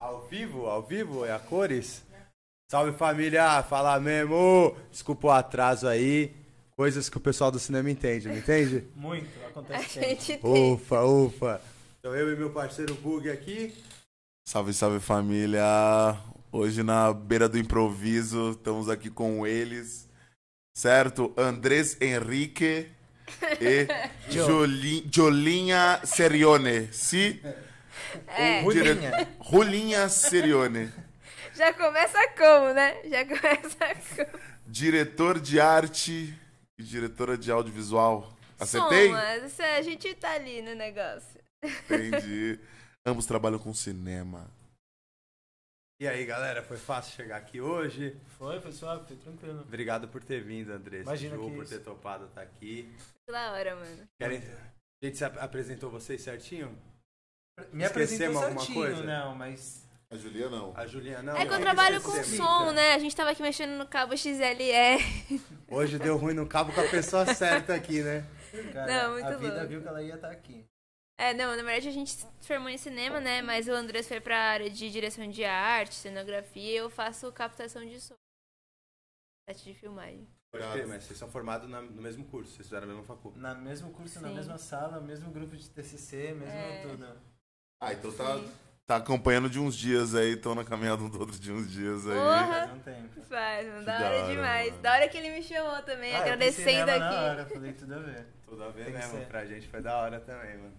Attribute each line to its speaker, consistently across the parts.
Speaker 1: Ao vivo, ao vivo, é a cores? Salve família, fala mesmo! Desculpa o atraso aí. Coisas que o pessoal do cinema entende, não entende?
Speaker 2: Muito,
Speaker 3: A
Speaker 2: acontece sempre.
Speaker 3: gente tem.
Speaker 1: Ufa, ufa. Então eu e meu parceiro Bug aqui.
Speaker 4: Salve, salve família! Hoje na beira do improviso, estamos aqui com eles, certo? Andrés Henrique e Joli- Jolinha Serione. Se?
Speaker 3: É,
Speaker 4: Um
Speaker 2: Rulinha.
Speaker 4: Rolinha Serione.
Speaker 3: já começa como, né? Já começa como.
Speaker 4: Diretor de arte e diretora de audiovisual. Acertei?
Speaker 3: Soma, isso é- a gente tá ali no negócio.
Speaker 4: Entendi. Ambos trabalham com cinema.
Speaker 1: E aí, galera, foi fácil chegar aqui hoje.
Speaker 2: Foi, foi suave, foi tranquilo.
Speaker 1: Obrigado por ter vindo, Andrés.
Speaker 2: Imagina
Speaker 1: Ju,
Speaker 2: que
Speaker 1: por
Speaker 2: isso.
Speaker 1: ter topado estar aqui.
Speaker 3: Da hora, mano.
Speaker 1: Querem... A gente se ap- apresentou vocês certinho?
Speaker 2: Me apresentou
Speaker 1: Esquecemos alguma
Speaker 2: certinho, né?
Speaker 1: coisa?
Speaker 2: não, mas...
Speaker 4: A Julia não.
Speaker 1: A Juliana não.
Speaker 3: é que eu
Speaker 1: né?
Speaker 3: trabalho com
Speaker 1: Esquecemos.
Speaker 3: som, né? A gente tava aqui mexendo no cabo XLR.
Speaker 1: Hoje deu ruim no cabo com a pessoa certa aqui, né?
Speaker 2: Cara,
Speaker 3: Não, muito
Speaker 2: a vida
Speaker 3: louco.
Speaker 2: viu que ela ia estar aqui.
Speaker 3: É, não, na verdade a gente se formou em cinema, né? Mas o Andrés foi pra área de direção de arte, cenografia, e eu faço captação de som. Set de filmagem.
Speaker 1: Pode crer, mas vocês são formados na- no mesmo curso, vocês fizeram a mesma faculdade.
Speaker 2: Na mesmo curso, na
Speaker 3: Sim.
Speaker 2: mesma sala, mesmo grupo de TCC, mesmo
Speaker 3: É.
Speaker 2: tudo.
Speaker 4: Ah, então tá, tá acompanhando de uns dias aí, estão na caminhada um do outro de uns dias aí.
Speaker 3: Porra!
Speaker 2: Faz um tempo.
Speaker 3: Faz, mano,
Speaker 4: Que
Speaker 3: da
Speaker 4: da
Speaker 3: hora
Speaker 4: hora,
Speaker 3: demais.
Speaker 4: mano.
Speaker 3: Da hora que ele me chamou também,
Speaker 2: Ah, eu
Speaker 3: agradecendo
Speaker 2: pensei nela Na
Speaker 3: aqui.
Speaker 2: hora, falei tudo a ver.
Speaker 1: Tudo a ver,
Speaker 2: Tem que
Speaker 1: né,
Speaker 2: ser.
Speaker 1: mano? Pra gente foi da hora também, mano.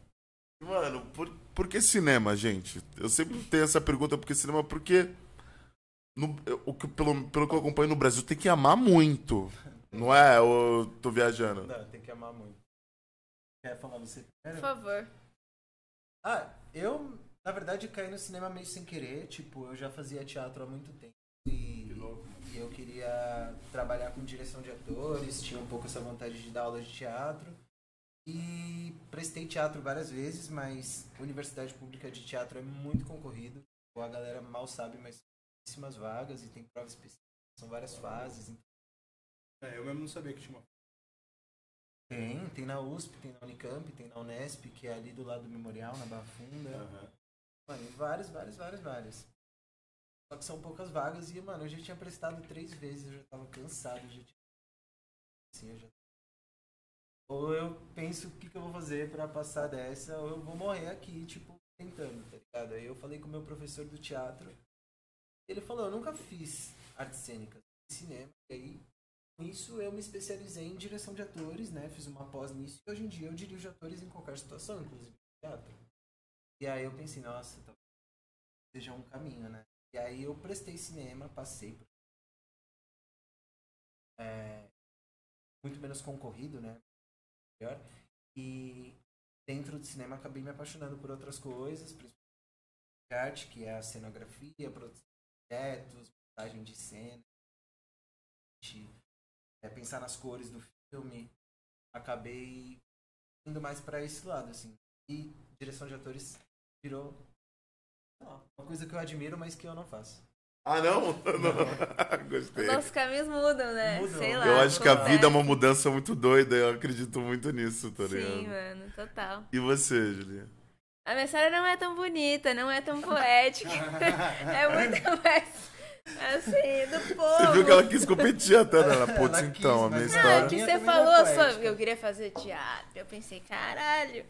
Speaker 4: Mano, por, por que cinema, gente? Eu sempre tenho essa pergunta, por que cinema? Porque, no, eu- o que- pelo, pelo que eu acompanho no Brasil, tem que amar muito. Não é? Ou eu tô viajando?
Speaker 2: Não, tem que amar muito. Quer falar você
Speaker 3: Por
Speaker 2: primeiro?
Speaker 3: favor.
Speaker 2: Ah, eu, na verdade, caí no cinema meio sem querer. Tipo, eu já fazia teatro há muito tempo e, e eu queria trabalhar com direção de atores, tinha um pouco essa vontade de dar aula de teatro. E prestei teatro várias vezes, mas universidade pública de teatro é muito concorrido. Tipo, A galera mal sabe, mas tem pouquíssimas vagas e tem provas específicas, são várias fases.
Speaker 1: É, eu mesmo não sabia que tinha uma.
Speaker 2: Tem, tem na USP, tem na Unicamp, tem na Unesp, que é ali do lado do memorial, na Barra Funda. Mano, e várias, várias, várias, várias. Só que são poucas vagas e, mano, eu já tinha prestado três vezes, eu já tava cansado, eu já tinha... Assim, eu já... Ou eu penso o que, que eu vou fazer pra passar dessa, ou eu vou morrer aqui, tipo, tentando, tá ligado? Aí eu falei com o meu professor do teatro, ele falou, eu nunca fiz artes cênicas, fiz cinema, e aí com isso eu me especializei em direção de atores, né? Fiz uma pós nisso e hoje em dia eu dirijo atores em qualquer situação, inclusive teatro. E aí eu pensei, nossa, talvez seja um caminho, né? E aí eu prestei cinema, passei por... É, muito menos concorrido, né? Melhor. E dentro do cinema acabei me apaixonando por outras coisas, principalmente arte, que é a cenografia, produção de objetos, montagem de cena, de- é, pensar nas cores do filme. Acabei indo mais pra esse lado, assim. E direção de atores virou sei lá, uma coisa que eu admiro, mas que eu não faço.
Speaker 4: Ah, não? não. Gostei.
Speaker 3: Nossos caminhos mudam, né?
Speaker 2: Mudam.
Speaker 3: Sei lá.
Speaker 4: eu acho que a
Speaker 3: acontece.
Speaker 4: vida é uma mudança muito doida, eu acredito muito nisso, tá ligado?
Speaker 3: Sim, mano, total.
Speaker 4: E você, Julia?
Speaker 3: A minha história não é tão bonita, não é tão poética. é muito mais, assim, do povo.
Speaker 4: Você viu que ela quis competir até, né? Ela, putz,
Speaker 2: Ela quis,
Speaker 4: então, a minha
Speaker 2: mas-
Speaker 3: Não, é
Speaker 4: história...
Speaker 3: que
Speaker 2: Minha
Speaker 3: você
Speaker 2: também não é
Speaker 3: falou
Speaker 2: poética.
Speaker 3: só que eu queria fazer teatro. Eu pensei, caralho.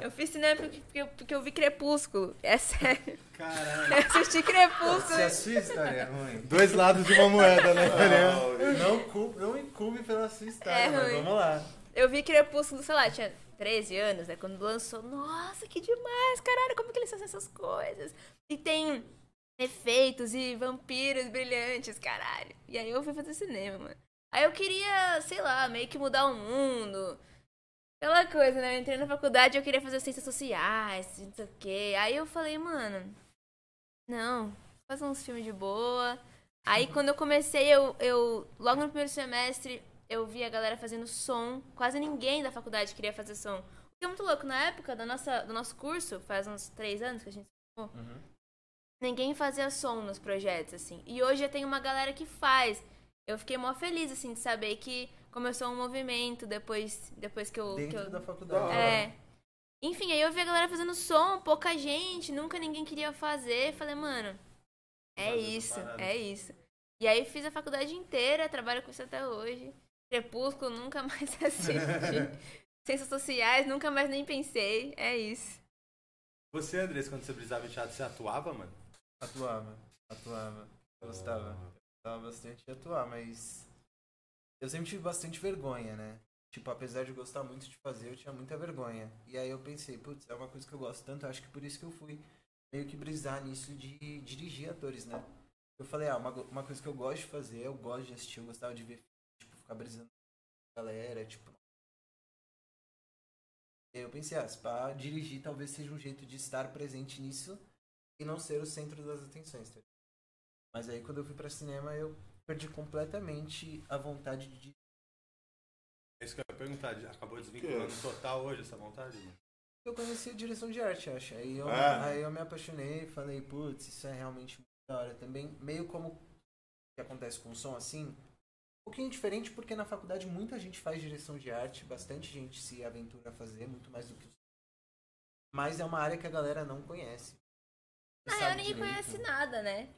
Speaker 3: Eu fiz cinema porque, porque eu- porque eu vi Crepúsculo. É sério.
Speaker 1: Caralho.
Speaker 3: Eu assisti Crepúsculo.
Speaker 2: Se a sua história é ruim,
Speaker 1: Dois lados de uma moeda, né?
Speaker 5: tipo,
Speaker 4: É,
Speaker 2: não, cu- não incube pela sua história,
Speaker 3: É
Speaker 2: mas
Speaker 3: ruim.
Speaker 2: vamos lá.
Speaker 3: Eu vi Crepúsculo, sei lá, tinha 13 anos, né? Quando lançou. Nossa, que demais, caralho, como que eles fazem essas coisas? E tem efeitos e vampiros brilhantes, caralho. E aí eu fui fazer cinema, mano. Aí eu queria, sei lá, meio que mudar o mundo. Aquela coisa, né? Eu entrei na faculdade eu queria fazer ciências sociais, não sei o quê. Aí eu falei, mano, não, fazer uns filmes de boa. Aí quando eu comecei, eu, eu logo no primeiro semestre, eu vi a galera fazendo som. Quase ninguém da faculdade queria fazer som. O que é muito louco, na época da nossa, do nosso curso, faz uns três anos que a gente se formou,
Speaker 2: Uhum.
Speaker 3: ninguém fazia som nos projetos, assim. E hoje já tem uma galera que faz. Eu fiquei mó feliz, assim, de saber que começou um movimento depois, depois que eu... que
Speaker 2: Dentro
Speaker 3: eu-
Speaker 1: É.
Speaker 2: da faculdade.
Speaker 3: é. Enfim, aí eu vi a galera fazendo no som, pouca gente, nunca ninguém queria fazer. Falei, mano, é
Speaker 2: Fazer essa
Speaker 3: isso,
Speaker 2: parada.
Speaker 3: é isso. E aí fiz a faculdade inteira, trabalho com isso até hoje. Crepúsculo nunca mais assisti. Ciências sociais, nunca mais nem pensei. É isso.
Speaker 1: Você, Andrés, quando você brisava em teatro, você atuava, mano?
Speaker 2: Atuava, atuava. Eu Gostava. Eu Gostava bastante de atuar, mas. Eu sempre tive bastante vergonha, né? Tipo, apesar de gostar muito de fazer, eu tinha muita vergonha. E aí eu pensei, putz, é uma coisa que eu gosto tanto, acho que por isso que eu fui meio que brisar nisso de dirigir atores, né? Eu falei, ah, uma, go- uma coisa que eu gosto de fazer, eu gosto de assistir, eu gostava de ver, tipo, ficar brisando com a galera, tipo. E aí eu pensei, ah, se pá, dirigir talvez seja um jeito de estar presente nisso e não ser o centro das atenções. tá ligado? Mas aí quando eu fui pra cinema eu perdi completamente a vontade de.
Speaker 1: É isso que eu ia perguntar. Acabou desvinculando total hoje essa vontade, mano?
Speaker 2: Eu conheci a direção de arte, eu acho. Aí eu,
Speaker 4: É.
Speaker 2: aí eu me apaixonei, falei, putz, isso é realmente muito da hora também. Meio como que acontece com o som assim. Um pouquinho diferente porque na faculdade muita gente faz direção de arte, bastante gente se aventura a fazer, muito mais do que os. Mas é uma área que a galera não conhece.
Speaker 3: Na real,
Speaker 2: Sabe
Speaker 3: Ah, é, ninguém
Speaker 2: direito.
Speaker 3: conhece nada, né?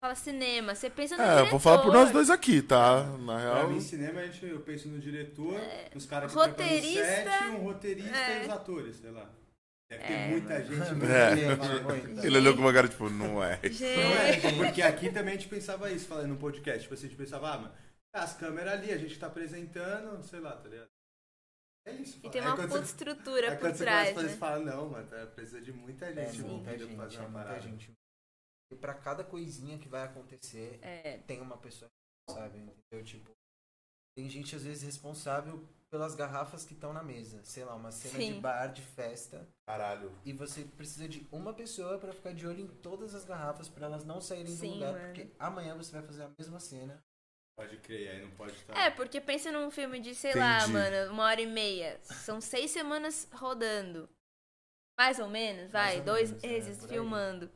Speaker 3: Fala cinema, você pensa no
Speaker 4: É, eu vou falar por
Speaker 3: diretor.
Speaker 4: nós dois aqui, tá? Na
Speaker 1: Pra
Speaker 4: real.
Speaker 1: mim, cinema, a gente, eu penso no diretor, nos caras que
Speaker 3: É, roteirista.
Speaker 1: preparam o set, um roteirista
Speaker 3: É.
Speaker 1: e os atores, sei lá. Deve ter muita gente.
Speaker 4: É.
Speaker 2: Muita.
Speaker 4: Ele olhou com uma cara tipo, não é.
Speaker 1: Não
Speaker 3: Gente,
Speaker 1: é, porque aqui também a gente pensava isso, falando no podcast. Tipo assim, a gente pensava, ah, mano, as câmeras ali, a gente tá apresentando, sei lá, tá ligado? É isso.
Speaker 3: e
Speaker 1: fala.
Speaker 3: tem
Speaker 1: Aí
Speaker 3: uma
Speaker 1: quando
Speaker 3: puta
Speaker 1: você-
Speaker 3: estrutura
Speaker 1: aí
Speaker 3: por
Speaker 1: quando você começa a
Speaker 3: trás,
Speaker 1: fazer, você
Speaker 3: né?
Speaker 1: fala, não, mano, tá- precisa de muita
Speaker 2: É
Speaker 1: gente
Speaker 2: muita
Speaker 1: envolvida pra
Speaker 2: gente,
Speaker 1: fazer
Speaker 2: é
Speaker 1: uma
Speaker 2: muita
Speaker 1: parada.
Speaker 2: gente. E pra cada coisinha que vai acontecer,
Speaker 3: É,
Speaker 2: tem uma pessoa responsável, entendeu? Tipo, tem gente às vezes responsável pelas garrafas que estão na mesa. Sei lá, uma cena de
Speaker 3: Sim.
Speaker 2: bar, de festa.
Speaker 1: Caralho.
Speaker 2: E você precisa de uma pessoa pra ficar de olho em todas as garrafas pra elas não saírem
Speaker 3: Sim,
Speaker 2: do lugar.
Speaker 3: mano.
Speaker 2: Porque amanhã você vai fazer a mesma cena.
Speaker 1: Pode crer, aí não pode tá, estar.
Speaker 2: Tá.
Speaker 3: É, porque pensa num filme de, sei lá,
Speaker 4: Entendi.
Speaker 3: mano, uma hora e meia. São seis semanas rodando. Mais ou menos, vai,
Speaker 2: ou
Speaker 3: dois
Speaker 2: menos, é,
Speaker 3: meses
Speaker 2: por aí.
Speaker 3: filmando.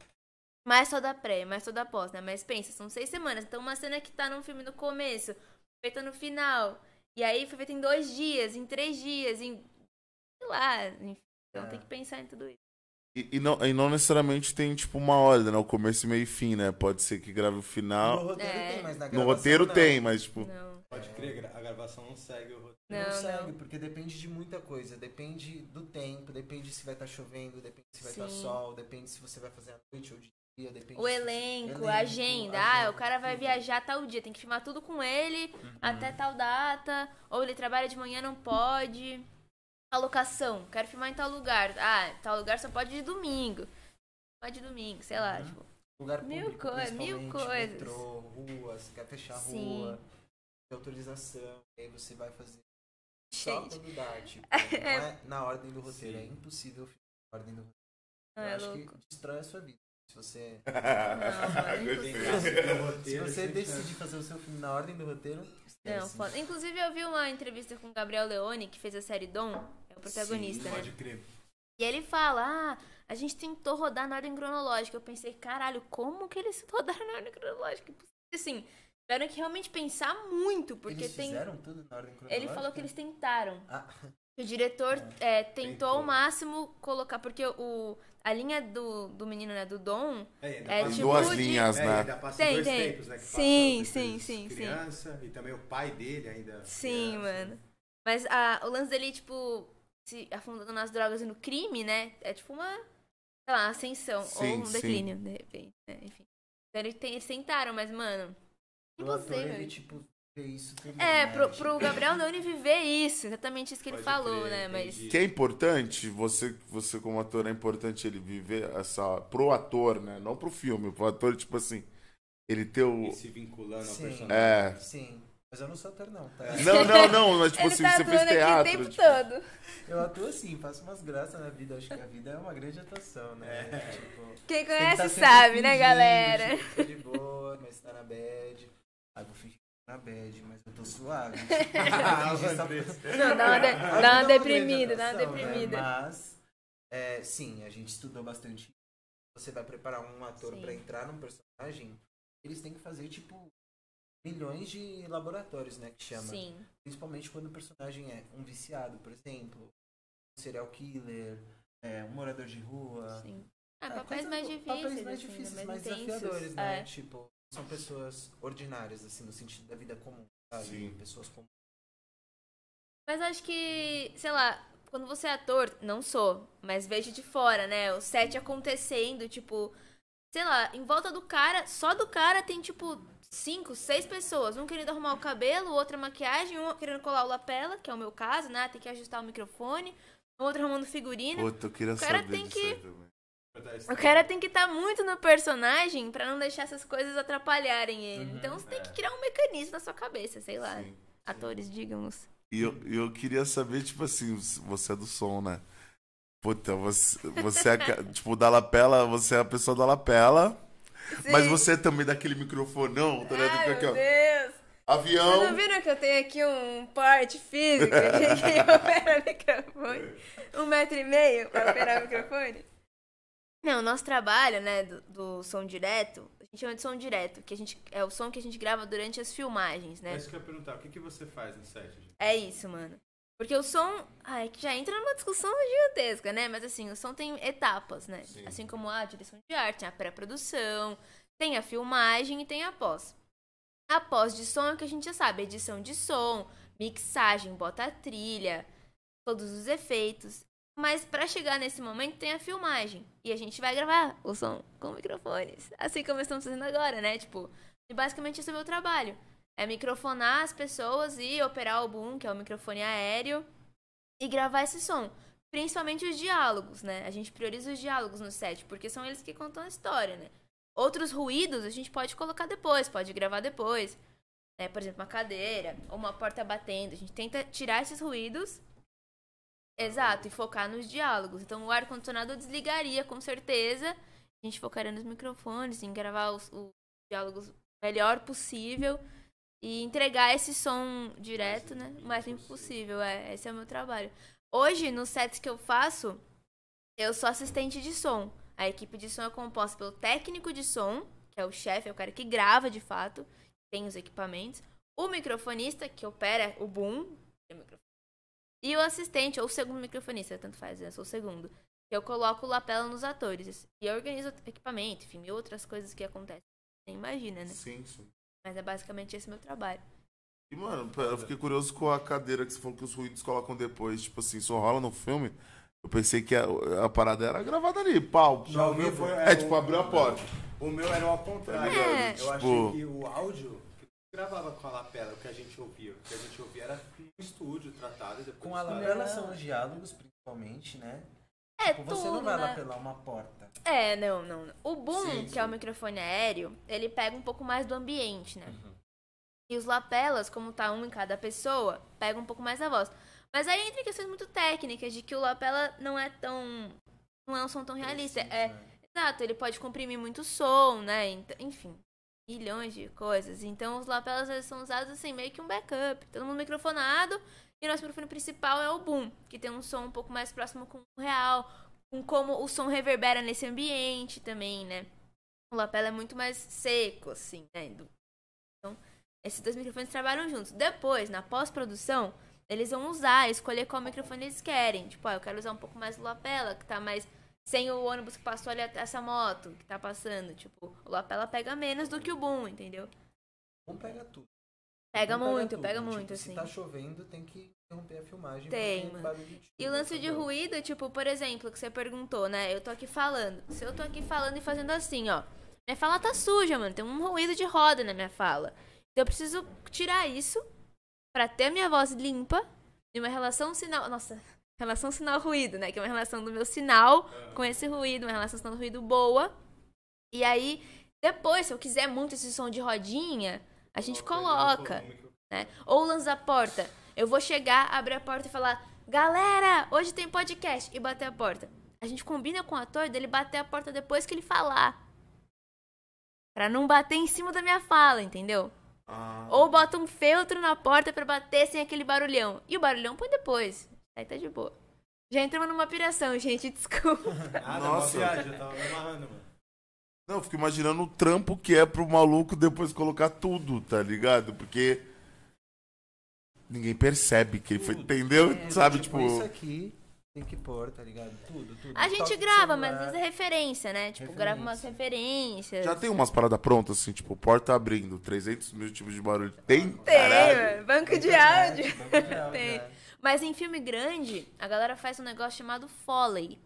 Speaker 3: Mais só da pré, mais só da pós, né? Mas pensa, são seis semanas. Então uma cena que tá num filme no começo, feita no final. E aí foi feita em dois dias, em três dias, em. sei lá. em- Então
Speaker 2: É.
Speaker 3: tem que pensar em tudo isso.
Speaker 4: E, e não, e não necessariamente tem, tipo, uma ordem, né? O começo, meio e fim, né? Pode ser que grave o final.
Speaker 2: no roteiro
Speaker 3: É.
Speaker 2: tem, mas na
Speaker 4: No
Speaker 2: gravação
Speaker 4: roteiro
Speaker 2: não.
Speaker 4: tem, mas, tipo.
Speaker 3: Não.
Speaker 1: Pode crer, gra- a gravação não segue o roteiro.
Speaker 2: Não,
Speaker 3: Não,
Speaker 2: segue,
Speaker 3: não.
Speaker 2: porque depende de muita coisa. Depende do tempo, depende se vai estar chovendo, depende se vai estar
Speaker 3: Sim.
Speaker 2: sol, depende se você vai fazer à noite ou de dia, depende
Speaker 3: O
Speaker 2: se-
Speaker 3: elenco,
Speaker 2: é. elenco,
Speaker 3: a agenda. Ah,
Speaker 2: agenda, Uhum.
Speaker 3: o cara vai
Speaker 2: tudo.
Speaker 3: viajar tal dia, tem que filmar tudo com ele
Speaker 2: Ah.
Speaker 3: até tal data. Ou ele trabalha de manhã, não pode. A locação, quero filmar em tal lugar. Ah, tal lugar só pode de domingo. Pode de domingo, sei lá.
Speaker 2: Uhum.
Speaker 3: tipo.
Speaker 2: Lugar
Speaker 3: Mil
Speaker 2: público,
Speaker 3: coi- mil
Speaker 2: principalmente,
Speaker 3: coisas.
Speaker 2: Metrô, rua, você quer fechar a
Speaker 3: Sim.
Speaker 2: rua, tem autorização, e aí você vai fazer só
Speaker 3: Gente,
Speaker 2: quando dá, tipo, não é na ordem do roteiro,
Speaker 1: Sim.
Speaker 2: é impossível filmar na ordem do roteiro.
Speaker 3: não
Speaker 2: Eu
Speaker 3: é
Speaker 2: acho
Speaker 3: louco.
Speaker 2: que destrói a sua vida. Se você,
Speaker 1: Tem que
Speaker 4: Gostei.
Speaker 3: mano,
Speaker 1: seguir o
Speaker 2: se
Speaker 1: roteiro.
Speaker 2: você
Speaker 1: sem
Speaker 2: decidir
Speaker 1: chance.
Speaker 2: fazer o seu filme na ordem do roteiro,
Speaker 3: Não,
Speaker 2: esquece.
Speaker 3: foda. Inclusive, eu vi uma entrevista com o Gabriel Leone, que fez a série Dom, é o protagonista, né?
Speaker 1: Pode crer.
Speaker 3: E ele fala, ah, a gente tentou rodar na ordem cronológica. Eu pensei, caralho, como que eles rodaram na ordem cronológica? Assim, tiveram que realmente pensar muito, porque
Speaker 2: Eles
Speaker 3: tem...
Speaker 2: fizeram tudo na ordem cronológica?
Speaker 3: Ele falou que eles tentaram.
Speaker 2: Ah.
Speaker 3: O diretor é, tentou,
Speaker 1: Tentou.
Speaker 3: ao máximo colocar, porque o, a linha do, do menino, né, do Dom,
Speaker 1: É, ainda passa-
Speaker 3: É,
Speaker 4: Tem
Speaker 3: tipo,
Speaker 4: duas
Speaker 3: de-
Speaker 4: linhas,
Speaker 1: É,
Speaker 4: né?
Speaker 1: ainda passa
Speaker 3: Tem,
Speaker 1: dois
Speaker 3: tem.
Speaker 1: tempos, né? que
Speaker 3: Sim,
Speaker 1: passa o
Speaker 3: sim,
Speaker 1: Tetris
Speaker 3: sim, sim.
Speaker 1: Criança, e também o pai dele ainda.
Speaker 5: é,
Speaker 1: criança.
Speaker 3: sim, mano. Mas a- o lance dele, tipo, se afundando nas drogas e no crime, né, é tipo uma, sei lá, ascensão, ou
Speaker 4: Sim,
Speaker 3: um
Speaker 4: sim.
Speaker 3: declínio, de repente, né, enfim. Então eles, ten- eles tentaram, mas, mano,
Speaker 2: Pro ator,
Speaker 3: impossível.
Speaker 2: ele, tipo, vê isso tudo, né?
Speaker 3: É, pro,
Speaker 2: Tipo,
Speaker 3: pro Gabriel Leone viver isso, exatamente isso que ele
Speaker 1: Pode
Speaker 3: falou,
Speaker 1: crer,
Speaker 3: né, mas...
Speaker 1: entendi.
Speaker 4: Que é importante, você, você como ator, é importante ele viver essa. Pro ator, né? Não pro filme, pro ator, tipo assim. Ele ter o.
Speaker 1: E se vinculando ao
Speaker 2: Sim.
Speaker 1: personagem.
Speaker 4: É.
Speaker 2: Sim, mas eu não sou ator não, tá?
Speaker 4: Não, não, não, mas tipo
Speaker 3: Ele
Speaker 4: assim,
Speaker 3: tá
Speaker 4: você fez
Speaker 3: atuando aqui
Speaker 4: teatro.
Speaker 3: o tempo
Speaker 4: tipo,
Speaker 3: todo.
Speaker 2: Eu atuo assim, faço umas graças na vida. Acho que a vida é uma grande atuação, né? Tipo, tem que
Speaker 3: Quem
Speaker 2: tá
Speaker 3: conhece
Speaker 2: sempre
Speaker 3: sabe, né,
Speaker 2: fingindo,
Speaker 3: galera?
Speaker 2: tipo, tô de boa, mas tá na bad. Aí vou fingir que tô na bad, mas eu tô suave. tipo, eu fingi só-
Speaker 3: Não, dá uma, de-
Speaker 2: A vida
Speaker 3: dá uma
Speaker 2: é grande
Speaker 3: deprimida, dá uma
Speaker 2: atuação, né?
Speaker 3: deprimida.
Speaker 2: Mas, é, sim, a gente estudou bastante. Você vai preparar um ator
Speaker 3: Sim.
Speaker 2: pra entrar num personagem, eles têm que fazer, tipo, milhões de laboratórios, né? Que chama.
Speaker 3: Sim.
Speaker 2: Principalmente quando o personagem é um viciado, por exemplo, um serial killer, é, um morador de rua.
Speaker 3: Sim. Ah,
Speaker 2: Ah,
Speaker 3: papéis
Speaker 2: coisas-
Speaker 3: mais difíceis.
Speaker 2: Papéis mais
Speaker 3: assim, né?
Speaker 2: difíceis, mais
Speaker 3: mais intensos.
Speaker 2: desafiadores, né?
Speaker 3: É.
Speaker 2: Tipo, são pessoas ordinárias, assim, no sentido da vida comum, sabe?
Speaker 4: Sim.
Speaker 2: Pessoas comuns.
Speaker 3: Mas acho que, sei lá, quando você é ator, não sou, mas vejo de fora, né? O set acontecendo, tipo, sei lá, em volta do cara, só do cara tem, tipo, cinco, seis pessoas. Um querendo arrumar o cabelo, outra maquiagem, um querendo colar o lapela, que é o meu caso, né? Tem que ajustar o microfone, outro arrumando figurino.
Speaker 4: Puta, eu queria
Speaker 3: O cara
Speaker 4: saber
Speaker 3: tem
Speaker 4: disso
Speaker 3: que-
Speaker 4: aí também.
Speaker 3: O cara tem que estar muito no personagem pra não deixar essas coisas atrapalharem ele.
Speaker 2: Uhum,
Speaker 3: então você tem que criar um mecanismo na sua cabeça, sei lá.
Speaker 4: é. Sim.
Speaker 3: Atores, digamos.
Speaker 4: E eu, e eu queria saber, tipo assim, você é do som, né? Puta, você, você é, ca- tipo, da lapela, você é a pessoa da lapela, mas
Speaker 3: Sim. Ah,
Speaker 4: você é também daquele microfonão, tá ligado? Fica
Speaker 3: Ai,
Speaker 4: aqui, ó, Então-
Speaker 3: meu Deus! Vocês não
Speaker 4: avião,
Speaker 3: viram que eu tenho aqui um porte físico que opera microfone? Um metro e meio pra operar microfone? Não, o nosso trabalho, né, do, do som direto, a gente chama de som direto, que a gente, é o som que a gente grava durante as filmagens, né?
Speaker 5: É isso que eu ia perguntar. O que, que você faz no set, gente?
Speaker 3: É isso, mano. Porque o som. Ai, que já entra numa discussão gigantesca, né? Mas assim, o som tem etapas, né? Assim como a direção de arte, tem a pré-produção, tem a filmagem e tem a pós. A pós de som é o que a gente já sabe: edição de som, mixagem, bota a trilha, todos os efeitos. Mas pra chegar nesse momento tem a filmagem. E a gente vai gravar o som com microfones. Assim como estamos fazendo agora, né? Tipo, e basicamente esse é o meu trabalho. É microfonar as pessoas e operar o boom, que é o microfone aéreo, e gravar esse som. Principalmente os diálogos, né? A gente prioriza os diálogos no set, porque são eles que contam a história, né? Outros ruídos a gente pode colocar depois, pode gravar depois. Né? Por exemplo, uma cadeira ou uma porta batendo. A gente tenta tirar esses ruídos. Exato, e focar nos diálogos. Então o ar-condicionado eu desligaria, com certeza. A gente focaria nos microfones, em gravar os, os diálogos melhor possível e entregar esse som direto, né? O mais limpo possível. É, esse é o meu trabalho. Hoje, nos sets que eu faço, eu sou assistente de som. A equipe de som é composta pelo técnico de som, que é o chefe, é o cara que grava de fato, tem os equipamentos, o microfonista, que opera o boom, que é o microfone, e o assistente, ou o segundo microfonista, tanto faz, né? eu sou o segundo. Eu coloco o lapela nos atores e eu organizo o equipamento, enfim, e outras coisas que acontecem. Nem imagina, né?
Speaker 4: Sim, sim.
Speaker 3: Mas é basicamente esse meu trabalho.
Speaker 4: E, mano, pera, eu fiquei curioso com a cadeira que você falou que os ruídos colocam depois. Tipo assim, só rola no filme. Eu pensei que a, a parada era gravada ali, pau.
Speaker 1: Já ouviu? Foi-
Speaker 4: É, tipo, abriu a porta.
Speaker 1: O meu era ao contrário.
Speaker 3: É.
Speaker 1: Eu achei
Speaker 4: Tipo-
Speaker 1: que o áudio que gravava com a lapela, o que a gente ouvia. O que a gente ouvia era no estúdio tratado e depois.
Speaker 2: Com a
Speaker 1: tratado.
Speaker 2: lapela são os diálogos, principalmente, né?
Speaker 3: É
Speaker 2: Tipo,
Speaker 3: tudo,
Speaker 2: você não vai
Speaker 3: né?
Speaker 2: lapelar uma porta.
Speaker 3: É, não, não. não. O boom,
Speaker 4: Sim,
Speaker 3: que é o microfone aéreo, ele pega um pouco mais do ambiente, né?
Speaker 2: Uhum.
Speaker 3: E os lapelas, como tá um em cada pessoa, pega um pouco mais da voz. Mas aí entra questões muito técnicas de que o lapela não é tão. não é um som tão realista. É,
Speaker 2: né?
Speaker 3: Exato, ele pode comprimir muito som, né? Ent- Enfim, milhões de coisas. Então os lapelas eles são usados assim, meio que um backup. Todo mundo microfonado e nosso microfone principal é o boom, que tem um som um pouco mais próximo com o real, com como o som reverbera nesse ambiente também, né? O lapela é muito mais seco, assim, né? do- Então, esses dois microfones trabalham juntos. Depois, na pós-produção, eles vão usar, escolher qual microfone eles querem. Tipo, ah, eu quero usar um pouco mais do lapela, que tá mais sem o ônibus que passou ali essa moto que tá passando. Tipo, o lapela pega menos do que o boom, entendeu?
Speaker 2: Um pega tudo.
Speaker 3: Pega
Speaker 2: Um
Speaker 3: muito,
Speaker 2: tudo.
Speaker 3: pega
Speaker 2: Tipo,
Speaker 3: muito,
Speaker 2: Se
Speaker 3: assim.
Speaker 2: tá chovendo, tem que interromper a filmagem.
Speaker 3: Tem,
Speaker 2: porque
Speaker 3: mano.
Speaker 2: barulho de
Speaker 3: E o
Speaker 2: chuva,
Speaker 3: lance de
Speaker 2: sabe?
Speaker 3: ruído, tipo, por exemplo, que você perguntou, né? Eu tô aqui falando. Se eu tô aqui falando e fazendo assim, ó. Minha fala tá suja, mano. Tem um ruído de roda na minha fala. Então eu preciso tirar isso pra ter a minha voz limpa e uma relação sinal. Nossa, relação sinal-ruído, né? Que é uma relação do meu sinal com esse ruído, uma relação sinal-ruído boa. E aí, depois, se eu quiser muito esse som de rodinha, a gente coloca né? Ou lança a porta. Eu vou chegar, abrir a porta e falar: Galera, hoje tem podcast. E bater a porta. A gente combina com o ator dele bater a porta depois que ele falar. Pra não bater em cima da minha fala, entendeu?
Speaker 4: Ah,
Speaker 3: Ou bota um feltro na porta pra bater sem aquele barulhão. E o barulhão põe depois. Aí tá de boa. Já entramos numa piração, gente, desculpa.
Speaker 1: Nada,
Speaker 4: Nossa.
Speaker 1: Nossa. Viagem, eu tava me amarrando, mano.
Speaker 4: Não, eu fico imaginando o trampo que é pro maluco depois colocar tudo, tá ligado? Porque
Speaker 3: é,
Speaker 4: ninguém percebe que ele foi, entendeu? Sabe, tipo,
Speaker 2: É, Isso aqui Tem que pôr, tá ligado? Tudo, tudo.
Speaker 3: A gente
Speaker 2: Toque de
Speaker 3: grava, mas às
Speaker 2: celular.
Speaker 3: vezes é referência, né? Tipo, grava umas referências.
Speaker 4: Já tem umas paradas prontas, assim, tipo, porta abrindo, 300 mil tipos de barulho. Tem?
Speaker 3: Tem,
Speaker 4: Caralho.
Speaker 3: mano. banco de
Speaker 2: Internet,
Speaker 3: áudio.
Speaker 2: banco de áudio,
Speaker 3: Tem.
Speaker 2: é.
Speaker 3: Mas em filme grande, a galera faz um negócio chamado foley.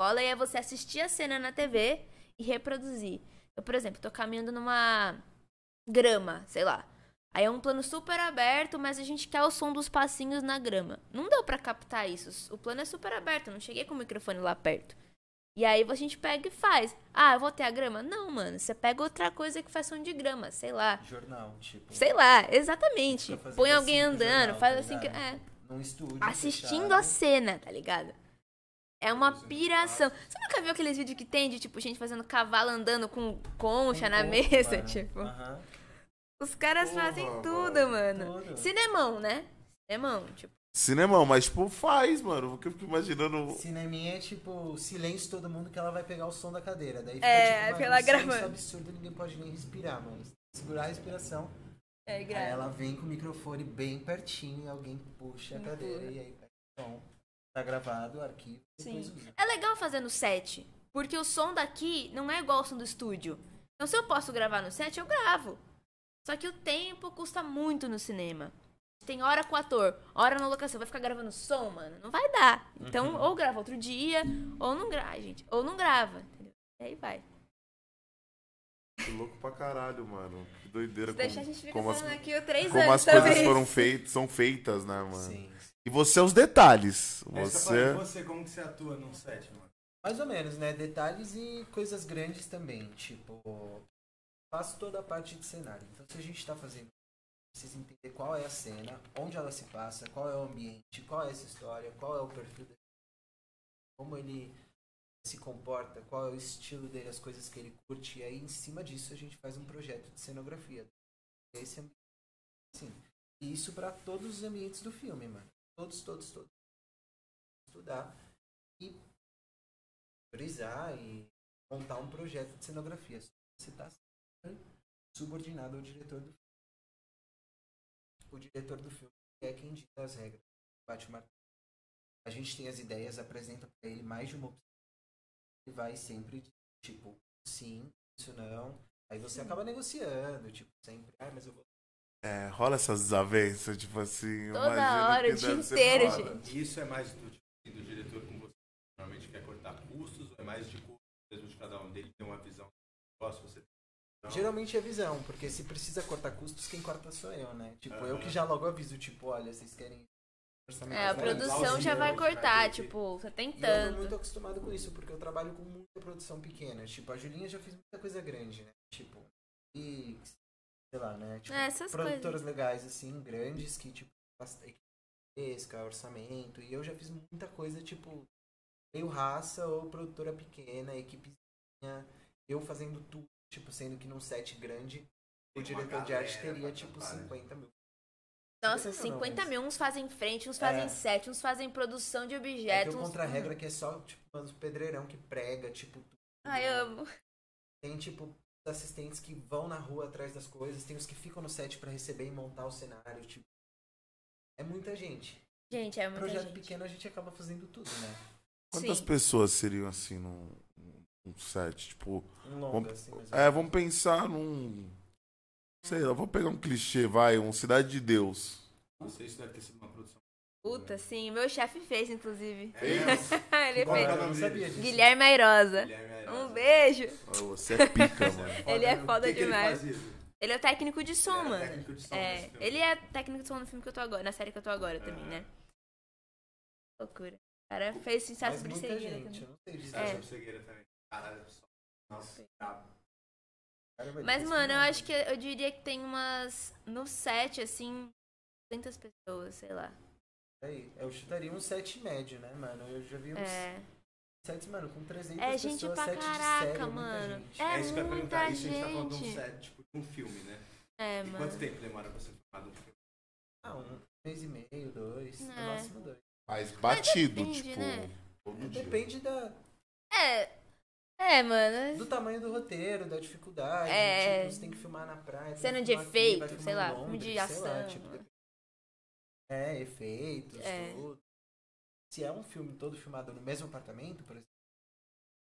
Speaker 3: Foley é você assistir a cena na TV e reproduzir. Eu, por exemplo, tô caminhando numa grama, sei lá. Aí é um plano super aberto, mas a gente quer o som dos passinhos na grama. Não deu pra captar isso. O plano é super aberto, eu não cheguei com o microfone lá perto. E aí a gente pega e faz. Ah, eu vou ter a grama? Não, mano. Você pega outra coisa que faz som de grama, sei lá.
Speaker 2: Jornal, tipo.
Speaker 3: Sei lá, exatamente.
Speaker 2: Fica fazendo
Speaker 3: Põe alguém
Speaker 2: assim no
Speaker 3: andando,
Speaker 2: jornal,
Speaker 3: faz
Speaker 2: tá
Speaker 3: assim que.
Speaker 2: ligado?
Speaker 3: É.
Speaker 2: Num estúdio.
Speaker 3: Assistindo
Speaker 2: fechado.
Speaker 3: a cena, tá ligado? É uma piração. Você nunca viu aqueles vídeos que tem de, tipo, gente fazendo cavalo andando com concha na
Speaker 2: Tem pouco,
Speaker 3: mesa?
Speaker 2: mano.
Speaker 3: Tipo,
Speaker 2: né? Aham.
Speaker 3: os caras
Speaker 4: Porra,
Speaker 3: fazem
Speaker 4: mano.
Speaker 3: tudo, mano.
Speaker 2: Tudo.
Speaker 3: Cinemão, né? Cinemão, tipo.
Speaker 4: Cinemão, mas, tipo, faz, mano. Porque eu fico imaginando.
Speaker 2: Cineminha é tipo silêncio todo mundo que ela vai pegar o som da cadeira. Daí fica,
Speaker 3: É,
Speaker 2: tipo, mano,
Speaker 3: fica ela
Speaker 2: um silêncio
Speaker 3: gravando.
Speaker 2: absurdo, ninguém pode nem respirar, mano. Segurar a respiração.
Speaker 3: É,
Speaker 2: Aí
Speaker 3: grave.
Speaker 2: ela vem com o microfone bem pertinho, alguém puxa
Speaker 3: Uhum.
Speaker 2: a cadeira e aí pega o som. Tá gravado o arquivo. depois
Speaker 3: Sim.
Speaker 2: usa.
Speaker 3: É legal fazer no set, porque o som daqui não é igual ao som do estúdio. Então, se eu posso gravar no set, eu gravo. Só que o tempo custa muito no cinema. Tem hora com o ator, hora na locação. Vai ficar gravando som, mano? Não vai dar. Então, ou grava outro dia, ou não grava, gente. Ou não grava. Entendeu? E aí vai.
Speaker 4: Que louco pra caralho, mano. Que doideira.
Speaker 3: Se deixar, a gente fica
Speaker 4: como as,
Speaker 3: falando aqui o três
Speaker 4: como
Speaker 3: anos
Speaker 4: as coisas
Speaker 3: também.
Speaker 4: foram feitas, são feitas, né, mano?
Speaker 2: Sim.
Speaker 4: E você é os
Speaker 3: É
Speaker 4: detalhes.
Speaker 5: Essa parada,
Speaker 4: Você.
Speaker 5: você, como que você atua num set, mano?
Speaker 2: Mais ou menos, né? Detalhes e coisas grandes também. Tipo, faço toda a parte de cenário. Então, se a gente tá fazendo, precisa entender qual é a cena, onde ela se passa, qual é o ambiente, qual é essa história, qual é o perfil dele, como ele se comporta, qual é o estilo dele, as coisas que ele curte. E aí, em cima disso, a gente faz um projeto de cenografia. Esse ambiente, assim. E isso para todos os ambientes do filme, mano. Todos, todos, todos. Estudar priorizar e montar um projeto de cenografia. Você está subordinado ao diretor do filme. O diretor do filme é quem dita as regras. Bate o martelo. A gente tem as ideias, apresenta para ele mais de uma opção. Ele vai sempre, tipo, sim, isso não. Aí você acaba negociando, tipo, sempre, ah, mas eu vou.
Speaker 4: É, rola essas desavenças, tipo assim.
Speaker 3: Toda
Speaker 4: imagino
Speaker 3: hora,
Speaker 4: que
Speaker 3: o dia
Speaker 4: deve ser
Speaker 3: inteiro,
Speaker 4: foda.
Speaker 3: gente.
Speaker 5: E Isso é mais do, tipo, do diretor com você. que Normalmente quer cortar custos, ou é mais de custo mesmo de cada um dele, tem uma visão do negócio, você Não.
Speaker 2: Geralmente é visão, porque se precisa cortar custos, quem corta sou eu, né? Tipo, eu que já logo aviso, tipo, olha, vocês querem. orçamento
Speaker 3: É, a
Speaker 2: pra isso?
Speaker 3: produção já vai cortar, tipo, você tem
Speaker 2: E eu tô
Speaker 3: tanto.
Speaker 2: muito acostumado com isso, porque eu trabalho com muita produção pequena. Tipo, a Julinha já fez muita coisa grande, né? Tipo, e sei lá, né? Tipo,
Speaker 3: É, essas
Speaker 2: produtoras legais, assim, grandes, que, tipo, faz equipe gigantesca, orçamento. E eu já fiz muita coisa, tipo, meio raça ou produtora pequena, equipezinha, eu fazendo tudo, tipo, sendo que num set grande, o
Speaker 5: Tem uma
Speaker 2: diretor de arte
Speaker 5: galera
Speaker 2: teria,
Speaker 5: pra
Speaker 2: tipo,
Speaker 5: trabalhar.
Speaker 2: 50 mil.
Speaker 3: Nossa,
Speaker 2: Não, não,
Speaker 3: 50
Speaker 2: mas-
Speaker 3: mil. Uns fazem frente, uns fazem
Speaker 2: É.
Speaker 3: set, uns fazem produção de
Speaker 2: É que
Speaker 3: objetos.
Speaker 2: eu
Speaker 3: uns-
Speaker 2: contra a regra que é só, tipo, mano, pedreirão que prega, tipo, tudo.
Speaker 3: Ai, Ah, amo.
Speaker 2: Tem, tipo, os assistentes que vão na rua atrás das coisas, tem os que ficam no set pra receber e montar o cenário, tipo. É muita gente.
Speaker 3: Gente, é muita
Speaker 2: Projeto
Speaker 3: gente.
Speaker 2: pequeno a gente acaba fazendo tudo, né?
Speaker 4: Quantas
Speaker 3: Sim.
Speaker 4: pessoas seriam assim num, num set? Tipo,
Speaker 2: Um longo,
Speaker 4: Vamos-
Speaker 2: assim. Mas
Speaker 4: é, vamos pensar num. Sei lá, vou pegar um clichê, vai, um Cidade de Deus.
Speaker 5: Nossa, isso deve ter sido uma produção.
Speaker 3: Puta, sim. Meu chefe fez, inclusive.
Speaker 5: É
Speaker 3: Ele
Speaker 5: Qual que é
Speaker 2: Olha,
Speaker 5: o
Speaker 2: eu
Speaker 3: fez.
Speaker 2: não
Speaker 5: nome
Speaker 2: sabia
Speaker 5: dele?
Speaker 2: disso.
Speaker 3: Guilherme Airosa.
Speaker 5: Guilherme assim. Airosa.
Speaker 3: Um beijo.
Speaker 4: Ah, Você é pica, mano.
Speaker 3: Ele é
Speaker 2: meu.
Speaker 5: né? O
Speaker 3: foda
Speaker 5: que que ele
Speaker 3: demais.
Speaker 5: fazia?
Speaker 3: Ele é o técnico de som,
Speaker 5: Ele era
Speaker 3: mano.
Speaker 5: técnico de som né? um
Speaker 3: é,
Speaker 5: nesse filme.
Speaker 3: ele é técnico de som no filme que eu tô agora, na série que eu tô
Speaker 2: É.
Speaker 3: agora também, né? Loucura. O cara fez sensato
Speaker 2: Mas
Speaker 3: sobre
Speaker 2: muita gente,
Speaker 3: cegueira
Speaker 2: eu não sei disso.
Speaker 5: Sabe,
Speaker 3: tá É.
Speaker 5: sobre cegueira também. Caralho, só- Nossa, brabo.
Speaker 2: Cara, vai
Speaker 3: Mas,
Speaker 2: ter
Speaker 3: mano, eu
Speaker 2: esse
Speaker 3: acho que eu diria que tem umas. No set, assim, 200 pessoas, sei lá.
Speaker 2: Aí, eu chutaria um set médio, né, mano? Eu já vi uns
Speaker 3: É.
Speaker 2: sets, mano, com 300
Speaker 3: É
Speaker 2: pessoas,
Speaker 3: gente pra
Speaker 2: set
Speaker 3: caraca,
Speaker 2: de série, muita
Speaker 3: mano.
Speaker 2: gente.
Speaker 3: É
Speaker 5: É isso que eu ia
Speaker 3: muita
Speaker 5: perguntar. Isso a gente tá falando de um
Speaker 3: gente.
Speaker 5: set, tipo, de um filme, né?
Speaker 3: É,
Speaker 5: E
Speaker 3: mano.
Speaker 5: quanto tempo demora pra você filmar do filme?
Speaker 2: Ah, um mês e meio, dois, no
Speaker 3: É.
Speaker 2: máximo dois.
Speaker 4: Mas batido,
Speaker 3: depende,
Speaker 4: tipo.
Speaker 3: né?
Speaker 4: todo dia.
Speaker 2: Depende da,
Speaker 3: É. É, mano.
Speaker 2: do tamanho do roteiro, da dificuldade.
Speaker 3: É.
Speaker 2: Tipo, você tem que filmar na praia. tem que
Speaker 3: Cena de
Speaker 2: filmar aqui, vai
Speaker 3: efeito,
Speaker 2: filmar
Speaker 3: sei
Speaker 2: em
Speaker 3: lá, filme
Speaker 2: Londres,
Speaker 3: de
Speaker 2: sei lá,
Speaker 3: ação.
Speaker 2: tipo, É, tipo, efeitos,
Speaker 3: É.
Speaker 2: tudo. se é um filme todo filmado no mesmo apartamento, por exemplo,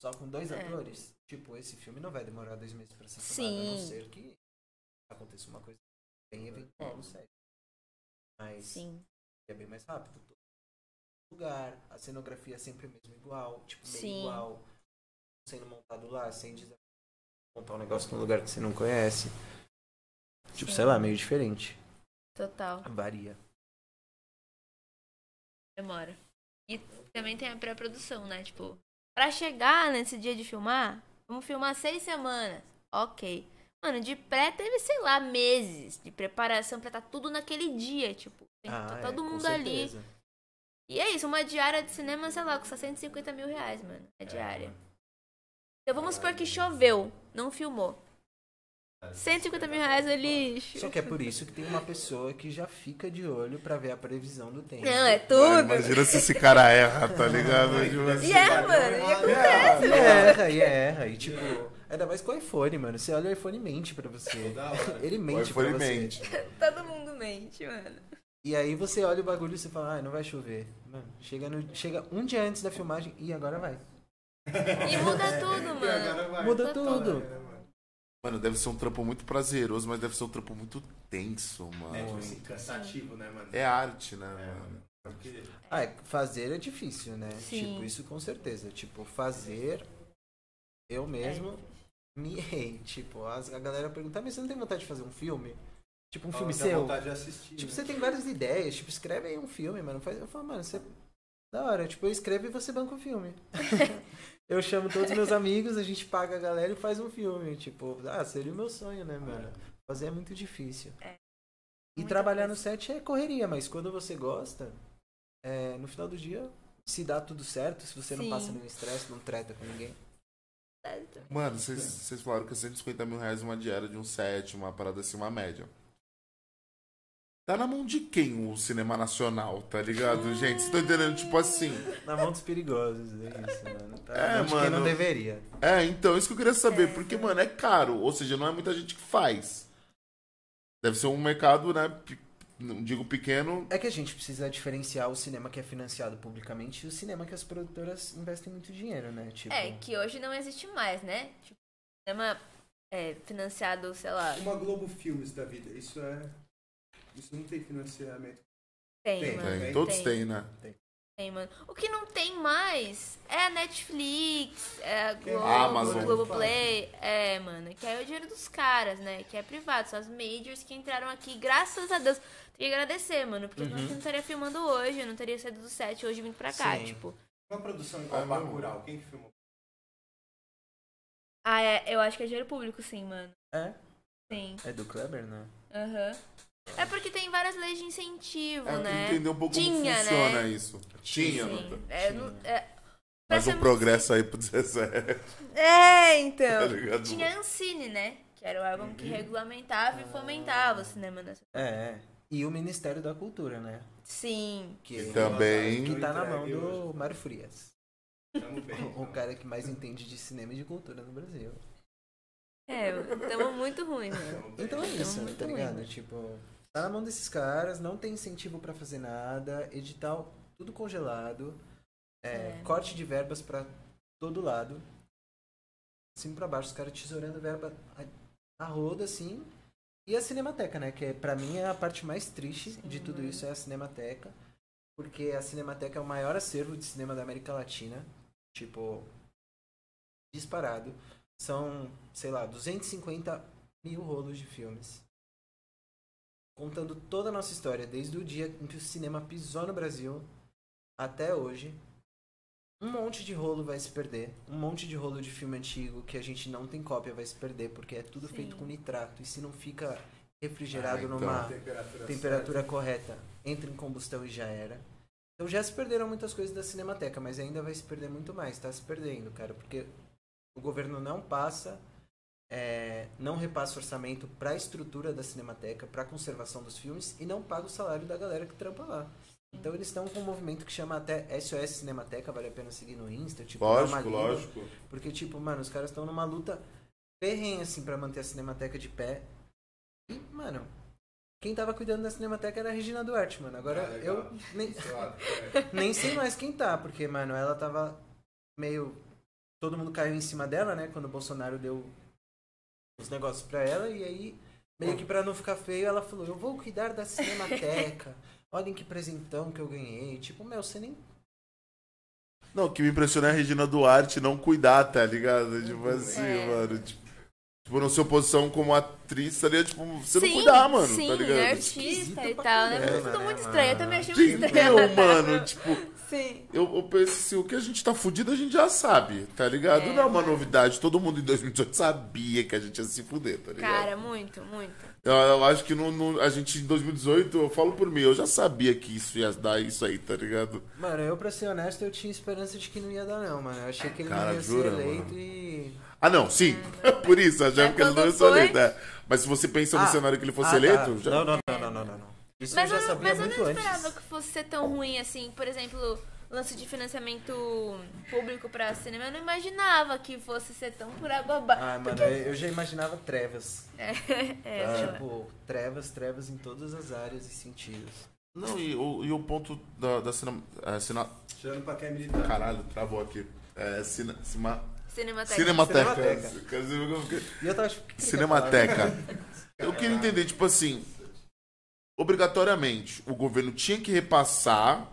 Speaker 2: só com dois
Speaker 3: É.
Speaker 2: atores, tipo, esse filme não vai demorar dois meses pra ser
Speaker 3: Sim. É.
Speaker 2: filmado, a não ser que aconteça uma coisa bem eventual, não sei. Mas
Speaker 3: Sim.
Speaker 2: é bem mais rápido. Todo lugar, a cenografia é sempre mesmo igual, tipo, meio
Speaker 3: Sim.
Speaker 2: igual, sendo montado lá, sem dizer- montar um negócio num lugar que você não conhece. Tipo,
Speaker 3: Sim.
Speaker 2: sei lá, meio diferente.
Speaker 3: Total.
Speaker 2: Varia.
Speaker 3: Demora. E também tem a pré-produção, né? Tipo, pra chegar nesse dia de filmar, vamos filmar seis semanas. Ok. Mano, de pré teve, sei lá, meses de preparação pra estar tudo naquele dia, tipo. Tem que tá
Speaker 2: é,
Speaker 3: todo
Speaker 2: com
Speaker 3: mundo ali.
Speaker 2: certeza.
Speaker 3: E é isso, uma diária de cinema, sei lá, custa 150 mil reais, mano. É diária. Então vamos supor que choveu, não filmou. 150 mil reais é lixo.
Speaker 2: Só que é por isso que tem uma pessoa que já fica de olho pra ver a previsão do tempo.
Speaker 3: Não, é
Speaker 4: Cara,
Speaker 3: tudo.
Speaker 4: imagina se esse cara erra, tá ligado? Tipo assim,
Speaker 3: E é, mano, e
Speaker 5: né?
Speaker 3: acontece.
Speaker 2: E Ah, erra, e erra. E tipo, ainda mais com o iPhone, mano. Você olha o iPhone e mente pra você. Ele
Speaker 4: o
Speaker 2: mente
Speaker 4: iPhone
Speaker 2: pra você.
Speaker 4: mente.
Speaker 3: Todo mundo mente, mano.
Speaker 2: E aí você olha o bagulho e você fala, ah, não vai chover. Mano, chega, no- chega um dia antes da filmagem e agora vai.
Speaker 3: E muda tudo, mano.
Speaker 2: Muda
Speaker 3: Total.
Speaker 2: tudo.
Speaker 5: né,
Speaker 4: Mano, deve ser um trampo muito prazeroso, mas deve ser um trampo muito tenso,
Speaker 5: É, tipo
Speaker 4: mano.
Speaker 5: assim, cansativo, né, mano?
Speaker 4: É arte, né,
Speaker 5: É,
Speaker 4: mano?
Speaker 5: mano. Porque
Speaker 2: Ah, é, fazer é difícil, né?
Speaker 3: Sim.
Speaker 2: Tipo, isso com certeza. Tipo, fazer, eu
Speaker 3: É
Speaker 2: mesmo me errei. Tipo, as- a galera pergunta, mas você não tem vontade de fazer um filme? Tipo, um filme
Speaker 5: dá
Speaker 2: seu?
Speaker 5: vontade de assistir.
Speaker 2: Tipo,
Speaker 5: né?
Speaker 2: você tem várias ideias, tipo, escreve aí um filme, mano. Faz... Eu falo, mano, você. Da hora, tipo, eu escrevo e você banca o filme. eu chamo todos meus amigos, a gente paga a galera e faz um filme. Tipo, ah, seria o meu sonho, né, mano? Fazer é muito difícil.
Speaker 3: É.
Speaker 2: E
Speaker 3: Muita
Speaker 2: trabalhar
Speaker 3: coisa.
Speaker 2: no set é correria, mas quando você gosta, é, no final do dia, se dá tudo certo, se você
Speaker 3: Sim.
Speaker 2: não passa nenhum estresse, não treta com ninguém.
Speaker 4: Mano, vocês- vocês falaram que é 150 mil reais uma diária de um set, uma parada assim, uma média. Tá na mão de quem o cinema nacional, tá ligado, gente? Vocês estão entendendo? Tipo assim.
Speaker 2: Na mão dos perigosos, é isso, mano. Tá,
Speaker 4: É,
Speaker 2: é, mano. Quem não
Speaker 4: mano.
Speaker 2: deveria.
Speaker 4: É, então, isso que eu queria saber, porque, mano, é caro, ou seja, não é muita gente que faz. Deve ser um mercado, né? pe- Não digo pequeno.
Speaker 2: É que a gente precisa diferenciar o cinema que é financiado publicamente e o cinema que as produtoras investem muito dinheiro, né? Tipo,
Speaker 3: É, que hoje não existe mais, né? Tipo, cinema é, financiado, sei lá,
Speaker 5: Uma Globo Filmes da vida, isso é. Isso não tem financiamento.
Speaker 3: tem,
Speaker 5: Tem,
Speaker 3: mano.
Speaker 4: Tem,
Speaker 5: Tem,
Speaker 4: todos
Speaker 3: tem.
Speaker 4: têm, né?
Speaker 3: Tem, mano. O que não tem mais é a Netflix, é a Globo,
Speaker 4: A Amazon.
Speaker 3: Globoplay. É, mano. Que aí é o dinheiro dos caras, né? Que é privado. São as majors que entraram aqui, graças a Deus. Tem que agradecer, mano. Porque
Speaker 4: Uhum.
Speaker 3: senão a gente não estaria filmando hoje, eu não teria saído do set hoje e vindo pra cá,
Speaker 2: Sim.
Speaker 3: tipo.
Speaker 5: Uma produção igual
Speaker 4: Ah,
Speaker 5: a
Speaker 4: não.
Speaker 5: Bacurau, quem que filmou?
Speaker 3: Ah, é, eu acho que é dinheiro público, sim, mano.
Speaker 2: É,
Speaker 3: Sim.
Speaker 2: é do Kleber, né?
Speaker 3: Aham. É porque tem várias leis de incentivo,
Speaker 4: É,
Speaker 3: né?
Speaker 4: Entender um pouco
Speaker 3: Tinha,
Speaker 4: como
Speaker 3: né?
Speaker 4: funciona isso. Tinha,
Speaker 3: Sim.
Speaker 4: Natan.
Speaker 3: É, não- é, pra
Speaker 4: Mas
Speaker 3: ser
Speaker 4: um progresso aí pro 17.
Speaker 3: muito- É,
Speaker 4: Tá
Speaker 3: então.
Speaker 4: ligado?
Speaker 3: Tinha a Ancine, né? Que era o órgão
Speaker 4: Uhum.
Speaker 3: que regulamentava e fomentava o cinema nacional.
Speaker 2: É, é. E o Ministério da Cultura, né?
Speaker 3: Sim.
Speaker 2: Que,
Speaker 5: Então,
Speaker 4: Também.
Speaker 2: que tá na mão
Speaker 5: Entregue
Speaker 2: do Mário Frias.
Speaker 5: Tamo bem.
Speaker 2: O cara que mais entende de cinema e de cultura no Brasil.
Speaker 3: É, tamo muito ruim, mano.
Speaker 2: Então é isso,
Speaker 3: muito
Speaker 2: tá
Speaker 3: ruim.
Speaker 2: ligado? Tipo, tá na mão desses caras, não tem incentivo pra fazer nada, edital tudo congelado, é,
Speaker 3: É.
Speaker 2: corte de verbas pra todo lado, assim pra baixo, os caras tesourando verba a, a roda, assim. E a Cinemateca, né? Que é, pra mim é a parte mais triste de tudo isso, é a Cinemateca. Porque a Cinemateca é o maior acervo de cinema da América Latina. Tipo, disparado. São, sei lá, 250 mil rolos de filmes. Contando toda a nossa história, desde o dia em que o cinema pisou no Brasil até hoje. Um monte de rolo vai se perder. Um monte de rolo de filme antigo que a gente não tem cópia vai se perder, porque é tudo feito com nitrato. E se não fica refrigerado
Speaker 4: Ah, então.
Speaker 2: numa
Speaker 5: Temperatura.
Speaker 2: temperatura correta entra em combustão e já era. Então já se perderam muitas coisas da Cinemateca, mas ainda vai se perder muito mais, tá se perdendo, cara, porque o governo não passa, é, não repassa orçamento pra estrutura da Cinemateca, pra conservação dos filmes e não paga o salário da galera que trampa lá. Então eles estão com um movimento que chama até SOS Cinemateca, vale a pena seguir no Insta, tipo, dá uma lida.
Speaker 4: Lógico, lógico.
Speaker 2: Porque, tipo, mano, os caras estão numa luta ferrenha, assim, pra manter a Cinemateca de pé. E, mano, Quem tava cuidando da Cinemateca era a Regina Duarte, mano. Agora
Speaker 5: Ah, legal.
Speaker 2: eu nem,
Speaker 5: Sei lá, é.
Speaker 2: nem sei mais quem tá, porque, mano, ela tava meio. Todo mundo caiu em cima dela, né? Quando o Bolsonaro deu os negócios pra ela, e aí, meio que pra não ficar feio, ela falou: Eu vou cuidar da Cinemateca. Olhem que presentão que eu ganhei. Tipo, meu, você nem.
Speaker 4: Não, o que me impressiona é a Regina Duarte não cuidar, tá ligado? Tipo assim,
Speaker 3: É.
Speaker 4: mano. Tipo, tipo, na sua posição como atriz, estaria, tipo, você
Speaker 3: Sim,
Speaker 4: não cuidar, mano,
Speaker 3: Sim,
Speaker 4: tá ligado?
Speaker 3: é
Speaker 2: Esquisito
Speaker 3: artista e
Speaker 2: pra
Speaker 3: tal, né?
Speaker 2: caramba,
Speaker 3: Mas Tudo
Speaker 2: né,
Speaker 3: muito
Speaker 2: mano?
Speaker 3: estranho, eu também achei muito estranho.
Speaker 4: Entendeu,
Speaker 3: tá?
Speaker 4: mano? Tipo,
Speaker 3: Sim.
Speaker 4: eu, eu penso assim, o que a gente tá fudido, a gente já sabe, tá ligado?
Speaker 3: É.
Speaker 4: Não é uma novidade, todo mundo em 2018 sabia que a gente ia se fuder, tá ligado?
Speaker 3: Cara, muito, muito.
Speaker 4: Eu, eu acho que no, no- a gente em 2018, eu falo por mim, eu já sabia que isso ia dar isso aí, tá ligado?
Speaker 2: Mano, eu, pra ser honesto, eu tinha esperança de que não ia dar, não, mano. Eu achei que ele
Speaker 4: Cara,
Speaker 2: não ia
Speaker 4: jura,
Speaker 2: ser eleito
Speaker 4: mano?
Speaker 2: e.
Speaker 4: Ah, não, sim. por isso, já
Speaker 3: É,
Speaker 4: porque ele não
Speaker 3: quando
Speaker 4: ia ser
Speaker 3: foi-
Speaker 4: eleito. é. Mas se você pensa no
Speaker 2: Ah,
Speaker 4: cenário que ele fosse
Speaker 2: Ah,
Speaker 4: eleito,
Speaker 2: tá.
Speaker 4: já.
Speaker 2: Não, não, não, não, não, não, não. Isso
Speaker 3: Mas
Speaker 2: eu
Speaker 3: eu,
Speaker 2: já
Speaker 3: não-
Speaker 2: sabia
Speaker 3: mas eu
Speaker 2: muito
Speaker 3: não
Speaker 2: antes.
Speaker 3: esperava que fosse ser tão ruim assim. Por exemplo, lance de financiamento público pra cinema, eu não imaginava que fosse ser tão por água
Speaker 2: Ah,
Speaker 3: abaixo.
Speaker 2: mano, eu eu já imaginava trevas.
Speaker 3: É,
Speaker 2: Tipo, trevas, trevas em todas as áreas e sentidos.
Speaker 4: Não, e, o, e o ponto da, da cena, é, cena-
Speaker 5: Tirando pra quem é militar.
Speaker 4: Caralho, travou aqui. É, cina, cima,
Speaker 3: Cinemateca.
Speaker 4: cinemateca.
Speaker 2: Cinemateca.
Speaker 4: Quer dizer, eu fiquei-
Speaker 2: E eu tava tipo, o que que ele ia falar?
Speaker 4: Cinemateca. Eu queria entender, tipo assim, obrigatoriamente o governo tinha que repassar,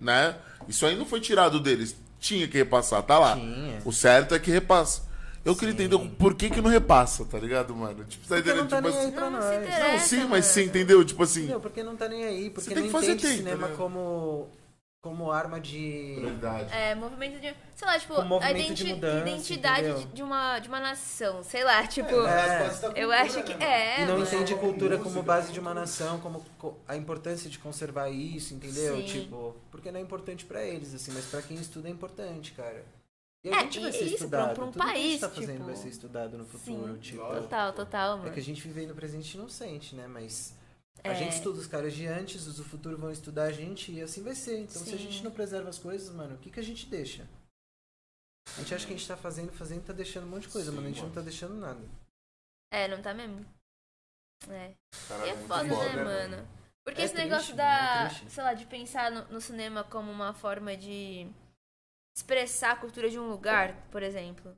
Speaker 4: né? Isso aí não foi tirado deles. Tinha que repassar, tá lá.
Speaker 2: Tinha.
Speaker 4: O certo é que repassa. Eu queria entender o porquê que não repassa, tá ligado, mano? Tipo, tá
Speaker 2: Porque
Speaker 4: entendendo?
Speaker 2: não tá
Speaker 4: Tipo
Speaker 2: nem aí
Speaker 4: assim.
Speaker 2: pra
Speaker 3: Não,
Speaker 2: nós.
Speaker 3: se interessa.
Speaker 4: Não, sim,
Speaker 3: mano.
Speaker 4: mas sim, entendeu? Tipo assim.
Speaker 2: Entendeu? Porque não tá nem aí. Porque
Speaker 4: tem
Speaker 2: não
Speaker 4: que fazer
Speaker 2: entende
Speaker 4: tempo,
Speaker 2: cinema
Speaker 4: né?
Speaker 2: como, como arma de...
Speaker 4: Verdade.
Speaker 3: É, movimento de. Sei lá, tipo,
Speaker 2: Com
Speaker 3: a
Speaker 2: movimento
Speaker 3: identi-
Speaker 2: de mudança,
Speaker 3: identidade
Speaker 2: entendeu?
Speaker 3: de- de uma, de uma nação. Sei lá, tipo.
Speaker 2: É.
Speaker 3: Eu acho que. É.
Speaker 2: E não
Speaker 3: mano.
Speaker 2: entende cultura como base de uma nação, como co- a importância de conservar isso, entendeu?
Speaker 3: Sim.
Speaker 2: Tipo, porque não é importante pra eles, assim, mas pra quem estuda é importante, cara. E a
Speaker 3: É,
Speaker 2: gente
Speaker 3: e-
Speaker 2: vai
Speaker 3: e
Speaker 2: ser
Speaker 3: isso pra um-
Speaker 2: estudado.
Speaker 3: pra um
Speaker 2: Tudo que a gente tá
Speaker 3: país,
Speaker 2: fazendo
Speaker 3: tipo-
Speaker 2: vai ser estudado no futuro,
Speaker 3: Sim.
Speaker 2: tipo.
Speaker 3: Total, total,
Speaker 2: É
Speaker 3: mano.
Speaker 2: que a gente vive aí no presente e não sente, né? Mas a
Speaker 3: É.
Speaker 2: gente estuda os caras de antes, os do futuro vão estudar a gente e assim vai ser. Então se a
Speaker 3: Sim.
Speaker 2: gente não preserva as coisas, mano, o que, que a gente deixa? A gente acha que a gente tá fazendo, fazendo, tá deixando um monte de coisa,
Speaker 4: Sim,
Speaker 2: mano. A gente
Speaker 4: mano.
Speaker 2: não tá deixando nada.
Speaker 3: É, não tá mesmo. É. E é
Speaker 4: muito
Speaker 3: foda,
Speaker 4: foda,
Speaker 3: né,
Speaker 4: né,
Speaker 3: mano? Porque
Speaker 2: É
Speaker 3: esse
Speaker 2: triste,
Speaker 3: negócio
Speaker 2: mano,
Speaker 3: da.
Speaker 2: é triste.
Speaker 3: sei lá, de pensar no, no cinema como uma forma de expressar a cultura de um lugar, por exemplo.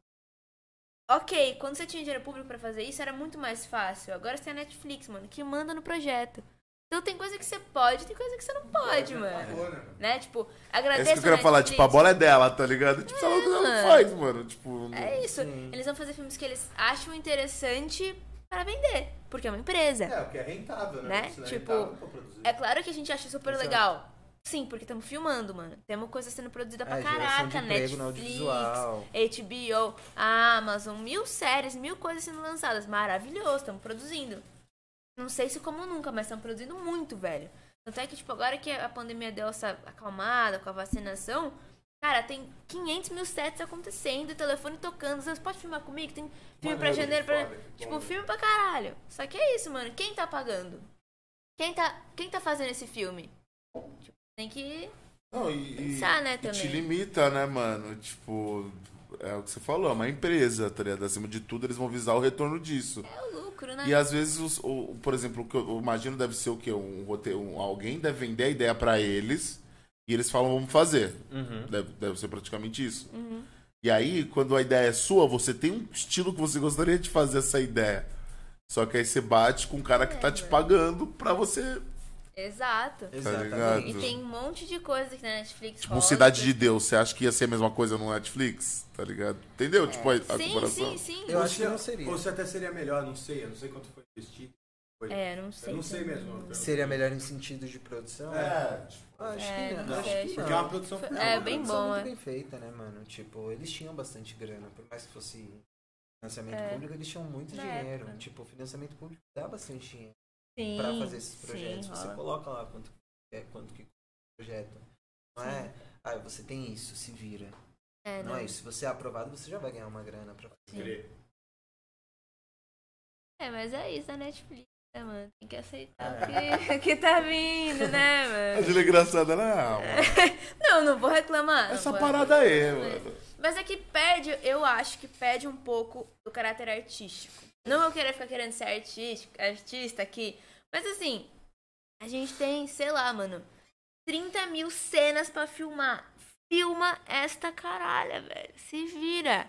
Speaker 3: Ok, quando você tinha dinheiro público pra fazer isso, era muito mais fácil. Agora você tem a Netflix, mano, que manda no projeto. Então tem coisa que você pode, tem coisa que você não pode,
Speaker 5: tá
Speaker 3: mano. Né? Tipo,
Speaker 4: É
Speaker 3: agradeço.
Speaker 4: isso que eu
Speaker 3: a
Speaker 4: queria falar,
Speaker 3: Netflix.
Speaker 4: tipo, a bola é dela, tá ligado? Tipo, sei lá o que ela
Speaker 3: mano.
Speaker 4: faz, mano. Tipo, não-
Speaker 3: É isso. Eles vão fazer filmes que eles acham interessante para vender, porque é uma empresa.
Speaker 5: É, o que é rentável, né?
Speaker 3: Né?
Speaker 5: Se não é
Speaker 3: Tipo,
Speaker 5: rentável, não vou produzir.
Speaker 3: É claro que a gente acha super
Speaker 2: Exato.
Speaker 3: legal. Sim, porque estamos filmando, mano. Temos coisa sendo produzida pra
Speaker 2: É, geração de
Speaker 3: caraca,
Speaker 2: emprego no
Speaker 3: Netflix,
Speaker 2: audiovisual.
Speaker 3: HBO, a Amazon, mil séries, mil coisas sendo lançadas. Maravilhoso, estamos produzindo. Não sei se como nunca, mas estamos produzindo muito, velho. Tanto é que, tipo, agora que a pandemia deu essa acalmada com a vacinação, cara, tem 500 mil sets acontecendo, o telefone tocando. Você pode filmar comigo? Tem filme pra
Speaker 5: Maneiro,
Speaker 3: janeiro, pra...
Speaker 5: foda, que
Speaker 3: Tipo,
Speaker 5: bom.
Speaker 3: filme pra caralho. Só que é isso, mano. Quem tá pagando? Quem tá, quem tá fazendo esse filme? Tipo, tem que.
Speaker 4: Não, e, e-
Speaker 3: Pensar, né,
Speaker 4: e te
Speaker 3: também.
Speaker 4: limita, né, mano? Tipo, é o que você falou, é uma empresa, tá ligado? Acima de tudo, eles vão visar o retorno disso.
Speaker 3: É o lucro, né?
Speaker 4: E às vezes, os- o, o- por exemplo, o que eu imagino deve ser o quê? Um roteiro, um- alguém deve vender a ideia pra eles e eles falam, vamos fazer. Deve, deve ser praticamente isso.
Speaker 3: Uhum.
Speaker 4: E aí, quando a ideia é sua, você tem um estilo que você gostaria de fazer essa ideia. Só que aí você bate com o cara que tá
Speaker 3: É.
Speaker 4: te pagando pra você.
Speaker 3: Exato.
Speaker 4: Tá ligado?
Speaker 2: Exatamente.
Speaker 3: E tem um monte de coisa que na Netflix.
Speaker 4: É Tipo, Cidade de Deus, você acha que ia ser a mesma coisa no Netflix? Tá ligado? Entendeu? Tipo, a, a
Speaker 3: É. Sim,
Speaker 4: comparação.
Speaker 3: sim, sim.
Speaker 2: Eu
Speaker 5: Ou
Speaker 2: acho
Speaker 5: se-
Speaker 2: que não
Speaker 3: é
Speaker 2: seria.
Speaker 5: Ou se até seria melhor, não sei. Eu não sei quanto foi investido. Foi.
Speaker 3: É, não sei.
Speaker 5: eu não sei
Speaker 3: também.
Speaker 5: mesmo. eu-
Speaker 2: Seria melhor em sentido de produção? Ah,
Speaker 5: É, tipo,
Speaker 2: Acho
Speaker 3: É,
Speaker 2: que
Speaker 3: não
Speaker 2: não. Acho
Speaker 3: sei,
Speaker 2: que
Speaker 5: porque é uma
Speaker 2: não.
Speaker 5: produção...
Speaker 3: Foi-
Speaker 5: cultural,
Speaker 3: É,
Speaker 5: né?
Speaker 3: bem
Speaker 2: Uma produção
Speaker 3: bom,
Speaker 2: muito
Speaker 3: é.
Speaker 2: bem feita, né, mano? Tipo, eles tinham bastante grana. Por mais que fosse financiamento
Speaker 3: É.
Speaker 2: público, eles tinham muito
Speaker 3: Na
Speaker 2: dinheiro.
Speaker 3: época.
Speaker 2: Tipo, financiamento público dá bastante dinheiro.
Speaker 3: Sim,
Speaker 2: Pra fazer esses projetos.
Speaker 3: Sim,
Speaker 2: você
Speaker 3: rola.
Speaker 2: coloca lá quanto que é, quanto que custa o projeto. Não é, ah, você tem isso, se vira.
Speaker 3: É,
Speaker 2: não, é isso. Se você é aprovado, você já vai ganhar uma grana pra fazer.
Speaker 3: sim. É, mas é isso da Netflix, né, mano? Tem que aceitar o
Speaker 2: É.
Speaker 3: que, o que tá vindo, né,
Speaker 4: A
Speaker 3: mano?
Speaker 4: gente é engraçada, não.
Speaker 3: É.
Speaker 4: mano.
Speaker 3: Não, não vou reclamar. não
Speaker 4: Essa
Speaker 3: vou
Speaker 4: parada aí,
Speaker 3: mas-
Speaker 4: mano.
Speaker 3: Mas é que perde, eu acho que perde um pouco do caráter artístico. Não eu quero ficar querendo ser artístico, artista aqui, Mas assim, a gente tem, sei lá, mano, 30 mil cenas pra filmar. Filma esta caralha, velho. Se vira.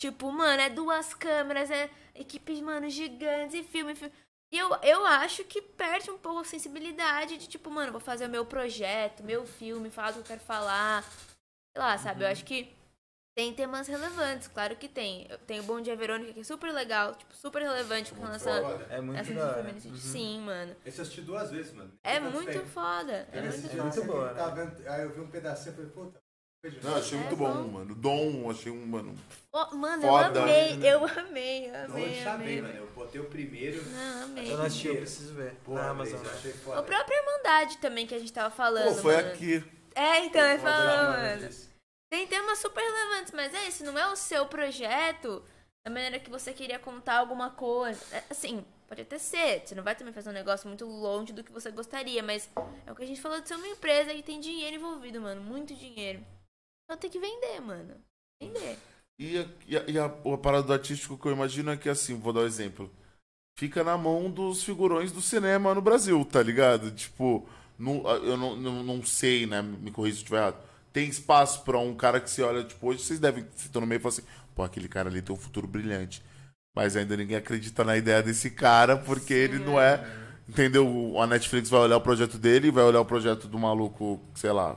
Speaker 3: Tipo, mano, é duas câmeras, é equipes, mano, gigantes e filme. filme. E eu, eu acho que perde um pouco a sensibilidade de, tipo, mano, vou fazer o meu projeto, meu filme, falar do que eu quero falar. Sei lá, sabe? Eu acho que tem temas relevantes, claro que tem. Eu- Tem o Bom Dia Verônica, que é super legal, tipo, super relevante com relação a
Speaker 2: É muito
Speaker 3: essa
Speaker 2: da hora.
Speaker 3: feminicídio. Sim, mano.
Speaker 5: Esse eu assisti duas vezes, mano.
Speaker 3: É
Speaker 5: Tanto
Speaker 3: muito
Speaker 5: tempo.
Speaker 3: foda. É muito
Speaker 2: assisti
Speaker 3: foda.
Speaker 2: muito boa, né?
Speaker 1: Tava vendo- Aí eu vi um pedacinho e falei, puta.
Speaker 4: Não, achei
Speaker 3: É
Speaker 4: muito
Speaker 3: bom.
Speaker 4: bom, mano. Dom, achei um, mano.
Speaker 3: Ó, mano,
Speaker 4: Foda,
Speaker 3: eu amei,
Speaker 4: né?
Speaker 3: eu amei, eu
Speaker 5: Não, né? eu
Speaker 3: amei,
Speaker 5: chamei,
Speaker 3: amei.
Speaker 5: mano. Eu botei o primeiro.
Speaker 3: Não, amei.
Speaker 2: Eu não assisti, eu preciso ver.
Speaker 5: Pô,
Speaker 2: na Amazon,
Speaker 5: eu
Speaker 2: né?
Speaker 5: achei foda.
Speaker 3: A própria Irmandade também que a gente tava
Speaker 4: Pô,
Speaker 3: falando.
Speaker 4: foi
Speaker 3: mano.
Speaker 4: aqui.
Speaker 3: É, então, ele
Speaker 5: Eu adorava,
Speaker 3: falou,
Speaker 5: né,
Speaker 3: mano.
Speaker 5: disso.
Speaker 3: Tem temas super relevantes, mas é isso, não é o seu projeto, a maneira que você queria contar alguma coisa. É, Assim, pode até ser, você não vai também fazer um negócio muito longe do que você gostaria, mas é o que a gente falou de ser uma empresa que tem dinheiro envolvido, mano, muito dinheiro. Então tem que vender, mano. Vender.
Speaker 4: E, a, e, a, e a- o parada do artístico que eu imagino é que assim, vou dar um exemplo. Fica na mão dos figurões do cinema no Brasil, tá ligado? Tipo, não, a- eu não, não, não sei, né? Me corrija se eu estiver errado. Tem espaço pra um cara que se olha, tipo, hoje vocês devem estar no meio e falar assim, pô, aquele cara ali tem um futuro brilhante. Mas ainda ninguém acredita na ideia desse cara, porque ele não é. Entendeu? A Netflix vai olhar o projeto dele e vai olhar o projeto do maluco, sei lá,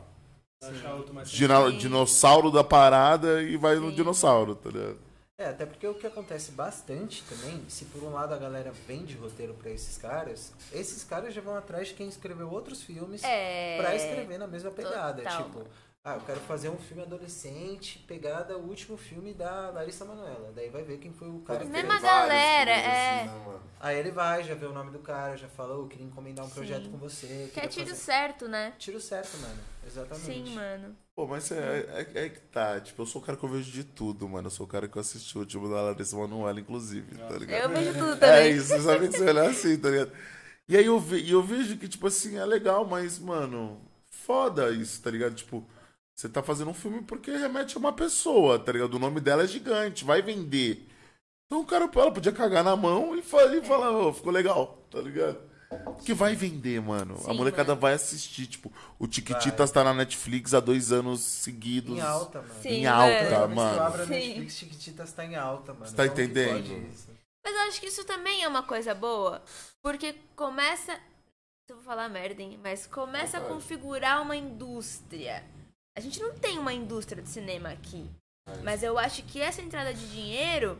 Speaker 5: Achar outro mais
Speaker 4: dina-
Speaker 3: Sim.
Speaker 4: dinossauro da parada e vai no
Speaker 3: Sim.
Speaker 4: dinossauro, tá ligado?
Speaker 2: É, até porque o que acontece bastante também, se por um lado a galera vende roteiro pra esses caras, esses caras já vão atrás de quem escreveu outros filmes
Speaker 3: É.
Speaker 2: pra escrever na mesma pegada.
Speaker 3: Total.
Speaker 2: Tipo, ah, eu quero fazer um filme adolescente, pegada o último filme da Larissa Manoela. Daí vai ver quem foi o cara que
Speaker 3: Mesma
Speaker 2: fez.
Speaker 3: galera, é.
Speaker 4: assim,
Speaker 2: Aí ele vai, já vê o nome do cara, já fala, "Ô, eu queria encomendar um projeto com você.
Speaker 3: Que é
Speaker 2: queria
Speaker 3: tiro
Speaker 2: fazer."
Speaker 3: certo, né?
Speaker 2: Tiro certo, mano. Exatamente.
Speaker 3: Sim, mano.
Speaker 4: Pô, mas é, é, é que tá, tipo, eu sou o cara que eu vejo de tudo, mano. Eu sou o cara que eu assisti o último da Larissa Manoela, inclusive, tá ligado?
Speaker 3: Eu vejo tudo
Speaker 4: É
Speaker 3: também.
Speaker 4: isso, sabe que você olhar assim, tá ligado? E aí eu, ve- e eu vejo que, tipo assim, é legal, mas, mano, foda isso, tá ligado? Tipo, você tá fazendo um filme porque remete a uma pessoa, tá ligado? O nome dela é gigante, vai vender. Então o cara, ela podia cagar na mão e falar, e falar "Ô, ficou legal, tá ligado? Que vai vender, mano. a
Speaker 3: Sim,
Speaker 4: molecada
Speaker 3: mano.
Speaker 4: vai assistir, tipo, o Tiquititas tá na Netflix há dois anos seguidos.
Speaker 2: Em alta, mano.
Speaker 3: Sim,
Speaker 4: em
Speaker 2: Toda vez que
Speaker 4: alta, Tá,
Speaker 3: mano.
Speaker 4: mano.
Speaker 2: eu abro a
Speaker 3: Sim.
Speaker 2: Netflix, Chiquititas tá em alta, mano.
Speaker 4: Você tá
Speaker 2: Como que
Speaker 4: entendendo?
Speaker 2: pode isso?
Speaker 3: Mas eu acho que isso também é uma coisa boa. Porque começa. Eu vou falar merda, hein? Mas começa a configurar uma indústria. A gente não tem uma indústria de cinema aqui.
Speaker 2: É
Speaker 3: Mas eu acho que essa entrada de dinheiro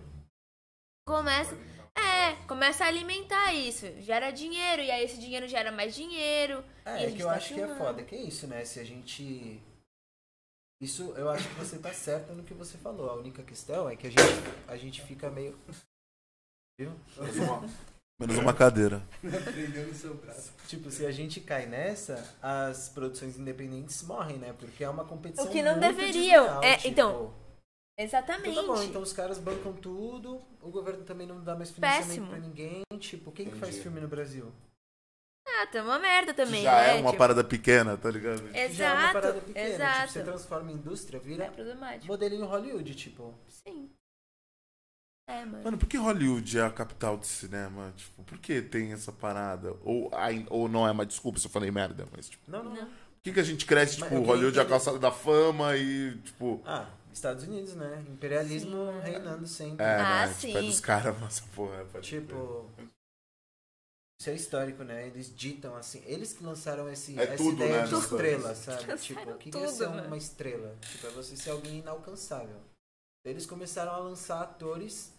Speaker 3: começa. É, começa a alimentar isso. Gera dinheiro, e aí esse dinheiro gera mais dinheiro. e
Speaker 2: É,
Speaker 3: a
Speaker 2: é
Speaker 3: gente
Speaker 2: que eu
Speaker 3: tá
Speaker 2: acho que é
Speaker 3: filmando.
Speaker 2: foda, que é isso, né? Se a gente. Isso, eu acho que você tá certa no que você falou. A única questão é que a gente, a gente fica meio. Viu?
Speaker 4: Menos uma cadeira.
Speaker 5: Prendendo seu braço.
Speaker 2: Tipo, se a gente cai nessa, as produções independentes morrem, né? Porque é uma competição.
Speaker 3: O que não
Speaker 2: muito
Speaker 3: deveriam.
Speaker 2: desleal,
Speaker 3: É,
Speaker 2: tipo,
Speaker 3: então,
Speaker 2: então
Speaker 3: Exatamente.
Speaker 2: tá bom, então os caras bancam tudo, o governo também não dá mais financiamento
Speaker 3: Péssimo.
Speaker 2: pra ninguém. Tipo, quem que faz filme no Brasil?
Speaker 3: Ah, tá uma merda também.
Speaker 4: Já
Speaker 3: né?
Speaker 4: é uma
Speaker 3: Tipo,
Speaker 4: parada pequena, tá ligado?
Speaker 3: Exato,
Speaker 2: Já é uma parada pequena. Tipo,
Speaker 3: exato.
Speaker 2: você transforma em indústria,
Speaker 3: É
Speaker 2: vira
Speaker 3: problemático.
Speaker 2: modelinho Hollywood, tipo.
Speaker 3: Sim. É, mano.
Speaker 4: Mano, por que Hollywood é a capital do cinema? Tipo, por que tem essa parada? Ou, ai- ou não é, mas desculpa se eu falei merda, mas tipo,
Speaker 2: Não, não, não.
Speaker 4: por que, que a gente cresce,
Speaker 2: Mas
Speaker 4: tipo,
Speaker 2: eu queria
Speaker 4: Hollywood é a
Speaker 2: entender.
Speaker 4: calçada da fama e, tipo,
Speaker 2: Ah, Estados Unidos, né? Imperialismo reinando sempre.
Speaker 4: é,
Speaker 3: Ah,
Speaker 4: né? Tipo, é
Speaker 3: sim.
Speaker 4: dos caras, nossa porra. pode crer.
Speaker 2: Tipo. Isso é histórico, né? Eles ditam assim. Eles que lançaram esse,
Speaker 4: É
Speaker 2: essa
Speaker 4: tudo,
Speaker 2: ideia
Speaker 4: né,
Speaker 2: de
Speaker 4: dos
Speaker 2: estrela,
Speaker 4: dois.
Speaker 2: sabe?
Speaker 3: Lançaram
Speaker 2: Tipo, o que que é
Speaker 3: tudo, né?
Speaker 2: ser
Speaker 3: mano.
Speaker 2: uma estrela? Tipo, é você ser alguém inalcançável. Eles começaram a lançar atores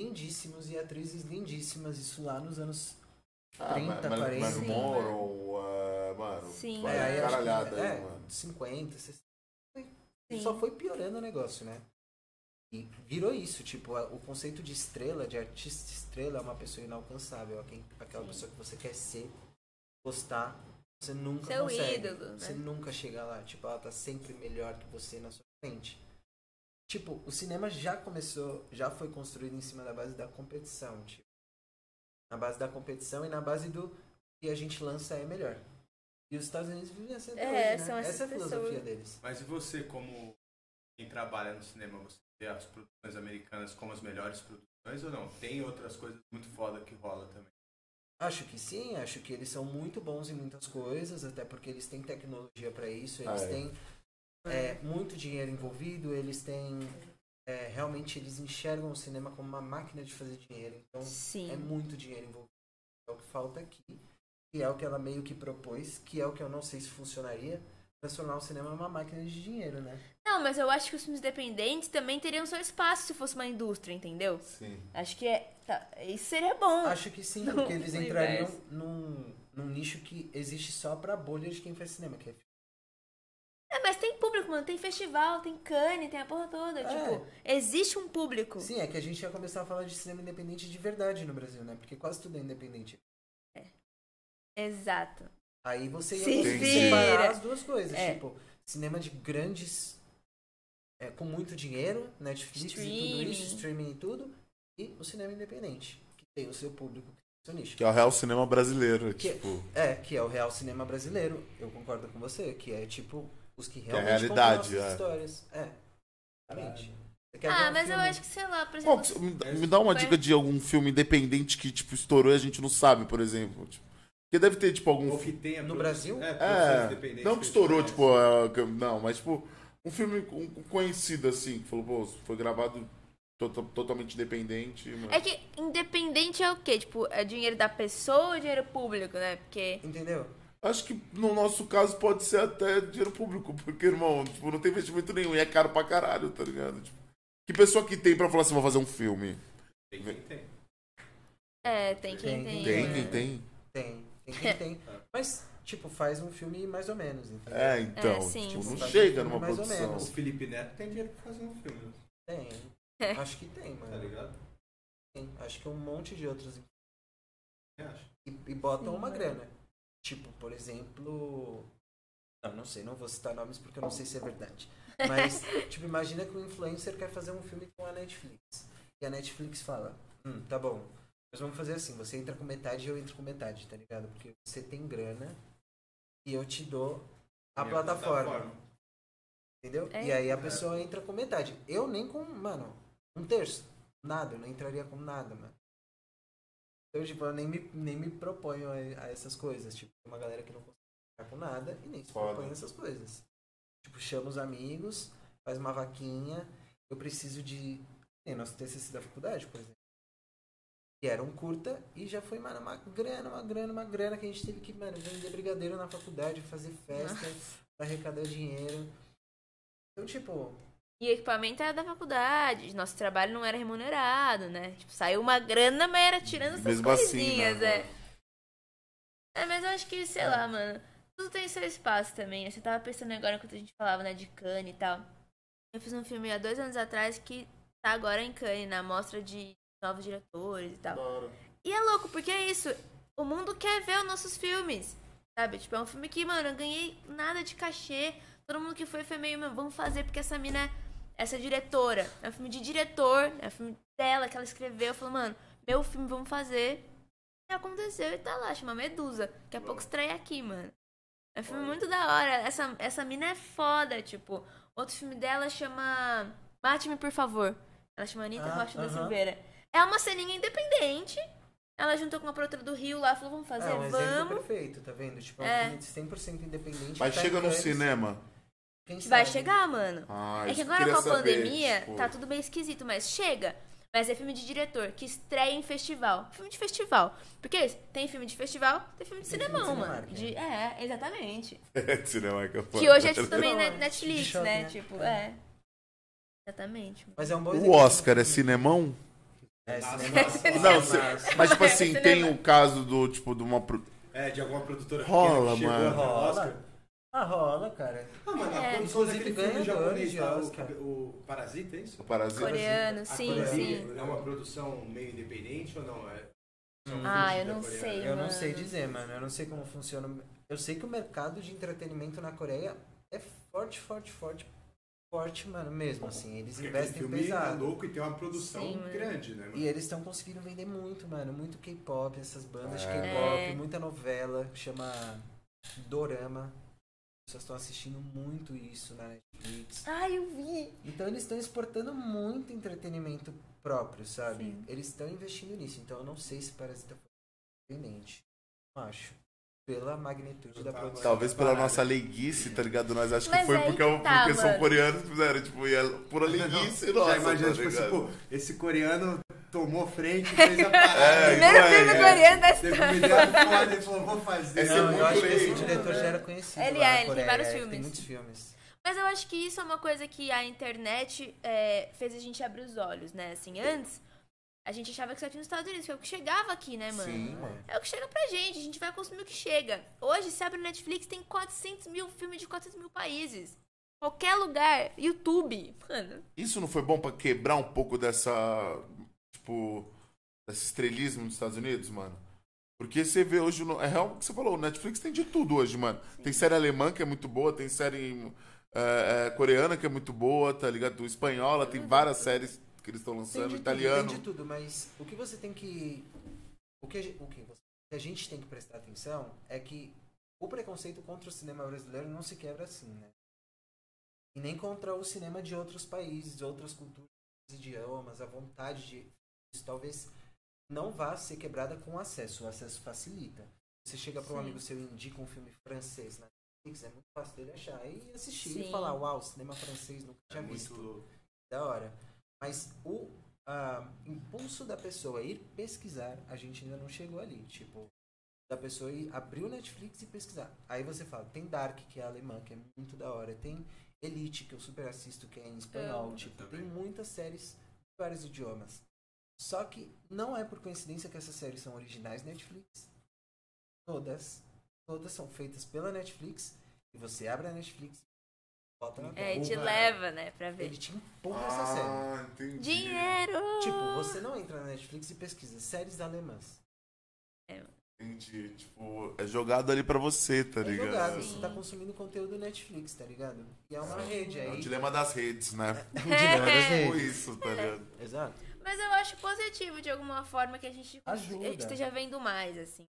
Speaker 2: lindíssimos e atrizes lindíssimas. Isso lá nos anos.
Speaker 4: Ah,
Speaker 2: 30,
Speaker 4: mas- mas-
Speaker 2: 40.
Speaker 4: Mas
Speaker 3: Sim.
Speaker 4: Morrow, ah, mano,
Speaker 3: Sim.
Speaker 4: vai
Speaker 3: É,
Speaker 2: aí acho que-
Speaker 4: caralhada aí,
Speaker 2: é,
Speaker 4: mano.
Speaker 2: 50, 60.
Speaker 3: Sim.
Speaker 2: Só foi piorando o negócio, né? E virou isso, tipo, a- o conceito de estrela, de artista estrela, é uma pessoa inalcançável, é quem- aquela pessoa que você quer ser, gostar, você nunca
Speaker 3: Seu
Speaker 2: consegue.
Speaker 3: ídolo, né?
Speaker 2: Você nunca chega lá, tipo, ela tá sempre melhor que você na sua frente. Tipo, o cinema já começou, já foi construído em cima da base da competição, tipo. Na base da competição e na base do que a gente lança é melhor. E os Estados Unidos vivem assim até
Speaker 3: É,
Speaker 2: hoje, né?
Speaker 3: são essas
Speaker 2: Essa é a filosofia
Speaker 3: pessoas.
Speaker 2: deles.
Speaker 5: Mas e você, como quem trabalha no cinema, você vê as produções americanas como as melhores produções ou não? Tem outras coisas muito foda que rola também.
Speaker 2: Acho que sim, acho que eles são muito bons em muitas coisas, até porque eles têm tecnologia para isso, eles
Speaker 4: Ah, é.
Speaker 2: têm é, muito dinheiro envolvido, eles têm. é, realmente eles enxergam o cinema como uma máquina de fazer dinheiro. Então é
Speaker 3: Sim.
Speaker 2: muito dinheiro envolvido. É o que falta aqui, que é o que ela meio que propôs, que é o que eu não sei se funcionaria, transformar o cinema em uma máquina de dinheiro, né?
Speaker 3: Não, mas eu acho que os filmes independentes também teriam seu espaço se fosse uma indústria, entendeu?
Speaker 4: Sim.
Speaker 3: Acho que é. tá, isso seria bom.
Speaker 2: Acho que sim,
Speaker 3: Ah. Não,
Speaker 2: porque eles
Speaker 3: não
Speaker 2: entrariam
Speaker 3: investe.
Speaker 2: num, num nicho que existe só pra bolha de quem faz cinema, que é
Speaker 3: É, mas tem público, mano. Tem festival, tem Cannes, tem a porra toda.
Speaker 2: É.
Speaker 3: Tipo, existe um público.
Speaker 2: Sim, é que a gente ia começar a falar de cinema independente de verdade no Brasil, né? Porque quase tudo é independente.
Speaker 3: Exato.
Speaker 2: Aí você ia
Speaker 3: Se
Speaker 2: ter que
Speaker 4: vira.
Speaker 2: separar as duas coisas.
Speaker 3: É.
Speaker 2: Tipo, cinema de grandes. é, com muito dinheiro, Netflix e tudo isso,
Speaker 3: Streaming.
Speaker 2: streaming e tudo. E o cinema independente, que tem o seu público, que tem o seu nicho.
Speaker 4: Que é o real cinema brasileiro,
Speaker 2: Que-
Speaker 4: tipo.
Speaker 2: É, que é o real cinema brasileiro. Eu concordo com você, que é tipo os que
Speaker 4: é a
Speaker 2: realmente
Speaker 4: realidade,
Speaker 2: contam nossas
Speaker 4: é.
Speaker 2: histórias. É. Realmente. Você quer ver
Speaker 3: Ah,
Speaker 2: um
Speaker 3: mas eu
Speaker 2: filme?
Speaker 3: acho que, sei lá, por
Speaker 4: Qual
Speaker 3: exemplo.
Speaker 4: que- me, dá- me dá uma dica de algum filme independente que, tipo, estourou e a gente não sabe, por exemplo. Tipo, porque deve ter, tipo, algum
Speaker 5: Ou
Speaker 4: filme.
Speaker 5: que tenha
Speaker 2: No
Speaker 5: produ-
Speaker 2: Brasil?
Speaker 5: É, produções
Speaker 4: É,
Speaker 5: independentes
Speaker 4: não que
Speaker 5: a gente
Speaker 4: estourou,
Speaker 5: conhece.
Speaker 4: tipo, ah, que- não, mas, tipo, um filme com- com conhecido, assim, que falou, pô, foi gravado to- totalmente independente. Mas...
Speaker 3: É que independente é o quê? Tipo, é dinheiro da pessoa ou dinheiro público, né? Porque.
Speaker 2: Entendeu?
Speaker 4: Acho que no nosso caso pode ser até dinheiro público, porque, irmão, tipo, não tem investimento nenhum e é caro pra caralho, tá ligado? Tipo, que pessoa que tem pra falar assim, vou fazer um filme?
Speaker 5: Tem quem tem.
Speaker 3: É, tem
Speaker 2: Tem,
Speaker 3: quem tem.
Speaker 4: Tem,
Speaker 3: né?
Speaker 2: É.
Speaker 4: quem tem?
Speaker 2: Tem. Tem quem tem. Mas, tipo, faz um filme mais ou menos, entendeu?
Speaker 4: É, então,
Speaker 3: É, sim,
Speaker 4: tipo,
Speaker 2: sim.
Speaker 4: não
Speaker 2: Faz
Speaker 4: chega
Speaker 2: um filme
Speaker 4: numa
Speaker 2: mais ou
Speaker 4: produção.
Speaker 5: O
Speaker 2: menos.
Speaker 5: Felipe Neto tem dinheiro pra fazer um filme,
Speaker 2: Tem.
Speaker 3: É.
Speaker 2: Acho que tem,
Speaker 5: tá
Speaker 2: mano.
Speaker 5: ligado?
Speaker 2: Tem. Acho que um monte de outros. E,
Speaker 5: Eu acho.
Speaker 2: e botam
Speaker 3: Sim, é.
Speaker 2: uma
Speaker 3: mano.
Speaker 2: grana. Tipo, por exemplo. Não, não sei, não vou citar nomes porque eu não sei se é verdade. Mas, tipo, imagina que um influencer quer fazer um filme com a Netflix. E a Netflix fala: Hum, tá bom. Nós vamos fazer assim: você entra com metade e eu entro com metade, tá ligado? Porque você tem grana e eu te dou a
Speaker 5: Minha
Speaker 2: plataforma. Entendeu?
Speaker 3: É.
Speaker 2: E aí a pessoa entra com metade. Eu nem com, mano, um terço. Nada, eu não entraria com nada, mano. Então, tipo, eu nem me, nem me proponho a, a essas coisas. Tipo, tem uma galera que não consegue entrar com nada e nem se
Speaker 4: Foda.
Speaker 2: propõe a essas coisas. Tipo, chama os amigos, faz uma vaquinha. Eu preciso de. Tem nosso TCC da faculdade, por exemplo. Que era um curta e já foi, mano, uma grana, uma grana, uma grana que a gente teve que, mano, vender brigadeiro na faculdade, fazer festa pra arrecadar dinheiro. Então, tipo,
Speaker 3: E equipamento era da faculdade, nosso trabalho não era remunerado, né? Tipo, saiu uma grana, mas era tirando essas
Speaker 4: Mesmo assim,
Speaker 3: coisinhas,
Speaker 4: né,
Speaker 3: é. É, mas eu acho que, sei lá, mano, tudo tem seu espaço também. né? Você tava pensando agora enquanto a gente falava, né, de Cannes e tal. Eu fiz um filme há dois anos atrás que tá agora em Cannes, na mostra de novos diretores e tal. E é louco, porque é isso. O mundo quer ver os nossos filmes. Sabe? Tipo, é um filme que, mano, eu ganhei nada de cachê. Todo mundo que foi foi meio, mano, vamos fazer porque essa mina, essa diretora. É um filme de diretor, é um filme dela que ela escreveu. Falou, mano, meu filme, vamos fazer. E aconteceu e tá lá, chama Medusa. Daqui a pouco estreia aqui, mano. É um filme muito da hora. Essa, essa mina é foda, tipo. Outro filme dela chama Mate-me, por favor. Ela chama Anitta
Speaker 2: Ah,
Speaker 3: Rocha da
Speaker 2: aham.
Speaker 3: Silveira. É uma ceninha independente. Ela juntou com uma produtora do Rio lá, falou, vamos fazer,
Speaker 2: é um exemplo
Speaker 3: vamos.
Speaker 2: perfeito, tá vendo? Tipo, é um
Speaker 3: É.
Speaker 2: filme 100% independente.
Speaker 4: Mas
Speaker 2: tá em
Speaker 4: chega no
Speaker 2: Cannes,
Speaker 4: cinema.
Speaker 2: quem
Speaker 3: Vai
Speaker 2: sabe?
Speaker 3: chegar, mano.
Speaker 4: Ah,
Speaker 3: é
Speaker 4: isso
Speaker 3: que
Speaker 4: eu
Speaker 3: agora
Speaker 4: queria
Speaker 3: com a
Speaker 4: saber,
Speaker 3: pandemia,
Speaker 4: tipo,
Speaker 3: tá tudo bem esquisito, mas chega. Mas é filme de diretor, que estreia em festival. Filme de festival. Porque é isso, tem filme de festival, tem filme de
Speaker 2: Tem filme
Speaker 3: cinemão,
Speaker 2: de
Speaker 3: mano.
Speaker 2: Cinemark,
Speaker 3: De, é, exatamente.
Speaker 4: é, cinema que eu falo.
Speaker 3: Que hoje é tipo, também
Speaker 2: Não,
Speaker 3: na
Speaker 2: é
Speaker 3: Netflix,
Speaker 2: de shopping,
Speaker 3: né?
Speaker 2: né?
Speaker 3: Tipo,
Speaker 2: É.
Speaker 3: é. Exatamente.
Speaker 2: Mas é um bom
Speaker 4: O
Speaker 2: exemplo.
Speaker 4: Oscar é cinemão?
Speaker 2: É,
Speaker 5: Nossa,
Speaker 2: cinema.
Speaker 5: nossa,
Speaker 2: Nossa,
Speaker 4: Não,
Speaker 2: nossa.
Speaker 4: se- mas tipo assim,
Speaker 3: É, Cinema.
Speaker 4: tem o caso do, tipo, de uma... pro-
Speaker 5: É, de alguma produtora pequena
Speaker 4: Rola,
Speaker 5: que chegou
Speaker 4: mano.
Speaker 5: até o
Speaker 2: Rola.
Speaker 5: Oscar.
Speaker 2: Ah, rola, cara.
Speaker 5: Ah, mano, a
Speaker 3: É,
Speaker 5: produção
Speaker 2: inclusive
Speaker 5: daquele filme
Speaker 2: ganhadores
Speaker 5: japonês,
Speaker 2: de
Speaker 5: lá,
Speaker 2: Oscar.
Speaker 5: o, o Parasita, é isso?
Speaker 4: O Parasita.
Speaker 3: Coreano,
Speaker 5: A
Speaker 3: sim,
Speaker 5: Coreia
Speaker 3: sim.
Speaker 5: É uma produção meio independente ou não? É,
Speaker 3: Ah,
Speaker 5: Sim,
Speaker 3: eu não
Speaker 5: da Coreia.
Speaker 3: sei,
Speaker 2: Eu não
Speaker 3: mano.
Speaker 2: sei dizer, mano. Eu não sei como funciona. Eu sei que o mercado de entretenimento na Coreia é forte, forte, forte. Forte, mano, mesmo, assim. Eles
Speaker 5: porque aquele
Speaker 2: investem
Speaker 5: filme é
Speaker 2: pesado.
Speaker 5: louco e tem uma produção
Speaker 3: Sim, mano.
Speaker 5: grande, né? mano?
Speaker 2: E eles estão conseguindo vender muito, mano. Muito K-pop, essas bandas
Speaker 4: É.
Speaker 2: de K-pop,
Speaker 3: É.
Speaker 2: muita novela, que chama Dorama. As pessoas estão assistindo muito isso na Netflix.
Speaker 3: Ai, eu vi.
Speaker 2: Então eles estão exportando muito entretenimento próprio, sabe?
Speaker 3: Sim.
Speaker 2: Eles estão investindo nisso. Então eu não sei se Parasita foi surpreendente. eu Acho. Pela magnitude da produção.
Speaker 4: Tá, Talvez
Speaker 2: da
Speaker 4: pela
Speaker 2: parada.
Speaker 4: nossa leiguice, tá ligado? Nós acho que
Speaker 3: Mas
Speaker 4: foi
Speaker 3: aí
Speaker 4: porque, é
Speaker 3: que
Speaker 4: o-
Speaker 3: tá,
Speaker 4: porque são
Speaker 3: mano.
Speaker 4: coreanos que fizeram, tipo, e é pura leiguice
Speaker 1: Já
Speaker 4: nossa,
Speaker 1: imagina,
Speaker 4: tá
Speaker 1: tipo assim,
Speaker 4: ligado?
Speaker 1: pô, esse coreano tomou frente, fez a parada.
Speaker 3: Primeiro
Speaker 4: é,
Speaker 3: filme
Speaker 4: é.
Speaker 3: coreano da
Speaker 1: Teve um uma
Speaker 3: história.
Speaker 1: ideia foda e falou, vou fazer.
Speaker 4: Esse é né?
Speaker 2: Não,
Speaker 4: muito
Speaker 2: eu acho que
Speaker 4: bem.
Speaker 2: esse diretor já era conhecido.
Speaker 3: Ele
Speaker 2: lá na
Speaker 3: é, ele tem
Speaker 2: Coreia,
Speaker 3: vários
Speaker 2: ele
Speaker 3: filmes.
Speaker 2: Tem muitos filmes.
Speaker 3: Mas eu acho que isso é uma coisa que a internet é, fez a gente abrir os olhos, né? Assim, antes, a gente achava que só tinha nos Estados Unidos, que é o que chegava aqui, né, mano?
Speaker 4: Sim, mano.
Speaker 3: É o que chega pra gente, a gente vai consumir o que chega. Hoje, se abre o Netflix, tem 400 mil filmes de 400 mil países. Qualquer lugar, YouTube, mano.
Speaker 4: Isso não foi bom pra quebrar um pouco dessa. Tipo. Desse estrelismo dos Estados Unidos, mano? Porque você vê hoje. No, é real o que você falou, o Netflix tem de tudo hoje, mano. Tem série alemã que é muito boa, tem série é, é, coreana que é muito boa, tá ligado? Espanhola, tem várias séries que eles estão
Speaker 2: Tem
Speaker 4: lançando,
Speaker 2: de,
Speaker 4: italiano.
Speaker 2: Tudo, tem de tudo, mas o que você tem que. O que, a gente, o que você- o que a gente tem que prestar atenção é que o preconceito contra o cinema brasileiro não se quebra assim, né? E nem contra o cinema de outros países, de outras culturas, idiomas, a vontade de. Isso talvez não vá ser quebrada com o acesso. O acesso facilita. Você chega para um
Speaker 3: Sim.
Speaker 2: amigo seu e indica um filme francês na Netflix, é muito fácil dele achar e assistir
Speaker 3: Sim.
Speaker 2: e falar: Uau, cinema francês nunca
Speaker 5: É
Speaker 2: tinha visto. Da hora. Mas o ah, impulso da pessoa ir pesquisar, a gente ainda não chegou ali. Tipo, da pessoa ir abrir o Netflix e pesquisar. Aí você fala, tem Dark, que é alemã, que é muito da hora. Tem Elite, que eu super assisto, que é em espanhol.
Speaker 3: Amo.
Speaker 2: tipo,
Speaker 5: Eu
Speaker 2: tem
Speaker 5: também.
Speaker 2: muitas séries de vários idiomas. Só que não é por coincidência que essas séries são originais Netflix. Todas. Todas são feitas pela Netflix. E você abre a Netflix, bota na
Speaker 3: É,
Speaker 2: tela.
Speaker 3: e te
Speaker 1: Opa.
Speaker 3: leva, né, pra ver.
Speaker 2: Ele te empurra essa série.
Speaker 4: Ah, entendi.
Speaker 3: Dinheiro!
Speaker 2: Tipo, você não entra na Netflix e pesquisa séries alemãs.
Speaker 4: Entendi. Tipo, é jogado ali pra você, tá
Speaker 2: é
Speaker 4: ligado?
Speaker 2: jogado,
Speaker 3: Sim.
Speaker 2: você tá consumindo conteúdo Netflix, tá ligado? E é uma rede
Speaker 4: É o
Speaker 2: aí.
Speaker 4: dilema das redes, né? Tipo isso, tá ligado?
Speaker 2: Exato.
Speaker 3: Mas eu acho positivo, de alguma forma, que a gente
Speaker 2: Ajuda.
Speaker 3: esteja vendo mais, assim.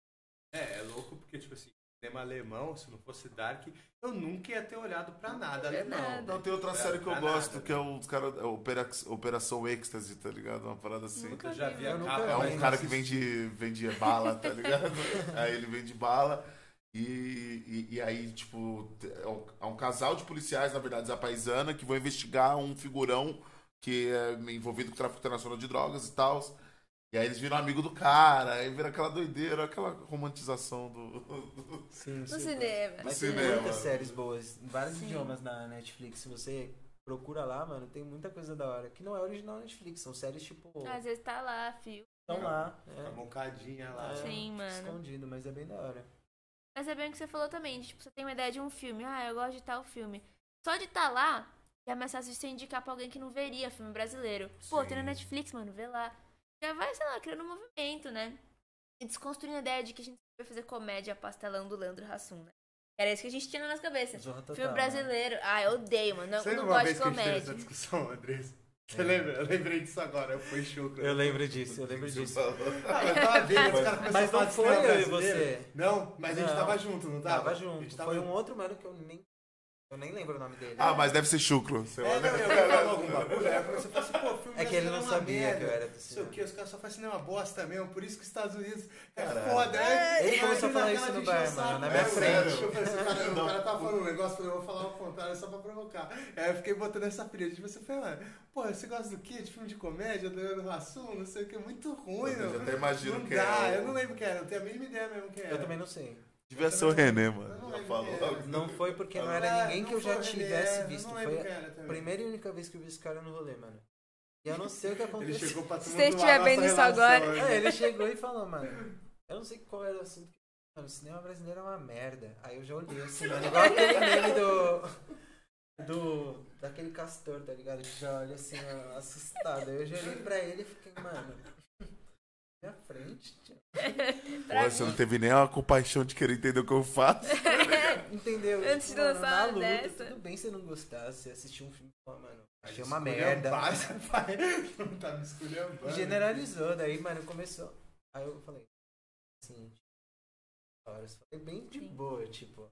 Speaker 5: É, é louco porque, tipo assim, cinema alemão, se não fosse Dark, eu nunca ia ter olhado pra nada alemão.
Speaker 3: nada.
Speaker 4: Não, tem outra
Speaker 5: Pra-
Speaker 4: série que eu
Speaker 5: pra
Speaker 4: gosto,
Speaker 5: nada.
Speaker 4: que é os caras. É Opera- Operação Êxtase, tá ligado? Uma parada assim.
Speaker 5: Eu já vi
Speaker 2: Eu
Speaker 5: a
Speaker 2: nunca
Speaker 5: capa. né?
Speaker 4: É
Speaker 2: vi.
Speaker 4: um cara que vende, vende bala, tá ligado? aí ele vende bala. E, e, e aí, tipo, é um, é um casal de policiais, na verdade, da paisana, que vão investigar um figurão que é envolvido com tráfico internacional de drogas e tal. E aí eles viram amigo do cara, aí vira aquela doideira, aquela romantização do.
Speaker 2: Sim,
Speaker 3: No cinema.
Speaker 2: Mas
Speaker 4: No
Speaker 2: tem
Speaker 4: cinema.
Speaker 2: muitas séries boas, em vários idiomas na Netflix. Se você procura lá, mano, tem muita coisa da hora. Que não é original Netflix, são séries tipo.
Speaker 3: Às vezes tá lá, fio.
Speaker 2: Estão lá.
Speaker 5: A
Speaker 2: É,
Speaker 5: mocadinha lá.
Speaker 2: é,
Speaker 3: Sim, mano.
Speaker 2: Escondido, mas é bem da hora.
Speaker 3: Mas é bem o que você falou também, de, tipo, você tem uma ideia de um filme. Ah, eu gosto de tal filme. Só de estar tá lá, já é mais fácil de você indicar pra alguém que não veria filme brasileiro. Pô, tem na Netflix, mano, vê lá. Já vai, sei lá, criando um movimento, né? E desconstruindo a ideia de que a gente vai fazer comédia pastelão do Leandro Hassum, né? Era isso que a gente tinha na nossa cabeça.
Speaker 2: Zorra total.
Speaker 3: Filme
Speaker 2: né?
Speaker 3: brasileiro. Ah, eu odeio, mano. Não,
Speaker 1: Você lembra
Speaker 3: não
Speaker 1: uma
Speaker 3: gosto de
Speaker 1: vez que a gente teve
Speaker 3: comédia.
Speaker 1: essa discussão, Andrés?
Speaker 5: É.
Speaker 1: Você lembra? Eu lembrei disso agora, eu fui chuco.
Speaker 2: Eu lembro disso, eu lembro disso.
Speaker 1: Ah, eu tava vendo, os caras começaram
Speaker 2: Mas
Speaker 1: a falar
Speaker 2: não
Speaker 1: de
Speaker 2: foi
Speaker 1: cinema
Speaker 2: eu e
Speaker 1: brasileiro.
Speaker 2: você.
Speaker 1: Não, mas a gente
Speaker 2: Não.
Speaker 1: tava junto, não tava?
Speaker 2: Tava
Speaker 1: A gente
Speaker 2: junto.
Speaker 1: tava
Speaker 2: Foi um outro mano que eu nem. Eu nem lembro o nome dele.
Speaker 4: Ah, mas deve ser chucro, sei lá.
Speaker 1: É, não, eu falava algum bagulho, aí eu comecei a falar assim, pô, filme
Speaker 2: um É que ele
Speaker 1: brasileiro
Speaker 2: não
Speaker 1: é uma
Speaker 2: sabia
Speaker 1: merda,
Speaker 2: que eu era do
Speaker 1: Não sei o
Speaker 2: cinema.
Speaker 1: que, os caras só fazem cinema bosta mesmo, por isso que os Estados Unidos é
Speaker 4: Caralho.
Speaker 1: foda, né?
Speaker 2: Ele começou a falar
Speaker 1: naquela
Speaker 2: isso no
Speaker 1: de encher
Speaker 2: bar,
Speaker 1: o saco,
Speaker 2: mano, na
Speaker 1: né?
Speaker 2: minha
Speaker 1: Eu
Speaker 4: frente.
Speaker 1: falei, eu falei assim, cara, o cara tava falando um negócio, eu falei, eu vou falar o contrário só pra provocar. Aí eu fiquei botando essa pilha, tipo, você falei, mano, pô, você gosta do quê? De filme de comédia, do Leandro Hassum, não sei o que, é muito ruim,
Speaker 4: Eu
Speaker 1: mano.
Speaker 4: até imagino
Speaker 1: não
Speaker 4: quem
Speaker 1: dá,
Speaker 4: é.
Speaker 1: eu não lembro quem era, eu tenho a mínima ideia mesmo quem era.
Speaker 2: Eu também não sei.
Speaker 4: Devia ser o René, mano.
Speaker 1: não
Speaker 4: Já
Speaker 1: lembro
Speaker 4: falou.
Speaker 1: quem era.
Speaker 2: Não foi porque não
Speaker 1: Ah,
Speaker 2: era ninguém
Speaker 1: não
Speaker 2: que eu já
Speaker 1: foi, ele é,
Speaker 2: tivesse
Speaker 1: eu
Speaker 2: visto.
Speaker 1: não lembro
Speaker 2: Foi
Speaker 1: quem era
Speaker 2: a
Speaker 1: também.
Speaker 2: primeira e única vez que eu vi esse cara no rolê, mano. E eu não sei o que
Speaker 1: Ele
Speaker 2: aconteceu.
Speaker 1: chegou pra
Speaker 3: Se
Speaker 1: tumultuar
Speaker 3: você estiver
Speaker 1: nossa
Speaker 3: vendo isso
Speaker 1: relação,
Speaker 3: agora-
Speaker 1: né?
Speaker 2: É, ele chegou e falou, mano. Eu não sei qual era o assunto que. Mano, o cinema brasileiro é uma merda. Aí eu já olhei assim, mano. Igual aquele meme do. Do. Daquele castor, tá ligado? Que já olha assim, ó, assustado. Aí eu já olhei pra ele e fiquei, mano. Minha frente, tio.
Speaker 3: Pra
Speaker 4: Pô, você não teve nem a compaixão de querer entender o que eu faço.
Speaker 2: Entendeu?
Speaker 3: Antes de né?
Speaker 2: Tipo, mano,
Speaker 3: lançar
Speaker 2: na
Speaker 3: uma
Speaker 2: luta,
Speaker 3: dessa.
Speaker 2: tudo bem você não gostar, você assistir um filme e falar, mano,
Speaker 1: Aí
Speaker 2: achei uma
Speaker 1: escolheu
Speaker 2: merda.
Speaker 1: base, pai. Não tá me escolhendo.
Speaker 2: E generalizou,
Speaker 4: né?
Speaker 2: daí, mano, começou. Aí eu falei, assim, horas. Falei bem de boa, tipo.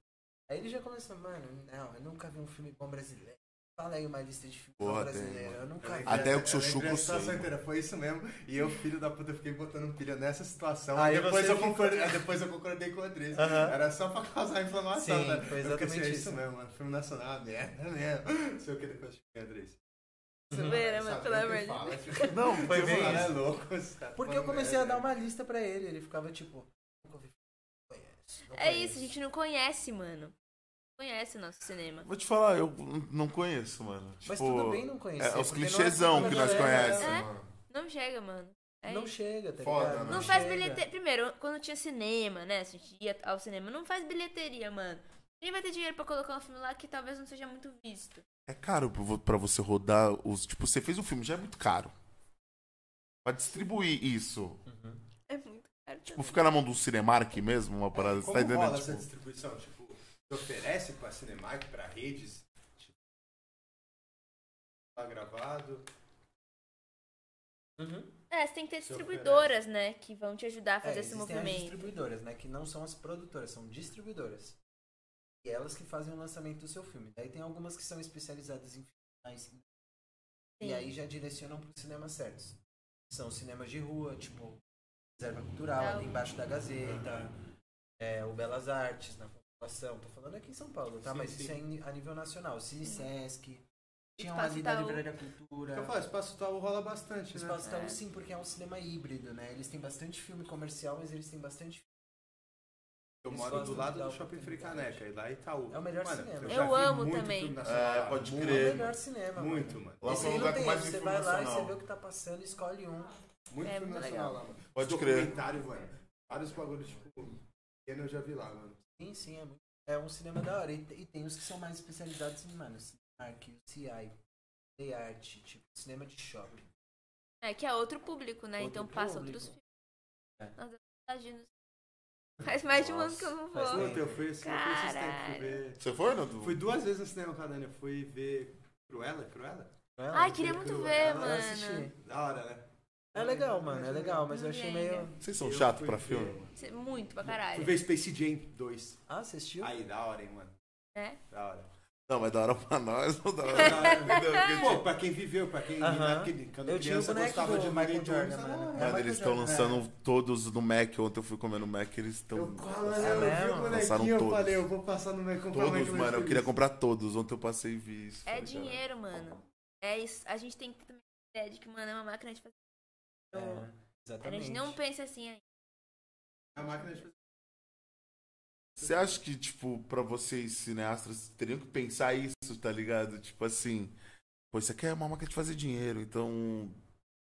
Speaker 2: Aí ele já começou, mano, não, eu nunca vi um filme bom brasileiro. Fala aí uma lista de filmes
Speaker 4: Porra,
Speaker 2: brasileira.
Speaker 4: tem,
Speaker 2: Eu nunca vi.
Speaker 4: Até o que
Speaker 5: eu
Speaker 4: seu chuco
Speaker 5: lembrei a situação
Speaker 4: sei.
Speaker 5: inteira, Foi isso mesmo. E eu, filho da puta, fiquei botando pilha nessa situação.
Speaker 2: Aí
Speaker 5: Aí depois
Speaker 2: você
Speaker 5: eu, concordei, aí depois eu concordei com o Andrés.
Speaker 2: Aham.
Speaker 5: Era só pra causar inflamação,
Speaker 2: Sim,
Speaker 5: né?
Speaker 2: foi
Speaker 5: Eu
Speaker 2: exatamente
Speaker 5: pensei, é
Speaker 2: isso.
Speaker 5: isso mesmo, mano. Filme nacional, é uma merda mesmo. Não sei o que depois eu fiquei, Andrés.
Speaker 3: Zoeira, mano, pelo amor de Deus.
Speaker 5: Deus.
Speaker 2: Não, foi
Speaker 5: Foi
Speaker 2: bem
Speaker 5: é
Speaker 2: isso.
Speaker 5: louco. você tá
Speaker 2: Porque eu
Speaker 5: falando
Speaker 2: comecei a
Speaker 4: é.
Speaker 5: merda.
Speaker 2: dar uma lista pra ele. Ele ficava tipo. Nunca vi. não conheço, não
Speaker 3: É isso, a
Speaker 2: conheço.
Speaker 3: gente não conhece, mano. Não conhece o nosso cinema.
Speaker 4: Vou te falar, eu não conheço, mano.
Speaker 2: Mas
Speaker 4: Tipo,
Speaker 2: tudo bem não conhecer.
Speaker 4: é, os
Speaker 2: porque não é
Speaker 4: clichêzão
Speaker 2: culpa
Speaker 4: que
Speaker 2: da
Speaker 4: nós
Speaker 2: galera.
Speaker 4: conhecemos.
Speaker 3: É.
Speaker 4: mano.
Speaker 3: Não chega, mano. É
Speaker 2: Não
Speaker 3: isso.
Speaker 2: chega, tá
Speaker 4: Foda,
Speaker 2: ligado?
Speaker 4: né?
Speaker 3: Não faz
Speaker 2: chega.
Speaker 3: bilheteria. Primeiro, quando tinha cinema, né? Se a gente ia ao cinema, não faz bilheteria, mano. Ninguém vai ter dinheiro pra colocar um filme lá que talvez não seja muito visto.
Speaker 4: É caro pra vo- pra você rodar os. Tipo, você fez um filme, já é muito caro. Pra distribuir isso.
Speaker 3: É muito caro.
Speaker 4: Tipo, fica na mão do Cinemark mesmo, uma parada. Você
Speaker 5: Como
Speaker 4: tá entendendo?
Speaker 5: rola essa
Speaker 4: Tipo,
Speaker 5: distribuição? Tipo, você oferece pra Cinemark, pra redes? Tipo, tá
Speaker 2: É.
Speaker 5: gravado?
Speaker 2: Uhum.
Speaker 3: É, você tem que ter
Speaker 5: Se oferece.
Speaker 3: distribuidoras, né? Que vão te ajudar a
Speaker 2: É,
Speaker 3: fazer esse
Speaker 2: existem as
Speaker 3: movimento.
Speaker 2: distribuidoras, né? Que não são as produtoras, são distribuidoras. E elas que fazem o lançamento do seu filme. Daí tem algumas que são especializadas em finais. E
Speaker 3: Sim.
Speaker 2: aí já direcionam para os cinemas certos. São cinemas de rua, tipo Reserva Cultural,
Speaker 3: Não.
Speaker 2: ali embaixo da Gazeta, é, o Belas Artes, na população. Tô falando aqui em São Paulo, tá?
Speaker 5: Sim,
Speaker 2: Mas
Speaker 5: sim.
Speaker 2: isso é em- a nível nacional. Cine Sesc, tinha um
Speaker 3: Espaço
Speaker 2: ali da
Speaker 3: Itaú.
Speaker 2: Livraria
Speaker 5: O
Speaker 2: Cultura.
Speaker 5: que eu falo? Espaço Tal rola bastante,
Speaker 2: O
Speaker 5: né?
Speaker 2: Espaço Itaú sim, porque é um cinema híbrido, né? Eles têm bastante filme comercial, mas eles têm bastante
Speaker 5: Eu
Speaker 2: Eles
Speaker 5: moro do
Speaker 2: gostam de
Speaker 5: lado
Speaker 2: dar
Speaker 5: do Shopping Free
Speaker 2: oportunidade.
Speaker 5: Caneca, e lá é Itaú.
Speaker 2: É o melhor
Speaker 5: Mano,
Speaker 2: cinema.
Speaker 5: já
Speaker 3: Eu
Speaker 5: vi
Speaker 3: amo
Speaker 5: muito
Speaker 3: também.
Speaker 5: filme nacional
Speaker 4: É,
Speaker 5: lá,
Speaker 4: pode
Speaker 5: muito,
Speaker 4: crer.
Speaker 2: É o melhor cinema.
Speaker 5: Muito,
Speaker 2: mano.
Speaker 5: mano.
Speaker 4: Lá
Speaker 2: Esse
Speaker 4: foi o
Speaker 2: aí não
Speaker 4: lugar
Speaker 2: tem
Speaker 4: é com mais
Speaker 2: isso. Você vai lá e você
Speaker 4: informacional.
Speaker 2: vê o que tá passando, escolhe um.
Speaker 5: Muito
Speaker 3: É,
Speaker 5: filme
Speaker 3: muito
Speaker 5: nacional
Speaker 3: legal.
Speaker 5: lá, mano.
Speaker 4: Pode crer.
Speaker 5: Documentário, mano. Vários bagulhos, tipo, pequeno eu já vi lá, mano.
Speaker 2: Sim, sim, é, muito- é um cinema da hora. E, te- e tem os que são mais especializados em, mano, Cinemark, CI, Play Art, tipo, cinema de shopping.
Speaker 3: É, que é outro público, né?
Speaker 2: Outro
Speaker 3: então passa
Speaker 2: público.
Speaker 3: outros filmes.
Speaker 2: É.
Speaker 3: Nossa, imagina. Faz mais de um ano que eu não
Speaker 2: faz
Speaker 3: vou.
Speaker 2: tempo.
Speaker 5: Puta, eu fui esse tempo, fui esses tempos, fui
Speaker 3: Caralho.
Speaker 5: ver.
Speaker 4: Você foi, né?
Speaker 5: Fui duas vezes no cinema com a Dani. Eu Fui ver Cruella, Cruella?
Speaker 3: Ai, queria muito ver,
Speaker 2: Eu
Speaker 3: mano.
Speaker 2: assisti.
Speaker 5: Da hora, né?
Speaker 2: É legal, mano, é legal, mas eu
Speaker 3: Não vi
Speaker 2: achei meio.
Speaker 3: ainda.
Speaker 4: Vocês são
Speaker 5: Eu
Speaker 4: chato
Speaker 5: fui
Speaker 4: pra
Speaker 5: ver-
Speaker 4: filme?
Speaker 3: Isso é Muito pra
Speaker 5: Fui
Speaker 3: caralho.
Speaker 5: ver Space Jam 2.
Speaker 2: Ah, assistiu?
Speaker 5: Aí, da hora, hein, mano.
Speaker 3: É?
Speaker 5: Da hora.
Speaker 4: Não, mas da hora pra nós, não da hora.
Speaker 5: Da hora, né?
Speaker 4: Entendeu? Porque,
Speaker 5: Pô,
Speaker 4: tipo,
Speaker 5: pra quem viveu, pra quem...
Speaker 2: Aham.
Speaker 5: naquele- quando
Speaker 2: Eu tinha o
Speaker 5: criança
Speaker 2: boneco
Speaker 5: gostava
Speaker 2: do
Speaker 5: de né?
Speaker 2: Michael
Speaker 5: Looney Tunes,
Speaker 2: Jordan,
Speaker 5: da
Speaker 2: mano.
Speaker 5: hora.
Speaker 4: Mano,
Speaker 2: Michael
Speaker 4: eles estão
Speaker 2: Jordan,
Speaker 4: lançando todos no Mac. Ontem eu fui comer no Mac, eles estão.
Speaker 5: Eu, qual é?
Speaker 2: É
Speaker 5: eu vi
Speaker 2: mesmo?
Speaker 5: o
Speaker 4: Lançaram
Speaker 5: bonequinho, eu
Speaker 4: todos.
Speaker 5: falei, eu vou passar no meu comprar um
Speaker 4: Todos,
Speaker 5: Michael
Speaker 4: mano. Eu
Speaker 5: Jordan.
Speaker 4: queria comprar todos. Ontem eu passei e vi isso. tá
Speaker 3: É
Speaker 4: Falei, cara,
Speaker 3: dinheiro, mano. É isso. A gente tem que ter também a ideia de que, mano, é uma máquina de fazer. dinheiro.
Speaker 2: É,
Speaker 3: a gente
Speaker 2: exatamente.
Speaker 3: não pensa assim ainda.
Speaker 5: A máquina de fazer-
Speaker 4: Você acha que, tipo, pra vocês cineastas teriam que pensar isso, tá ligado? Tipo assim, pô, isso aqui é uma máquina de fazer dinheiro, então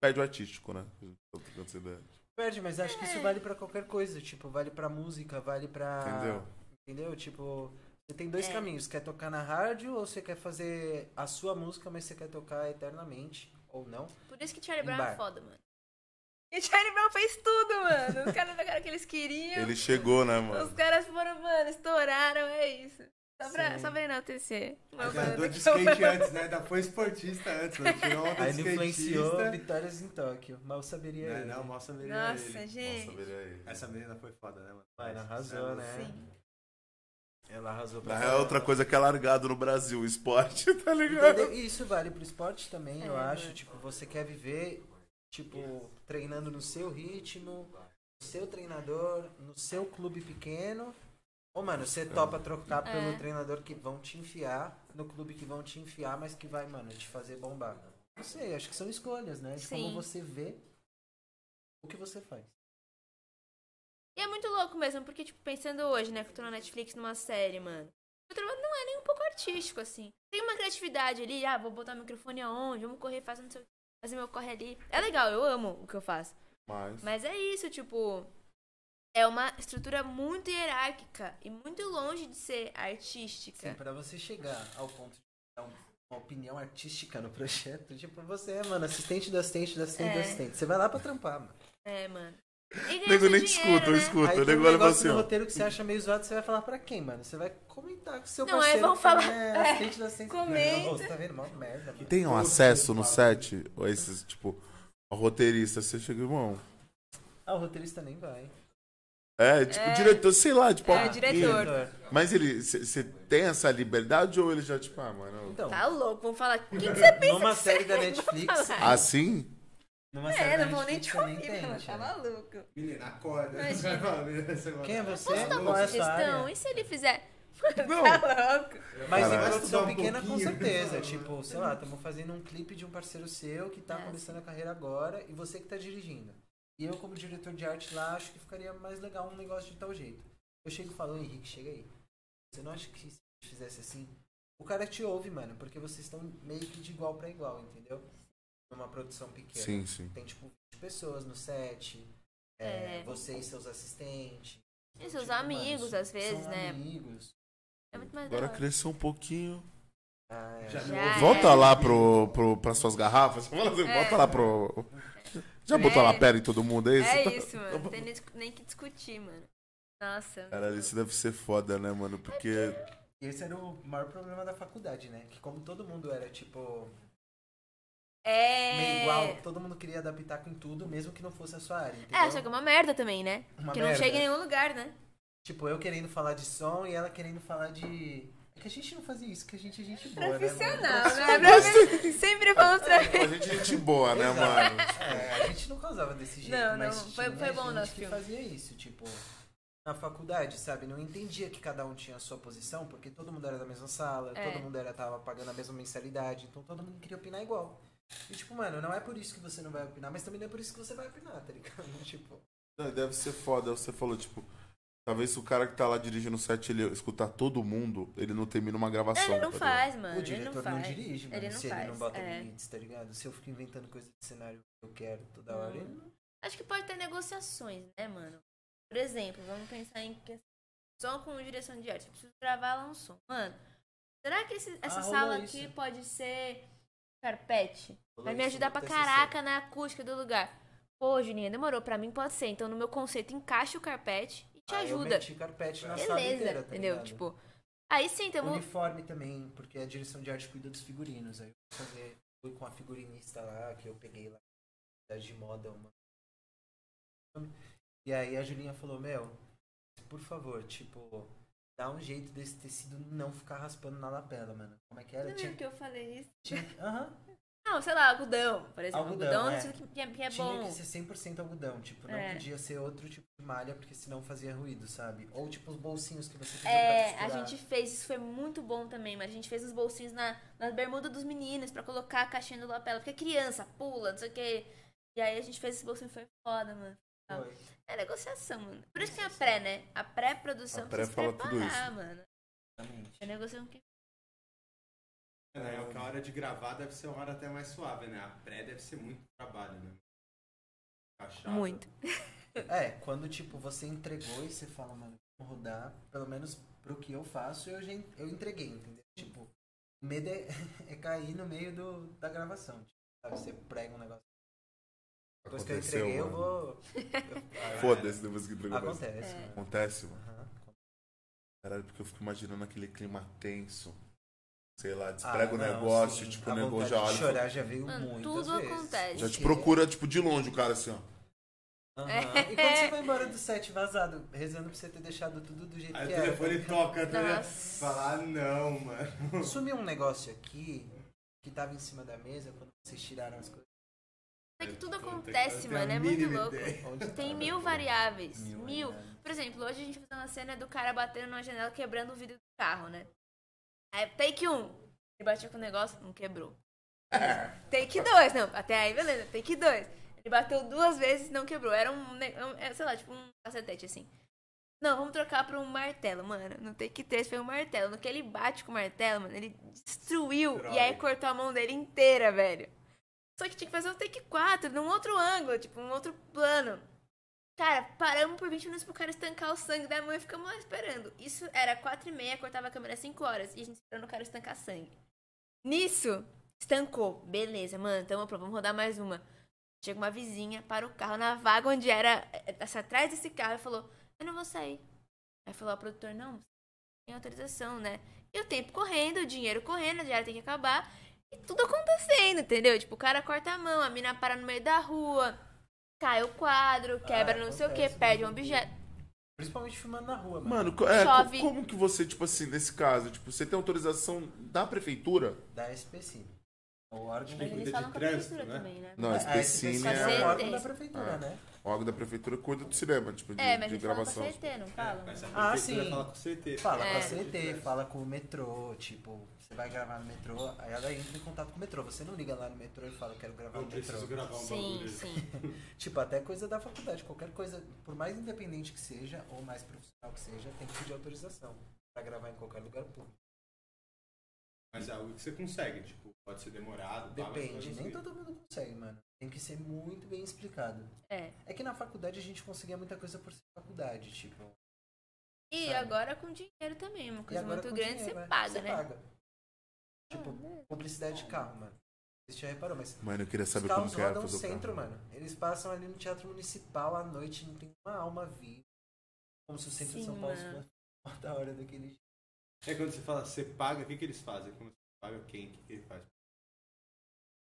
Speaker 4: perde o artístico, né? Eu tô trocando essa ideia.
Speaker 2: Perde, mas acho que
Speaker 3: É.
Speaker 2: isso vale pra qualquer coisa. Tipo, vale pra música, vale pra.
Speaker 4: Entendeu?
Speaker 2: Entendeu? Tipo, você tem dois
Speaker 3: É.
Speaker 2: caminhos. Quer tocar na rádio ou você quer fazer a sua música, mas você quer tocar eternamente ou não.
Speaker 3: Por isso que Charlie Brown
Speaker 2: Embarca.
Speaker 3: é foda, mano. E Charlie Brown fez tudo, mano. Os caras tocaram o que eles queriam.
Speaker 4: Ele chegou, né,
Speaker 3: Os
Speaker 4: mano?
Speaker 3: caras foram, mano, estouraram. É isso. Só pra,
Speaker 2: Sim.
Speaker 3: só pra enaltecer. Uma
Speaker 5: Jogador
Speaker 3: banda
Speaker 5: É, de
Speaker 3: que
Speaker 5: skate
Speaker 3: eu-
Speaker 5: antes, né? Ainda foi esportista antes, né? Tirou
Speaker 3: É
Speaker 5: onda de
Speaker 2: Aí ele influenciou
Speaker 5: skatista.
Speaker 2: vitórias em Tóquio. Mal saberia
Speaker 5: Não, é
Speaker 2: ele.
Speaker 5: não, mal saberia né?
Speaker 3: Nossa,
Speaker 5: ele.
Speaker 4: Nossa,
Speaker 3: gente.
Speaker 4: velho, aí.
Speaker 5: Essa menina foi foda, né, mano?
Speaker 2: Mano, arrasou, né?
Speaker 3: Sim.
Speaker 2: Ela arrasou pra
Speaker 4: Na real,
Speaker 2: caramba.
Speaker 4: é outra coisa que é largado no Brasil, o esporte, tá ligado?
Speaker 2: Entendeu? E isso vale pro esporte também, eu
Speaker 3: É,
Speaker 2: acho.
Speaker 3: né?
Speaker 2: Tipo, você quer viver, tipo, treinando no seu ritmo, no seu treinador, no seu clube pequeno. Ou, mano, você topa trocar pelo
Speaker 3: É.
Speaker 2: treinador que vão te enfiar, no clube que vão te enfiar, mas que vai, mano, te fazer bombar. Não sei, acho que são escolhas, né? De
Speaker 3: Sim.
Speaker 2: como você vê o que você faz.
Speaker 3: E é muito louco mesmo, porque, tipo, pensando hoje, né, que eu tô na Netflix numa série, mano. Meu trabalho não é nem um pouco artístico, assim. Tem uma criatividade ali, ah, vou botar o microfone aonde, vamos correr, fazer não sei o que, fazer meu corre ali. É legal, eu amo o que eu faço.
Speaker 4: Mas.
Speaker 3: Mas é isso, tipo. É uma estrutura muito hierárquica e muito longe de ser artística.
Speaker 2: Sim, pra você chegar ao ponto de dar um- uma opinião artística no projeto, tipo, você é, mano, assistente do assistente do assistente do
Speaker 3: É.
Speaker 2: assistente. Você vai lá pra trampar, mano.
Speaker 3: É, mano. E ganha
Speaker 4: Nego,
Speaker 3: seu
Speaker 4: nem te
Speaker 3: dinheiro,
Speaker 4: escuta, eu
Speaker 3: né?
Speaker 4: escuto.
Speaker 2: Aí tem
Speaker 4: O
Speaker 2: um
Speaker 4: nego olha e fala
Speaker 2: negócio
Speaker 4: assim,
Speaker 2: no
Speaker 4: ó.
Speaker 2: roteiro que você acha meio zoado, você vai falar pra quem, mano? Você vai comentar com seu
Speaker 3: Não, aí
Speaker 2: parceiro.
Speaker 3: vão
Speaker 2: que também
Speaker 3: falar-
Speaker 2: É assistente da assistente.
Speaker 3: comenta.
Speaker 2: Não, você tá vendo? Mó merda, mano.
Speaker 4: Tem um acesso no set, ou esses, tipo, ao roteirista, você chega, irmão.
Speaker 2: Ah, o roteirista nem vai.
Speaker 4: É, tipo, diretor, sei lá, tipo.
Speaker 3: É,
Speaker 4: ah,
Speaker 3: o diretor.
Speaker 4: Mas ele. Você tem essa liberdade ou ele já, tipo, ah, mano.
Speaker 2: Então,
Speaker 3: Tá louco, vamos falar. O que, que você pensa?
Speaker 2: Numa
Speaker 3: que
Speaker 2: série
Speaker 3: você-
Speaker 2: da
Speaker 3: Vamos
Speaker 2: Netflix,
Speaker 3: falar.
Speaker 4: Assim?
Speaker 2: numa série
Speaker 3: É,
Speaker 2: da
Speaker 3: não vão nem
Speaker 2: Netflix
Speaker 3: te
Speaker 2: também
Speaker 3: ouvir,
Speaker 2: tem,
Speaker 3: mano. Tá
Speaker 2: né?
Speaker 3: maluco.
Speaker 5: Menina, acorda.
Speaker 3: Imagina.
Speaker 2: Quem é
Speaker 3: Posso
Speaker 2: você?
Speaker 3: dar
Speaker 2: Qual é
Speaker 3: uma
Speaker 2: a sua
Speaker 3: sugestão?
Speaker 2: área?
Speaker 3: E se ele fizer? Mano, tá louco.
Speaker 2: Mas em
Speaker 4: Caralho.
Speaker 5: Estudar
Speaker 2: produção
Speaker 5: um
Speaker 2: pequena, com
Speaker 5: pouquinho.
Speaker 2: certeza. Tipo, sei lá, estamos fazendo um clipe de um parceiro seu que tá
Speaker 3: É.
Speaker 2: começando a carreira agora e você que tá dirigindo. E eu, como diretor de arte lá, acho que ficaria mais legal um negócio de tal jeito. Eu chego e falo, "Ô, Henrique, chega aí. Você não acha que se a gente fizesse assim? O cara te ouve, mano, porque vocês estão meio que de igual pra igual, entendeu? Numa produção pequena.
Speaker 4: Sim, sim.
Speaker 2: Tem, tipo, 20 pessoas no set. É,
Speaker 3: É.
Speaker 2: Você e seus assistentes.
Speaker 3: E seus
Speaker 2: Tipo, mano,
Speaker 3: amigos, às vezes,
Speaker 2: são
Speaker 3: né?
Speaker 2: amigos.
Speaker 3: É muito mais
Speaker 4: Agora
Speaker 3: da hora.
Speaker 4: cresceu um pouquinho.
Speaker 2: Ah, é.
Speaker 5: Já
Speaker 3: Já
Speaker 4: Volta
Speaker 3: é.
Speaker 4: lá pro, pro, pras suas garrafas. Fala assim,
Speaker 3: É.
Speaker 4: Volta lá pro. Já botou
Speaker 3: É.
Speaker 4: na pele em todo mundo, é isso?
Speaker 3: É isso, mano. Não tem nem, nem que discutir, mano. Nossa.
Speaker 4: Caralho, isso deve ser foda, né, mano? Porque.
Speaker 2: E esse era o maior problema da faculdade, né? Que como todo mundo era, tipo, meio
Speaker 3: É.
Speaker 2: igual, todo mundo queria dar pitaco em tudo, mesmo que não fosse a sua área, entendeu?
Speaker 3: É, só que é uma merda também, né?
Speaker 2: Uma
Speaker 3: que não
Speaker 2: merda. é.
Speaker 3: chega em nenhum lugar, né?
Speaker 2: Tipo, eu querendo falar de som e ela querendo falar de... É que a gente não fazia isso, que a gente é gente boa, né?
Speaker 3: Profissional,
Speaker 2: mano?
Speaker 3: né? Profe- Sempre vamos pra
Speaker 4: A gente é gente boa, né, mano?
Speaker 2: É, a gente não causava desse jeito,
Speaker 3: Não,
Speaker 2: mas
Speaker 3: não, foi-
Speaker 2: tinha
Speaker 3: foi bom o
Speaker 2: gente
Speaker 3: nosso
Speaker 2: que
Speaker 3: filme.
Speaker 2: fazia isso, tipo, na faculdade, sabe? Não entendia que cada um tinha a sua posição, porque todo mundo era da mesma sala,
Speaker 3: É.
Speaker 2: todo mundo era, tava pagando a mesma mensalidade, então todo mundo queria opinar igual. E tipo, mano, não é por isso que você não vai opinar, mas também não é por isso que você vai opinar, tá ligado? Tipo,
Speaker 4: Não, Deve ser foda. Você falou, tipo, talvez o cara que tá lá dirigindo o set, ele escutar todo mundo, ele não termina uma gravação.
Speaker 3: Ele não
Speaker 4: tá ligado?
Speaker 3: faz, mano.
Speaker 2: o
Speaker 3: Ele não
Speaker 2: diretor não,
Speaker 3: faz.
Speaker 2: dirige, mano,
Speaker 3: Ele não
Speaker 2: se ele não
Speaker 3: faz,
Speaker 2: bota
Speaker 3: é.
Speaker 2: limites, tá ligado? Se eu fico inventando coisa de cenário que eu quero toda hora, eu não-
Speaker 3: Acho que pode ter negociações, né, mano? Por exemplo, vamos pensar em questão- som com direção de arte. Eu preciso gravar lá um som. Mano, será que esse- essa
Speaker 2: Ah, rolou
Speaker 3: sala
Speaker 2: isso.
Speaker 3: aqui pode ser carpete?
Speaker 2: Rolou
Speaker 3: Vai me
Speaker 2: isso assim.
Speaker 3: ajudar
Speaker 2: no
Speaker 3: pra
Speaker 2: TCC.
Speaker 3: caraca na acústica do lugar. Pô, Juninha, demorou. Pra mim pode ser. Então, no meu conceito, encaixa o carpete e te
Speaker 2: Ah, eu
Speaker 3: ajuda.
Speaker 2: meti carpete na sala
Speaker 3: Beleza,
Speaker 2: inteira, tá
Speaker 3: entendeu?
Speaker 2: ligado?
Speaker 3: Tipo, aí sim, tamo...
Speaker 2: Uniforme também, porque a direção de arte cuida dos figurinos. Aí eu vou fazer, fui com a figurinista lá, que eu peguei lá da de moda uma. E aí a Julinha falou, meu, por favor, tipo, dá um jeito desse tecido não ficar raspando na lapela, mano. Como é que era?
Speaker 3: Não
Speaker 2: Tinha,
Speaker 3: que eu falei isso?
Speaker 2: tinha, aham,
Speaker 3: Não, sei lá, algodão. Por exemplo,
Speaker 2: Algodão,
Speaker 3: algodão,
Speaker 2: é.
Speaker 3: não sei o que, que é, que é
Speaker 2: tinha
Speaker 3: bom.
Speaker 2: que ser 100% algodão, tipo, não
Speaker 3: É.
Speaker 2: podia ser outro tipo de malha, porque senão fazia ruído, sabe? Ou tipo os bolsinhos que você pediu pra
Speaker 3: É, a
Speaker 2: costurar.
Speaker 3: gente fez, isso foi muito bom também, mas a gente fez uns bolsinhos na, na bermuda dos meninos pra colocar a caixinha do lapela, porque é criança, pula, não sei o que. E aí a gente fez esse bolsinho, foi foda, mano.
Speaker 2: Foi.
Speaker 3: É negociação, mano. Por isso que tem a pré, né? A pré-produção
Speaker 4: A pré
Speaker 3: precisa
Speaker 4: fala
Speaker 3: se
Speaker 4: tudo
Speaker 3: preparar,
Speaker 4: isso.
Speaker 3: mano.
Speaker 2: Exatamente.
Speaker 3: É negociação que...
Speaker 5: É, é que a hora de gravar deve ser uma hora até mais suave, né? A pré deve ser muito trabalho, né? Encaixada.
Speaker 3: Muito.
Speaker 2: É, quando tipo, você entregou e você fala, mano, vamos rodar, pelo menos pro que eu faço, eu já en- eu entreguei, entendeu? Tipo, o medo é, é cair no meio do, da gravação. Tipo, sabe? Você prega um negócio. Depois que eu
Speaker 4: Aconteceu,
Speaker 2: entreguei, eu
Speaker 4: mano.
Speaker 2: vou.
Speaker 4: Foda-se, depois que entregou. mas-
Speaker 2: Acontece,
Speaker 3: É.
Speaker 2: mano.
Speaker 4: Acontece, mano.
Speaker 2: Aham.
Speaker 4: Caralho, porque eu fico imaginando aquele clima tenso. Sei lá,
Speaker 2: Ah,
Speaker 4: desprega o
Speaker 2: não,
Speaker 4: negócio,
Speaker 2: sim.
Speaker 4: tipo, o
Speaker 2: A
Speaker 4: negócio
Speaker 2: vontade
Speaker 4: já olha.
Speaker 2: de
Speaker 4: e fala-
Speaker 2: chorar já veio
Speaker 3: Mano,
Speaker 2: muitas
Speaker 3: tudo
Speaker 2: vezes.
Speaker 3: acontece.
Speaker 4: Já te procura, tipo, de longe o cara assim, ó.
Speaker 2: Aham. E quando você vai embora do set vazado, rezando pra você ter deixado tudo do jeito
Speaker 5: Aí
Speaker 2: que
Speaker 5: o telefone
Speaker 2: era.
Speaker 5: toca, tá ligado?
Speaker 3: Nossa.
Speaker 5: Falar, não, mano.
Speaker 2: Sumiu um negócio aqui que tava em cima da mesa quando vocês tiraram as coisas.
Speaker 3: É que tudo
Speaker 5: Eu tenho-
Speaker 3: acontece,
Speaker 5: eu tenho a
Speaker 3: mano. É muito
Speaker 5: mínima
Speaker 3: louco.
Speaker 5: ideia.
Speaker 2: Onde
Speaker 3: Tem
Speaker 2: tava?
Speaker 3: mil variáveis.
Speaker 2: Mil
Speaker 3: Mil.
Speaker 2: variáveis.
Speaker 3: Por exemplo, hoje a gente fez uma cena do cara batendo numa janela, quebrando o vidro do carro, né? Aí, take 1. Ele bateu com o negócio, não quebrou. Take 2, não. Até aí, beleza. Take 2. Ele bateu duas vezes não quebrou. Era um, ne- um- é, sei lá, tipo um cacetete, assim. Não, vamos trocar pra um martelo, mano. No take 3 foi um martelo. No que ele bate com o martelo, mano, ele destruiu. E aí cortou a mão dele inteira, velho. Só que tinha que fazer um take 4, num outro ângulo, tipo, um outro plano. Cara, paramos por 20 minutos pro cara estancar o sangue da mão e ficamos lá esperando. Isso era 4 e meia, cortava a câmera às 5 horas. E a gente esperando o cara estancar sangue. Nisso, estancou. Beleza, mano, então pronto, vamos rodar mais uma. Chega uma vizinha, para o carro na vaga onde era, eh, eh, atrás desse carro, e falou, eu não vou sair. Aí falou ao produtor, não, tem autorização, né? E o tempo correndo, o dinheiro correndo, a diária tem que acabar. E tudo acontecendo, entendeu? Tipo, o cara corta a mão, a mina
Speaker 5: Ah,
Speaker 3: para no meio da rua, cai o quadro, quebra não sei o que,
Speaker 2: acontece,
Speaker 3: perde um
Speaker 2: né?
Speaker 3: objeto.
Speaker 2: Principalmente filmando na rua, mano.
Speaker 4: Mano, co- é, co-
Speaker 3: Chove.
Speaker 4: como que você, tipo assim, nesse caso, tipo, você tem autorização da prefeitura?
Speaker 2: Da SPCine. É O órgão
Speaker 5: Tem
Speaker 3: Mas
Speaker 5: que
Speaker 3: eles
Speaker 5: cuidar
Speaker 3: falam
Speaker 5: de
Speaker 3: com a
Speaker 5: trânsito,
Speaker 3: prefeitura
Speaker 5: né?
Speaker 3: também, né?
Speaker 2: Ah,
Speaker 4: Não, a SPCine
Speaker 2: SPCine é o
Speaker 4: é.
Speaker 3: Você-
Speaker 2: órgão da prefeitura,
Speaker 4: Ah.
Speaker 2: né?
Speaker 4: O órgão da prefeitura cuida do cinema, tipo, de,
Speaker 3: É, mas
Speaker 4: de
Speaker 3: eles falam com
Speaker 4: gravação.
Speaker 3: a CT, não falam?
Speaker 5: né? É, Mas a
Speaker 2: Ah,
Speaker 5: prefeitura
Speaker 2: sim.
Speaker 5: fala com CT.
Speaker 2: Fala
Speaker 3: É.
Speaker 2: com a CT, fala com o metrô, tipo, você vai gravar no metrô, aí ela entra em contato com o metrô. Você não liga lá no metrô e fala, quero gravar
Speaker 5: Eu
Speaker 2: no metrô.
Speaker 5: preciso gravar um
Speaker 3: Sim,
Speaker 5: bagulho.
Speaker 3: sim.
Speaker 2: Tipo, até coisa da faculdade, qualquer coisa, por mais independente que seja, ou mais profissional que seja, tem que pedir autorização pra gravar em qualquer lugar público.
Speaker 5: Ah, Mas é algo que você consegue, tipo, pode ser demorado. pá, mas você
Speaker 2: Depende,
Speaker 5: vai
Speaker 2: nem
Speaker 5: conseguir.
Speaker 2: todo mundo consegue, mano. Tem que ser muito bem explicado.
Speaker 3: É.
Speaker 2: É que na faculdade a gente conseguia muita coisa por ser faculdade, tipo.
Speaker 3: E
Speaker 2: Sabe?
Speaker 3: agora com dinheiro também, uma
Speaker 2: E
Speaker 3: coisa
Speaker 2: agora
Speaker 3: muito
Speaker 2: com
Speaker 3: grande,
Speaker 2: dinheiro,
Speaker 3: você
Speaker 2: né?
Speaker 3: paga, né?
Speaker 2: Tipo,
Speaker 3: Ah, né?
Speaker 2: publicidade de carro, mano. Você já reparou, mas
Speaker 4: Mano, eu queria
Speaker 2: Os
Speaker 4: saber como
Speaker 2: carros
Speaker 4: que é
Speaker 2: rodam o
Speaker 4: fazer o carro.
Speaker 2: Tá um centro, mano. Eles passam ali no Teatro Municipal à noite, não tem uma alma viva. Como se o centro de
Speaker 3: Sim,
Speaker 2: São Paulo
Speaker 3: mano.
Speaker 2: fosse uma da hora daquele jeito.
Speaker 5: É quando você fala, você paga, o que, que eles fazem? Como você paga quem? O que, que ele faz?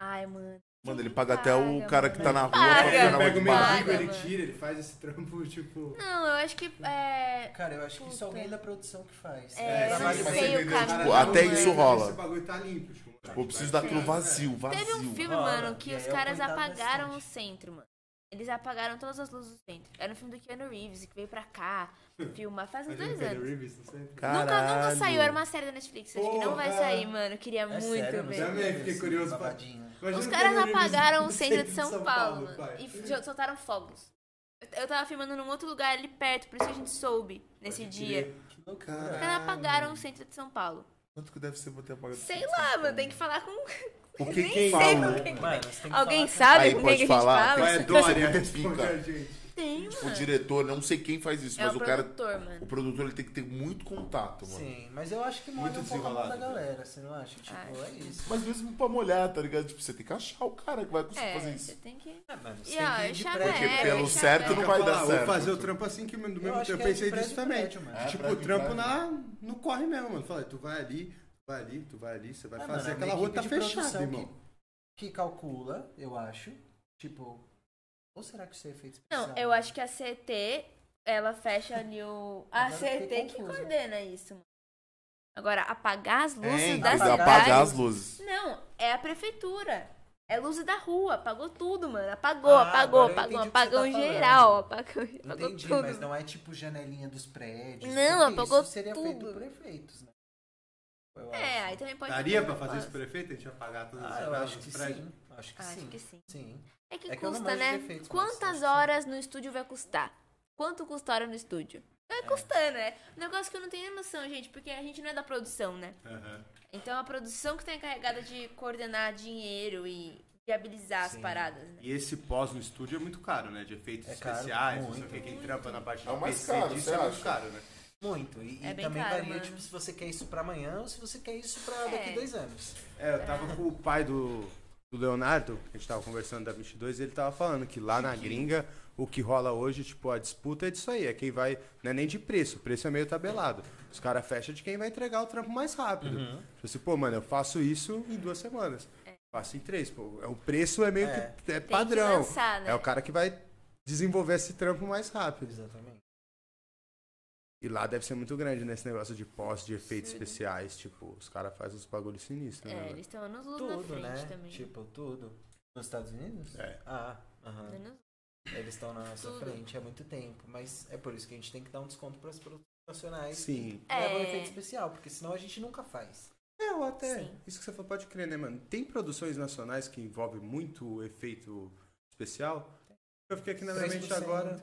Speaker 3: Ai, mano.
Speaker 4: Mano, ele
Speaker 3: Quem
Speaker 4: paga até o
Speaker 3: paga,
Speaker 4: cara que tá na
Speaker 3: mano?
Speaker 4: rua pra
Speaker 3: Paga.
Speaker 4: ficar na rua
Speaker 5: um Pega
Speaker 4: de
Speaker 5: o
Speaker 4: baixo.
Speaker 5: mendigo, ele
Speaker 3: mano.
Speaker 5: tira, ele faz esse trampo, tipo.
Speaker 3: Não, eu acho que é.
Speaker 2: Cara, eu acho que isso
Speaker 3: Puta.
Speaker 2: é alguém da produção que faz.
Speaker 3: É, eu não
Speaker 5: mas
Speaker 2: trabalho
Speaker 5: você
Speaker 2: bem.
Speaker 3: sei o
Speaker 5: entendeu?
Speaker 3: caminho,
Speaker 5: Tipo,
Speaker 4: até
Speaker 3: mano.
Speaker 4: isso rola.
Speaker 5: Esse bagulho tá limpo, tipo. é.
Speaker 4: Pô, eu preciso daquilo vazio, vazio.
Speaker 3: Teve um filme,
Speaker 2: Ó,
Speaker 3: mano, que
Speaker 2: e
Speaker 3: os
Speaker 2: aí eu
Speaker 3: caras
Speaker 2: coitado
Speaker 3: apagaram
Speaker 2: bastante.
Speaker 3: o centro, mano. Eles apagaram todas as luzes do centro. Era um filme do Keanu Reeves, que veio pra cá filmar faz uns dois anos. Nunca, nunca
Speaker 4: Caralho.
Speaker 3: saiu, era uma série da Netflix. Acho que não vai
Speaker 5: Porra.
Speaker 3: sair, mano. Eu Queria
Speaker 2: É
Speaker 3: muito
Speaker 2: sério, não
Speaker 3: ver.
Speaker 5: Também
Speaker 2: sabia
Speaker 5: fiquei
Speaker 2: desse
Speaker 5: curioso pra-
Speaker 2: babadinho.
Speaker 5: Imagina
Speaker 3: Os
Speaker 5: o
Speaker 3: caras
Speaker 5: Keanu Reeves
Speaker 3: apagaram o
Speaker 5: no
Speaker 3: centro de São, Paulo, mano,
Speaker 5: pai.
Speaker 3: e jo- soltaram fogos. Eu- Eu tava filmando num outro lugar ali perto, por isso que a gente soube nesse
Speaker 5: Pode
Speaker 3: dia.
Speaker 5: crer.
Speaker 2: Que loucura.
Speaker 3: Os
Speaker 4: Caralho.
Speaker 3: caras apagaram o centro de São Paulo.
Speaker 4: Quanto que deve ser pra ter apagado?
Speaker 3: Sei lá, mano, tem que falar com.
Speaker 4: O que
Speaker 3: Nem
Speaker 4: quem
Speaker 3: sei
Speaker 4: fala? né?
Speaker 3: com quem.
Speaker 2: Mano, você tem que
Speaker 3: Alguém
Speaker 2: falar
Speaker 3: sabe
Speaker 4: Aí,
Speaker 3: com
Speaker 4: pode
Speaker 3: quem que a gente
Speaker 4: falar,
Speaker 3: fala?
Speaker 5: Vai,
Speaker 4: Essa-
Speaker 5: Dória,
Speaker 4: essa
Speaker 5: responde
Speaker 4: pica.
Speaker 5: a gente.
Speaker 3: Tem,
Speaker 4: Tipo, o
Speaker 3: mano.
Speaker 4: diretor, não sei quem faz isso,
Speaker 3: É
Speaker 4: mas
Speaker 3: o
Speaker 4: o cara. tá,
Speaker 3: produtor, mano.
Speaker 4: O produtor ele tem que ter muito contato, mano.
Speaker 2: Sim, mas eu acho que molha
Speaker 5: Muito
Speaker 2: um pouco a mão da
Speaker 5: desenrolado.
Speaker 2: galera, você não acha? Tipo,
Speaker 3: Acho.
Speaker 2: é isso.
Speaker 4: Mas mesmo pra molhar, tá ligado? Tipo, você tem que achar o cara que vai conseguir
Speaker 3: É,
Speaker 4: fazer
Speaker 3: você
Speaker 4: isso.
Speaker 3: tem que.
Speaker 2: É, mano, você
Speaker 3: E, ó,
Speaker 2: tem que ir de
Speaker 3: já
Speaker 2: prédio.
Speaker 4: Porque
Speaker 3: é,
Speaker 4: pelo
Speaker 3: já
Speaker 4: certo
Speaker 3: é.
Speaker 4: não vai
Speaker 5: Falar,
Speaker 4: dar
Speaker 5: vou
Speaker 4: certo.
Speaker 5: fazer o trampo assim que do
Speaker 2: Eu
Speaker 5: mesmo tempo.
Speaker 2: acho que é de
Speaker 5: pensei
Speaker 2: prédio
Speaker 5: disso
Speaker 2: pra
Speaker 5: também.
Speaker 2: prédio, mano.
Speaker 4: É,
Speaker 5: tipo,
Speaker 4: prédio
Speaker 5: o
Speaker 4: pra
Speaker 5: trampo
Speaker 4: prédio.
Speaker 5: na, no corre mesmo, mano. Fala, tu vai ali, tu vai ali, tu vai ali, você vai
Speaker 2: É,
Speaker 5: fazer
Speaker 2: mano, é uma
Speaker 5: aquela rua
Speaker 2: equipe
Speaker 5: tá
Speaker 2: de
Speaker 5: fechada,
Speaker 2: produção
Speaker 5: irmão.
Speaker 2: Que, que calcula, eu acho. Tipo. Ou será que isso é efeito especial?
Speaker 3: Não, eu acho que a CT, ela fecha ali o. A
Speaker 2: Agora eu fiquei
Speaker 3: CT que
Speaker 2: confusa.
Speaker 3: coordena isso, mano. Agora, apagar as luzes
Speaker 4: Hein?
Speaker 3: da
Speaker 4: Tem que
Speaker 3: cidade.
Speaker 4: É, apagar as luzes.
Speaker 3: Não, é a prefeitura. É luz da rua, apagou tudo, mano. Apagou,
Speaker 2: Ah,
Speaker 3: apagou,
Speaker 2: agora eu entendi
Speaker 3: apagou,
Speaker 2: o que você
Speaker 3: apagou em
Speaker 2: tá falando.
Speaker 3: geral, apagou, apagou
Speaker 2: Entendi,
Speaker 3: tudo.
Speaker 2: mas não é tipo janelinha dos prédios.
Speaker 3: Não,
Speaker 2: porque
Speaker 3: apagou
Speaker 2: isso seria feito
Speaker 3: tudo.
Speaker 2: por prefeitos, né? Eu
Speaker 3: É,
Speaker 2: acho.
Speaker 3: aí também pode.
Speaker 5: Daria
Speaker 3: ser
Speaker 5: pra
Speaker 3: que
Speaker 5: fazer
Speaker 3: eu
Speaker 5: isso
Speaker 3: faça.
Speaker 5: prefeito? A gente apagar todas as
Speaker 2: Ah, eu
Speaker 5: janelas
Speaker 2: acho
Speaker 5: dos
Speaker 2: que
Speaker 5: prédios?
Speaker 2: sim. Acho que
Speaker 3: Ah, Acho
Speaker 2: sim.
Speaker 3: que sim.
Speaker 2: Sim.
Speaker 3: É que
Speaker 2: É que eu não
Speaker 3: custa,
Speaker 2: manjo
Speaker 3: né?
Speaker 2: de efeitos, mas acho que
Speaker 3: Quantas
Speaker 2: sim.
Speaker 3: horas no estúdio vai custar? Quanto custa a hora no estúdio? Vai custando, é. Um negócio que eu não tenho nem noção, gente, porque a gente não é da produção, né?
Speaker 5: Aham.
Speaker 3: Então a produção que tá encarregada de coordenar dinheiro e viabilizar as
Speaker 2: Sim.
Speaker 3: paradas, né?
Speaker 5: E esse pós no estúdio é muito caro, né? De efeitos
Speaker 2: É caro,
Speaker 5: especiais, não sei o
Speaker 2: muito.
Speaker 5: que, quem trampa na parte
Speaker 4: É o
Speaker 5: do
Speaker 4: mais
Speaker 5: PC
Speaker 4: caro,
Speaker 5: disso
Speaker 4: você
Speaker 5: é
Speaker 4: acha?
Speaker 5: muito caro, né?
Speaker 2: Muito. E,
Speaker 3: É
Speaker 2: e
Speaker 3: bem
Speaker 2: também
Speaker 3: caro,
Speaker 2: varia,
Speaker 3: mano.
Speaker 2: tipo, se você quer isso pra amanhã ou se você quer isso pra daqui
Speaker 3: É.
Speaker 2: dois anos.
Speaker 5: É, eu tava com o pai do, do Leonardo, que a gente tava conversando da 22, e ele tava falando que lá na gringa, o que rola hoje, tipo, a disputa é disso aí, é quem vai, não é nem de preço, o preço é meio tabelado. Os caras fecham de quem vai entregar o trampo mais rápido. Tipo assim, pô, mano, eu faço isso em duas semanas, faço em três, pô. É, O preço é meio
Speaker 2: É.
Speaker 5: que é
Speaker 3: É. que
Speaker 5: padrão.
Speaker 3: lançar, né?
Speaker 5: É o cara que vai desenvolver esse trampo mais rápido.
Speaker 2: Exatamente.
Speaker 5: E lá deve ser muito grande, né? Esse negócio de posse, de efeitos especiais. Tipo, os caras fazem uns bagulhos sinistros, né?
Speaker 3: É,
Speaker 5: velho?
Speaker 3: eles estão anos luz na
Speaker 2: Tudo,
Speaker 3: frente
Speaker 2: né?
Speaker 3: também.
Speaker 2: Tipo, tudo. Nos Estados Unidos?
Speaker 5: É.
Speaker 2: Ah, aham.
Speaker 3: Anos-
Speaker 2: Eles estão na nossa
Speaker 3: Tudo.
Speaker 2: frente há muito tempo, mas é por isso que a gente tem que dar um desconto para as produções nacionais
Speaker 5: Sim.
Speaker 2: que levam
Speaker 3: É.
Speaker 2: efeito especial, porque senão a gente nunca faz.
Speaker 5: É, ou até.
Speaker 3: Sim.
Speaker 5: Isso que você falou, pode crer, né, mano? Tem produções nacionais que envolvem muito efeito especial. Eu fiquei aqui É na minha mente
Speaker 2: 3%
Speaker 5: agora.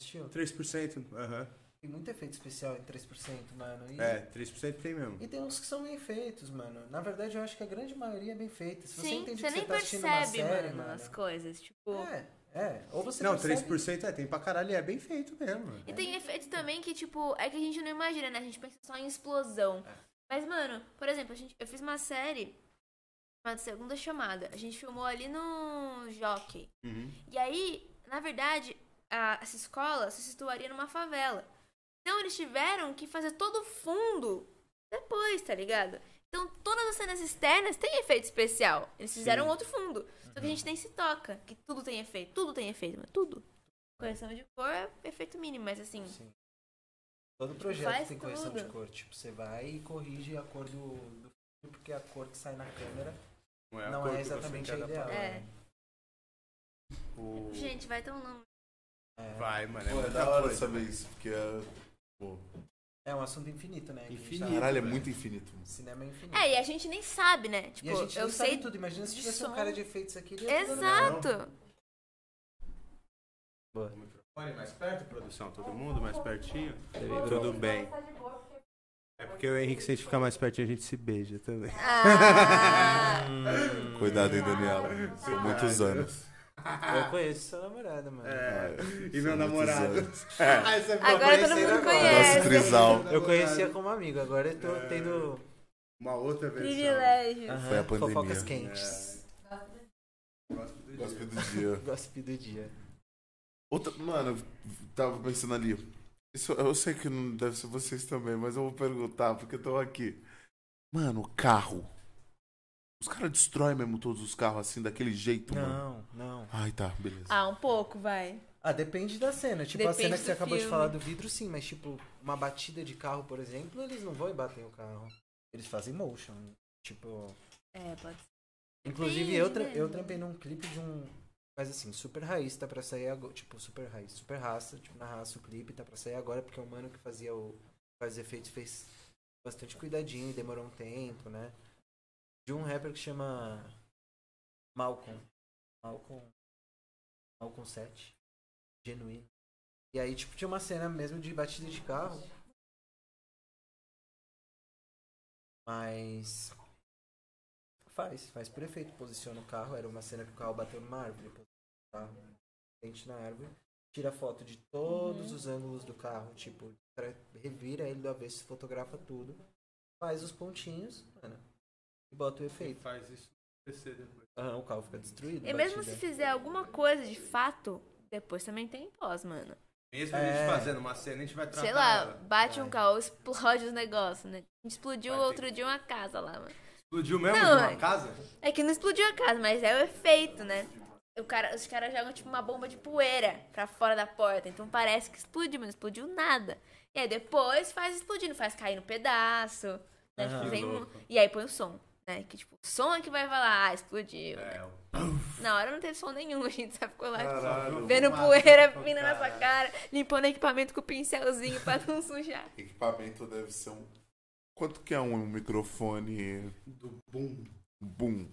Speaker 2: Assistiu?
Speaker 5: 3%. Aham.
Speaker 2: Tem muito efeito especial em 3%, mano. E,
Speaker 5: É, 3% tem mesmo.
Speaker 2: e tem uns que são bem feitos, mano. Na verdade, eu acho que a grande maioria é bem feita. Se você
Speaker 3: Sim,
Speaker 2: entende
Speaker 3: você
Speaker 2: que
Speaker 3: nem
Speaker 2: você tá assistindo uma
Speaker 3: percebe,
Speaker 2: série,
Speaker 3: mano, as coisas. Tipo.
Speaker 2: É, é. Ou você
Speaker 5: Não,
Speaker 2: percebe...
Speaker 5: 3% é, tem pra caralho, é bem feito mesmo. mano.
Speaker 3: E tem efeito também que, tipo, é que a gente não imagina, né? A gente pensa só em explosão.
Speaker 2: É.
Speaker 3: Mas, mano, por exemplo, a gente, eu fiz uma série chamada Segunda Chamada. A gente filmou ali no Jockey.
Speaker 5: Uhum.
Speaker 3: E aí, na verdade, a- essa escola se situaria numa favela. Então eles tiveram que fazer todo o fundo depois, tá ligado? Então todas as cenas externas têm efeito especial. Eles fizeram outro fundo. Só que a gente nem se toca, que tudo tem efeito. Tudo tem efeito, mas tudo. Correção de cor é efeito mínimo, mas assim,
Speaker 2: Sim. Todo projeto
Speaker 3: Faz
Speaker 2: tem correção de
Speaker 3: tudo.
Speaker 2: cor. Tipo, você vai e corrige a cor do, do filme, porque a cor que sai na câmera
Speaker 5: é a
Speaker 2: não
Speaker 5: cor
Speaker 2: é
Speaker 5: que você
Speaker 2: exatamente
Speaker 5: quer
Speaker 2: a
Speaker 5: da
Speaker 2: ideal.
Speaker 5: parada.
Speaker 3: É.
Speaker 2: né?
Speaker 5: O-
Speaker 3: Gente, vai um tão longe.
Speaker 2: É.
Speaker 5: Vai, mano. É
Speaker 4: Pô, é
Speaker 5: muita
Speaker 4: da hora
Speaker 5: coisa,
Speaker 4: saber
Speaker 5: mano.
Speaker 4: isso, porque é. Pô,
Speaker 2: É um assunto infinito, né? Que a gente
Speaker 5: Infinito.
Speaker 2: tá-
Speaker 4: caralho, é
Speaker 5: velho.
Speaker 4: muito infinito. mano.
Speaker 2: Cinema é infinito.
Speaker 3: É, e a gente nem sabe, né? Tipo,
Speaker 2: e a gente
Speaker 3: eu
Speaker 2: não sabe
Speaker 3: sei.
Speaker 2: tudo. Imagina se
Speaker 3: de
Speaker 2: tivesse um
Speaker 3: som.
Speaker 2: cara de efeitos aqui. ele ia tudo, né?
Speaker 3: Exato.
Speaker 5: O microfone mais perto, produção. Todo mundo mais pertinho.
Speaker 2: Não.
Speaker 5: Tudo bem. É porque o Henrique, se a gente ficar mais pertinho, a gente se beija também.
Speaker 3: Ah,
Speaker 4: Cuidado, hein, Daniela. São muitos anos.
Speaker 2: Eu conheço sua namorada, mano. é
Speaker 5: E É. meu
Speaker 4: São muitos
Speaker 5: namorado. Ah,
Speaker 4: anos.
Speaker 5: Aí você ficou
Speaker 3: agora todo
Speaker 5: conhecendo
Speaker 3: mundo
Speaker 5: agora.
Speaker 4: Nosso
Speaker 3: conhece.
Speaker 4: trisal.
Speaker 2: Eu conhecia como amigo, agora eu tô
Speaker 5: É.
Speaker 2: tendo
Speaker 5: Uma outra versão.
Speaker 3: Privilégios.
Speaker 2: aham,
Speaker 4: Foi a pandemia.
Speaker 2: fofocas quentes. É.
Speaker 5: Gosto do
Speaker 4: Gosto
Speaker 5: dia.
Speaker 4: do dia.
Speaker 2: Gossip do dia.
Speaker 4: Outra, mano, eu tava pensando ali. Isso, eu sei que não deve ser vocês também, mas eu vou perguntar, porque eu tô aqui. Mano, carro. Os caras destroem mesmo todos os carros assim, daquele jeito, mano.
Speaker 2: Não, não.
Speaker 4: Ai, tá, beleza.
Speaker 3: Ah, um pouco, vai.
Speaker 2: Ah, depende da cena. Tipo, a
Speaker 3: Depende
Speaker 2: cena que
Speaker 3: do
Speaker 2: você acabou de
Speaker 3: filme.
Speaker 2: falar do vidro, sim, mas tipo, uma batida de carro, por exemplo, eles não vão e batem o carro. Eles fazem motion. Tipo.
Speaker 3: É, pode ser.
Speaker 2: Inclusive,
Speaker 3: Depende,
Speaker 2: eu, tra-
Speaker 3: né?
Speaker 2: eu trampei num clipe de um. Mas assim, super raiz, tá pra sair agora. Tipo, super raiz, super raça, tipo, na raça o clipe, tá pra sair agora, porque o mano que fazia o. faz os efeitos fez bastante cuidadinho, demorou um tempo, né? De um rapper que chama. Malcolm. Malcolm. Malcolm 7. Genuíno. E aí, tipo, tinha uma cena mesmo de batida de carro. Mas. Faz, faz por efeito. Posiciona o carro. Era uma cena que o carro bateu numa árvore. Posiciona o carro frente na árvore. Tira foto de todos os ângulos do carro. Tipo, tra- revira ele do avesso, fotografa tudo. Faz os pontinhos, mano. E bota o efeito.
Speaker 5: Faz isso acontecer depois.
Speaker 2: Aham, o carro fica destruído.
Speaker 3: E mesmo se
Speaker 2: batida.
Speaker 3: fizer alguma coisa de fato, depois também tem pós, mano.
Speaker 5: Mesmo a
Speaker 2: É.
Speaker 5: gente fazendo uma cena, a gente vai tratar
Speaker 3: Sei lá,
Speaker 5: ela.
Speaker 3: bate
Speaker 2: Ah, Vai.
Speaker 3: um carro, explode os negócios, né? A gente Explodiu
Speaker 5: Vai ter
Speaker 3: outro dia uma casa lá, mano.
Speaker 5: Explodiu mesmo
Speaker 3: Não,
Speaker 5: de uma
Speaker 3: é-
Speaker 5: casa?
Speaker 3: É que não explodiu a casa, mas é o efeito, né? O cara, os caras jogam tipo uma bomba de poeira pra fora da porta. Então parece que explodiu, mas não explodiu nada. E aí depois faz explodindo, faz cair no pedaço. né?
Speaker 2: Aham.
Speaker 3: Tipo,
Speaker 5: Ah, Que
Speaker 3: tem um-
Speaker 5: louco.
Speaker 3: e aí põe o som, né? Que tipo, o som é que vai falar, ah, explodiu.
Speaker 5: É, o
Speaker 3: Na hora não teve som nenhum, a gente só ficou lá tipo,
Speaker 5: Caralho.
Speaker 3: vendo
Speaker 5: Mata,
Speaker 3: poeira
Speaker 5: pô,
Speaker 3: vindo na sua cara, limpando equipamento com o pincelzinho pra não sujar.
Speaker 4: Equipamento deve ser um. Quanto que é um microfone
Speaker 5: do boom.
Speaker 4: boom?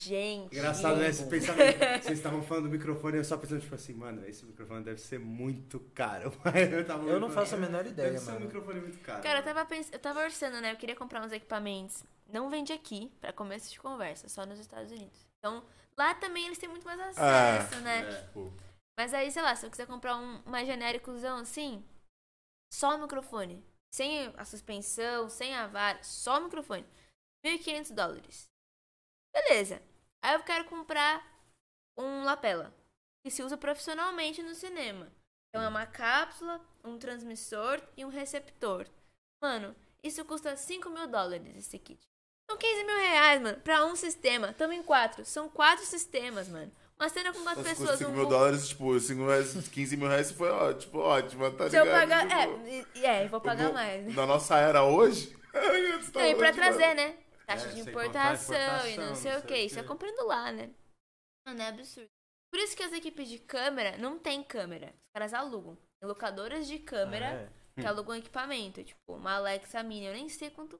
Speaker 3: Gente.
Speaker 5: Engraçado, né? Esse pensamento. Vocês estavam falando do microfone, eu só pensando, tipo assim, mano, esse microfone deve ser muito caro. Eu, tava
Speaker 2: Eu
Speaker 5: olhando
Speaker 2: não
Speaker 5: pra-
Speaker 2: faço a menor
Speaker 5: Deve
Speaker 2: ideia,
Speaker 5: ser um
Speaker 2: mano.
Speaker 5: microfone muito caro.
Speaker 3: Cara, tá eu tava, pens... eu tava orçando, né? Eu queria comprar uns equipamentos. Não vende aqui, pra começo de conversa, só nos Estados Unidos. Então, lá também eles têm muito mais acesso, né?
Speaker 5: É.
Speaker 4: Tipo,
Speaker 3: Mas aí, sei lá, se eu quiser comprar um mais genéricozão assim, só o microfone. Sem a suspensão, sem a vara, só o microfone. 1.500 dólares. Beleza. Aí eu quero comprar um lapela, que se usa profissionalmente no cinema. Então é uma cápsula, um transmissor e um receptor. Mano, isso custa 5 mil dólares esse kit. São 15 mil reais, mano, pra um sistema. Tamo em quatro. São quatro sistemas, mano. Uma cena com quatro
Speaker 4: Nossa, com
Speaker 3: pessoas.
Speaker 4: 5
Speaker 3: um
Speaker 4: mil
Speaker 3: com-
Speaker 4: dólares, tipo, 5 reais, 15 mil reais foi ó, tipo, ótimo, tá ligado?
Speaker 3: Se eu pagar.
Speaker 4: Tipo,
Speaker 3: É, e- e- é, eu vou pagar
Speaker 4: no-
Speaker 3: mais, né?
Speaker 4: Na nossa era hoje.
Speaker 3: Não, e pra trazer, né? Taxa
Speaker 5: É,
Speaker 3: de
Speaker 5: sem contar a
Speaker 3: importação, e não sei o que. Isso é
Speaker 5: quê.
Speaker 3: comprando lá, né? Mano, é absurdo. Por isso que as equipes de câmera não tem câmera. Os caras alugam. Tem locadoras de câmera
Speaker 2: Ah,
Speaker 3: que alugam equipamento. Tipo, uma Alexa Mini, eu nem sei quanto.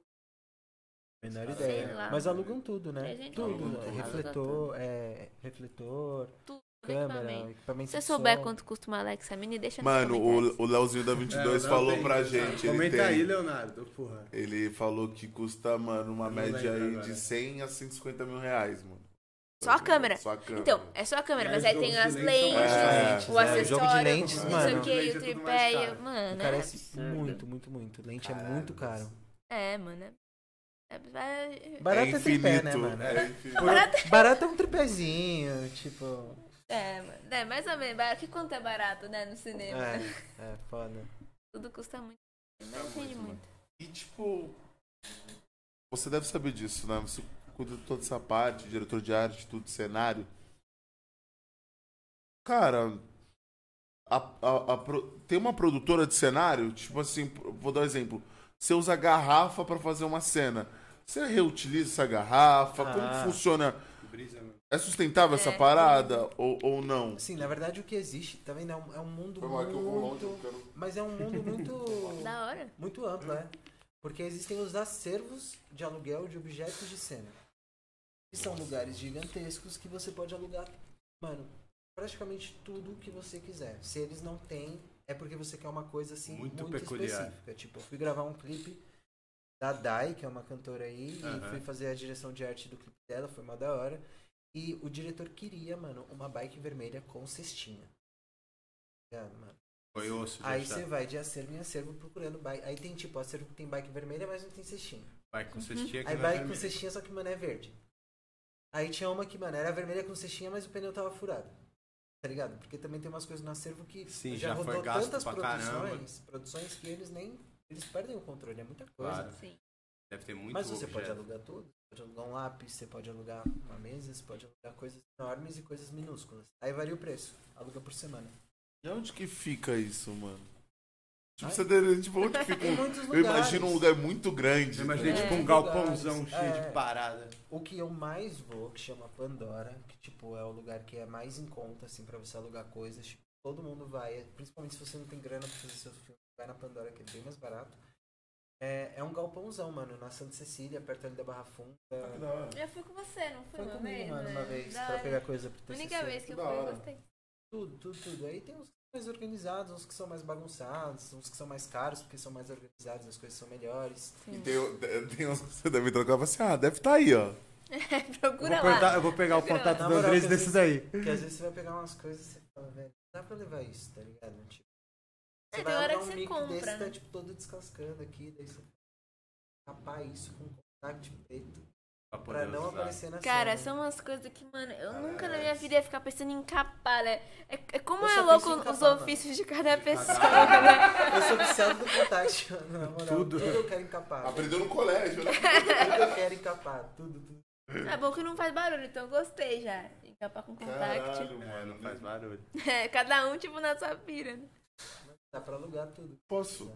Speaker 2: é. Menor
Speaker 3: Sei
Speaker 2: ideia.
Speaker 3: lá.
Speaker 2: Mas alugam tudo,
Speaker 3: Tem
Speaker 2: né?
Speaker 3: gente
Speaker 2: Tudo.
Speaker 3: que aluga tudo.
Speaker 2: refletor, é, refletor,
Speaker 3: tudo no
Speaker 2: câmera,
Speaker 3: equipamento.
Speaker 2: equipamento
Speaker 3: Se você
Speaker 2: de
Speaker 3: souber
Speaker 2: som.
Speaker 3: quanto custa uma Alexa Mini, deixa nos
Speaker 4: Mano,
Speaker 3: comentários.
Speaker 4: o, o Leozinho da 22
Speaker 5: É,
Speaker 4: falou
Speaker 5: não,
Speaker 4: pra
Speaker 5: tem-
Speaker 4: gente. Ele,
Speaker 5: Comenta
Speaker 4: tem,
Speaker 5: aí, Leonardo, porra.
Speaker 4: ele falou que custa, mano, uma
Speaker 5: Não
Speaker 4: média
Speaker 5: lembro
Speaker 4: aí
Speaker 5: agora.
Speaker 4: de 100 a 150 mil reais, mano.
Speaker 3: Só a câmera.
Speaker 4: Só a câmera.
Speaker 3: Então, é só a câmera,
Speaker 5: É,
Speaker 3: mas
Speaker 5: os
Speaker 3: aí
Speaker 5: jogos
Speaker 3: tem
Speaker 5: de
Speaker 3: as
Speaker 5: lentes são mais
Speaker 3: lentes,
Speaker 4: caros.
Speaker 3: o
Speaker 2: É, é,
Speaker 3: acessório,
Speaker 2: jogo de lentes,
Speaker 3: não sei
Speaker 2: mano.
Speaker 3: o que,
Speaker 5: Lente
Speaker 3: o
Speaker 5: é tudo
Speaker 3: tripé.
Speaker 5: mais
Speaker 3: e-
Speaker 5: caro.
Speaker 3: Mano, é
Speaker 2: Encarece
Speaker 3: absurdo.
Speaker 2: muito, muito, muito. Lente é
Speaker 5: Caralho,
Speaker 2: muito caro.
Speaker 3: É, mano. é- é- vai-
Speaker 4: é
Speaker 2: Barato é,
Speaker 4: infinito.
Speaker 2: tripé, né, mano?
Speaker 4: É infinito.
Speaker 2: Barato é um tripézinho, tipo.
Speaker 3: É, mano, é, mais ou menos. barato. Que quanto é barato, né, no cinema?
Speaker 2: É, é foda.
Speaker 3: Tudo custa muito. Mas entende muito.
Speaker 4: E tipo. Você deve saber disso, né? Você cuida de toda essa parte, diretor de arte, tudo, cenário. Cara, a- a- a pro- tem uma produtora de cenário, tipo assim, vou dar um exemplo. Você usa garrafa pra fazer uma cena. Você reutiliza essa garrafa? Como que funciona? É sustentável essa parada ou, ou não?
Speaker 2: Assim, na verdade o que existe também é um, é um mundo
Speaker 4: Foi mal, é que eu vou
Speaker 2: muito...
Speaker 4: longe, eu quero-
Speaker 2: Mas é um mundo muito...
Speaker 3: Da hora.
Speaker 2: Muito amplo, é. Porque existem os acervos de aluguel de objetos de cena. Que são lugares gigantescos que você pode alugar, mano, praticamente tudo que você quiser. Se eles não têm, é porque você quer uma coisa assim muito,
Speaker 5: Muito peculiar.
Speaker 2: específica. Tipo, eu fui gravar um clipe da Dai, que é uma cantora aí, e fui fazer a direção de arte do clipe dela, foi uma da hora. E o diretor queria, mano, uma bike vermelha com cestinha. Tá, mano?
Speaker 5: Foi osso de
Speaker 2: Aí
Speaker 5: achar.
Speaker 2: você vai de acervo em acervo procurando bike. Aí tem tipo, acervo que tem bike vermelha, mas não tem cestinha.
Speaker 5: Vai com cestinha que
Speaker 2: Aí
Speaker 5: não é
Speaker 2: bike com
Speaker 5: vermelho.
Speaker 2: cestinha, só que, mano, é verde. Aí tinha uma que, mano, era vermelha com cestinha, mas o pneu tava furado. Tá ligado? Porque também tem umas coisas no acervo que
Speaker 5: Sim,
Speaker 2: já,
Speaker 5: já foi
Speaker 2: rodou
Speaker 5: gasto
Speaker 2: tantas
Speaker 5: pra caramba.
Speaker 2: produções, produções que eles nem. Eles perdem o controle, é muita coisa.
Speaker 5: Claro.
Speaker 3: Sim.
Speaker 5: Deve ter muito
Speaker 2: Mas você
Speaker 5: objeto.
Speaker 2: pode alugar tudo. Você pode alugar um lápis, você pode alugar uma mesa, você pode alugar coisas enormes e coisas minúsculas. Aí varia o preço. Aluga por semana.
Speaker 4: E onde que fica isso, mano? Tipo,
Speaker 2: Ai.
Speaker 4: você deve, tipo, onde que fica
Speaker 2: Tem
Speaker 4: um-
Speaker 2: muitos
Speaker 4: Eu imagino um
Speaker 2: lugares.
Speaker 4: lugar muito grande.
Speaker 5: Eu imaginei
Speaker 3: É.
Speaker 5: tipo um galpãozão
Speaker 2: Lugares,
Speaker 5: cheio
Speaker 2: é.
Speaker 5: de parada.
Speaker 2: O que eu mais vou, que chama Pandora, que tipo é o lugar que é mais em conta assim para você alugar coisas, tipo, todo mundo vai, é- principalmente se você não tem grana pra fazer seu filme, vai na Pandora que é bem mais barato. É, é um galpãozão, mano, na Santa Cecília, perto ali da Barra Funda.
Speaker 3: Eu fui com você, não fui
Speaker 2: Foi
Speaker 3: uma
Speaker 2: comigo,
Speaker 3: vez?
Speaker 2: mano, uma
Speaker 3: Ah, né?
Speaker 2: vez,
Speaker 3: Da
Speaker 2: pra
Speaker 3: hora.
Speaker 2: pegar coisa pro TCC.
Speaker 3: Única vez que eu
Speaker 4: Da
Speaker 3: fui, eu
Speaker 4: hora.
Speaker 3: gostei.
Speaker 2: Tudo, tudo, tudo. Aí tem uns que são mais organizados, uns que são mais bagunçados, uns que são mais caros, porque são mais organizados, as coisas são melhores.
Speaker 4: E tem, o- tem uns que você deve trocar e falar assim, ah, deve estar aí, ó.
Speaker 1: Eu
Speaker 3: É, Procura
Speaker 1: vou,
Speaker 3: lá.
Speaker 1: perguntar- eu vou pegar o
Speaker 3: Procura lá.
Speaker 1: contato
Speaker 2: Na
Speaker 1: do
Speaker 2: moral,
Speaker 1: Andrés
Speaker 2: que
Speaker 1: desses
Speaker 2: às
Speaker 1: daí.
Speaker 2: Porque às vezes você vai pegar umas coisas e você fala, velho, não dá pra levar isso, tá ligado? Tipo,
Speaker 3: É,
Speaker 2: você
Speaker 3: tem
Speaker 2: vai
Speaker 3: hora
Speaker 2: alugar
Speaker 3: que
Speaker 2: um
Speaker 3: você
Speaker 2: mico
Speaker 3: compra,
Speaker 2: desse, tá
Speaker 3: né?
Speaker 2: tipo todo descascando aqui, daí você tapar isso com contact preto
Speaker 5: Pra, poder
Speaker 2: pra não
Speaker 5: usar.
Speaker 2: aparecer na
Speaker 3: Cara,
Speaker 2: cena.
Speaker 3: são umas coisas que, mano, eu
Speaker 2: Ah,
Speaker 3: nunca na minha vida ia ficar pensando em capar, né? É, é como
Speaker 2: é. Eu
Speaker 3: é
Speaker 2: só
Speaker 3: louco
Speaker 2: penso em
Speaker 3: os
Speaker 2: capar,
Speaker 3: ofícios de cada pessoa.
Speaker 2: Eu sou viciado do contact, mano, na moral.
Speaker 5: Tudo.
Speaker 2: Tudo. eu quero encapar. velho.
Speaker 4: Aprendeu no colégio, né?
Speaker 2: Tudo eu quero encapar. Tudo, tudo.
Speaker 3: É bom que não faz barulho, então eu gostei já. Encapar com contact.
Speaker 5: É,
Speaker 4: Caralho,
Speaker 5: não
Speaker 4: mano.
Speaker 5: faz barulho.
Speaker 3: É, cada um, tipo, na sua pira. né?
Speaker 2: Dá pra alugar tudo.
Speaker 4: Posso?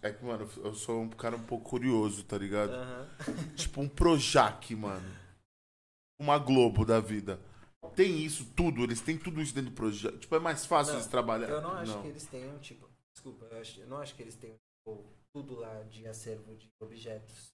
Speaker 4: É que, mano, eu sou um cara um pouco curioso, tá ligado?
Speaker 2: Aham.
Speaker 4: Tipo um Projac, mano. Uma Globo da vida. Tem isso tudo, eles têm tudo isso dentro do Projac. Tipo, é mais fácil
Speaker 2: Não,
Speaker 4: eles trabalhar.
Speaker 2: Então, Eu não acho que eles tenham, tipo. Desculpa, eu, acho- eu não acho que eles tenham, tipo, tudo lá de acervo de objetos.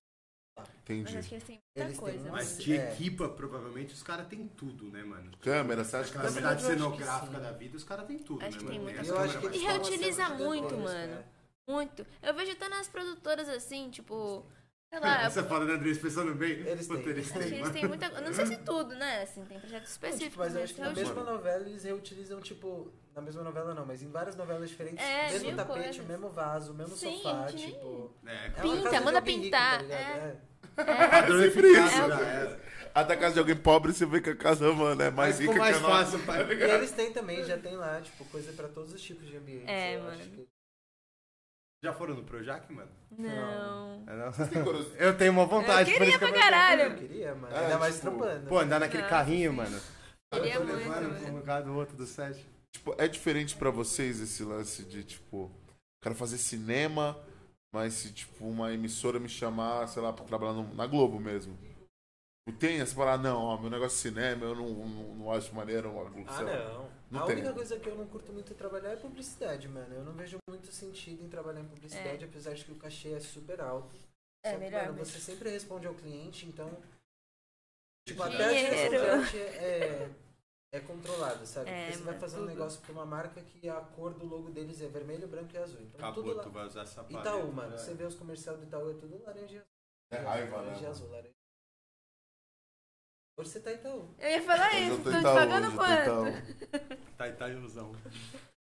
Speaker 3: Mas acho
Speaker 4: Entendi.
Speaker 3: que eles têm muita
Speaker 2: Eles têm
Speaker 3: coisa. assim,
Speaker 2: uma-
Speaker 5: Mas
Speaker 2: Mas,
Speaker 5: de
Speaker 2: é.
Speaker 5: equipa, provavelmente, os caras têm tudo, né, mano?
Speaker 4: Câmera, você acha que
Speaker 5: Aquela
Speaker 2: Na
Speaker 4: câmera...
Speaker 5: cidade
Speaker 2: verdade, eu acho que
Speaker 5: cenográfica
Speaker 2: sim.
Speaker 5: da vida, os caras têm tudo,
Speaker 3: Acho
Speaker 5: né,
Speaker 3: que tem
Speaker 5: mano?
Speaker 3: muita
Speaker 5: as
Speaker 2: Eu acho
Speaker 5: câmeras
Speaker 2: que
Speaker 5: mais
Speaker 2: eles
Speaker 3: E
Speaker 2: tão
Speaker 5: fodas.
Speaker 3: reutiliza
Speaker 2: acervo de
Speaker 3: muito,
Speaker 2: gigantesco,
Speaker 3: mano.
Speaker 2: né?
Speaker 3: Muito. Eu vejo até nas produtoras assim, tipo. Sei lá,
Speaker 5: Você fala, né, Andrés, pensando bem,
Speaker 2: Eles têm.
Speaker 5: puta, eles
Speaker 3: acho que
Speaker 5: têm,
Speaker 3: eles
Speaker 5: mano.
Speaker 3: têm muita coisa. Não sei se tudo, né? Assim, tem projetos específicos,
Speaker 2: Tipo, mas eu acho que na
Speaker 3: eu
Speaker 2: mesma
Speaker 3: juro.
Speaker 2: novela eles reutilizam, tipo, na mesma novela não, mas em várias novelas diferentes,
Speaker 3: É,
Speaker 2: o
Speaker 3: mil
Speaker 2: mesmo tapete,
Speaker 3: coisas.
Speaker 2: o mesmo vaso, o mesmo
Speaker 3: Sim,
Speaker 2: sofá,
Speaker 3: que nem-
Speaker 2: tipo.
Speaker 5: É,
Speaker 2: é uma
Speaker 3: Pinta,
Speaker 2: casa de
Speaker 3: manda
Speaker 2: alguém rico,
Speaker 3: pintar,
Speaker 2: tá ligado?
Speaker 3: é.
Speaker 2: É.
Speaker 4: sempre isso,
Speaker 5: É,
Speaker 4: né? Até a casa de alguém pobre, você vê que a casa, mano, é mais
Speaker 5: Mas
Speaker 4: rica
Speaker 5: ficou
Speaker 4: que
Speaker 5: mais
Speaker 4: a nossa.
Speaker 5: fácil, pai.
Speaker 2: E eles têm também, já tem lá, tipo, coisa pra todos os tipos de ambientes.
Speaker 3: É,
Speaker 2: eu
Speaker 3: mano.
Speaker 2: acho que-
Speaker 5: Já foram no Projac, mano?
Speaker 3: Não.
Speaker 5: É, Eu tenho uma
Speaker 3: Eu
Speaker 5: vontade, por
Speaker 3: queria
Speaker 5: isso que eu
Speaker 3: pra
Speaker 2: Eu
Speaker 3: caralho.
Speaker 2: queria, mano.
Speaker 4: É,
Speaker 2: Ainda mais
Speaker 4: tipo,
Speaker 2: trampando. né?
Speaker 5: Pô, andar naquele
Speaker 3: Não.
Speaker 5: carrinho, mano.
Speaker 3: Queria
Speaker 5: Tô
Speaker 3: muito, É,
Speaker 5: levando pra um
Speaker 3: mano.
Speaker 5: lugar do outro do set.
Speaker 4: Tipo, é diferente pra vocês esse lance de, tipo, quero fazer cinema, mas se, tipo, uma emissora me chamar, sei lá, pra trabalhar no- na Globo mesmo. Tipo, Tem essa parada, não, ó, meu negócio de cinema, eu não, não, não acho maneiro. ó,
Speaker 2: Ah,
Speaker 4: sei lá.
Speaker 2: não.
Speaker 4: Não
Speaker 2: a
Speaker 4: tem.
Speaker 2: única coisa que eu não curto muito trabalhar é publicidade, mano. Eu não vejo muito sentido em trabalhar em publicidade, apesar de que o cachê é super alto.
Speaker 3: É,
Speaker 2: Só que,
Speaker 3: melhor
Speaker 2: Mano,
Speaker 3: mesmo.
Speaker 2: você sempre responde ao cliente, então. Tipo,
Speaker 5: Dinheiro.
Speaker 2: até a direção de arte é, é controlada, sabe?
Speaker 3: É,
Speaker 2: Porque você vai
Speaker 3: mano,
Speaker 2: fazer um
Speaker 3: tudo.
Speaker 2: negócio pra uma marca que a cor do logo deles é vermelho, branco e azul. Então tudo
Speaker 5: Acabou,
Speaker 2: lá.
Speaker 5: tu vai usar essa paleta.
Speaker 2: Itaú, Então, mano.
Speaker 5: né?
Speaker 2: Você vê os comerciais do Itaú, é tudo laranja e azul.
Speaker 4: É raiva,
Speaker 2: laranja e
Speaker 4: né?
Speaker 2: azul, laranja. Hoje você tá Itaú.
Speaker 3: Eu ia falar
Speaker 4: Hoje
Speaker 3: isso,
Speaker 4: eu
Speaker 3: tô
Speaker 4: tô
Speaker 3: te
Speaker 4: Itaú,
Speaker 3: pagando
Speaker 4: hoje eu tô
Speaker 3: quanto?
Speaker 4: Itaú.
Speaker 5: Tá Itaiuzão.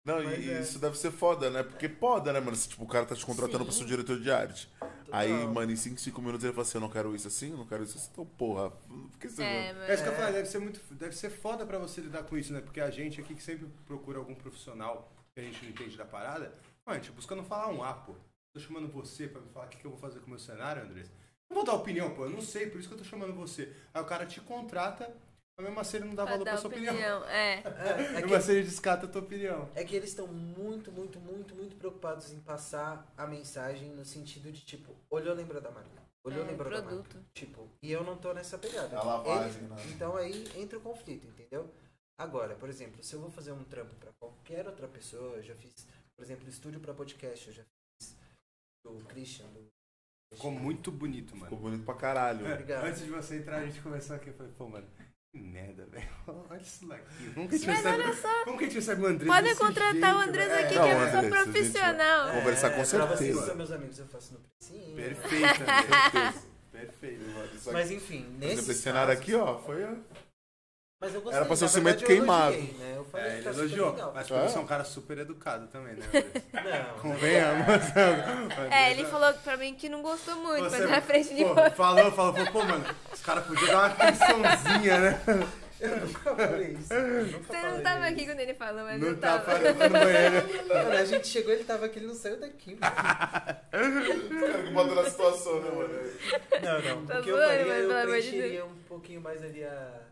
Speaker 4: Não,
Speaker 2: Mas
Speaker 4: e
Speaker 2: é.
Speaker 4: isso deve ser foda, né? Porque poda, né, mano? Se, tipo, o cara tá te contratando
Speaker 3: Sim.
Speaker 4: pra ser o diretor de arte. Aí,
Speaker 2: Total.
Speaker 4: mano, em 5, 5 minutos ele fala assim, eu não quero isso assim, eu não quero isso assim. Então, porra, por que você...
Speaker 3: É,
Speaker 5: É isso
Speaker 3: mano.
Speaker 5: que eu falei, deve ser muito. Deve ser foda pra você lidar com isso, né? Porque a gente aqui que sempre procura algum profissional que a gente não entende da parada, mano, a gente busca não falar um A, pô. Tô chamando você pra me falar o que, que eu vou fazer com o meu cenário, Andrés. Não vou dar opinião, pô. Eu não sei, por isso que eu tô chamando você. Aí o cara te contrata. Mas mesmo assim ele não dá
Speaker 3: Pra
Speaker 5: valor pra
Speaker 3: dar
Speaker 5: sua opinião.
Speaker 3: opinião. É.
Speaker 2: É, é
Speaker 5: Mesmo
Speaker 2: que,
Speaker 5: assim ele descarta a tua opinião.
Speaker 2: é que eles estão muito, muito, muito, muito preocupados em passar a mensagem no sentido de, tipo, olhou, lembra da marca. Olhou,
Speaker 3: É,
Speaker 2: lembrou da
Speaker 3: produto.
Speaker 2: marca. Tipo, e eu não tô nessa pegada.
Speaker 4: A lavagem,
Speaker 2: Eles-
Speaker 4: né?
Speaker 2: Então aí entra o conflito, entendeu? Agora, por exemplo, se eu vou fazer um trampo pra qualquer outra pessoa, eu já fiz, por exemplo, estúdio pra podcast, eu já fiz do Christian, do...
Speaker 5: Ficou muito bonito, mano. É.
Speaker 4: Ficou bonito pra caralho.
Speaker 2: Obrigado.
Speaker 5: Antes de você entrar, a gente começou aqui. Eu falei, pô, mano, que merda, velho. Olha isso daqui. Como que a gente
Speaker 3: Mas
Speaker 5: recebe-
Speaker 3: olha só,
Speaker 5: Como que a gente recebe o Andrés?
Speaker 3: podem
Speaker 5: desse
Speaker 3: contratar
Speaker 5: jeito, né?
Speaker 3: o Andrés
Speaker 5: velho?
Speaker 3: aqui,
Speaker 4: Não,
Speaker 3: que é
Speaker 4: Andrés, a
Speaker 3: pessoa
Speaker 4: gente vai-
Speaker 3: profissional.
Speaker 4: Conversar com
Speaker 2: É, Pra vocês que
Speaker 4: certeza.
Speaker 2: são meus amigos, eu faço no precinho.
Speaker 5: Perfeito, Andrés. Perfeito.
Speaker 4: Isso aqui,
Speaker 2: Mas enfim,
Speaker 4: por
Speaker 2: nesse
Speaker 4: exemplo, esse cenário
Speaker 2: caso-
Speaker 4: aqui, ó, foi. ó.
Speaker 2: Mas eu gostei,
Speaker 4: Era pra ser
Speaker 2: na
Speaker 4: o cimento
Speaker 2: verdade, eu
Speaker 4: queimado.
Speaker 2: elogiei, né? Eu falei
Speaker 5: É,
Speaker 2: que
Speaker 5: ele
Speaker 2: tá super
Speaker 5: elogiou.
Speaker 2: legal.
Speaker 5: Mas
Speaker 4: Ah.
Speaker 5: porque você é um cara super educado também, né, Andrés?
Speaker 2: Não,
Speaker 5: Convenhamos.
Speaker 3: É, ele falou pra mim que não gostou muito,
Speaker 5: Você-
Speaker 3: mas na frente de
Speaker 5: pô,
Speaker 3: você.
Speaker 5: Falou, falou, falou, pô, mano, os caras podiam dar uma atençãozinha, né?
Speaker 2: eu nunca falei isso. eu nunca
Speaker 3: Você não
Speaker 2: falei
Speaker 3: tava
Speaker 2: isso.
Speaker 3: aqui quando ele falou, mas eu
Speaker 5: Não tá
Speaker 3: tava.
Speaker 5: falando no banheiro.
Speaker 2: Mano, a gente chegou, ele tava aqui, ele não saiu daqui. mano.
Speaker 4: Cara, que bota na situação, né, mano?
Speaker 2: Não, não.
Speaker 3: Tá
Speaker 2: o que eu
Speaker 3: bom,
Speaker 2: faria,
Speaker 3: mas pelo
Speaker 2: eu
Speaker 3: amor de
Speaker 2: preencheria um pouquinho mais ali a... a-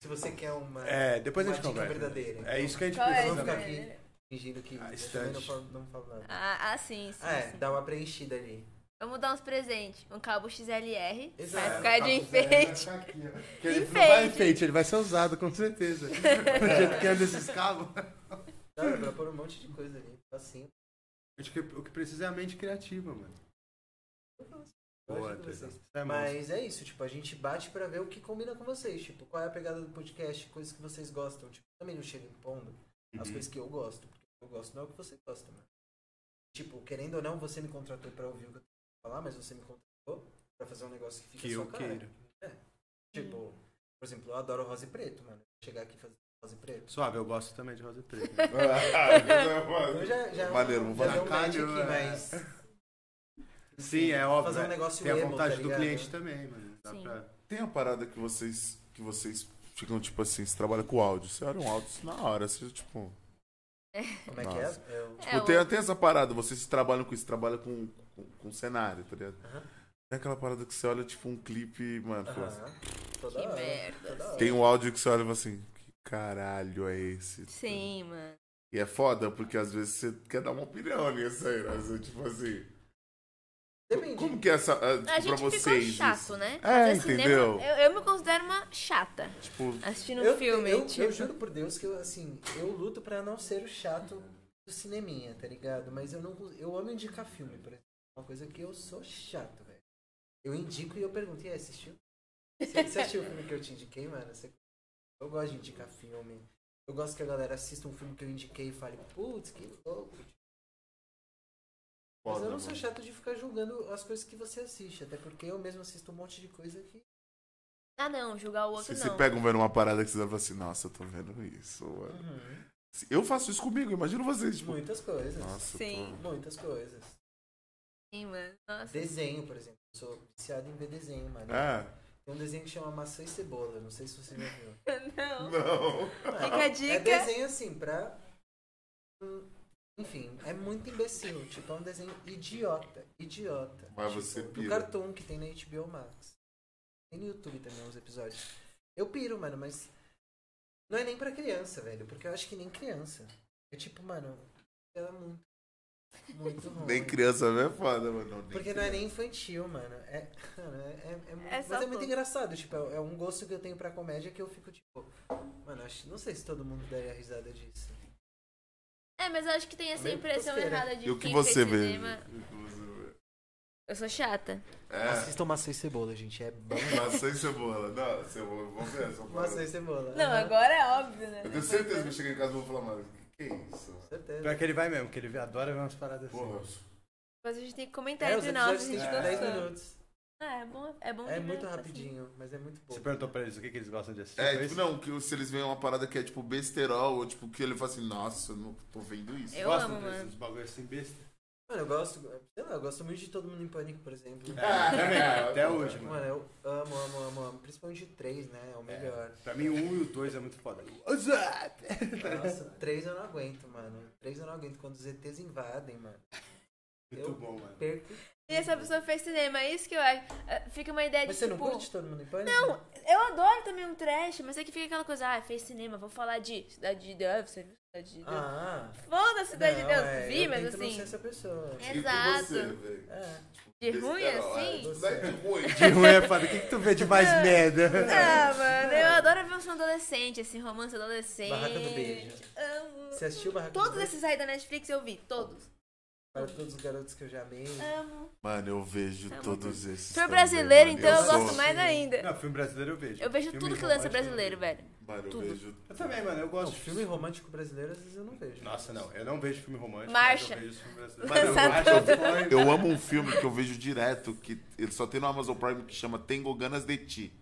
Speaker 2: se você quer uma,
Speaker 5: É, depois a
Speaker 2: uma
Speaker 5: gente
Speaker 2: dica
Speaker 5: conversa.
Speaker 2: verdadeira. então,
Speaker 5: É isso que a gente
Speaker 3: Qual é
Speaker 2: Eu vou
Speaker 5: precisa.
Speaker 2: ficar
Speaker 5: né?
Speaker 3: esse?
Speaker 2: aqui fingindo que
Speaker 5: Ah,
Speaker 2: eu também
Speaker 5: estante.
Speaker 2: não falo, não falo nada.
Speaker 3: Ah, ah, sim, sim.
Speaker 2: Ah, é,
Speaker 3: sim.
Speaker 2: dá uma preenchida ali.
Speaker 3: Vamos dar uns presentes. Um cabo XLR.
Speaker 2: Exato. É,
Speaker 5: É,
Speaker 2: um
Speaker 3: Vai ficar
Speaker 5: tá
Speaker 3: de enfeite.
Speaker 2: né?
Speaker 5: Que ele
Speaker 3: Enfeite.
Speaker 5: não vai enfeite, ele vai ser usado, com certeza. Do jeito que anda esses cabos.
Speaker 2: Dá pra pôr um monte de coisa ali. Assim,
Speaker 5: Acho que o que precisa é a mente criativa, mano.
Speaker 2: eu
Speaker 5: Boa,
Speaker 2: ajudo vocês.
Speaker 5: Andrés. Você é monstro.
Speaker 2: Mas é isso, tipo, a gente bate pra ver o que combina com vocês. Tipo, qual é a pegada do podcast, coisas que vocês gostam. Tipo, também não chega impondo as
Speaker 5: Uhum.
Speaker 2: coisas que eu gosto. Porque eu gosto não é o que você gosta, mano. Tipo, querendo ou não, você me contratou pra ouvir o que eu tenho pra falar, mas você me contratou pra fazer um negócio que fica
Speaker 5: Que
Speaker 2: só
Speaker 5: eu
Speaker 2: cara.
Speaker 5: queira.
Speaker 2: É. Tipo, por exemplo, eu adoro rosa e preto, mano. Chegar aqui e fazer rosa e preto.
Speaker 5: Suave, eu gosto também de rosa e preto.
Speaker 2: Eu já, já, já
Speaker 4: Maneiro, vou fazer.
Speaker 2: deu um match
Speaker 5: Caralho,
Speaker 2: aqui,
Speaker 5: é.
Speaker 2: mas...
Speaker 5: Sim, é óbvio.
Speaker 2: Fazer
Speaker 5: né?
Speaker 2: um negócio
Speaker 5: Tem a
Speaker 2: emo,
Speaker 5: vontade
Speaker 2: tá
Speaker 5: do
Speaker 2: ligado?
Speaker 5: cliente também, mano. Dá
Speaker 3: Sim.
Speaker 5: pra-
Speaker 4: Tem a parada que vocês. que vocês ficam, tipo assim, você trabalha com áudio. Você olha um áudio na hora, você, tipo.
Speaker 2: Como é
Speaker 4: Nossa.
Speaker 2: que é? Eu...
Speaker 3: É,
Speaker 4: Tipo, tem,
Speaker 3: o-
Speaker 4: tem essa parada, vocês trabalham com isso, trabalham com, com, com cenário, tá ligado?
Speaker 2: Aham.
Speaker 4: Tem aquela parada que você olha, tipo, um clipe, mano. fala assim,
Speaker 2: Aham. Toda
Speaker 3: Que
Speaker 2: hora,
Speaker 3: merda, assim.
Speaker 2: toda hora.
Speaker 4: Tem um áudio que você olha e fala assim, que caralho é esse?
Speaker 3: Sim, mano.
Speaker 4: E é foda, porque às vezes você quer dar uma opinião nisso aí, né? Você, Tipo assim.
Speaker 2: Depende.
Speaker 4: Como que é essa. ah, tipo,
Speaker 3: A gente
Speaker 4: pra
Speaker 3: ficou
Speaker 4: vocês. isso?
Speaker 3: chato, né?
Speaker 4: É,
Speaker 3: Fazer cinema,
Speaker 4: entendeu?
Speaker 3: eu, eu me considero uma chata
Speaker 4: Tipo,
Speaker 3: assistindo
Speaker 2: Eu,
Speaker 3: um filme.
Speaker 2: eu, eu
Speaker 3: tipo.
Speaker 2: juro por Deus que eu, assim, eu luto pra não ser o chato do cineminha, tá ligado? Mas eu não eu amo indicar filme, por exemplo. É Uma coisa que eu sou chato, velho. Eu indico e eu pergunto, e aí, assistiu? Você, você assistiu o filme que eu te indiquei, mano? Você- eu gosto de indicar filme. Eu gosto que a galera assista um filme que eu indiquei e fale, putz, que louco. Mas
Speaker 4: foda,
Speaker 2: eu não sou
Speaker 4: mano.
Speaker 2: chato de ficar julgando as coisas que você assiste, até porque eu mesmo assisto um monte de coisa que.
Speaker 3: Ah, não, julgar o outro
Speaker 4: Vocês se
Speaker 3: não.
Speaker 4: pegam vendo uma parada que vocês falam assim, nossa, eu tô vendo isso, mano.
Speaker 3: Uhum.
Speaker 4: Eu faço isso comigo, imagina vocês, tipo.
Speaker 2: Muitas coisas.
Speaker 4: Nossa,
Speaker 3: Sim.
Speaker 4: Tô...
Speaker 2: Muitas coisas.
Speaker 3: Sim, mano. Nossa.
Speaker 2: Desenho, por exemplo. Eu sou viciado em ver desenho, mano.
Speaker 4: É,
Speaker 2: Tem um desenho que chama Maçã e Cebola. eu Não sei se você já viu.
Speaker 3: Não.
Speaker 4: não.
Speaker 3: Fica a
Speaker 2: É
Speaker 3: dica.
Speaker 2: desenho assim, pra. Hum, Enfim, é muito imbecil. Tipo, é um desenho idiota. Idiota.
Speaker 4: Mas
Speaker 2: Tipo,
Speaker 4: você
Speaker 2: Do
Speaker 4: pira.
Speaker 2: cartoon que tem na HBO Max. Tem no YouTube também uns episódios. Eu piro, mano, mas. Não é nem pra criança, velho. Porque eu acho que nem criança. É tipo, mano. Ela é muito. Muito ruim.
Speaker 4: Nem criança né? é foda, mano. nem
Speaker 2: Porque não é
Speaker 4: criança.
Speaker 2: nem infantil, mano. É, mano, é, é, é muito,
Speaker 3: É só
Speaker 2: mas é muito
Speaker 3: tudo.
Speaker 2: engraçado. Tipo, é, é um gosto que eu tenho pra comédia que eu fico, tipo... Mano, acho, não sei se todo mundo daria risada disso.
Speaker 3: É, mas eu acho que tem essa
Speaker 2: Meio
Speaker 3: impressão
Speaker 2: coceira.
Speaker 3: errada de
Speaker 4: E o que
Speaker 3: quem
Speaker 4: você
Speaker 3: fez
Speaker 4: vê?
Speaker 3: cinema.
Speaker 4: O que você vê?
Speaker 3: Eu sou chata.
Speaker 4: É.
Speaker 2: maçã e cebola, gente. É bom.
Speaker 4: Maçã e cebola. Não, cebola, vamos ver essa
Speaker 2: maçã
Speaker 4: parada.
Speaker 2: e cebola.
Speaker 3: Não,
Speaker 2: aham.
Speaker 3: agora é óbvio, né?
Speaker 4: Eu tenho certeza que eu cheguei em casa e vou falar, mano, que que é isso?
Speaker 2: Certeza.
Speaker 5: Pior que ele vai mesmo, que ele adora ver umas paradas assim.
Speaker 4: Porra.
Speaker 3: Mas a gente tem que comentar
Speaker 2: É, os
Speaker 3: entre nós,
Speaker 2: episódios
Speaker 3: a
Speaker 2: têm
Speaker 3: gente
Speaker 2: tipo 10
Speaker 3: gostou.
Speaker 2: minutos.
Speaker 3: Ah, é bom, é bom
Speaker 2: É
Speaker 3: de ver
Speaker 2: muito
Speaker 3: assim.
Speaker 2: rapidinho, mas é muito bom.
Speaker 5: Você perguntou pra eles o que, que eles gostam de assistir?
Speaker 4: É,
Speaker 5: foi
Speaker 4: tipo,
Speaker 5: isso?
Speaker 4: não, que se eles veem uma parada que é tipo besterol, ou tipo, que ele fala assim, nossa, eu não tô vendo isso.
Speaker 3: Eu
Speaker 5: Gosta
Speaker 3: amo,
Speaker 5: desses
Speaker 3: mano.
Speaker 5: bagulhos assim besta?
Speaker 2: Mano, eu gosto... Sei lá, eu gosto muito de Todo Mundo em Pânico, por exemplo.
Speaker 5: É, também, até hoje, mano.
Speaker 2: Mano, eu amo, amo, amo, amo. Principalmente o 3, né? É o melhor.
Speaker 5: Pra mim, o 1 e o 2 é muito foda.
Speaker 2: Nossa, três eu não aguento, mano. Três eu não aguento. Quando os ETs invadem, mano,
Speaker 5: Muito
Speaker 2: Eu-
Speaker 5: bom, mano.
Speaker 2: perco
Speaker 3: E essa pessoa fez cinema, é isso que eu acho. Ah, Fica uma ideia
Speaker 2: Mas
Speaker 3: de
Speaker 2: você
Speaker 3: tipo.
Speaker 2: não curte todo mundo em pânico?
Speaker 3: Não, eu adoro também um trash, mas é que fica aquela coisa, ah, fez cinema, vou falar de Cidade de Deus, você viu Cidade de Deus?
Speaker 2: Ah,
Speaker 3: Foda-se Cidade de
Speaker 2: não,
Speaker 3: Deus,
Speaker 2: é,
Speaker 3: vi,
Speaker 2: eu
Speaker 3: tá mas
Speaker 2: tento
Speaker 3: assim,
Speaker 2: Não ser essa pessoa.
Speaker 3: Exato.
Speaker 4: velho?
Speaker 2: É.
Speaker 3: de ruim
Speaker 4: Besteira,
Speaker 3: assim.
Speaker 4: Não é de ruim.
Speaker 5: De ruim é foda. O que, que tu vê de mais merda?
Speaker 3: Ah, mano, eu adoro ver um filme adolescente, assim, romance adolescente.
Speaker 2: Barraca do Beijo.
Speaker 3: Amo.
Speaker 2: Você assistiu Barraca do
Speaker 3: Todos
Speaker 2: Beijo?
Speaker 3: esses aí da Netflix eu vi, todos.
Speaker 2: Para todos os garotos que eu já amei.
Speaker 3: Amo.
Speaker 4: Mano, eu vejo
Speaker 3: Tá bom.
Speaker 4: todos esses.
Speaker 3: Filme
Speaker 4: também,
Speaker 3: brasileiro,
Speaker 4: mano.
Speaker 3: então eu
Speaker 4: sou-
Speaker 3: gosto mais ainda.
Speaker 5: Não, filme brasileiro eu vejo.
Speaker 3: Eu vejo
Speaker 5: Filme
Speaker 3: tudo que
Speaker 5: romântico
Speaker 3: lança
Speaker 5: eu
Speaker 3: brasileiro,
Speaker 5: vejo.
Speaker 3: velho.
Speaker 4: Mano, eu
Speaker 3: tudo.
Speaker 4: vejo.
Speaker 5: Eu também, mano. Eu
Speaker 2: Não,
Speaker 5: gosto.
Speaker 2: filme romântico brasileiro às vezes eu não vejo.
Speaker 5: Nossa, não. Eu não vejo filme romântico.
Speaker 3: Marcha.
Speaker 5: Mas eu vejo os filmes brasileiros.
Speaker 4: Mano, eu
Speaker 5: Marcha,
Speaker 4: acho-
Speaker 5: Fly,
Speaker 4: Eu amo um filme que eu vejo direto, que ele só tem no Amazon Prime que chama Tengo Ganas de Ti.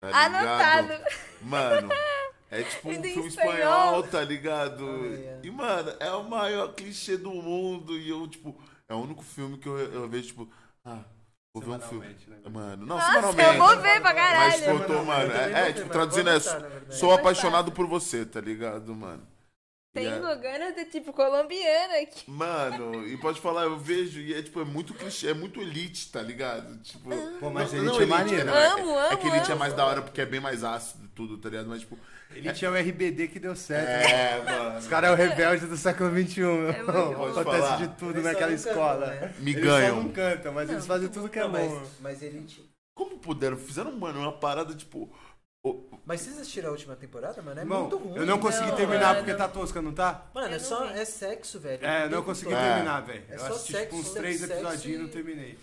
Speaker 4: Tá
Speaker 3: Ah,
Speaker 4: ligado?
Speaker 3: Anotado.
Speaker 4: Mano, é tipo um
Speaker 3: Ainda em
Speaker 4: filme
Speaker 3: espanhol.
Speaker 4: espanhol, tá ligado?
Speaker 2: Olha.
Speaker 4: E, mano, é o maior clichê do mundo. E eu, tipo, é o único filme que eu, eu vejo, tipo, ah, vou ver um filme.
Speaker 5: Semanalmente, né?
Speaker 4: Mano, não,
Speaker 3: Nossa, eu
Speaker 4: semanalmente.
Speaker 3: vou ver pra
Speaker 4: Mas,
Speaker 3: caralho.
Speaker 4: tipo, eu tô, mano,
Speaker 2: Eu também
Speaker 4: é,
Speaker 2: não
Speaker 4: é,
Speaker 2: vi,
Speaker 4: tipo,
Speaker 2: mas
Speaker 4: traduzindo
Speaker 2: vou
Speaker 4: é,
Speaker 2: anotar, na verdade.
Speaker 4: sou
Speaker 3: Vou anotar.
Speaker 4: apaixonado por você, tá ligado, mano?
Speaker 3: Tem
Speaker 4: Yeah.
Speaker 3: Goganas de tipo colombiana aqui.
Speaker 4: Mano, e pode falar, eu vejo, e é tipo, é muito clichê, é muito elite, tá ligado? Tipo,
Speaker 5: Pô, mas
Speaker 4: não-
Speaker 5: Elite
Speaker 4: não
Speaker 5: é maneiro.
Speaker 4: né?
Speaker 3: Ah. Amo,
Speaker 4: é, é
Speaker 3: amo,
Speaker 4: que elite é
Speaker 3: amo.
Speaker 4: mais da hora porque é bem mais ácido e tudo, tá ligado? Mas tipo,
Speaker 5: Ele tinha o RBD que deu certo. né?
Speaker 4: é,
Speaker 5: Os
Speaker 4: mano.
Speaker 5: caras é o rebelde do século XXI.
Speaker 3: É muito bom.
Speaker 5: Acontece
Speaker 4: falar.
Speaker 5: de tudo
Speaker 2: Eles só
Speaker 5: naquela
Speaker 2: não cantam,
Speaker 5: escola.
Speaker 2: né?
Speaker 4: Me
Speaker 5: eles
Speaker 4: ganham.
Speaker 5: só não cantam, mas eles fazem tudo que é
Speaker 2: Não,
Speaker 5: bom.
Speaker 2: mas, mas ele. te-
Speaker 4: Como puderam? Fizeram, mano, uma parada, tipo. o-
Speaker 2: Mas vocês assistiram a última temporada, mano? É
Speaker 5: Irmão,
Speaker 2: muito ruim. né? É,
Speaker 5: eu não consegui
Speaker 3: Não,
Speaker 5: terminar
Speaker 3: mano.
Speaker 5: porque tá tosca, não tá?
Speaker 2: Mano, é
Speaker 3: Eu não
Speaker 2: só.
Speaker 3: vi.
Speaker 2: É sexo, velho.
Speaker 5: É,
Speaker 2: O
Speaker 5: eu não
Speaker 2: tempo
Speaker 5: consegui
Speaker 2: todo.
Speaker 4: É.
Speaker 5: terminar, velho.
Speaker 2: É
Speaker 5: eu
Speaker 2: só
Speaker 5: assisti
Speaker 2: sexo,
Speaker 5: tipo, uns
Speaker 2: sexo,
Speaker 5: três
Speaker 2: sexo
Speaker 5: episodinhos e não
Speaker 2: e-
Speaker 5: terminei.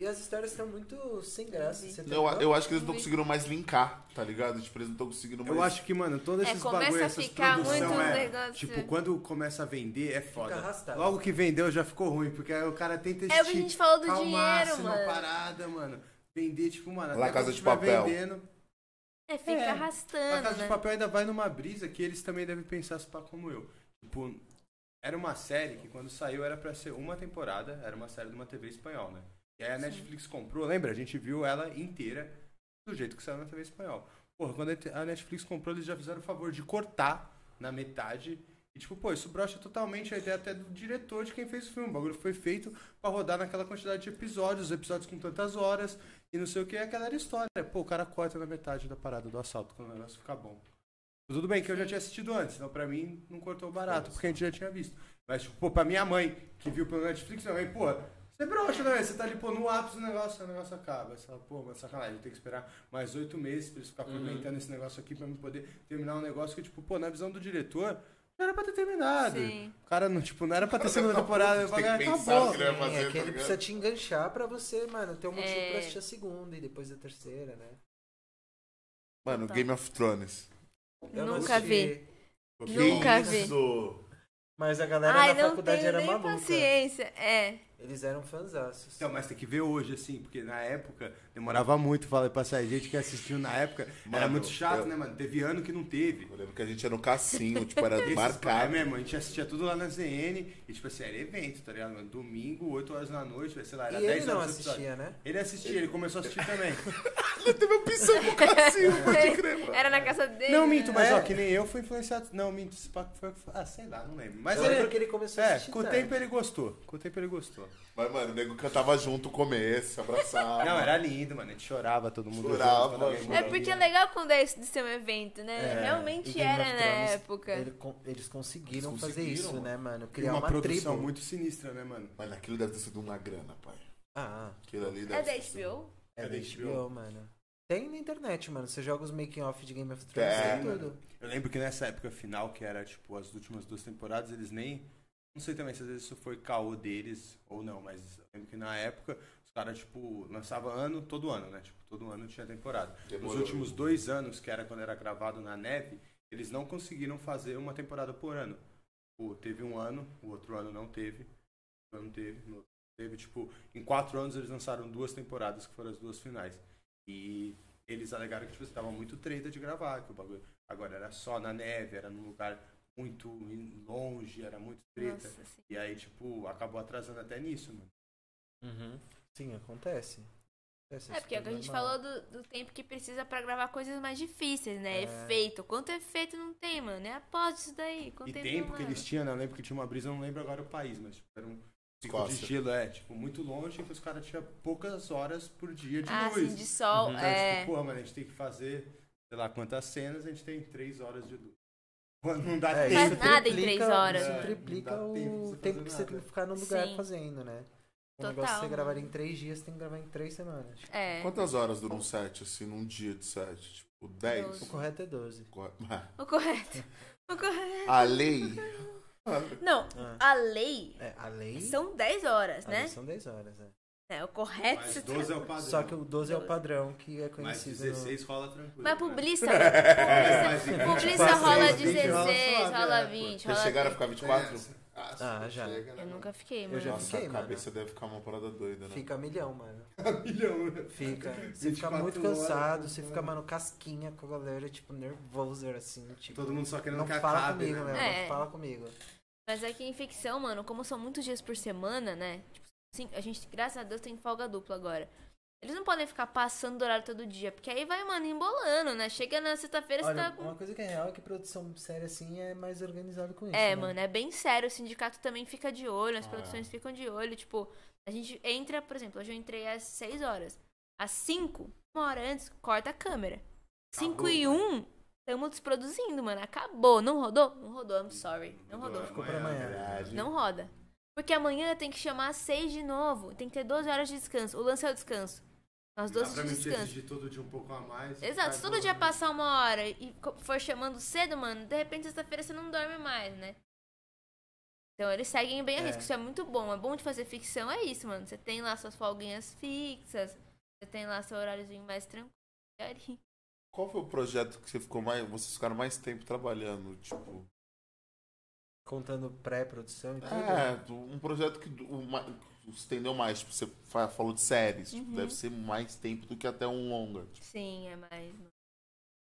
Speaker 2: E as histórias estão muito sem graça. Você
Speaker 4: Eu,
Speaker 2: tá-
Speaker 4: eu acho que eles não estão conseguindo mais linkar, tá ligado? Tipo, eles não estão conseguindo mais.
Speaker 5: Eu acho que, mano, todos
Speaker 3: É,
Speaker 5: esses
Speaker 3: começa
Speaker 5: bagulhos,
Speaker 3: a
Speaker 5: essas
Speaker 3: ficar
Speaker 5: produção,
Speaker 2: muito
Speaker 5: é,
Speaker 3: negócio.
Speaker 5: Tipo, quando começa a vender, é foda.
Speaker 2: arrastado.
Speaker 5: Logo que vendeu, já ficou ruim, porque aí o cara tenta
Speaker 3: É o que a gente
Speaker 5: esticar
Speaker 3: falou do
Speaker 5: ao
Speaker 3: dinheiro,
Speaker 5: máximo a
Speaker 3: mano.
Speaker 5: parada, mano. Vender, tipo, mano,
Speaker 4: La
Speaker 5: até
Speaker 4: Casa
Speaker 5: quando
Speaker 4: de
Speaker 5: tiver
Speaker 4: Papel.
Speaker 5: vendendo...
Speaker 3: É, fica
Speaker 5: É. A
Speaker 3: arrastando,
Speaker 5: Casa de
Speaker 3: né?
Speaker 5: Papel ainda vai numa brisa que eles também devem pensar se pá como eu. Tipo, era uma série que quando saiu era pra ser uma temporada, era uma série de uma TV espanhol, né? E aí a Netflix comprou, lembra? A gente viu ela inteira do jeito que saiu na TV espanhol. Porra, quando a Netflix comprou, eles já fizeram o favor de cortar na metade. E tipo, pô, isso brocha totalmente a ideia até do diretor de quem fez o filme. O bagulho foi feito pra rodar naquela quantidade de episódios, episódios com tantas horas e não sei o que, aquela era a história. Pô, o cara corta na metade da parada do assalto quando o negócio fica bom. Tudo bem que eu já tinha assistido antes, então pra mim não cortou barato, porque a gente já tinha visto. Mas, tipo, pô, pra minha mãe, que viu pelo Netflix, minha mãe, pô, você brocha, né? Você tá ali, pô, no ápice do negócio, o negócio acaba. Você fala, pô, mas sacanagem, eu tenho que esperar mais oito meses pra eles ficar
Speaker 4: Uhum.
Speaker 5: comentando esse negócio aqui pra eu poder terminar um negócio que, tipo, pô, na visão do diretor, não era pra ter terminado.
Speaker 3: Sim.
Speaker 5: O cara, não, tipo, não era pra ter
Speaker 4: Cara,
Speaker 5: segunda
Speaker 4: tá
Speaker 5: temporada,
Speaker 4: puto,
Speaker 5: eu
Speaker 4: tem que
Speaker 5: falei, "Ah,
Speaker 4: pensar
Speaker 5: acabou.
Speaker 4: que ele vai fazer,
Speaker 2: É que ele
Speaker 4: tá ligado?
Speaker 2: precisa te enganchar pra você, mano, ter um motivo
Speaker 3: É.
Speaker 2: pra assistir a segunda e depois a terceira, né?
Speaker 4: Mano,
Speaker 3: Tá.
Speaker 4: Game of Thrones.
Speaker 2: não
Speaker 3: Nunca
Speaker 2: assisti,
Speaker 3: Nunca vi.
Speaker 4: Isso!
Speaker 2: Mas a galera
Speaker 3: Ai,
Speaker 2: da
Speaker 3: não
Speaker 2: faculdade
Speaker 3: tenho
Speaker 2: era
Speaker 3: nem
Speaker 2: maluca.
Speaker 3: paciência. É.
Speaker 2: Eles eram fanzaços.
Speaker 5: Então, mas tem que ver hoje, assim, porque na época demorava muito falar pra sair. Gente que assistiu na época era
Speaker 4: Mano,
Speaker 5: muito chato,
Speaker 4: eu-
Speaker 5: né, mano? Teve ano que não teve.
Speaker 4: Eu lembro que a gente era no cassinho, tipo, era
Speaker 5: É
Speaker 4: marcado.
Speaker 5: mesmo, a gente assistia tudo lá na ZN e, tipo assim, era evento, tá ligado? mano? Domingo, 8 horas da noite, sei lá, era
Speaker 2: e
Speaker 5: 10
Speaker 2: ele não
Speaker 5: horas do episódio.
Speaker 2: assistia, né?
Speaker 5: Ele assistia, ele começou a assistir também.
Speaker 4: Ele teve opção pro cassinho, pode crer, mano.
Speaker 3: Era na casa dele.
Speaker 5: Não, minto, mas ó,
Speaker 2: É.
Speaker 5: que nem eu fui influenciado. Não, minto, esse paco foi. Ah, sei lá, não lembro. Mas
Speaker 2: Eu lembro que
Speaker 5: ele.
Speaker 2: ele começou a
Speaker 5: É,
Speaker 2: assistir.
Speaker 5: com o
Speaker 2: tarde.
Speaker 5: tempo ele gostou. Com o tempo ele gostou.
Speaker 4: Mas, mano, o nego cantava junto, começo, abraçava.
Speaker 5: Não, era lindo, mano. A gente chorava, todo mundo. junto,
Speaker 4: Chorava,
Speaker 5: quando alguém
Speaker 4: mano.
Speaker 3: É
Speaker 5: morria.
Speaker 3: porque é legal quando é isso de ser um evento, né?
Speaker 5: É.
Speaker 2: E
Speaker 3: Realmente
Speaker 2: Game
Speaker 3: era
Speaker 2: of
Speaker 3: na
Speaker 2: Thrones,
Speaker 3: época.
Speaker 2: ele con- eles conseguiram
Speaker 4: Eles
Speaker 2: fazer
Speaker 4: conseguiram,
Speaker 2: isso,
Speaker 4: mano.
Speaker 2: né, mano?
Speaker 5: E
Speaker 2: Criar
Speaker 5: uma
Speaker 2: uma,
Speaker 5: produção
Speaker 2: tribo.
Speaker 5: muito sinistra, né, mano?
Speaker 4: Mas aquilo deve ter sido uma grana, pai.
Speaker 2: Ah,
Speaker 4: Aquilo ali deve
Speaker 3: É da
Speaker 4: ter sido-
Speaker 3: HBO?
Speaker 2: é
Speaker 5: É
Speaker 2: da
Speaker 5: da
Speaker 2: HBO, mano. Tem na internet, mano. Você joga os making-off de Game of Thrones,
Speaker 4: É,
Speaker 2: tem tudo.
Speaker 5: Eu lembro que nessa época final, que era tipo as últimas duas temporadas, eles nem. Não sei também se às vezes isso foi caô deles ou não, mas eu lembro que na época os caras, tipo, lançava ano, todo ano, né? Tipo, todo ano tinha temporada.
Speaker 4: Demorou.
Speaker 5: Nos últimos dois anos, que era quando era gravado na neve, eles não conseguiram fazer uma temporada por ano. Tipo, teve um ano, o outro ano não teve, o ano teve, no outro teve, tipo, em quatro anos eles lançaram duas temporadas, que foram as duas finais. E eles alegaram que, tipo, estava muito treta de gravar, que o bagulho agora era só na neve, era num lugar muito longe, era muito treta.
Speaker 3: Nossa, assim.
Speaker 5: E aí, tipo, acabou atrasando até nisso, mano.
Speaker 2: Sim, acontece. Acontece,
Speaker 3: Uhum. É, porque é o que a gente falou do, do tempo que precisa pra gravar coisas mais difíceis,
Speaker 2: É.
Speaker 3: né? Efeito. Quanto efeito não tem, mano? É após isso daí. Quanto
Speaker 5: E
Speaker 3: tempo,
Speaker 5: tempo
Speaker 3: não
Speaker 5: que
Speaker 3: é?
Speaker 5: eles tinham, né? Eu lembro que tinha uma brisa, eu não lembro agora o país, mas tipo, era um
Speaker 1: Pico de
Speaker 4: Costa.
Speaker 1: gelo, é, tipo, muito longe que os caras tinham poucas horas por dia de
Speaker 3: Ah,
Speaker 1: luz.
Speaker 3: sim, de sol.
Speaker 5: Uhum.
Speaker 1: Então,
Speaker 3: É.
Speaker 1: tipo, porra, mas a gente tem que fazer, sei lá, quantas cenas, a gente tem três horas de luz. Pô, Não dá
Speaker 2: É,
Speaker 1: tempo.
Speaker 3: Faz
Speaker 2: isso
Speaker 3: nada em
Speaker 2: triplica-
Speaker 3: três horas.
Speaker 1: É, não
Speaker 2: Isso
Speaker 1: dá
Speaker 2: triplica
Speaker 1: tempo pra
Speaker 2: o
Speaker 1: você
Speaker 2: tempo
Speaker 1: fazer
Speaker 2: que você
Speaker 1: nada.
Speaker 2: tem que ficar no lugar
Speaker 3: Sim.
Speaker 2: fazendo, né? Um
Speaker 3: Total,
Speaker 2: negócio que você
Speaker 3: mano.
Speaker 2: gravaria em três dias, você tem que gravar em três semanas.
Speaker 3: É.
Speaker 4: Quantas horas dura um set, assim, num dia de set? Tipo, 10?
Speaker 3: Doze.
Speaker 2: O correto é 12.
Speaker 3: O correto. O correto.
Speaker 4: A lei.
Speaker 3: Não,
Speaker 2: Ah.
Speaker 3: a lei
Speaker 2: É, a lei. Ah,
Speaker 3: são 10 horas,
Speaker 2: a
Speaker 3: né?
Speaker 2: lei São 10 horas, né?
Speaker 3: É, o correto.
Speaker 1: Mas
Speaker 3: se
Speaker 1: 12 é o padrão.
Speaker 2: Só que o 12 é o
Speaker 3: Doze.
Speaker 2: padrão que é
Speaker 1: Mais
Speaker 2: conhecido. no-
Speaker 1: 16 rola tranquilo.
Speaker 3: Mas
Speaker 1: né?
Speaker 3: publica.
Speaker 1: Mas em
Speaker 3: Publica, publica
Speaker 1: 24,
Speaker 3: rola
Speaker 1: 20, rola
Speaker 3: 16,
Speaker 1: suave,
Speaker 3: rola
Speaker 1: é, pô.
Speaker 3: 20,
Speaker 4: Já
Speaker 3: rola
Speaker 4: chegaram a
Speaker 3: 20.
Speaker 4: ficar 24?
Speaker 2: É. Ah, já.
Speaker 4: Chega, né?
Speaker 3: Eu nunca fiquei,
Speaker 2: Eu já
Speaker 3: mano.
Speaker 4: Nossa,
Speaker 2: fiquei,
Speaker 4: a
Speaker 2: mano.
Speaker 4: cabeça deve ficar uma parada doida, né?
Speaker 2: Fica milhão, mano.
Speaker 1: Milhão, né?
Speaker 2: Fica. Você fica
Speaker 1: 24
Speaker 2: muito
Speaker 1: horas,
Speaker 2: cansado, você
Speaker 1: né?
Speaker 2: fica, mano, casquinha com a galera, tipo, nervoso, assim, tipo.
Speaker 1: Todo mundo só querendo
Speaker 2: não
Speaker 1: que
Speaker 2: fala
Speaker 1: acabe,
Speaker 2: comigo,
Speaker 1: né?
Speaker 2: meu,
Speaker 3: É.
Speaker 2: não fala comigo.
Speaker 3: Mas é que em ficção, mano, como são muitos dias por semana, né? Tipo, sim, a gente, graças a Deus, tem folga dupla agora. Eles não podem ficar passando do horário todo dia, porque aí vai, mano, embolando, né? Chega na sexta-feira, você
Speaker 2: Olha,
Speaker 3: tá com.
Speaker 2: uma coisa que é real é que produção séria assim é mais organizado com isso.
Speaker 3: É,
Speaker 2: né?
Speaker 3: mano, é bem sério. O sindicato também fica de olho, as
Speaker 4: Ah,
Speaker 3: produções ficam de olho. Tipo, a gente entra, por exemplo, hoje eu entrei às 6 horas. Às 5, uma hora antes, corta a câmera. 5 e 1, estamos desproduzindo, mano. Acabou. Não rodou? Não rodou, I'm sorry. Não rodou.
Speaker 1: Rodou,
Speaker 2: Ficou pra amanhã.
Speaker 4: Verdade.
Speaker 3: Não roda. Porque amanhã tem que chamar às 6 de novo. Tem que ter 12 horas de descanso. O lance é o descanso. Nós
Speaker 1: Dá
Speaker 3: 12
Speaker 1: pra
Speaker 3: de
Speaker 1: mim
Speaker 3: descanso.
Speaker 1: exigir todo dia um pouco a mais.
Speaker 3: Exato, se
Speaker 1: Vai
Speaker 3: todo dia
Speaker 1: rolando.
Speaker 3: passar uma hora e co- for chamando cedo, mano, de repente sexta-feira você não dorme mais, né? Então eles seguem bem a
Speaker 2: É.
Speaker 3: risco, isso é muito bom. É bom de fazer ficção, é isso, mano. Você tem lá suas folguinhas fixas, você tem lá seu horáriozinho mais tranquilo.
Speaker 4: Qual foi o projeto que você ficou mais. Vocês ficaram mais tempo trabalhando? Tipo.
Speaker 2: Contando pré-produção e tudo. né?
Speaker 4: É, do- um projeto que do- o ma- estendeu mais. Tipo, você fa- falou de séries. tipo,
Speaker 3: Uhum.
Speaker 4: deve ser mais tempo do que até um longa. Tipo,
Speaker 3: Sim, é mais.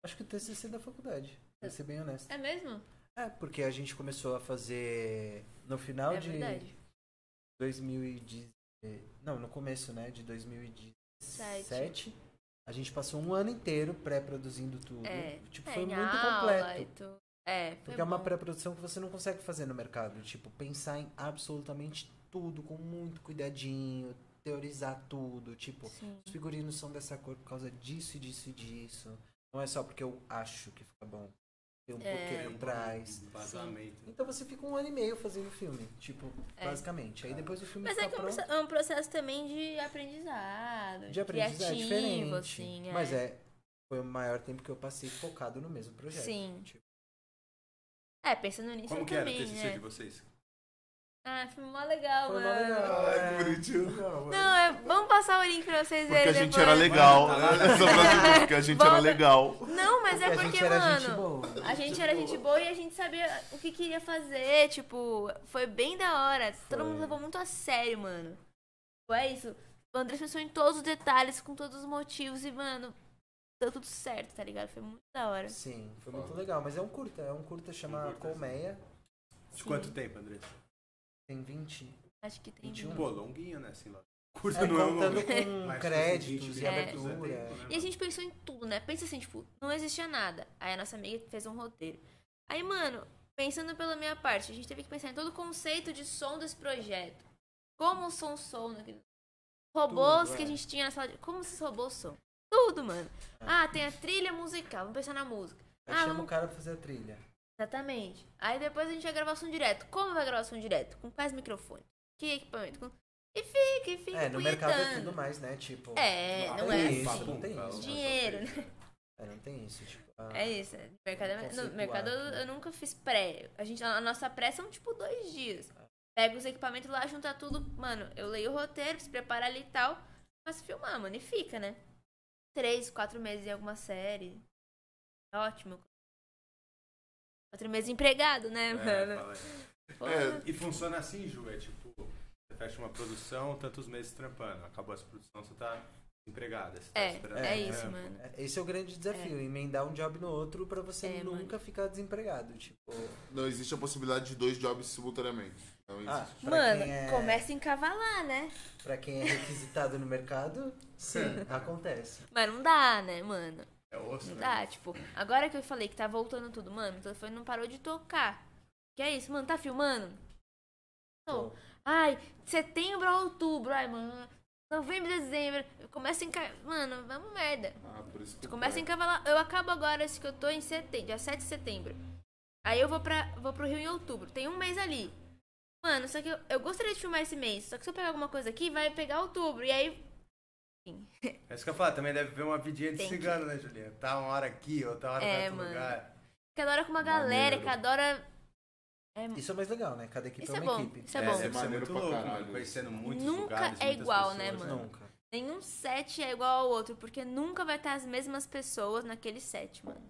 Speaker 2: Acho que o TCC é da faculdade, pra ser bem honesto.
Speaker 3: É mesmo?
Speaker 2: É, porque a gente começou a fazer no final
Speaker 3: é
Speaker 2: de tipo,
Speaker 3: verdade.
Speaker 2: 2010. Não, no começo, né? De 2017. A gente passou um ano inteiro pré-produzindo tudo.
Speaker 3: É.
Speaker 2: Tipo, foi
Speaker 3: Tem
Speaker 2: muito
Speaker 3: aula
Speaker 2: completo.
Speaker 3: e tudo. É, foi
Speaker 2: Porque é uma
Speaker 3: bom.
Speaker 2: pré-produção que você não consegue fazer no mercado. Tipo, pensar em absolutamente tudo com muito cuidadinho, teorizar tudo. Tipo,
Speaker 3: Sim.
Speaker 2: os figurinos são dessa cor por causa disso e disso e disso. Não é só porque eu acho que fica bom. Tem um
Speaker 3: É.
Speaker 2: porquê por trás.
Speaker 1: um Vazamento.
Speaker 2: Então você fica um ano e meio fazendo filme, tipo,
Speaker 3: É.
Speaker 2: basicamente. Aí depois o filme
Speaker 3: Mas é
Speaker 2: fica
Speaker 3: que é um
Speaker 2: Tá pronto.
Speaker 3: proce- é um processo também de aprendizado,
Speaker 2: de aprendizado é
Speaker 3: criativo,
Speaker 2: diferente.
Speaker 3: assim. É.
Speaker 2: Mas é, foi o maior tempo que eu passei focado no mesmo projeto.
Speaker 3: Sim.
Speaker 2: Tipo,
Speaker 3: É, pensando nisso
Speaker 1: Como
Speaker 3: eu
Speaker 1: que era o
Speaker 3: também,
Speaker 1: TCC de
Speaker 3: né?
Speaker 1: vocês?
Speaker 3: Ah, foi mó legal,
Speaker 2: foi mó
Speaker 3: mano.
Speaker 2: legal.
Speaker 4: Ai, que
Speaker 2: é.
Speaker 4: bonitinho.
Speaker 2: Não, é-
Speaker 3: Não, é... vamos passar o link pra vocês
Speaker 4: Porque a
Speaker 3: verem
Speaker 4: gente
Speaker 3: depois.
Speaker 4: era legal. né?
Speaker 1: Vai, vai,
Speaker 4: Essa frase ficou, porque a gente era
Speaker 3: Volta.
Speaker 4: legal.
Speaker 3: Não, mas é
Speaker 2: a
Speaker 3: porque,
Speaker 2: gente era
Speaker 3: mano...
Speaker 2: gente boa.
Speaker 3: A gente era gente boa e a gente sabia o que queria fazer, tipo, foi bem da hora. Todo mundo levou muito a sério, mano. Tipo, É isso. O André pensou em todos os detalhes, com todos os motivos e, mano, deu tudo certo, tá ligado? Foi muito da hora.
Speaker 2: Sim, foi muito legal. Mas é um curta, é um curta chamado Colmeia.
Speaker 1: De quanto tempo, André?
Speaker 2: Tem 20.
Speaker 3: Acho que tem.
Speaker 2: 21.
Speaker 1: Pô, longuinho, né? Assim, lógico. Curto
Speaker 2: Hum. É,
Speaker 1: não é um
Speaker 2: contando
Speaker 1: longo.
Speaker 2: com
Speaker 1: Mas, tipo, 20
Speaker 2: créditos e
Speaker 1: minutos, né?
Speaker 2: abertura.
Speaker 1: Tem tempo, né,
Speaker 3: É. E a gente pensou em tudo, né? Pensa assim, tipo, não existia nada. Aí a nossa amiga fez um roteiro. Aí, mano, pensando pela minha parte, a gente teve que pensar em todo o conceito de som desse projeto. Como o som sona. que- Robôs
Speaker 2: Tudo,
Speaker 3: que a
Speaker 2: é.
Speaker 3: gente tinha na sala de... Como esses robôs são? Tudo, mano. Ah, tem a trilha musical. Vamos pensar na música.
Speaker 2: Aí
Speaker 3: Ah,
Speaker 2: É, chama
Speaker 3: vamos-
Speaker 2: o cara pra fazer a trilha.
Speaker 3: Exatamente. Aí depois a gente vai gravar o som direto. Como vai gravar o som direto? Com quais microfones? Que equipamento? Com- E fica, e fica.
Speaker 2: É, no mercado é
Speaker 3: punhetando.
Speaker 2: tudo mais, né? Tipo.
Speaker 3: É, não
Speaker 2: tem
Speaker 3: é
Speaker 2: isso,
Speaker 3: assim.
Speaker 2: Não tem isso.
Speaker 3: Dinheiro, né?
Speaker 2: É, não tem isso. Tipo, ah,
Speaker 3: É isso. é. Mercado, é-
Speaker 2: Conceituado,
Speaker 3: no mercado eu,
Speaker 2: né?
Speaker 3: eu nunca fiz pré. A, gente, a nossa pré são tipo dois dias. Pega os equipamentos lá, junta tudo. Mano, eu leio o roteiro, se preparar ali e tal. Mas filmar, mano, e fica, né? Três, quatro meses em alguma série. Tá Ótimo. Quatro meses empregado, né,
Speaker 1: É,
Speaker 3: mano?
Speaker 1: fala aí.
Speaker 3: Pô,
Speaker 4: É.
Speaker 1: E funciona assim, Ju, é tipo, você fecha uma produção, tantos meses trampando. Acabou essa produção, você tá empregada. Você tá
Speaker 3: É,
Speaker 1: esperando
Speaker 3: é,
Speaker 1: um
Speaker 3: isso,
Speaker 1: trampo.
Speaker 3: mano.
Speaker 2: É, Esse é o grande desafio, emendar um job no outro pra você
Speaker 3: É,
Speaker 2: nunca ficar desempregado. Tipo,
Speaker 4: Não existe a possibilidade de dois jobs simultaneamente. Não existe.
Speaker 2: ah, pra
Speaker 3: Mano,
Speaker 2: quem é,
Speaker 3: começa a encavalar, né?
Speaker 2: Pra quem é requisitado no mercado, sim, acontece.
Speaker 3: Mas não dá, né, mano?
Speaker 1: É osso,
Speaker 3: Não
Speaker 1: né?
Speaker 3: dá, tipo, agora que eu falei que tá voltando tudo, mano, o telefone não parou de tocar. Que é isso, mano, tá filmando? Não. Ai, setembro a outubro, ai, mano. Novembro, dezembro, eu começo a enca... Mano, vamos merda.
Speaker 4: Ah, por isso que
Speaker 3: Começa a encavalar. Eu acabo agora, acho que eu tô em setembro, dia 7 de setembro. Aí eu vou, pra, vou pro Rio em outubro. Tem um mês ali. Mano, só que eu, eu gostaria de filmar esse mês. Só que se eu pegar alguma coisa aqui, vai pegar outubro. E aí. Enfim.
Speaker 5: É isso que eu falo, também deve ver uma vidinha de
Speaker 3: Tem que-
Speaker 5: cigano, né, Juliana? Tá uma hora aqui, outra hora
Speaker 3: É,
Speaker 5: em outro
Speaker 3: mano.
Speaker 5: lugar.
Speaker 3: Cada hora com uma galera,
Speaker 4: Maneiro.
Speaker 3: cada hora. É,
Speaker 2: Isso é mais legal, né? Cada equipe
Speaker 3: Isso
Speaker 2: é
Speaker 3: é
Speaker 2: uma
Speaker 3: bom,
Speaker 2: equipe.
Speaker 3: isso é bom.
Speaker 5: deve ser
Speaker 4: Maneiro
Speaker 5: muito
Speaker 4: pra
Speaker 5: louco,
Speaker 4: caralho.
Speaker 5: mano. Conhecendo muitos
Speaker 3: Nunca
Speaker 5: lugares,
Speaker 3: é
Speaker 5: muitas
Speaker 3: igual, né,
Speaker 5: pessoas.
Speaker 3: mano?
Speaker 2: Nunca.
Speaker 3: nenhum set é igual ao outro, porque nunca vai estar as mesmas pessoas naquele set, mano.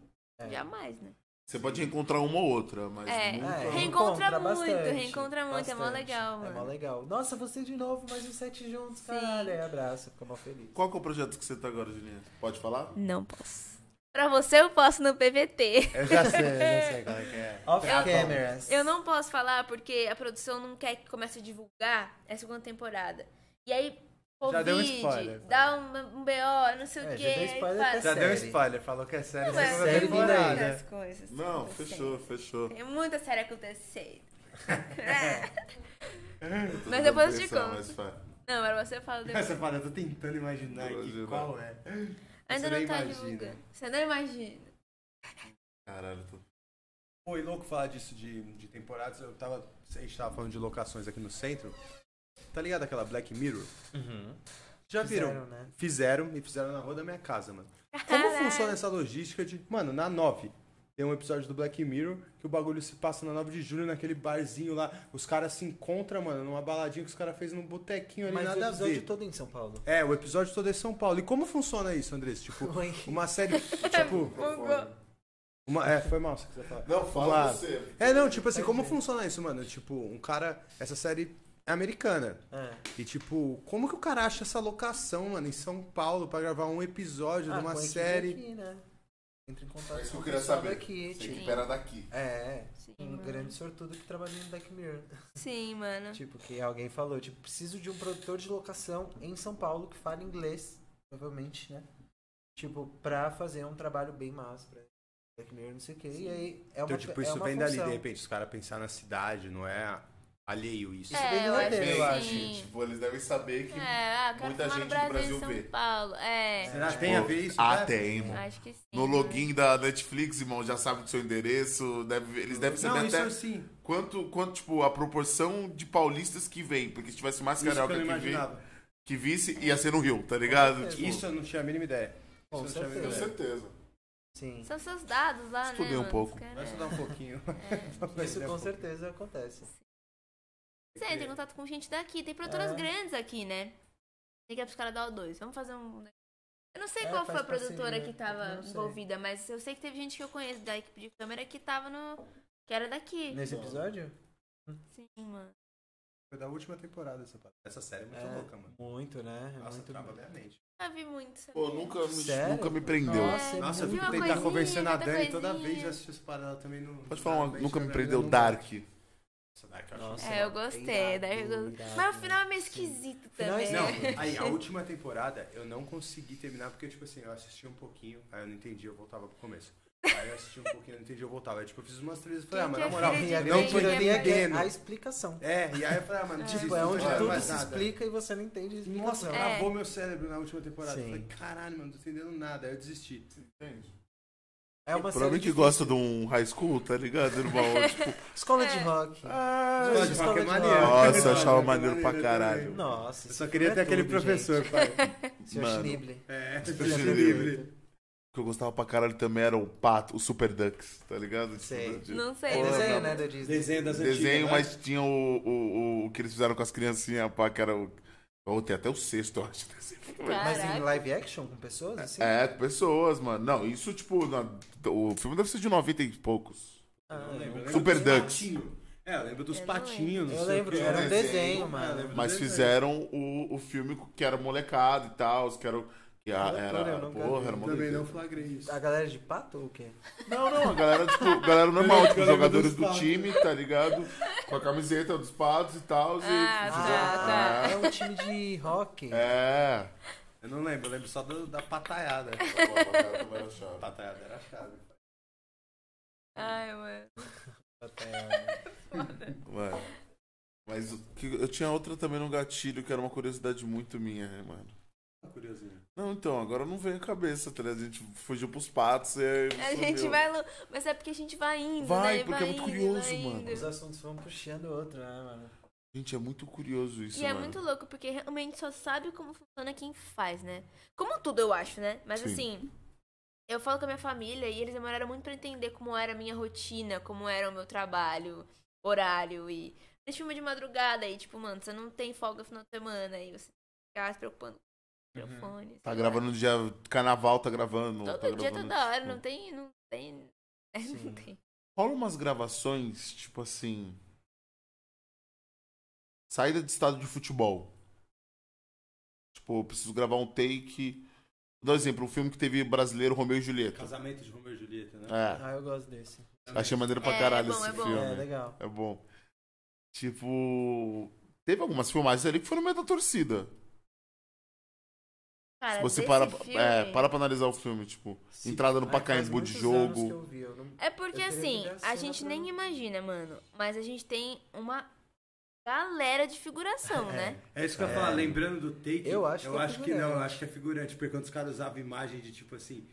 Speaker 2: É.
Speaker 3: Jamais, né?
Speaker 4: Você pode encontrar uma ou outra, mas
Speaker 3: É.
Speaker 4: nunca.
Speaker 2: É,
Speaker 3: Reencontra
Speaker 2: encontra
Speaker 3: muito,
Speaker 2: bastante,
Speaker 3: reencontra muito, é mó
Speaker 2: bastante.
Speaker 3: legal,
Speaker 2: É mó
Speaker 3: mano.
Speaker 2: legal. Nossa, você de novo, mais um sete juntos,
Speaker 3: Sim.
Speaker 2: caralho. Aí abraço, fica mó feliz.
Speaker 4: Qual que é o projeto que você tá agora, Juliana? Pode falar?
Speaker 3: Não posso. Pra você, eu posso no PVT.
Speaker 5: Eu já sei, eu já sei qual é que é.
Speaker 2: Off
Speaker 3: Eu-
Speaker 2: cameras.
Speaker 3: Eu não posso falar porque a produção não quer que comece a divulgar a segunda temporada. E aí, Covid,
Speaker 5: Já deu um spoiler,
Speaker 3: dá um, um BO, não sei
Speaker 2: É,
Speaker 3: o
Speaker 2: já
Speaker 3: quê.
Speaker 2: deu spoiler
Speaker 3: aí
Speaker 2: até
Speaker 5: Já
Speaker 3: faz-
Speaker 2: série.
Speaker 5: deu spoiler, falou que é série né?
Speaker 3: Não, é
Speaker 5: segunda
Speaker 2: série vindo aí.
Speaker 5: temporada.
Speaker 3: muitas coisas.
Speaker 4: Não,
Speaker 3: acontecendo.
Speaker 4: fechou, fechou.
Speaker 3: Tem muita série acontecendo. É.
Speaker 4: Eu tô
Speaker 3: Mas
Speaker 4: dando
Speaker 3: depois eu te
Speaker 4: pressão,
Speaker 3: conto.
Speaker 4: mas vai.
Speaker 3: não, era você fala depois.
Speaker 5: Essa parada, eu tô tentando imaginar
Speaker 4: Vou
Speaker 5: aqui
Speaker 4: imaginar.
Speaker 5: qual é.
Speaker 3: Ainda
Speaker 5: você
Speaker 3: não
Speaker 5: nem
Speaker 3: tá
Speaker 5: imagina.
Speaker 3: divulgando. Você não imagina.
Speaker 4: Caralho, tô...
Speaker 5: Foi louco falar disso de, de temporadas. Eu tava, a gente tava falando de locações aqui no centro. Tá ligado aquela Black Mirror? Já viram?
Speaker 2: Fizeram, né?
Speaker 5: Fizeram e fizeram na rua da minha casa, mano. Como
Speaker 3: Caralho.
Speaker 5: funciona essa logística de. Mano, na 9. Tem um episódio do Black Mirror que o bagulho se passa na 9 de julho, naquele barzinho lá. Os caras se encontram, mano, numa baladinha que os caras fez num botequinho ali,
Speaker 2: Mas o
Speaker 5: nada a ver.
Speaker 2: episódio todo em São Paulo.
Speaker 5: É, o episódio todo é em São Paulo. E como funciona isso, Andrés? Tipo,
Speaker 2: Oi.
Speaker 5: uma série. tipo.
Speaker 3: Bugou.
Speaker 5: Uma, é, foi mal, se quiser falar.
Speaker 4: Não, fala
Speaker 5: Uma-
Speaker 4: você.
Speaker 5: É, não, tipo assim, como funciona isso, mano? Tipo, um cara. Essa série é americana.
Speaker 2: É.
Speaker 5: E, tipo, como que o cara acha essa locação, mano, em São Paulo pra gravar um episódio
Speaker 2: Ah,
Speaker 5: de
Speaker 2: com a
Speaker 5: uma
Speaker 2: equipe
Speaker 5: série?
Speaker 2: Aqui, né? Entra em
Speaker 4: É
Speaker 2: contato
Speaker 4: isso que
Speaker 2: com
Speaker 4: eu
Speaker 2: o
Speaker 4: queria
Speaker 2: pessoal
Speaker 4: saber.
Speaker 2: daqui, tipo,
Speaker 4: Você
Speaker 3: Sim.
Speaker 4: que pera daqui.
Speaker 2: É,
Speaker 3: Sim,
Speaker 2: um
Speaker 3: mano.
Speaker 2: grande sortudo que trabalha no Black Mirror.
Speaker 3: Sim, mano.
Speaker 2: Tipo, que alguém falou, tipo, preciso de um produtor de locação em São Paulo que fale inglês, provavelmente, né? Tipo, pra fazer um trabalho bem massa pra Black Mirror, não sei o quê. E aí é uma
Speaker 5: Então, tipo,
Speaker 2: é
Speaker 5: isso
Speaker 2: uma
Speaker 5: vem dali,
Speaker 2: função.
Speaker 5: de repente, os caras pensar na cidade, não é alheio isso.
Speaker 2: Isso vem
Speaker 3: É,
Speaker 2: do
Speaker 3: eu acho
Speaker 2: roteiro, eu
Speaker 3: que
Speaker 2: acho.
Speaker 3: sim.
Speaker 4: Tipo, eles devem saber que.
Speaker 3: É, ah, quero
Speaker 4: Muita
Speaker 3: filmar
Speaker 4: gente do
Speaker 3: no Brasil, e em
Speaker 4: Brasil
Speaker 3: São
Speaker 4: vê.
Speaker 3: Paulo. É.
Speaker 5: Será que tem a ver isso?
Speaker 4: Ah,
Speaker 5: né?
Speaker 4: tem, mano.
Speaker 3: Acho que sim.
Speaker 4: No
Speaker 3: mano.
Speaker 4: login da Netflix, irmão, já sabe do seu endereço. deve- eles devem saber
Speaker 5: Não, isso
Speaker 4: até
Speaker 5: sim.
Speaker 4: quanto, quanto, tipo, a proporção de paulistas que vem. Porque se tivesse mais
Speaker 5: Isso que eu
Speaker 4: carioca
Speaker 5: não
Speaker 4: que, vi-
Speaker 5: imaginava.
Speaker 4: que visse, ia ser no Rio, tá ligado? Tipo,
Speaker 5: Isso eu não tinha a mínima ideia.
Speaker 2: Com
Speaker 5: Isso eu não tinha a mínima
Speaker 4: com
Speaker 2: certeza.
Speaker 5: ideia.
Speaker 4: certeza.
Speaker 2: Sim.
Speaker 3: São seus dados lá,
Speaker 4: Estudei
Speaker 3: né?
Speaker 4: um
Speaker 3: mano?
Speaker 4: pouco.
Speaker 3: Cara,
Speaker 5: Vai estudar um pouquinho. um
Speaker 2: Isso com certeza acontece.
Speaker 3: Você entra em contato com gente daqui. Tem produtoras
Speaker 2: É.
Speaker 3: grandes aqui, né? Liga pros caras da O2. Vamos fazer um. Eu não sei
Speaker 2: É,
Speaker 3: qual
Speaker 2: faz
Speaker 3: foi a produtora
Speaker 2: parceria,
Speaker 3: que
Speaker 2: não
Speaker 3: tava
Speaker 2: sei.
Speaker 3: envolvida, mas eu sei que teve gente que eu conheço da equipe de câmera que tava no. que era daqui.
Speaker 2: Nesse episódio?
Speaker 3: Sim, mano.
Speaker 5: Foi da última temporada essa parada. Essa série é muito
Speaker 2: É,
Speaker 5: louca, mano.
Speaker 2: Muito, né? É
Speaker 5: Nossa,
Speaker 2: muito
Speaker 5: trava
Speaker 2: bom.
Speaker 5: minha mente.
Speaker 3: Eu vi muito. sabe?
Speaker 4: Pô, nunca me,
Speaker 2: Sério?
Speaker 4: nunca me prendeu.
Speaker 2: Nossa, é
Speaker 5: Nossa, eu
Speaker 2: muito-
Speaker 5: fico
Speaker 3: Uma
Speaker 5: tentar
Speaker 3: coisinha,
Speaker 5: convencer a
Speaker 3: cada
Speaker 5: Dani toda
Speaker 3: coisinha.
Speaker 5: vez de assistir essa parada. Ela também não.
Speaker 4: Pode falar, uma,
Speaker 5: Realmente,
Speaker 4: nunca me
Speaker 5: ela
Speaker 4: prendeu
Speaker 5: não-
Speaker 4: Dark.
Speaker 5: Nossa, Dark, eu acho
Speaker 2: Nossa,
Speaker 3: É, eu
Speaker 2: mano,
Speaker 3: gostei.
Speaker 2: irado,
Speaker 3: Daí eu...
Speaker 2: irado.
Speaker 3: Mas o final é meio
Speaker 4: assim.
Speaker 3: esquisito
Speaker 2: Final é
Speaker 3: também.
Speaker 5: Não,
Speaker 2: esquisito.
Speaker 5: aí a última temporada eu não consegui terminar porque, tipo assim, eu assisti um pouquinho, aí eu não entendi, eu voltava pro começo. Aí eu assisti um pouquinho, eu não entendi, eu voltava. Aí, tipo, eu fiz umas três e falei, ah, mas
Speaker 2: é
Speaker 5: na moral,
Speaker 3: Quem te
Speaker 2: E a
Speaker 3: acredita
Speaker 5: não tô
Speaker 2: grande ironia é que
Speaker 5: entendendo.
Speaker 2: a explicação.
Speaker 5: É, e aí eu falei, ah, mano,
Speaker 2: Tipo,
Speaker 5: desisto,
Speaker 2: é
Speaker 5: não tô
Speaker 2: onde
Speaker 5: entendendo
Speaker 2: tudo
Speaker 5: mais
Speaker 2: se
Speaker 5: nada.
Speaker 2: explica e você não entende a
Speaker 5: Nossa,
Speaker 2: explicação.
Speaker 3: É.
Speaker 5: travou meu cérebro na última temporada. Eu
Speaker 2: Sim.
Speaker 5: falei, caralho, mano, não tô entendendo nada. Aí eu desisti.
Speaker 2: É uma série
Speaker 4: Provavelmente
Speaker 2: de
Speaker 4: gosta de um high school, tá ligado, irmão? tipo,
Speaker 2: escola de
Speaker 3: É.
Speaker 2: rock.
Speaker 4: ah,
Speaker 5: Escola de
Speaker 2: escola
Speaker 5: rock é
Speaker 2: de
Speaker 5: maneiro.
Speaker 2: rock.
Speaker 4: Nossa, eu
Speaker 5: Escola de
Speaker 4: achava
Speaker 5: rock é
Speaker 4: maneiro pra
Speaker 5: também.
Speaker 4: caralho.
Speaker 2: Nossa, é
Speaker 5: Eu só queria ter aquele professor, pai.
Speaker 2: Seu
Speaker 4: Mano.
Speaker 2: Schnible.
Speaker 5: É,
Speaker 4: Deus me livre. O que eu gostava pra caralho também era o pato, o Super Ducks, tá ligado? Tipo,
Speaker 2: Sei.
Speaker 4: de-
Speaker 3: Não sei.
Speaker 2: É
Speaker 4: Porra,
Speaker 2: desenho,
Speaker 4: mano.
Speaker 2: né, da Disney.
Speaker 5: Desenho das antigas.
Speaker 4: Desenho,
Speaker 5: né?
Speaker 4: mas tinha o, o, o, o que eles fizeram com as criancinhas, pá, que era o. Ou tem até o sexto, eu acho. desse filme.
Speaker 3: Cara.
Speaker 2: Mas em
Speaker 3: Caraca.
Speaker 2: live action com pessoas, assim?
Speaker 4: É, com pessoas, mano. Não, isso, tipo, na- o filme deve ser de 90 e poucos.
Speaker 2: Ah,
Speaker 5: Eu lembro, né? eu lembro
Speaker 4: Super
Speaker 5: dos
Speaker 4: Ducks.
Speaker 5: patinho. É, eu lembro dos
Speaker 3: Eu não
Speaker 5: patinhos. não
Speaker 2: Eu
Speaker 5: sei o
Speaker 2: lembro,
Speaker 5: quê.
Speaker 2: era um
Speaker 4: Desenho.
Speaker 2: desenho,
Speaker 5: É, eu lembro
Speaker 2: mano.
Speaker 5: do
Speaker 4: Mas
Speaker 5: desenho.
Speaker 4: fizeram o, o filme que era molecado e tal, os que eram. Que a-
Speaker 2: Eu
Speaker 4: era,
Speaker 2: lembro, eu nunca
Speaker 4: porra,
Speaker 2: vi.
Speaker 4: era mó
Speaker 5: Também
Speaker 4: doideira.
Speaker 5: não flagrei isso.
Speaker 2: A galera de pato ou o quê?
Speaker 4: Não, não, a galera, tipo, galera normal,
Speaker 5: Eu
Speaker 4: tipo,
Speaker 5: lembro
Speaker 4: os jogadores
Speaker 5: dos
Speaker 4: do
Speaker 5: patos.
Speaker 4: time, tá ligado? Com a camiseta dos patos e tal.
Speaker 3: Ah,
Speaker 4: e
Speaker 3: tá,
Speaker 4: fizeram-
Speaker 2: É um time de rock.
Speaker 4: É.
Speaker 5: Eu não lembro, eu lembro só do- da pataiada. A pataiada era a chave.
Speaker 3: Ai, mano.
Speaker 2: Até,
Speaker 4: Mano. Mas Mas o que- eu tinha outra também no gatilho, que era uma curiosidade muito minha, né, mano.
Speaker 5: Curiosinho.
Speaker 4: Não, então, agora não vem a cabeça, tá ligado? A gente fugiu pros patos e aí.
Speaker 3: A gente
Speaker 4: sumiu.
Speaker 3: vai. lo- Mas é porque a gente vai indo,
Speaker 4: Vai,
Speaker 3: né?
Speaker 4: porque é muito
Speaker 3: indo,
Speaker 4: curioso,
Speaker 3: vai
Speaker 4: mano.
Speaker 3: indo.
Speaker 2: Os assuntos vão puxando o outro, né, mano?
Speaker 4: Gente, é muito curioso isso,
Speaker 3: E é
Speaker 4: mano.
Speaker 3: muito louco, porque realmente só sabe como funciona quem faz, né? Como tudo, eu acho, né? Mas
Speaker 4: Sim.
Speaker 3: assim, eu falo com a minha família e eles demoraram muito pra entender como era a minha rotina, como era o meu trabalho, horário e. Tem filme de madrugada e, tipo, mano, você não tem folga no final de semana e você fica se preocupando com o microfone. sei
Speaker 4: Tá
Speaker 3: lá.
Speaker 4: gravando no dia. Carnaval tá gravando.
Speaker 3: né? Todo
Speaker 4: tá
Speaker 3: dia,
Speaker 4: gravando,
Speaker 3: toda hora,
Speaker 4: tipo,
Speaker 3: não tem. Não tem. Não
Speaker 2: Sim.
Speaker 3: tem.
Speaker 4: Rola umas gravações, tipo assim. Saída de estado de futebol. Tipo, eu preciso gravar um take. Vou dar um exemplo, um filme que teve brasileiro Romeu e Julieta.
Speaker 5: Casamento de Romeu e Julieta, né?
Speaker 4: É.
Speaker 2: Ah, eu gosto desse.
Speaker 4: Achei maneiro pra
Speaker 3: É,
Speaker 4: caralho
Speaker 3: é bom,
Speaker 4: esse
Speaker 3: é bom.
Speaker 4: filme.
Speaker 2: É, legal.
Speaker 4: É bom. Tipo. Teve algumas filmagens ali que foram meio da torcida.
Speaker 3: Cara,
Speaker 4: Você
Speaker 3: desse
Speaker 4: para, é,
Speaker 3: filme-
Speaker 4: para pra analisar o filme, tipo.
Speaker 5: Então,
Speaker 4: Entrada no
Speaker 2: Ai,
Speaker 4: Pacaembu
Speaker 2: faz
Speaker 4: de
Speaker 2: muitos
Speaker 4: jogo.
Speaker 2: anos que eu vi, eu não-
Speaker 3: É porque
Speaker 2: Eu teria
Speaker 3: assim,
Speaker 2: que ver a
Speaker 3: a
Speaker 2: cena
Speaker 3: gente
Speaker 2: pra-
Speaker 3: nem imagina, mano. Mas a gente tem uma galera de figuração, né?
Speaker 4: Hum,
Speaker 5: É isso que eu ia falar, lembrando do take.
Speaker 2: Eu acho
Speaker 5: eu
Speaker 2: que é
Speaker 5: acho que não, eu
Speaker 2: figurante.
Speaker 5: acho que é figurante, porque quando os caras usavam imagem de tipo assim,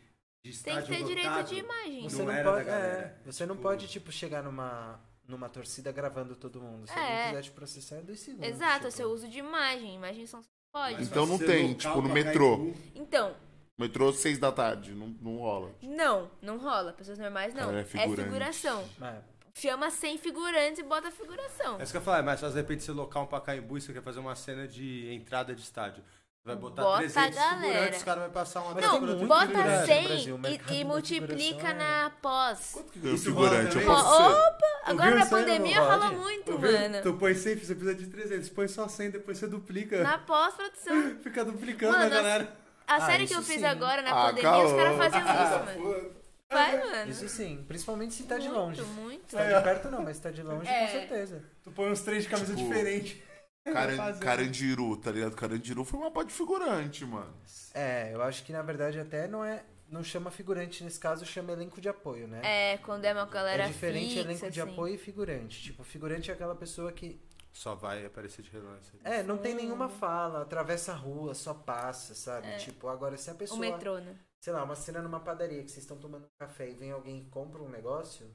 Speaker 5: de
Speaker 3: Tem que
Speaker 5: estádio
Speaker 3: ter direito
Speaker 5: lotado,
Speaker 3: de imagem.
Speaker 2: Você
Speaker 5: Não
Speaker 2: não,
Speaker 5: era
Speaker 2: pode,
Speaker 5: da galera.
Speaker 2: é, você não
Speaker 5: Tipo-
Speaker 2: pode tipo chegar numa numa torcida gravando todo mundo. Se
Speaker 3: É.
Speaker 2: alguém quiser te processar, é dois segundos.
Speaker 3: Exato,
Speaker 2: tipo.
Speaker 3: é seu uso de imagem. Imagem são pode.
Speaker 5: Mas
Speaker 3: né?
Speaker 4: Então
Speaker 5: vai
Speaker 4: não
Speaker 5: ser
Speaker 4: tem,
Speaker 5: local
Speaker 4: tipo,
Speaker 5: pra
Speaker 4: no metrô.
Speaker 5: Caimbu.
Speaker 3: Então,
Speaker 4: Metrô seis da tarde, não, não rola.
Speaker 3: não, não rola. Pessoas normais não.
Speaker 4: Cara, é
Speaker 3: é,
Speaker 4: figurante.
Speaker 3: figuração.
Speaker 2: É,
Speaker 3: Chama 100 figurantes e bota figuração.
Speaker 5: É isso que eu ia falar, mas faz de repente você local um Pacaembu e você quer fazer uma cena de entrada de estádio. Você vai botar
Speaker 3: Bota a
Speaker 5: 300
Speaker 3: galera.
Speaker 5: figurantes, os caras vão passar uma
Speaker 2: Mas
Speaker 5: atrás
Speaker 3: não,
Speaker 5: por outra
Speaker 2: muito
Speaker 3: bota
Speaker 5: figurante.
Speaker 2: figurante no
Speaker 3: 100
Speaker 2: Brasil, o mercado
Speaker 3: e, e
Speaker 2: da
Speaker 3: multiplica
Speaker 2: figuração é
Speaker 3: na pós.
Speaker 4: Quanto que ganha o
Speaker 5: Isso rola
Speaker 4: um figurante?
Speaker 5: também?
Speaker 4: Eu quero
Speaker 3: Ó,
Speaker 4: ser.
Speaker 3: opa! Agora
Speaker 5: viu
Speaker 3: na
Speaker 5: isso aí,
Speaker 3: pandemia
Speaker 2: não
Speaker 3: rola
Speaker 2: pode?
Speaker 3: muito,
Speaker 5: Tu viu?
Speaker 3: mano.
Speaker 5: Tu põe 100, você precisa de 300, põe só 100, depois você duplica.
Speaker 3: Na pós-produção.
Speaker 5: Fica duplicando
Speaker 3: Mano,
Speaker 5: a galera.
Speaker 3: A
Speaker 2: Ah,
Speaker 3: série que
Speaker 2: isso
Speaker 3: eu fiz
Speaker 2: sim.
Speaker 3: agora na
Speaker 4: Ah,
Speaker 3: pandemia, os
Speaker 4: caô.
Speaker 3: caras faziam
Speaker 5: Ah,
Speaker 3: isso, mano. Vai, mano.
Speaker 2: Isso sim, principalmente se tá de
Speaker 3: muito,
Speaker 2: longe.
Speaker 3: muito.
Speaker 2: Se tá de perto não, mas se tá de longe
Speaker 3: É.
Speaker 2: com certeza.
Speaker 5: Tu põe uns três de camisa
Speaker 4: Tipo,
Speaker 5: diferente.
Speaker 4: Caran-
Speaker 5: Fazer.
Speaker 4: Carandiru, tá ligado? Carandiru foi uma pá de figurante, mano.
Speaker 2: É, eu acho que na verdade até não é não chama figurante nesse caso, chama elenco de apoio, né?
Speaker 3: É, quando é uma galera
Speaker 2: é diferente
Speaker 3: fixa,
Speaker 2: elenco de
Speaker 3: assim.
Speaker 2: apoio e figurante. Tipo, figurante é aquela pessoa que
Speaker 5: Só vai aparecer de relance.
Speaker 2: É, não tem nenhuma fala, atravessa a rua, só passa, sabe? Tipo, agora se a
Speaker 3: É. O
Speaker 2: pessoa.
Speaker 3: metrô, né?
Speaker 2: Sei lá, uma cena numa padaria que vocês estão tomando um café e vem alguém e compra um negócio,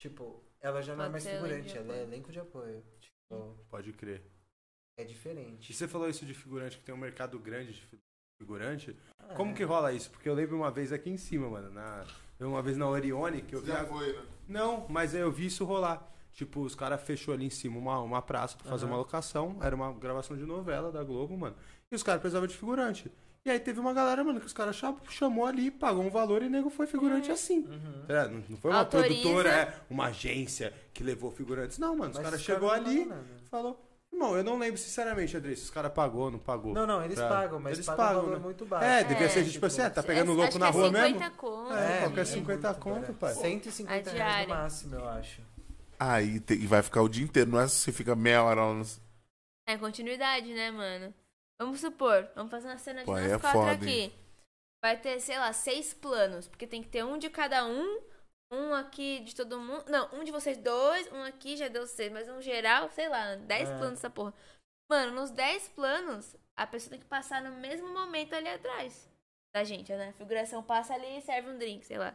Speaker 2: tipo, ela já não é
Speaker 3: Pode
Speaker 2: mais
Speaker 3: ser elenco de
Speaker 2: figurante, ela é
Speaker 3: apoio.
Speaker 2: elenco de apoio. Tipo,
Speaker 5: Pode crer.
Speaker 2: é
Speaker 5: E
Speaker 2: diferente.
Speaker 5: você falou isso de figurante, que tem um mercado grande de fi- figurante. Como que rola isso? Porque eu lembro uma vez aqui em cima, mano. Na, uma vez na Orione, que eu vi. a-
Speaker 4: foi, né?
Speaker 5: Não, mas eu vi isso rolar. Tipo, os caras fechou ali em cima uma, uma praça pra fazer uma locação. Era uma gravação de novela da Globo, mano. E os caras precisavam de figurante. E aí teve uma galera, mano, que os caras cha- chamou ali, pagou um valor e nego foi figurante assim.
Speaker 2: Uhum.
Speaker 5: É, não não foi uma
Speaker 3: Autoriza.
Speaker 5: produtora, é, uma agência que levou figurantes. Não, mano, os
Speaker 2: Mas
Speaker 5: caras
Speaker 2: os
Speaker 5: chegou
Speaker 2: caras não
Speaker 5: ali,
Speaker 2: pagam nada. né?
Speaker 5: falou. Irmão, eu não lembro sinceramente, André, se os caras pagou, não pagou.
Speaker 2: Não, não, eles
Speaker 5: Pra-
Speaker 2: pagam, mas
Speaker 5: eles
Speaker 2: pagam um
Speaker 5: pagam,
Speaker 2: valor
Speaker 5: né?
Speaker 2: muito baixo.
Speaker 5: É, devia
Speaker 3: É,
Speaker 5: ser tipo
Speaker 2: tipo,
Speaker 5: assim, ah, tá pegando
Speaker 3: Acho
Speaker 5: louco
Speaker 3: que
Speaker 5: na
Speaker 3: é
Speaker 5: rua
Speaker 3: 50
Speaker 5: mesmo?
Speaker 3: Conto,
Speaker 5: É,
Speaker 3: né?
Speaker 5: qualquer 50 conto, pai.
Speaker 2: 150
Speaker 3: A
Speaker 2: reais
Speaker 3: diária.
Speaker 2: no máximo, eu acho.
Speaker 4: Aí tem- e vai ficar o dia inteiro, não é se você fica meia hora lá no.
Speaker 3: É continuidade, né, mano? Vamos supor, vamos fazer uma cena de
Speaker 4: Pô, aí
Speaker 3: nós
Speaker 4: é
Speaker 3: quatro
Speaker 4: foda,
Speaker 3: aqui. Vai ter, sei lá, seis planos, porque tem que ter um de cada um, um aqui de todo mundo. Não, um de vocês dois, um aqui já deu seis, mas um geral, sei lá, dez
Speaker 2: É.
Speaker 3: planos essa porra. Mano, nos dez planos, a pessoa tem que passar no mesmo momento ali atrás da gente, né? A figuração passa ali e serve um drink, sei lá.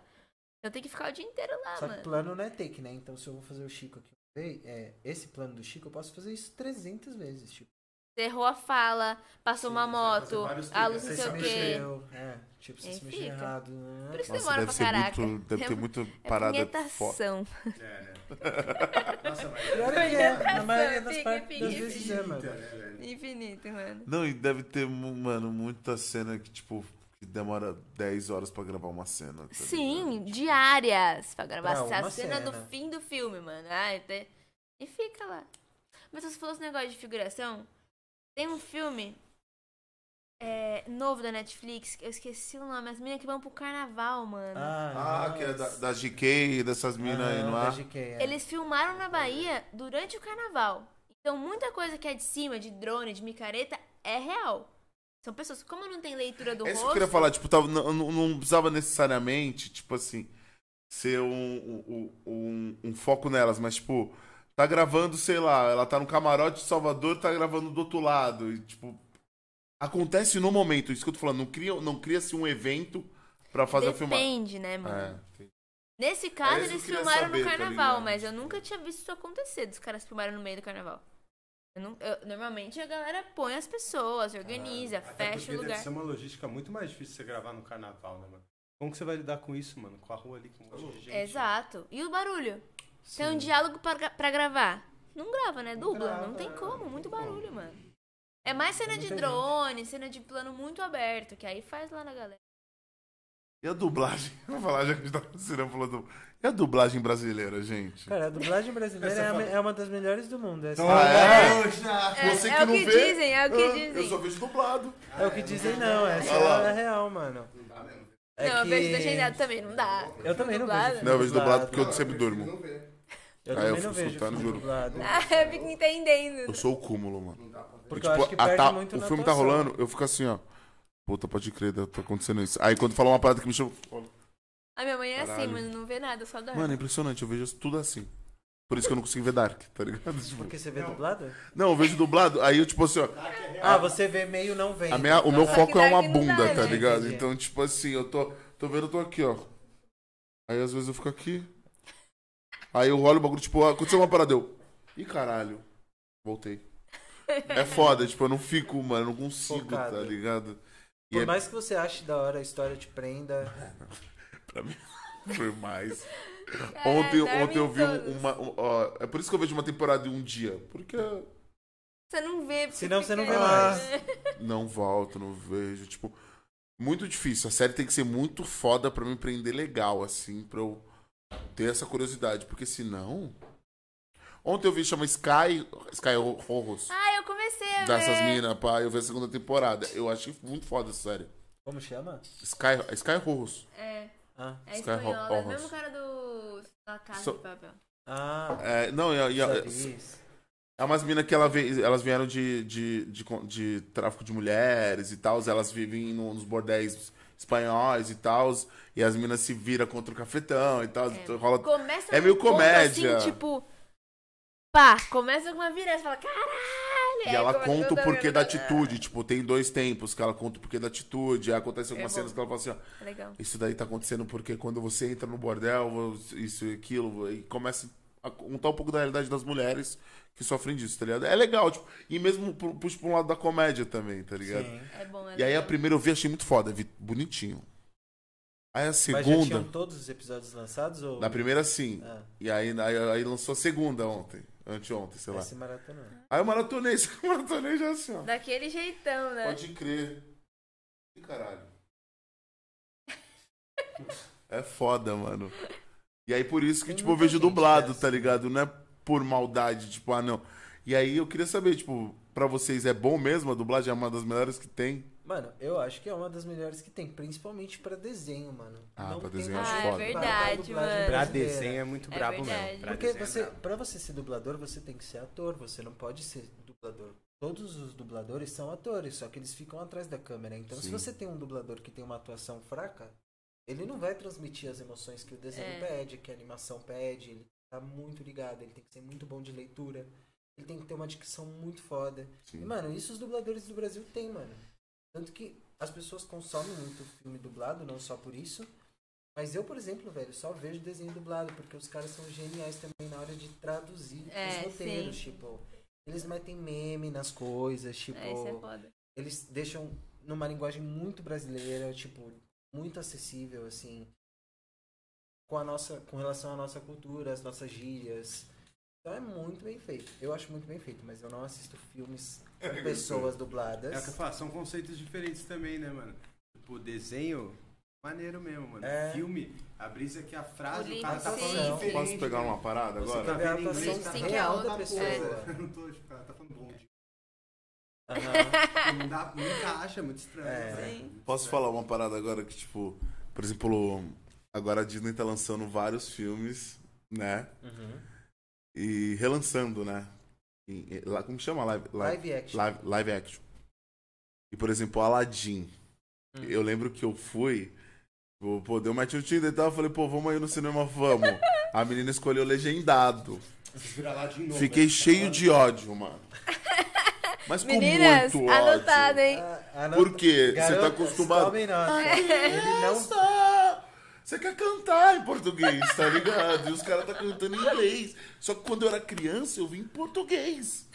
Speaker 3: Então tem que ficar o dia inteiro lá,
Speaker 2: Só que
Speaker 3: mano.
Speaker 2: plano não é take, né? Então se eu vou fazer o Chico aqui, é, esse plano do Chico, eu posso fazer isso 300 vezes, tipo.
Speaker 3: Você errou a fala, passou
Speaker 5: Sim,
Speaker 3: uma
Speaker 5: você vai
Speaker 3: moto,
Speaker 5: fazer vários
Speaker 3: a luz
Speaker 5: triggers,
Speaker 2: Você
Speaker 3: não sei
Speaker 2: se
Speaker 3: o
Speaker 5: sabe?
Speaker 3: quê.
Speaker 2: mexeu, é, tipo, você
Speaker 3: Aí
Speaker 2: se mexeu
Speaker 3: fica.
Speaker 2: errado. né?
Speaker 3: Por isso
Speaker 4: Nossa,
Speaker 3: demora
Speaker 4: deve
Speaker 3: pra
Speaker 4: ser,
Speaker 3: caraca.
Speaker 4: muito, deve ter
Speaker 3: É-
Speaker 4: muito
Speaker 3: é
Speaker 4: parada fo-
Speaker 3: punhetação.
Speaker 5: É, né?
Speaker 2: Pior é que é, na maioria das,
Speaker 3: Fica,
Speaker 2: par-
Speaker 3: fica,
Speaker 2: das vezes é, mano.
Speaker 4: né?
Speaker 3: Infinito, mano.
Speaker 4: Não, e deve ter, mu- mano, muita cena que, tipo, que demora 10 horas pra gravar uma cena. tá ligado?
Speaker 3: Sim, diárias pra gravar
Speaker 2: Pra
Speaker 3: essa
Speaker 2: uma
Speaker 3: cena,
Speaker 2: cena.
Speaker 3: do fim do filme, mano. Ai, até- E fica lá. Mas você falou esse negócio de figuração. Tem um filme é, novo da Netflix, que eu esqueci o nome, as meninas que vão pro carnaval, mano.
Speaker 4: Ah, que é da, da GK, dessas minas
Speaker 3: Ah,
Speaker 4: aí,
Speaker 2: Ah,
Speaker 4: não é?
Speaker 3: Eles filmaram na Bahia durante o carnaval. Então muita coisa que é de cima, de drone, de micareta, é real. São pessoas, como não tem leitura do
Speaker 4: É isso que eu
Speaker 3: rosto.
Speaker 4: queria falar, tipo, tava, não, não- não precisava necessariamente, tipo assim, ser um, um, um- um- um foco nelas, mas, tipo, tá gravando, sei lá, ela tá no camarote de Salvador, tá gravando do outro lado. E, tipo, acontece no momento, isso que eu tô falando. Não cria- não cria-se um evento pra fazer a filmagem.
Speaker 3: Depende, né, mano?
Speaker 4: É, entendi.
Speaker 3: Nesse caso,
Speaker 4: isso que
Speaker 3: eles
Speaker 4: eu queria
Speaker 3: filmaram
Speaker 4: saber,
Speaker 3: no
Speaker 4: tá
Speaker 3: carnaval,
Speaker 4: ligado?
Speaker 3: mas eu nunca tinha visto isso acontecer, dos caras filmarem no meio do carnaval. Eu não- eu- normalmente a galera põe as pessoas, organiza,
Speaker 5: Ah, Até
Speaker 3: É fecha
Speaker 5: porque
Speaker 3: o lugar.
Speaker 5: deve ser uma logística muito mais difícil você gravar no carnaval, né, mano? Como que você vai lidar com isso, mano? Com a rua ali, com um monte de gente.
Speaker 3: Exato. E o barulho? Tem um diálogo pra, gra- pra gravar. Não grava, né? Dubla.
Speaker 5: grava,
Speaker 3: não tem
Speaker 5: é.
Speaker 3: como. Muito barulho, mano. É mais cena de
Speaker 5: muita
Speaker 3: drone, cena de plano muito aberto, que aí faz lá na galera.
Speaker 4: E a dublagem? Vou falar, já que a gente tá Cirão falou do... E a dublagem brasileira, gente?
Speaker 2: Cara, a dublagem brasileira é, a me- é uma das melhores do mundo. Essa-
Speaker 4: Ah, é?
Speaker 3: É,
Speaker 4: Você
Speaker 3: é
Speaker 4: que
Speaker 3: o
Speaker 4: não
Speaker 3: que
Speaker 4: vê,
Speaker 3: dizem, é o que
Speaker 4: ah,
Speaker 3: dizem.
Speaker 4: Eu só vejo dublado.
Speaker 2: é o que dizem, não. Essa
Speaker 4: Olha lá.
Speaker 2: é a real, mano. É
Speaker 3: não, eu
Speaker 2: que-
Speaker 3: vejo legendado também, não dá.
Speaker 2: Eu também não
Speaker 3: Dublado.
Speaker 2: vejo.
Speaker 4: Não, eu vejo dublado porque eu sempre durmo.
Speaker 2: Eu
Speaker 4: Ah,
Speaker 2: também
Speaker 4: eu fico
Speaker 2: não vejo
Speaker 4: escutando,
Speaker 2: filme
Speaker 4: juro.
Speaker 2: dublado.
Speaker 3: Ah, eu fico entendendo.
Speaker 4: Eu sou o cúmulo, mano.
Speaker 2: Porque eu acho que
Speaker 4: a
Speaker 2: perde
Speaker 4: tá-
Speaker 2: muito
Speaker 4: o
Speaker 2: na
Speaker 4: filme tá
Speaker 2: atuação.
Speaker 4: rolando, eu fico assim, ó. Puta, pode crer, tá acontecendo isso. Aí quando fala uma parada que me chama.
Speaker 3: A minha mãe é assim,
Speaker 4: Caralho.
Speaker 3: mano, não vê nada, só dá.
Speaker 4: Mano, é impressionante, eu vejo isso tudo assim. Por isso que eu não consigo ver Dark, tá ligado? Tipo,
Speaker 2: Porque você vê dublado?
Speaker 4: não, eu vejo dublado, aí eu, tipo assim, ó.
Speaker 2: Ah, você vê meio não vendo.
Speaker 4: A minha, o meu
Speaker 3: Só
Speaker 4: foco
Speaker 3: que
Speaker 4: é
Speaker 3: Dark
Speaker 4: uma
Speaker 3: não dá,
Speaker 4: bunda, tá
Speaker 3: né?
Speaker 4: ligado?
Speaker 2: Entendi.
Speaker 4: Então, tipo assim, eu tô. Tô vendo, eu tô aqui, ó. Aí às vezes eu fico aqui. Aí eu olho o bagulho, tipo, ah, aconteceu uma parada, eu. Ih, caralho. Voltei. É foda, tipo, eu não fico, mano, eu não consigo, tá
Speaker 2: Focado.
Speaker 4: ligado? E
Speaker 2: Por
Speaker 4: é
Speaker 2: mais que você ache da hora a história te prenda.
Speaker 4: pra mim. Foi mais.
Speaker 3: É,
Speaker 4: Ontem,
Speaker 3: dorme
Speaker 4: ontem eu vi
Speaker 3: todos.
Speaker 4: uma. um- ó, é por isso que eu vejo uma temporada em um dia. Porque
Speaker 3: Você não vê. porque
Speaker 2: Senão você não
Speaker 3: fica-
Speaker 2: vê mais.
Speaker 4: não volto, não vejo. Tipo, muito difícil. A série tem que ser muito foda pra me prender legal, assim, pra eu ter essa curiosidade. Porque senão. Ontem eu vi chama Sky. Sky Horrors.
Speaker 3: Ah, é. eu comecei a
Speaker 4: Dessas
Speaker 3: ver.
Speaker 4: minas, pá, eu vi a segunda temporada. Eu achei muito foda essa série.
Speaker 2: Como chama?
Speaker 4: Sky, Sky Horrors.
Speaker 3: É,
Speaker 2: Ah.
Speaker 3: é
Speaker 4: Sky Ho-
Speaker 3: espanhola. É o
Speaker 4: Horrors.
Speaker 3: mesmo cara do. Da Casa
Speaker 4: So-
Speaker 3: de Papel.
Speaker 2: Ah.
Speaker 4: É, não, e a- e a-
Speaker 2: Sabiz.
Speaker 4: É umas minas que ela vê- elas vieram de, de, de, con- de tráfico de mulheres e tal, elas vivem no- nos bordéis espanhóis e tal, e as minas se viram contra o cafetão e tal, então rola...
Speaker 3: Começa
Speaker 4: É meio
Speaker 3: num ponto,
Speaker 4: comédia.
Speaker 3: Assim, tipo. Pá, começa com uma virança. Você fala, caralho.
Speaker 4: E
Speaker 3: aí
Speaker 4: ela
Speaker 3: começa-
Speaker 4: conta o porquê da
Speaker 3: É.
Speaker 4: atitude, tipo, tem dois tempos que ela conta o porquê da atitude, aí acontece algumas
Speaker 3: É bom.
Speaker 4: cenas que ela fala assim, ó,
Speaker 3: É Legal.
Speaker 4: isso daí tá acontecendo porque quando você entra no bordel, isso e aquilo, e começa a contar um pouco da realidade das mulheres que sofrem disso, tá ligado? É legal, tipo, e mesmo pu- puxa pra um lado da comédia também, tá ligado?
Speaker 2: Sim.
Speaker 3: É bom, é
Speaker 4: E aí a
Speaker 3: legal.
Speaker 4: primeira eu vi, achei muito foda, vi bonitinho. Aí a
Speaker 2: Mas já um
Speaker 4: segunda,
Speaker 2: tinham todos os episódios lançados? Ou...
Speaker 4: na primeira sim.
Speaker 2: Ah,
Speaker 4: E aí, aí, aí lançou a segunda ontem, anteontem, sei lá.
Speaker 2: esse maratona.
Speaker 4: Aí eu maratonei, só que eu maratonei já assim, ó.
Speaker 3: Daquele jeitão, né?
Speaker 4: Pode crer. Ih, caralho. É foda, mano. E aí por isso que,
Speaker 2: Tem
Speaker 4: tipo, eu
Speaker 2: muita
Speaker 4: vejo
Speaker 2: gente
Speaker 4: dublado,
Speaker 2: dessa.
Speaker 4: tá ligado? Não é por maldade, tipo, ah, não. E aí eu queria saber, tipo, pra vocês é bom mesmo? A dublagem é uma das melhores que tem?
Speaker 2: Mano, eu acho que é uma das melhores que tem, principalmente pra desenho, mano.
Speaker 4: Ah,
Speaker 2: Não
Speaker 4: pra
Speaker 2: tem
Speaker 4: desenho
Speaker 2: nada
Speaker 4: acho
Speaker 2: comparado à
Speaker 4: foda. Ah, é
Speaker 3: verdade,
Speaker 2: dublagem
Speaker 3: mano.
Speaker 5: Pra
Speaker 2: brasileira.
Speaker 5: desenho é muito
Speaker 3: É
Speaker 5: brabo
Speaker 3: verdade.
Speaker 5: mesmo. Pra
Speaker 2: Porque
Speaker 5: desenho é
Speaker 2: você,
Speaker 5: brabo.
Speaker 2: pra você ser dublador, você tem que ser ator, você não pode ser dublador. Todos os dubladores são atores, só que eles ficam atrás da câmera. Então, se
Speaker 4: Sim.
Speaker 2: você tem um dublador que tem uma atuação fraca, ele não vai transmitir as emoções que o desenho
Speaker 3: É.
Speaker 2: pede, que a animação pede. Ele tá muito ligado, ele tem que ser muito bom de leitura, ele tem que ter uma dicção muito foda. E,
Speaker 4: Sim.
Speaker 2: mano, isso os dubladores do Brasil têm, mano. Tanto que as pessoas consomem muito filme dublado, não só por isso. Mas eu, por exemplo, velho, só vejo desenho dublado, porque os caras são geniais também na hora de traduzir
Speaker 3: É,
Speaker 2: os roteiros,
Speaker 3: sim.
Speaker 2: tipo. Eles metem meme nas coisas, tipo.
Speaker 3: É, isso é foda.
Speaker 2: eles deixam numa linguagem muito brasileira, tipo, muito acessível, assim. Com a nossa. Com relação à nossa cultura, às nossas gírias. Então é muito bem feito. Eu acho muito bem feito, mas eu não assisto filmes
Speaker 4: É,
Speaker 2: com pessoas dubladas.
Speaker 5: É o que eu falo, são conceitos diferentes também, né, mano? Tipo, desenho, maneiro mesmo, mano.
Speaker 2: É.
Speaker 5: Filme, a brisa é que a
Speaker 3: O
Speaker 5: frase, o
Speaker 3: link,
Speaker 5: cara tá
Speaker 2: sim.
Speaker 5: falando diferente.
Speaker 4: Posso pegar
Speaker 5: né?
Speaker 4: uma parada
Speaker 5: Você
Speaker 4: agora?
Speaker 5: tá
Speaker 2: Ver a
Speaker 5: vendo em
Speaker 2: atuação
Speaker 5: inglês, tá
Speaker 3: Sim, é
Speaker 5: vendo
Speaker 3: real
Speaker 5: outra
Speaker 2: da pessoa.
Speaker 3: É.
Speaker 5: coisa. Não tô, tipo, ela tá falando bom de...
Speaker 2: Aham.
Speaker 5: Não dá, nunca acha, muito estranho.
Speaker 2: É.
Speaker 5: né?
Speaker 3: Sim.
Speaker 4: Posso falar uma parada agora que, tipo, por exemplo, agora a Disney tá lançando vários filmes, né?
Speaker 2: Uhum.
Speaker 4: E relançando, né? E- e- lá, como que chama? Live, live,
Speaker 2: Live action.
Speaker 4: live, live action. E, por exemplo, Aladdin.
Speaker 2: Hum.
Speaker 4: Eu lembro que eu fui, tipo, pô, pô, deu uma tchutinha e tal, eu falei, pô, vamos aí no cinema, vamos. a menina escolheu legendado.
Speaker 5: Vira lá de novo. né?
Speaker 4: Fiquei cheio de ódio, mano. Mas com
Speaker 3: Meninas,
Speaker 4: muito ódio.
Speaker 3: anotado, hein?
Speaker 2: Ah, ah, não-
Speaker 4: Por quê? Você tá
Speaker 2: Garotas,
Speaker 4: acostumado.
Speaker 2: tomem nota. Ele não
Speaker 4: Criança! Você quer cantar em português, tá ligado? E os caras tá cantando em inglês. Só que quando eu era criança, eu vim em português.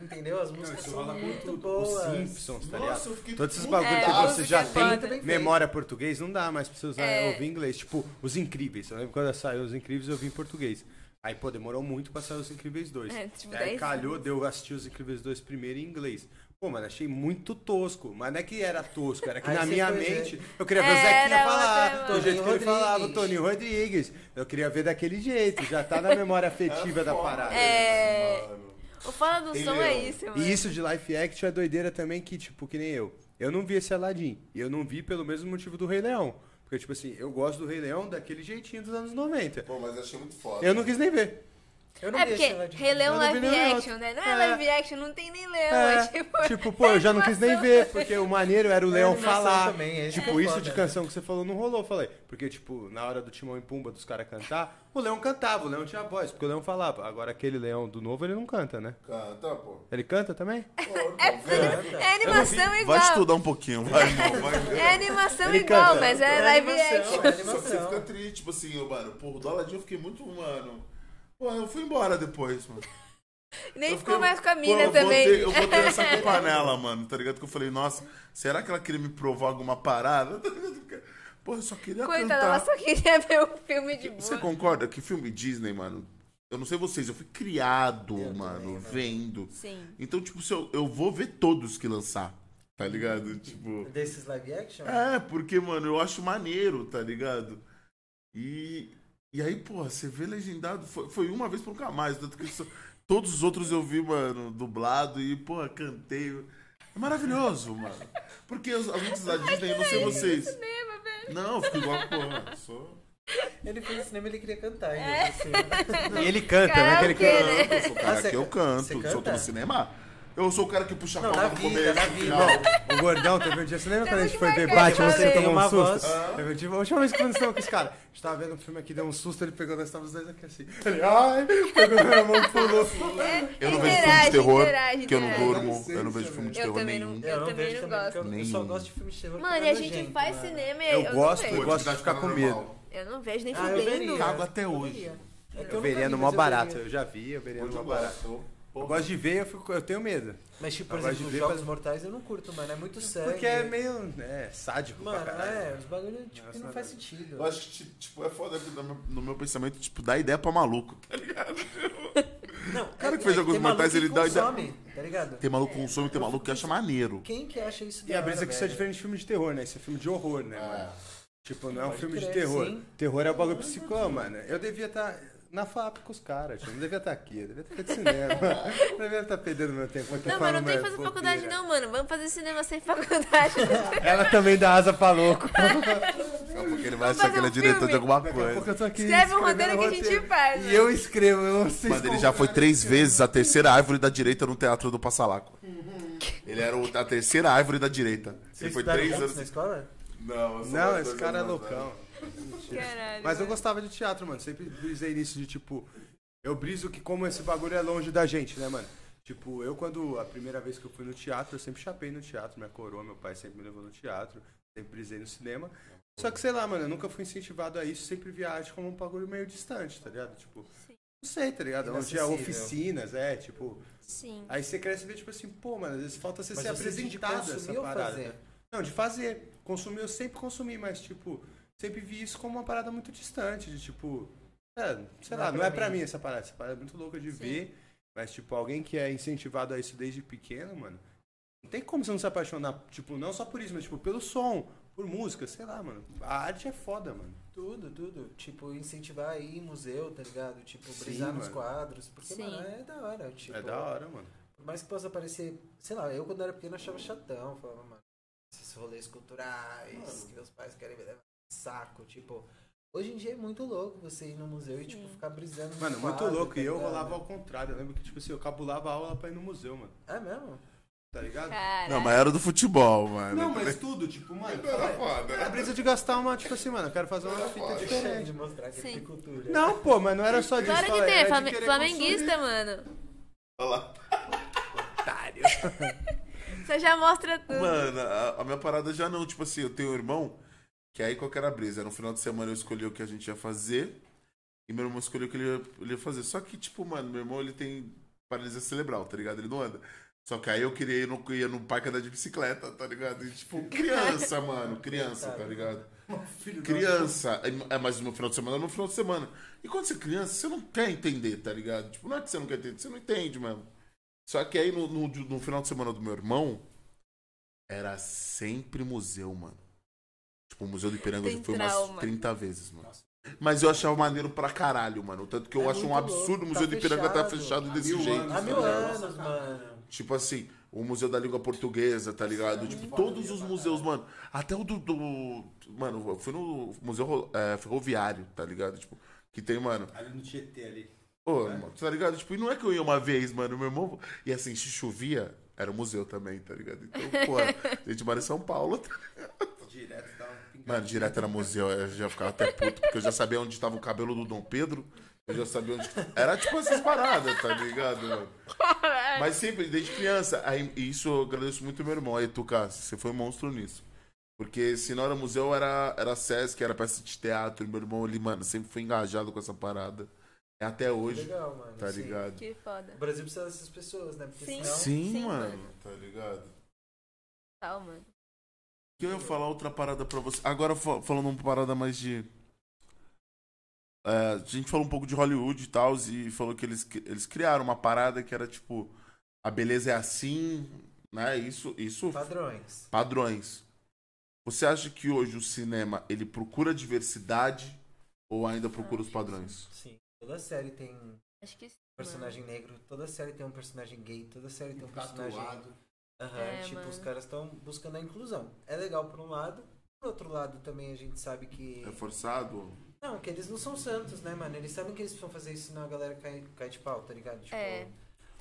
Speaker 2: entendeu, as músicas
Speaker 5: Isso
Speaker 2: são
Speaker 5: rola
Speaker 2: muito
Speaker 5: muito
Speaker 2: boas.
Speaker 5: os Simpsons, tá
Speaker 4: Nossa, eu
Speaker 5: ligado?
Speaker 4: fiquei
Speaker 5: Todos esses
Speaker 4: puto.
Speaker 5: bagulho
Speaker 3: É,
Speaker 5: que você
Speaker 3: música
Speaker 5: já
Speaker 3: é foda.
Speaker 5: tem memória português, não dá mais pra você usar
Speaker 3: É.
Speaker 5: ouvir inglês. Tipo, Os Incríveis. Eu lembro quando saiu Os Incríveis, eu vi em português. Aí, pô, demorou muito pra sair Os Incríveis 2.
Speaker 3: É, tipo,
Speaker 5: E aí
Speaker 3: 10
Speaker 5: calhou, deu assistir Os Incríveis 2 primeiro em inglês. Pô, mano, achei muito tosco. Mas não é que era tosco, era que
Speaker 2: Aí
Speaker 5: na
Speaker 2: você
Speaker 5: minha
Speaker 2: foi ver.
Speaker 5: mente eu queria ver o
Speaker 3: É, Era
Speaker 5: Zequinha
Speaker 3: outra,
Speaker 5: falar, do
Speaker 2: mano.
Speaker 5: jeito que ele
Speaker 2: Rodrigues.
Speaker 5: falava, o Toninho Rodrigues. Eu queria ver daquele jeito, já tá na memória afetiva da parada.
Speaker 3: É. O Fala do Som é
Speaker 4: Entendeu?
Speaker 3: isso, mano.
Speaker 5: E isso de live action é doideira também que, tipo, que nem eu. Eu não vi esse Aladdin. E eu não vi pelo mesmo motivo do Rei Leão. Porque, tipo assim, eu gosto do Rei Leão daquele jeitinho dos anos 90.
Speaker 4: Pô, mas achei muito foda.
Speaker 5: Eu não quis nem ver.
Speaker 2: Eu não
Speaker 3: É
Speaker 2: deixo ela
Speaker 3: porque
Speaker 2: de-
Speaker 3: Rei Leão
Speaker 5: Eu não vi
Speaker 3: live
Speaker 5: nenhum
Speaker 3: action, né? Não é,
Speaker 5: É.
Speaker 3: live action, não tem nem leão.
Speaker 5: É,
Speaker 3: É, tipo,
Speaker 5: tipo, pô, eu já não quis nem
Speaker 3: animação.
Speaker 5: ver, porque o maneiro era o leão
Speaker 2: animação
Speaker 5: falar.
Speaker 2: também, é isso que
Speaker 5: tipo,
Speaker 2: é
Speaker 5: isso
Speaker 2: foda,
Speaker 5: de
Speaker 2: né?
Speaker 5: canção que você falou não rolou, eu falei. Porque, tipo, na hora do Timão e Pumba dos caras cantar, o leão cantava, o leão tinha voz, porque o leão falava. Agora aquele leão do novo, ele não canta, né?
Speaker 4: Canta, pô.
Speaker 5: Ele canta também?
Speaker 2: é
Speaker 3: É animação
Speaker 4: Vai
Speaker 3: igual.
Speaker 4: estudar um pouquinho, vai, irmão. Vai.
Speaker 3: É animação
Speaker 5: Ele
Speaker 3: igual,
Speaker 5: canta.
Speaker 3: mas é,
Speaker 2: É
Speaker 3: live
Speaker 2: animação,
Speaker 3: action.
Speaker 2: é
Speaker 4: Só que você
Speaker 2: animação.
Speaker 4: fica triste, tipo assim, eu, mano. Pô, o do Aladdin eu fiquei muito, mano. Pô, eu fui embora depois, mano.
Speaker 3: Nem
Speaker 4: Eu
Speaker 3: ficou
Speaker 4: fiquei-
Speaker 3: mais com a
Speaker 4: Pô,
Speaker 3: mina
Speaker 4: eu
Speaker 3: também.
Speaker 4: Botei, eu botei essa culpa nela, mano, tá ligado? Que eu falei, nossa, será que ela queria me provar alguma parada? Tá ligado? Pô, eu só queria
Speaker 3: Coitada, ela
Speaker 4: cantar.
Speaker 3: só queria ver o filme de
Speaker 4: Você
Speaker 3: boa.
Speaker 4: concorda que filme Disney, mano? Eu não sei vocês, eu fui criado,
Speaker 2: Eu
Speaker 4: mano,
Speaker 2: também, mano.
Speaker 4: vendo.
Speaker 3: Sim.
Speaker 4: Então, tipo, se eu, eu vou ver todos que lançar, tá ligado? Tipo.
Speaker 2: Desses live action?
Speaker 4: É, porque, mano, eu acho maneiro, tá ligado? E, e aí, porra, você vê legendado, foi, foi uma vez pra nunca mais, tanto que isso- todos os outros eu vi, mano, dublado e, porra, cantei. É maravilhoso, mano. Porque as, as músicas da Disney, eu não sei vocês. Não, eu fico igual, porra, sou...
Speaker 2: Ele fez o cinema ele queria cantar ainda. por cima.
Speaker 5: E ele canta, né? Que ele
Speaker 3: Karaokê,
Speaker 5: canta.
Speaker 3: né?
Speaker 4: Eu sou o cara
Speaker 2: Ah, você
Speaker 4: que eu
Speaker 2: can-
Speaker 4: canto,
Speaker 2: você
Speaker 4: se eu tô
Speaker 2: canta?
Speaker 4: no cinema, eu sou o cara que puxa a
Speaker 2: Não,
Speaker 4: palma
Speaker 2: na
Speaker 4: no
Speaker 2: vida,
Speaker 4: começo,
Speaker 2: na
Speaker 4: no
Speaker 2: vida.
Speaker 4: final.
Speaker 5: O gordão, teve um dia, você lembra
Speaker 3: Temos
Speaker 5: quando a gente
Speaker 3: que
Speaker 5: foi ver
Speaker 3: marcar de
Speaker 5: Batman, você
Speaker 3: fazer.
Speaker 5: tomou um
Speaker 2: Uma
Speaker 5: susto?
Speaker 2: voz.
Speaker 5: Teve um dia, a última vez que aconteceu com esse cara, a gente tava vendo um filme aqui, deu um susto, ele pegou, nós estávamos dois aqui assim. Ele, ai, pegou na minha mão e pulou.
Speaker 3: É.
Speaker 4: Eu não vejo filme
Speaker 3: Interage,
Speaker 4: de terror,
Speaker 3: interage,
Speaker 4: porque eu não
Speaker 3: interage.
Speaker 4: durmo, eu não vejo filme de
Speaker 3: Eu
Speaker 4: terror
Speaker 3: também
Speaker 4: nenhum.
Speaker 3: não- Eu também
Speaker 2: vejo
Speaker 3: não
Speaker 2: porque Eu, eu
Speaker 4: gosto.
Speaker 2: só gosto de filme de terror.
Speaker 3: Mano,
Speaker 2: porque
Speaker 3: e a
Speaker 2: é
Speaker 3: gente
Speaker 2: nojento,
Speaker 3: faz
Speaker 2: mano.
Speaker 3: cinema e
Speaker 5: Eu
Speaker 3: não
Speaker 5: gosto,
Speaker 3: vejo.
Speaker 5: eu gosto. de ficar com medo.
Speaker 3: Eu não vejo nem
Speaker 2: Ah, eu
Speaker 3: fudendo.
Speaker 2: veria.
Speaker 4: Cago até hoje.
Speaker 2: É que
Speaker 5: Eu
Speaker 2: nunca
Speaker 5: veria
Speaker 2: vi,
Speaker 5: no
Speaker 2: mas
Speaker 5: mó
Speaker 2: eu
Speaker 5: barato,
Speaker 2: veria.
Speaker 5: eu já vi, eu veria no
Speaker 4: Hoje
Speaker 5: mó
Speaker 4: eu
Speaker 5: barato.
Speaker 4: gosto. eu-
Speaker 5: Eu
Speaker 4: porra,
Speaker 5: gosto de ver, eu, fico, eu tenho medo.
Speaker 2: Mas, tipo,
Speaker 5: Eu
Speaker 2: por
Speaker 5: gosto
Speaker 2: exemplo,
Speaker 5: de ver
Speaker 2: Jogos
Speaker 5: pra-
Speaker 2: Mortais eu não curto, mano. É muito sério.
Speaker 5: Porque é meio, é, sádico pra
Speaker 2: Mano,
Speaker 5: caralho.
Speaker 2: é, os bagulhos tipo,
Speaker 5: Nossa,
Speaker 2: não
Speaker 5: nada.
Speaker 2: faz sentido.
Speaker 4: Eu acho que, ti- tipo, é foda que no meu, no meu pensamento, tipo, dá ideia pra maluco. tá ligado?
Speaker 2: Não, o
Speaker 4: cara que fez Jogos Mortais, ele dá-
Speaker 2: tá ligado?
Speaker 4: Tem maluco que consome, tem maluco que acha maneiro.
Speaker 2: Quem que acha isso
Speaker 5: E
Speaker 2: da
Speaker 5: a brisa
Speaker 2: hora,
Speaker 5: é que isso é
Speaker 2: velho?
Speaker 5: diferente de filme de terror, né? Isso é filme de horror, né, mano? Tipo, não é um
Speaker 2: Pode
Speaker 5: filme de
Speaker 2: crer,
Speaker 5: terror.
Speaker 2: sim.
Speaker 5: Terror é o bagulho psicó, mano. Eu devia estar na FAP com os caras, tipo, não devia estar aqui, eu devia estar feito cinema. Eu devia estar perdendo meu tempo aqui
Speaker 3: Não, mas
Speaker 5: falando
Speaker 3: não tem que
Speaker 5: umas
Speaker 3: fazer faculdade
Speaker 5: bobeiras.
Speaker 3: não, mano. Vamos fazer cinema sem faculdade.
Speaker 5: Ela também dá asa pra louco.
Speaker 4: Daqui a pouco ele vai achar
Speaker 3: fazer
Speaker 4: que ele é
Speaker 3: um
Speaker 4: diretor
Speaker 3: filme.
Speaker 4: de alguma
Speaker 5: Daqui a pouco eu
Speaker 4: coisa.
Speaker 5: tô aqui
Speaker 3: Escreve um
Speaker 5: escrevendo
Speaker 3: roteiro que a gente faz, né?
Speaker 5: E
Speaker 3: mano.
Speaker 5: eu escrevo, eu não sei
Speaker 4: Mano, ele já foi três vezes a terceira árvore da direita no Teatro do Passalaco.
Speaker 3: Uhum.
Speaker 4: Ele era o- a terceira árvore da direita. Ele
Speaker 2: Vocês
Speaker 4: foi
Speaker 2: estudaram
Speaker 4: três
Speaker 2: juntos
Speaker 4: anos.
Speaker 2: na escola?
Speaker 4: né? Não, eu
Speaker 5: Não,
Speaker 4: sou mais
Speaker 5: esse
Speaker 4: dois
Speaker 5: cara é
Speaker 4: anos né? mais
Speaker 5: loucão.
Speaker 3: Caralho.
Speaker 5: Mas eu
Speaker 3: mano.
Speaker 5: gostava de teatro, mano. Sempre brisei nisso de tipo. Eu briso que como esse bagulho é longe da gente, né, mano? Tipo, eu quando. A primeira vez que eu fui no teatro, eu sempre chapei no teatro. Minha coroa, meu pai sempre me levou no teatro. Sempre brisei no cinema. Só que, sei lá, mano, eu nunca fui incentivado a isso. Sempre vi a arte como um bagulho meio distante, tá ligado? Tipo. Não sei, tá ligado? Onde é
Speaker 2: Inacessível.
Speaker 5: oficinas, é, tipo.
Speaker 3: Sim.
Speaker 5: Aí você cresce e vê, tipo assim, pô, mano, às vezes falta você
Speaker 2: Mas
Speaker 5: ser
Speaker 2: você diz de
Speaker 5: apresentado essa
Speaker 2: consumir ou
Speaker 5: parada.
Speaker 2: fazer?
Speaker 5: Não, de fazer. Consumir, eu sempre consumi, mas, tipo, sempre vi isso como uma parada muito distante, de tipo. É, sei
Speaker 2: Não é
Speaker 5: lá, não
Speaker 2: pra
Speaker 5: é pra
Speaker 2: mim.
Speaker 5: mim essa parada. Essa parada é muito louca de
Speaker 3: Sim.
Speaker 5: ver. Mas, tipo, alguém que é incentivado a isso desde pequeno, mano, não tem como você não se apaixonar, tipo, não só por isso, mas tipo, pelo som, por música, sei lá, mano. A arte é foda, mano.
Speaker 2: Tudo, tudo. Tipo, incentivar aí museu, tá ligado? Tipo,
Speaker 5: Sim,
Speaker 2: brisar nos
Speaker 5: mano.
Speaker 2: quadros. Porque,
Speaker 3: Sim.
Speaker 2: mano, é da hora. Tipo,
Speaker 5: É da hora, mano.
Speaker 2: Por mais que possa parecer, sei lá, eu quando era pequeno achava chatão, falava, mano, esses rolês culturais que meus pais querem me levar no saco, tipo. Hoje em dia é muito louco você ir no museu e, tipo, ficar brisando nos
Speaker 5: Mano, muito
Speaker 2: quadros,
Speaker 5: louco.
Speaker 2: tá
Speaker 5: E eu
Speaker 2: ligado?
Speaker 5: rolava ao contrário. Eu lembro que, tipo assim, eu cabulava a aula pra ir no museu, mano.
Speaker 2: É mesmo?
Speaker 5: tá ligado?
Speaker 3: Cara.
Speaker 4: Não, mas era do futebol, mano. Tá
Speaker 5: Não, mas tudo, tipo, mano, fala aí.
Speaker 4: foda.
Speaker 5: Não precisa de gastar uma, tipo assim, mano, eu quero fazer uma fita
Speaker 4: foda.
Speaker 5: diferente.
Speaker 2: de mostrar que
Speaker 3: Sim.
Speaker 2: tem cultura.
Speaker 5: Não, pô, mas não era só de
Speaker 3: Claro que
Speaker 5: história,
Speaker 4: É
Speaker 3: tem,
Speaker 5: era de
Speaker 3: flame-
Speaker 5: querer
Speaker 3: flamenguista, mano.
Speaker 4: Olha lá.
Speaker 3: Você já mostra tudo.
Speaker 4: Mano, a, a minha parada já não. Tipo assim, eu tenho um irmão que aí qual que era a brisa? Era No final de semana eu escolhi o que a gente ia fazer e meu irmão escolheu o que ele ia, ele ia fazer. Só que, tipo, mano, meu irmão ele tem paralisia cerebral, tá ligado? Ele não anda. Só que aí eu queria ir no, ia no parque andar de bicicleta, tá ligado? E, tipo, criança, mano, criança, tá ligado?
Speaker 2: Filho
Speaker 5: um
Speaker 2: da-
Speaker 4: Criança, é mais no final de semana, é no final de semana. E quando você é criança, você não quer entender, tá ligado? Tipo, não é que você não quer entender, você não entende mesmo. Só que aí no, no- no final de semana do meu irmão, era sempre museu, mano. Tipo, o Museu do Ipiranga
Speaker 3: Tem
Speaker 4: eu fui
Speaker 3: trauma.
Speaker 4: umas 30 vezes, mano. Mas eu achava maneiro pra caralho, mano. Tanto que eu
Speaker 2: É
Speaker 4: acho um
Speaker 2: muito
Speaker 4: absurdo
Speaker 2: louco,
Speaker 4: o Museu
Speaker 2: tá
Speaker 4: do Ipiranga tá
Speaker 2: fechado.
Speaker 4: fechado
Speaker 2: Há
Speaker 4: desse
Speaker 5: mil
Speaker 4: jeito.
Speaker 5: anos,
Speaker 2: Há
Speaker 4: tá
Speaker 2: mil
Speaker 4: ligado?
Speaker 2: anos, mano.
Speaker 4: Tipo assim, o Museu da Língua Portuguesa, tá ligado? Tipo, todos os museus, mano. Até o do, do- Mano, eu fui no Museu Ro- é, Ferroviário, tá ligado? Tipo, que tem, mano.
Speaker 5: construir. Ali no Tietê, ali.
Speaker 4: Ô, irmão, tá ligado? Tipo, e não é que eu ia uma vez, mano, meu irmão. E assim, se chovia, era o museu também, tá ligado? Então, pô, a gente mora em São Paulo. tá
Speaker 5: Direto, dá um pingado.
Speaker 4: Mano, direto era museu, eu já ficava até puto, porque eu já sabia onde estava o cabelo do Dom Pedro. Eu já sabia onde. Era tipo essas paradas, tá ligado, mano? Mas sempre, desde criança. Aí, e isso eu agradeço muito ao meu irmão. Aí, Tuca, você foi um monstro nisso. Porque se não era museu, era, era Sesc, era peça de teatro. Meu irmão ali, mano, sempre foi engajado com essa parada. É Até hoje,
Speaker 2: Legal, mano.
Speaker 4: tá
Speaker 2: sim.
Speaker 4: ligado?
Speaker 3: Que foda.
Speaker 2: O Brasil precisa dessas pessoas, né? Porque
Speaker 3: Sim.
Speaker 2: senão.
Speaker 4: Sim,
Speaker 3: Sim,
Speaker 4: mano,
Speaker 3: mano.
Speaker 4: tá ligado?
Speaker 3: Tal, mano.
Speaker 4: que eu ia falar outra parada pra você. Agora fa- falando uma parada mais de. É, a gente falou um pouco de Hollywood e tal, e falou que eles, cri- eles criaram uma parada que era tipo. A beleza é assim, né? Isso. isso
Speaker 2: Tá. Padrões.
Speaker 4: Padrões. Você acha que hoje o cinema ele procura diversidade ou ainda procura os padrões?
Speaker 2: Sim. Toda série tem
Speaker 3: Acho que sim.
Speaker 2: personagem negro, toda série tem um personagem gay, toda série tem um personagem.
Speaker 5: Tatuado.
Speaker 2: Aham,
Speaker 3: É,
Speaker 2: tipo, os
Speaker 3: mano.
Speaker 2: caras estão buscando a inclusão. É legal por um lado, por outro lado também a gente sabe que.
Speaker 4: É forçado?
Speaker 2: Não, que eles não são santos, né, mano? Eles sabem que eles precisam fazer isso, senão a galera cai, cai de pau, tá ligado? Tipo,
Speaker 3: É.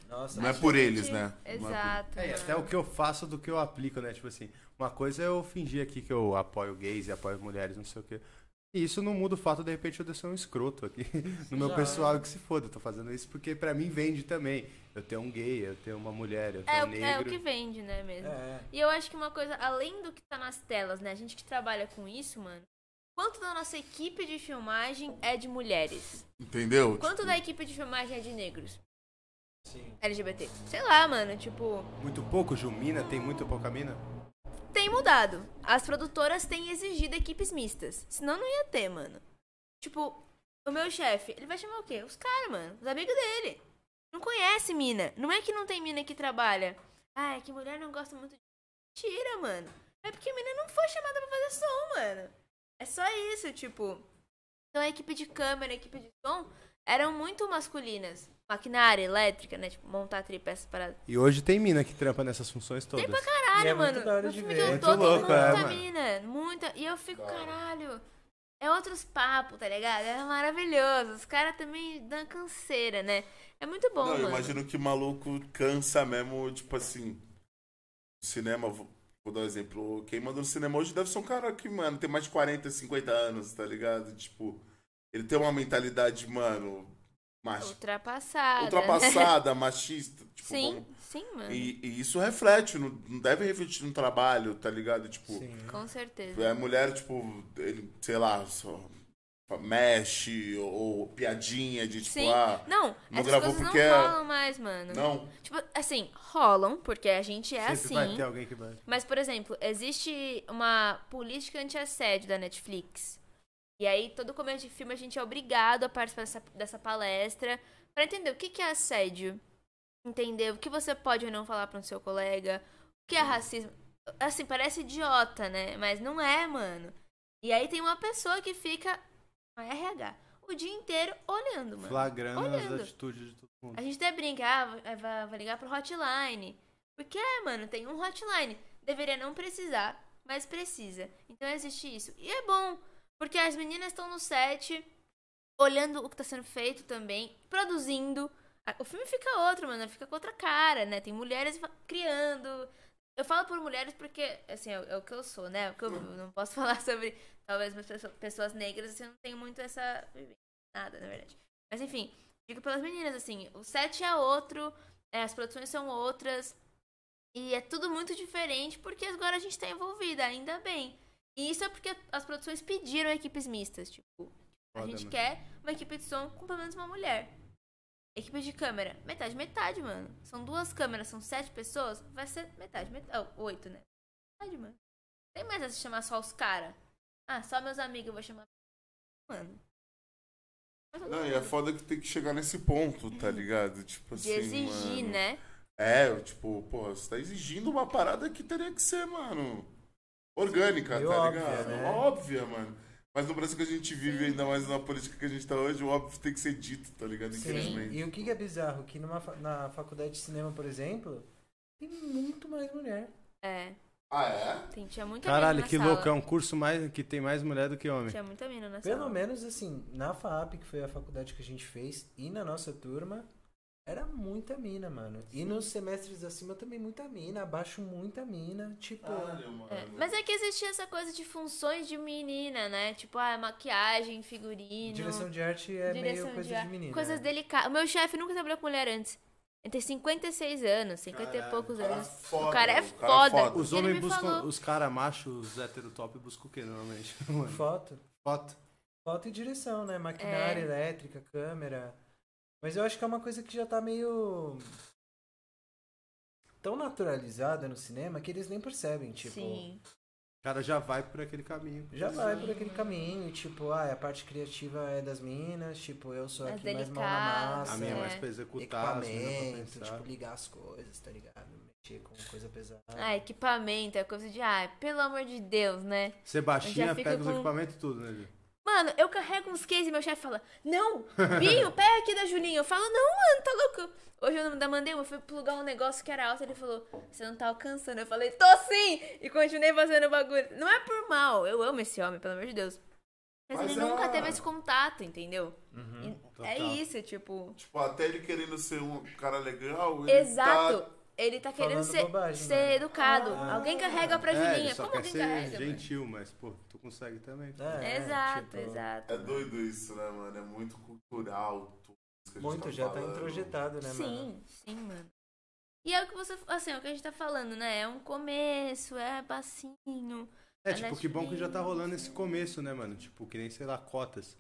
Speaker 2: Nossa,
Speaker 4: Não é
Speaker 2: acho-
Speaker 4: por
Speaker 3: Gente,
Speaker 4: eles, né? Não é
Speaker 3: Exato.
Speaker 5: É, e
Speaker 3: mano.
Speaker 5: até o que eu faço do que eu aplico, né? Tipo assim, uma coisa é eu fingir aqui que eu apoio gays e apoio mulheres, não sei o quê. E isso não muda o fato, de repente, eu ser um escroto aqui. No meu
Speaker 2: Já.
Speaker 5: pessoal que se foda, eu tô fazendo isso porque pra mim vende também. Eu tenho um gay, eu tenho uma mulher, eu tenho
Speaker 3: É
Speaker 5: um
Speaker 3: o,
Speaker 5: negro.
Speaker 3: é o que vende, né, mesmo.
Speaker 2: É.
Speaker 3: E eu acho que uma coisa, além do que tá nas telas, né? A gente que trabalha com isso, mano. Quanto da nossa equipe de filmagem é de mulheres?
Speaker 4: Entendeu? Tipo,
Speaker 3: Quanto da equipe de filmagem é de negros?
Speaker 2: Sim.
Speaker 3: LGBT. Sei lá, mano. Tipo,
Speaker 5: Muito pouco, Jumina, tem muito pouca mina?
Speaker 3: tem mudado. As produtoras têm exigido equipes mistas. Senão não ia ter, mano. Tipo, o meu chefe, ele vai chamar o quê? Os caras, mano. Os amigos dele. Não conhece mina. Não é que não tem mina que trabalha. Ah, é que mulher não gosta muito de. Mentira, mano. É porque a mina não foi chamada pra fazer som, mano. É só isso, tipo. Então a equipe de câmera, a equipe de som eram muito masculinas. Maquinária, elétrica, né? Tipo, montar tripé, essas paradas.
Speaker 5: E hoje tem mina que trampa nessas funções todas.
Speaker 3: Tem pra caralho,
Speaker 2: E é muito
Speaker 3: mano.
Speaker 2: da hora
Speaker 3: No
Speaker 2: de
Speaker 3: filme
Speaker 2: ver.
Speaker 3: que eu
Speaker 5: Muito
Speaker 3: tô, tem
Speaker 5: louco,
Speaker 3: muita
Speaker 5: é, mano.
Speaker 3: mina. Muita. E eu fico, caralho. É outros papos, tá ligado? É maravilhoso. Os caras também dão canseira, né? É muito bom,
Speaker 4: Não, eu
Speaker 3: mano.
Speaker 4: imagino que maluco cansa mesmo, tipo assim. Cinema, vou, vou dar um exemplo. Quem manda no cinema hoje deve ser um cara que, mano, tem mais de 40, 50 anos, tá ligado? Tipo, ele tem uma mentalidade, mano, machi-
Speaker 3: Ultrapassada.
Speaker 4: ultrapassada, machista. Tipo,
Speaker 3: Sim,
Speaker 4: vamos-
Speaker 3: sim, mano.
Speaker 4: E, e isso reflete, não, não deve refletir no trabalho, tá ligado? Tipo,
Speaker 3: Com certeza.
Speaker 4: é a mulher, tipo, ele, sei lá, só mexe, ou, ou piadinha de tipo,
Speaker 3: Sim.
Speaker 4: ah,
Speaker 3: Não,
Speaker 4: não
Speaker 3: essas
Speaker 4: gravou
Speaker 3: coisas não
Speaker 4: porque é-
Speaker 3: rolam mais, mano.
Speaker 4: não.
Speaker 3: Tipo, assim, rolam, porque a gente é
Speaker 5: Sempre vai
Speaker 3: assim.
Speaker 5: ter alguém que vai.
Speaker 3: Mas, por exemplo, existe uma política anti-assédio da Netflix. E aí, todo começo de filme, a gente é obrigado a participar dessa, dessa palestra pra entender o que, que é assédio. Entender o que você pode ou não falar para um seu colega. O que é racismo. Assim, parece idiota, né? Mas não é, mano. E aí tem uma pessoa que fica, uma RH, o dia inteiro olhando, mano.
Speaker 5: Flagrando
Speaker 3: Olhando.
Speaker 5: as atitudes de todo mundo.
Speaker 3: A gente até brinca, ah, vai- vai, vai ligar pro hotline. Porque é, mano, tem um hotline. Deveria não precisar, mas precisa. Então existe isso. E é bom, porque as meninas estão no set, olhando o que tá sendo feito também, produzindo. a- O filme fica outro, mano. Fica com outra cara, né? Tem mulheres fa- criando. Eu falo por mulheres porque, assim, é, o- é o que eu sou, né? É o que eu vivo. Não posso falar sobre, talvez, umas pesso- pessoas negras, assim, eu não tenho muito essa. vivência. Nada, na verdade. Mas, enfim, digo pelas meninas, assim. O set é outro, é, as produções são outras. E é tudo muito diferente porque agora a gente tá envolvida, ainda bem. E isso é porque as produções pediram equipes mistas. Tipo, a
Speaker 1: Foda,
Speaker 4: né?
Speaker 3: gente
Speaker 1: mano.
Speaker 3: quer uma equipe de som com pelo menos uma mulher. Equipe de câmera, metade, metade, mano. São duas câmeras, são sete pessoas, vai ser metade, metade. Oh, oito, né? Metade, mano. Tem mais essa de chamar só os caras. Ah, só meus amigos eu vou chamar. Mano. Mas todo
Speaker 4: Não, e
Speaker 3: mundo.
Speaker 4: é foda que tem que chegar nesse ponto, tá ligado? Tipo assim.
Speaker 3: Uhum. de exigir,
Speaker 4: mano.
Speaker 3: né?
Speaker 4: É, eu, tipo, porra, você tá exigindo uma parada que teria que ser, mano. Orgânica,
Speaker 2: Meio
Speaker 4: tá
Speaker 2: óbvia,
Speaker 4: ligado?
Speaker 2: né?
Speaker 4: Óbvia, mano. Mas no Brasil que a gente vive, ainda mais na política que a gente tá hoje, o óbvio tem que ser dito, tá ligado?
Speaker 2: Sim.
Speaker 4: Infelizmente.
Speaker 2: E o que, que é bizarro? Que numa, fa- na faculdade de cinema, por exemplo, tem muito mais mulher.
Speaker 3: É.
Speaker 4: Ah, é?
Speaker 3: Tem, tinha muita
Speaker 5: Caralho,
Speaker 3: mina na
Speaker 5: que
Speaker 3: sala.
Speaker 5: louco. É um curso mais, que tem mais mulher do que homem.
Speaker 3: Tinha muita mina na
Speaker 2: Pelo
Speaker 3: sala.
Speaker 2: menos assim, na FAP, que foi a faculdade que a gente fez, e na nossa turma, era muita mina, mano. E nos semestres acima também muita mina, abaixo muita mina. Tipo,
Speaker 4: Caralho, mano.
Speaker 3: É, Mas é que existia essa coisa de funções de menina, né? Tipo, ah, maquiagem, figurino.
Speaker 2: direção de arte é
Speaker 3: direção
Speaker 2: meio coisa de,
Speaker 3: ar-
Speaker 2: menina. é.
Speaker 3: Coisas delicadas. O meu chefe nunca trabalhou com mulher antes. Ele tem 56 anos, 50 e
Speaker 1: Caralho,
Speaker 3: poucos
Speaker 4: cara
Speaker 3: anos.
Speaker 4: foda,
Speaker 3: o cara é
Speaker 4: o cara
Speaker 3: foda.
Speaker 4: foda.
Speaker 5: Os
Speaker 3: E ele
Speaker 5: homens
Speaker 3: me
Speaker 5: buscam,
Speaker 3: falou.
Speaker 5: os caras machos, os hétero top, buscam o quê normalmente? Mano,
Speaker 2: Foto.
Speaker 5: foto.
Speaker 2: Foto e direção, né? Maquinária,
Speaker 3: É.
Speaker 2: elétrica, câmera. Mas eu acho que é uma coisa que já tá meio. tão naturalizada no cinema que eles nem percebem, tipo.
Speaker 3: Sim.
Speaker 5: O cara já vai por aquele caminho.
Speaker 2: Já vai por aquele caminho, tipo, ah, a parte criativa é das minas, tipo, eu sou
Speaker 3: Mais
Speaker 2: aqui mais mal
Speaker 3: É delicado,
Speaker 2: na
Speaker 5: A
Speaker 2: massa.
Speaker 5: minha é mais
Speaker 3: É.
Speaker 5: pra executar, as minhas pra
Speaker 2: Equipamento,
Speaker 5: pensar.
Speaker 2: tipo, ligar as coisas, tá ligado? Mexer com coisa pesada.
Speaker 3: Ah, equipamento, é coisa de. Ah, pelo amor de Deus, né?
Speaker 5: Você baixinha,
Speaker 3: já fica
Speaker 5: pega os
Speaker 3: com-
Speaker 5: equipamentos e tudo, né, Ju?
Speaker 3: Mano, eu carrego uns cases e meu chefe fala: Não, Binho, pega aqui da Julinha. Eu falo: Não, mano, tá louco. Hoje eu ainda mandei uma, eu fui plugar um negócio que era alto. Ele falou: Você não tá alcançando. Eu falei: Tô sim! E continuei fazendo o bagulho. Não é por mal, eu amo esse homem, pelo amor de Deus. Mas,
Speaker 4: Mas
Speaker 3: ele
Speaker 4: é-
Speaker 3: nunca teve esse contato, entendeu? E é
Speaker 5: Total.
Speaker 3: isso, tipo.
Speaker 4: Tipo, até ele querendo ser um cara legal. ele
Speaker 3: Exato.
Speaker 4: tá-
Speaker 3: Ele tá
Speaker 2: falando
Speaker 3: querendo ser,
Speaker 2: bobagem,
Speaker 3: ser
Speaker 2: mano.
Speaker 3: educado. Alguém carrega pra
Speaker 5: É,
Speaker 3: Julinha.
Speaker 5: ele só
Speaker 3: Como
Speaker 5: quer
Speaker 3: alguém
Speaker 5: ser
Speaker 3: carrega? mano?
Speaker 5: gentil, mas, pô, tu consegue também.
Speaker 2: É,
Speaker 3: exato,
Speaker 2: tipo,
Speaker 3: exato.
Speaker 4: É doido isso, né, mano? É muito cultural. Tudo isso que a gente
Speaker 2: Muito, já tá
Speaker 4: falando.
Speaker 2: introjetado, né,
Speaker 3: sim,
Speaker 2: mano?
Speaker 3: sim, mano. E é o que você. Assim, é o que a gente tá falando, né? É um começo, é passinho.
Speaker 5: É,
Speaker 3: A
Speaker 5: tipo, que bom que já tá
Speaker 3: Netflix,
Speaker 5: rolando esse
Speaker 3: né?
Speaker 5: começo, né, mano? Tipo, que nem, sei lá, cotas.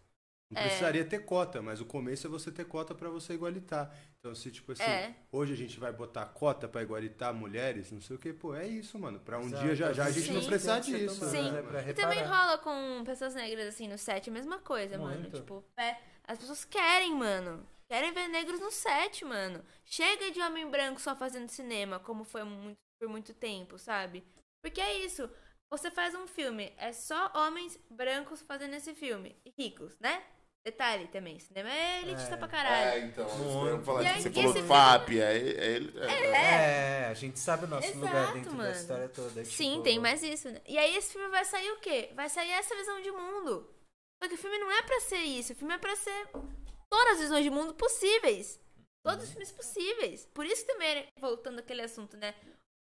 Speaker 5: Não
Speaker 3: É.
Speaker 5: precisaria ter cota, mas o começo é você ter cota pra você igualitar. Então, se, tipo assim,
Speaker 3: É.
Speaker 5: hoje a gente vai botar cota pra igualitar mulheres, não sei o que, pô, é isso, mano. Pra um
Speaker 2: Exato.
Speaker 5: dia já já a gente
Speaker 3: Sim.
Speaker 5: não precisar
Speaker 2: Tem que ser
Speaker 5: disso.
Speaker 2: tomado,
Speaker 3: Sim.
Speaker 5: Né,
Speaker 2: né,
Speaker 5: mano?
Speaker 2: pra
Speaker 3: E também
Speaker 2: reparar.
Speaker 3: rola com pessoas negras, assim, no set, a mesma coisa, mano.
Speaker 2: Muito.
Speaker 3: Tipo, é, as pessoas querem, mano. Querem ver negros no set, mano. Chega de homem branco só fazendo cinema, como foi muito, por muito tempo, sabe? Porque é isso. Você faz um filme, é só homens brancos fazendo esse filme. E ricos, né? Detalhe também, cinema é elitista
Speaker 2: É.
Speaker 3: pra caralho.
Speaker 4: É, então, isso que eu ia
Speaker 3: E
Speaker 4: falar,
Speaker 3: aí,
Speaker 4: tipo, você
Speaker 3: que
Speaker 4: falou
Speaker 3: esse
Speaker 4: FAP, é ele. É,
Speaker 2: É, a gente sabe o nosso
Speaker 3: Exato,
Speaker 2: lugar dentro
Speaker 3: mano.
Speaker 2: da história toda.
Speaker 3: Sim,
Speaker 2: tipo,
Speaker 3: tem mais isso, né? E aí esse filme vai sair o quê? Vai sair essa visão de mundo. Só que o filme não é pra ser isso, o filme é pra ser todas as visões de mundo possíveis. Todos os filmes possíveis. Por isso que também, voltando àquele assunto, né?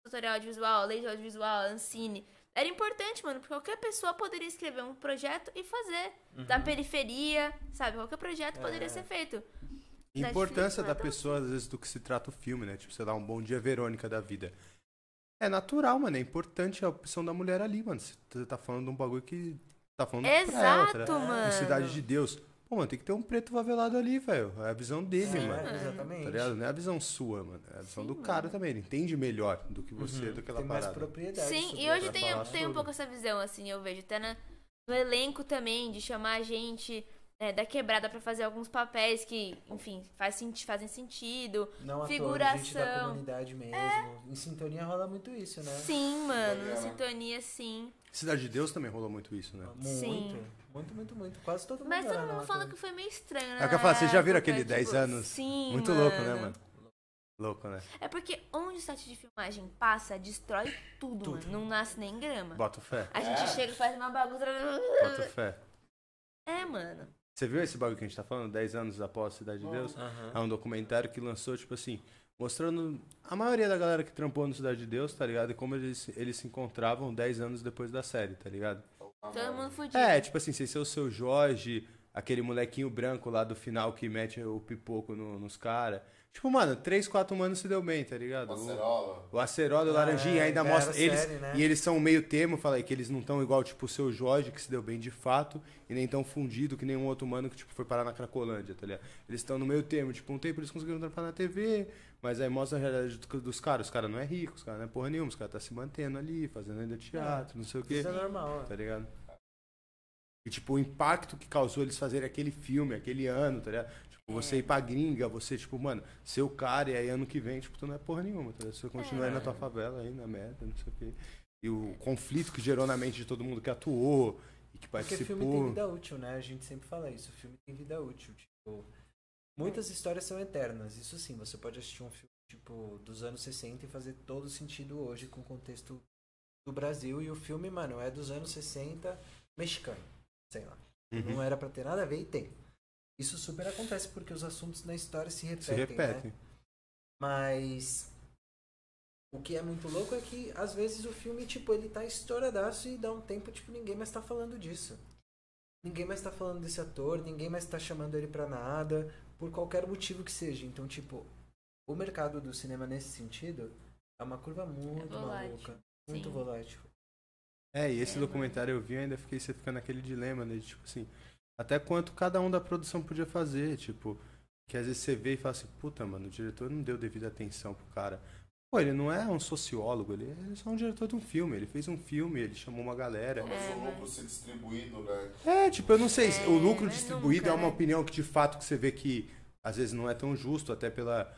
Speaker 3: Tutorial audiovisual, lei de audiovisual, Ancine. Era importante, mano, porque qualquer pessoa poderia escrever um projeto e fazer. Da periferia, sabe? Qualquer projeto poderia ser feito. Netflix,
Speaker 5: Importância
Speaker 3: né?
Speaker 5: da
Speaker 3: Então-
Speaker 5: pessoa, às vezes, do que se trata o filme, né? Tipo, sei lá, um Bom Dia Verônica da vida. É natural, mano. É importante a opção da mulher ali, mano. Você tá falando de um bagulho que. Tá falando pra ela, tá
Speaker 3: Exato,
Speaker 5: ligado?
Speaker 3: mano.
Speaker 5: Cidade de Deus. Pô, mano, tem que ter um preto favelado ali, velho. É a visão dele,
Speaker 2: É,
Speaker 5: mano.
Speaker 2: exatamente.
Speaker 5: Tá ligado? Não é a visão sua, mano. É a visão do cara também. Ele entende melhor do que você, do que ela
Speaker 2: Uhum. Tem mais
Speaker 5: parada.
Speaker 2: propriedade.
Speaker 3: Sim,
Speaker 2: sobre
Speaker 3: e hoje
Speaker 2: ela.
Speaker 3: tem,
Speaker 5: falar
Speaker 3: tem um
Speaker 5: sobre.
Speaker 3: pouco essa visão, assim, eu vejo. Até na- no elenco também, de chamar a gente né, da quebrada pra fazer alguns papéis que, enfim, faz, senti- fazem sentido.
Speaker 2: Não
Speaker 3: figuração.
Speaker 2: Figuração.
Speaker 3: É.
Speaker 2: gente da comunidade mesmo. Em sintonia rola muito isso, né?
Speaker 3: Sim, mano,
Speaker 4: Legal.
Speaker 3: sintonia sim.
Speaker 5: Cidade de Deus também rolou muito isso, né?
Speaker 2: Muito.
Speaker 3: Sim.
Speaker 2: Muito, muito, muito. Quase todo mundo.
Speaker 3: Mas
Speaker 2: era
Speaker 3: todo
Speaker 2: na
Speaker 3: mundo fala que
Speaker 2: nossa-
Speaker 3: foi meio estranho, né?
Speaker 5: É o que eu falo, vocês já viram
Speaker 3: época,
Speaker 5: aquele 10 anos?
Speaker 3: Sim,
Speaker 5: Muito louco, né, mano? Louco, né?
Speaker 3: É porque onde o set de filmagem passa, destrói tudo, mano. Não nasce nem grama.
Speaker 5: Bota fé.
Speaker 3: A gente chega e faz uma bagunça.
Speaker 5: Bota fé.
Speaker 3: É, mano.
Speaker 5: Você viu esse bagulho que a gente tá falando? 10 anos após Cidade de Deus? É um documentário que lançou, tipo assim, mostrando a maioria da galera que trampou no Cidade de Deus, tá ligado? E como eles, eles se encontravam 10 anos depois da série, tá ligado?
Speaker 3: Todo mundo fudido.
Speaker 5: É, tipo assim, sem ser o seu Jorge, aquele molequinho branco lá do final que mete o pipoco no- nos caras. Tipo, mano, 3, 4 humanos se deu bem, tá ligado? O-
Speaker 4: Acerola.
Speaker 5: O Acerola e o Laranjinha
Speaker 2: Ah,
Speaker 5: ainda
Speaker 2: era
Speaker 5: mostra
Speaker 2: série,
Speaker 5: eles.
Speaker 2: né?
Speaker 5: E eles são meio termo, falei que eles não estão igual, tipo, o seu Jorge, que se deu bem de fato, e nem tão fundido que nenhum outro humano que, tipo, foi parar na Cracolândia, tá ligado? Eles estão no meio termo, tipo, um tempo eles conseguiram trampar na TV, mas aí mostra a realidade do- dos caras. Os caras não é rico, os caras não é porra nenhuma, os caras tá se mantendo ali, fazendo ainda teatro, não sei o quê.
Speaker 2: Isso é normal,
Speaker 5: Tá ligado? E, tipo, o impacto que causou eles fazerem aquele filme, aquele ano, tá ligado? Tipo,
Speaker 2: É.
Speaker 5: você ir pra gringa, você, tipo, mano, ser o cara, e aí ano que vem, tipo, tu não é porra nenhuma, tá ligado? Você continua
Speaker 2: É.
Speaker 5: aí na tua favela, aí na merda, não sei o quê. E o conflito que gerou na mente de todo mundo que atuou e que
Speaker 2: Porque
Speaker 5: participou.
Speaker 2: filme tem vida útil, né? A gente sempre fala isso. O filme tem vida útil. Tipo, muitas histórias são eternas. Isso sim, você pode assistir um filme tipo dos anos 60 e fazer todo sentido hoje com o contexto do Brasil. E o filme, mano, é dos anos 60 mexicano. Sei lá.
Speaker 5: Uhum.
Speaker 2: Não era pra ter nada a ver e tem. Isso super acontece porque os assuntos na história se repetem.
Speaker 5: Se
Speaker 2: Né?
Speaker 5: repete.
Speaker 2: Mas o que é muito louco é que às vezes o filme, tipo, ele tá estouradaço e dá um tempo, tipo, ninguém mais tá falando disso. Ninguém mais tá falando desse ator, ninguém mais tá chamando ele pra nada, por qualquer motivo que seja. Então, tipo, o mercado do cinema nesse sentido é uma curva muito
Speaker 3: volátil,
Speaker 2: maluca, muito
Speaker 3: sim.
Speaker 2: volátil.
Speaker 5: É, e esse
Speaker 3: É,
Speaker 5: documentário eu vi e ainda fiquei você fica naquele dilema, né? De, tipo assim, até quanto cada um da produção podia fazer, tipo, que às vezes você vê e fala assim, puta, mano, o diretor não deu devida atenção pro cara. Pô, ele não é um sociólogo, ele é só um diretor de um filme, ele fez um filme, ele chamou uma galera.
Speaker 4: Então, Mas o lucro ser distribuído, né?
Speaker 5: É, tipo, eu não sei, se o
Speaker 3: É,
Speaker 5: lucro
Speaker 3: mas
Speaker 5: distribuído
Speaker 3: nunca,
Speaker 5: é uma
Speaker 3: né?
Speaker 5: opinião que de fato que você vê que às vezes não é tão justo, até pela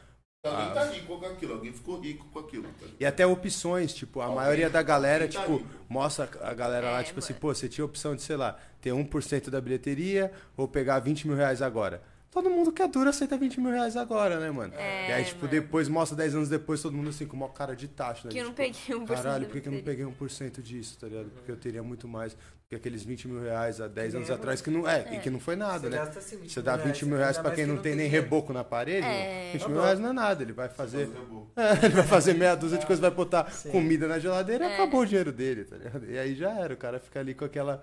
Speaker 4: Alguém
Speaker 5: Ah.
Speaker 4: tá rico com aquilo, alguém ficou rico com aquilo. tá ligado?
Speaker 5: E até opções, tipo, a
Speaker 4: Alguém-
Speaker 5: maioria da galera,
Speaker 4: alguém tá
Speaker 5: tipo,
Speaker 4: rico.
Speaker 5: mostra a galera lá,
Speaker 3: É,
Speaker 5: tipo assim,
Speaker 3: mano.
Speaker 5: pô, você tinha a opção de, sei lá, ter 1% da bilheteria ou pegar 20 mil reais agora. Todo mundo que é duro aceita 20 mil reais agora, né, mano?
Speaker 3: É,
Speaker 5: e aí, tipo,
Speaker 3: mano.
Speaker 5: depois, mostra 10 anos depois, todo mundo assim, com uma cara de taxa. Né?
Speaker 3: Que eu não
Speaker 5: Tipo,
Speaker 3: peguei um
Speaker 5: Caralho, por que, que eu não peguei 1% disso, tá ligado? Porque eu teria muito mais do que aqueles 20 mil reais há 10
Speaker 2: Que
Speaker 5: anos
Speaker 2: nem é
Speaker 5: atrás, que não é, e
Speaker 3: É.
Speaker 5: que não foi nada,
Speaker 2: Você
Speaker 5: né?
Speaker 2: gasta assim, 20
Speaker 5: Você dá 20 mil reais
Speaker 2: ainda
Speaker 5: pra
Speaker 2: mais
Speaker 5: quem
Speaker 2: que
Speaker 5: não tem nem
Speaker 2: dinheiro.
Speaker 5: reboco na parede,
Speaker 3: É.
Speaker 5: 20 mil reais não é nada, ele vai fazer...
Speaker 4: Fazer bom.
Speaker 5: É, ele vai fazer meia dúzia de coisas, vai botar
Speaker 2: Sim.
Speaker 5: comida na geladeira e
Speaker 3: É.
Speaker 5: acabou o dinheiro dele, tá ligado? E aí já era, o cara fica ali com aquela.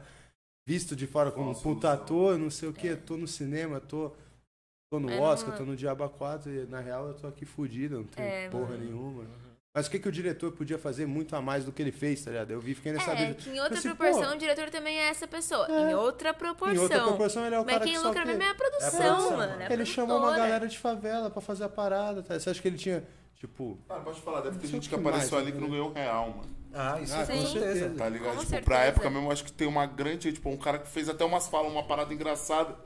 Speaker 5: Visto de fora como um
Speaker 4: Falsa
Speaker 5: puta
Speaker 4: ilusão.
Speaker 5: ator, não sei o quê, tô no cinema, tô, tô no
Speaker 3: É, não-
Speaker 5: Oscar, tô no Diaba 4, e na real eu tô aqui fudido, não tenho
Speaker 3: É,
Speaker 5: porra
Speaker 3: mano.
Speaker 5: nenhuma. Mas o que, que o diretor podia fazer muito a mais do que ele fez, tá ligado? Eu vi, fiquei nessa
Speaker 3: É,
Speaker 5: dúvida.
Speaker 3: que em outra
Speaker 5: Assim, pô,
Speaker 3: proporção o diretor também é essa pessoa.
Speaker 5: É.
Speaker 3: Em outra
Speaker 5: Em outra
Speaker 3: proporção.
Speaker 5: proporção, ele é o
Speaker 3: Mas
Speaker 5: cara
Speaker 3: quem
Speaker 5: que só
Speaker 3: lucra
Speaker 5: quer-
Speaker 3: mesmo é a produção,
Speaker 2: produção,
Speaker 3: mano.
Speaker 2: mano.
Speaker 3: é a
Speaker 5: Ele chamou uma
Speaker 3: produtora.
Speaker 5: galera de favela pra fazer a parada, tá? Você acha que ele tinha, tipo,
Speaker 4: Ah, pode falar, deve ter
Speaker 5: Não sei
Speaker 4: gente
Speaker 5: o
Speaker 4: que
Speaker 5: que
Speaker 4: apareceu
Speaker 5: mais, né?
Speaker 4: ali que não ganhou um real, mano.
Speaker 2: Ah, isso
Speaker 5: Ah,
Speaker 2: com
Speaker 3: com
Speaker 2: certeza.
Speaker 5: certeza.
Speaker 4: Tá ligado?
Speaker 3: Com
Speaker 4: tipo,
Speaker 3: certeza.
Speaker 4: pra época mesmo, acho que tem uma grande, tipo, um cara que fez até umas falas, uma parada engraçada.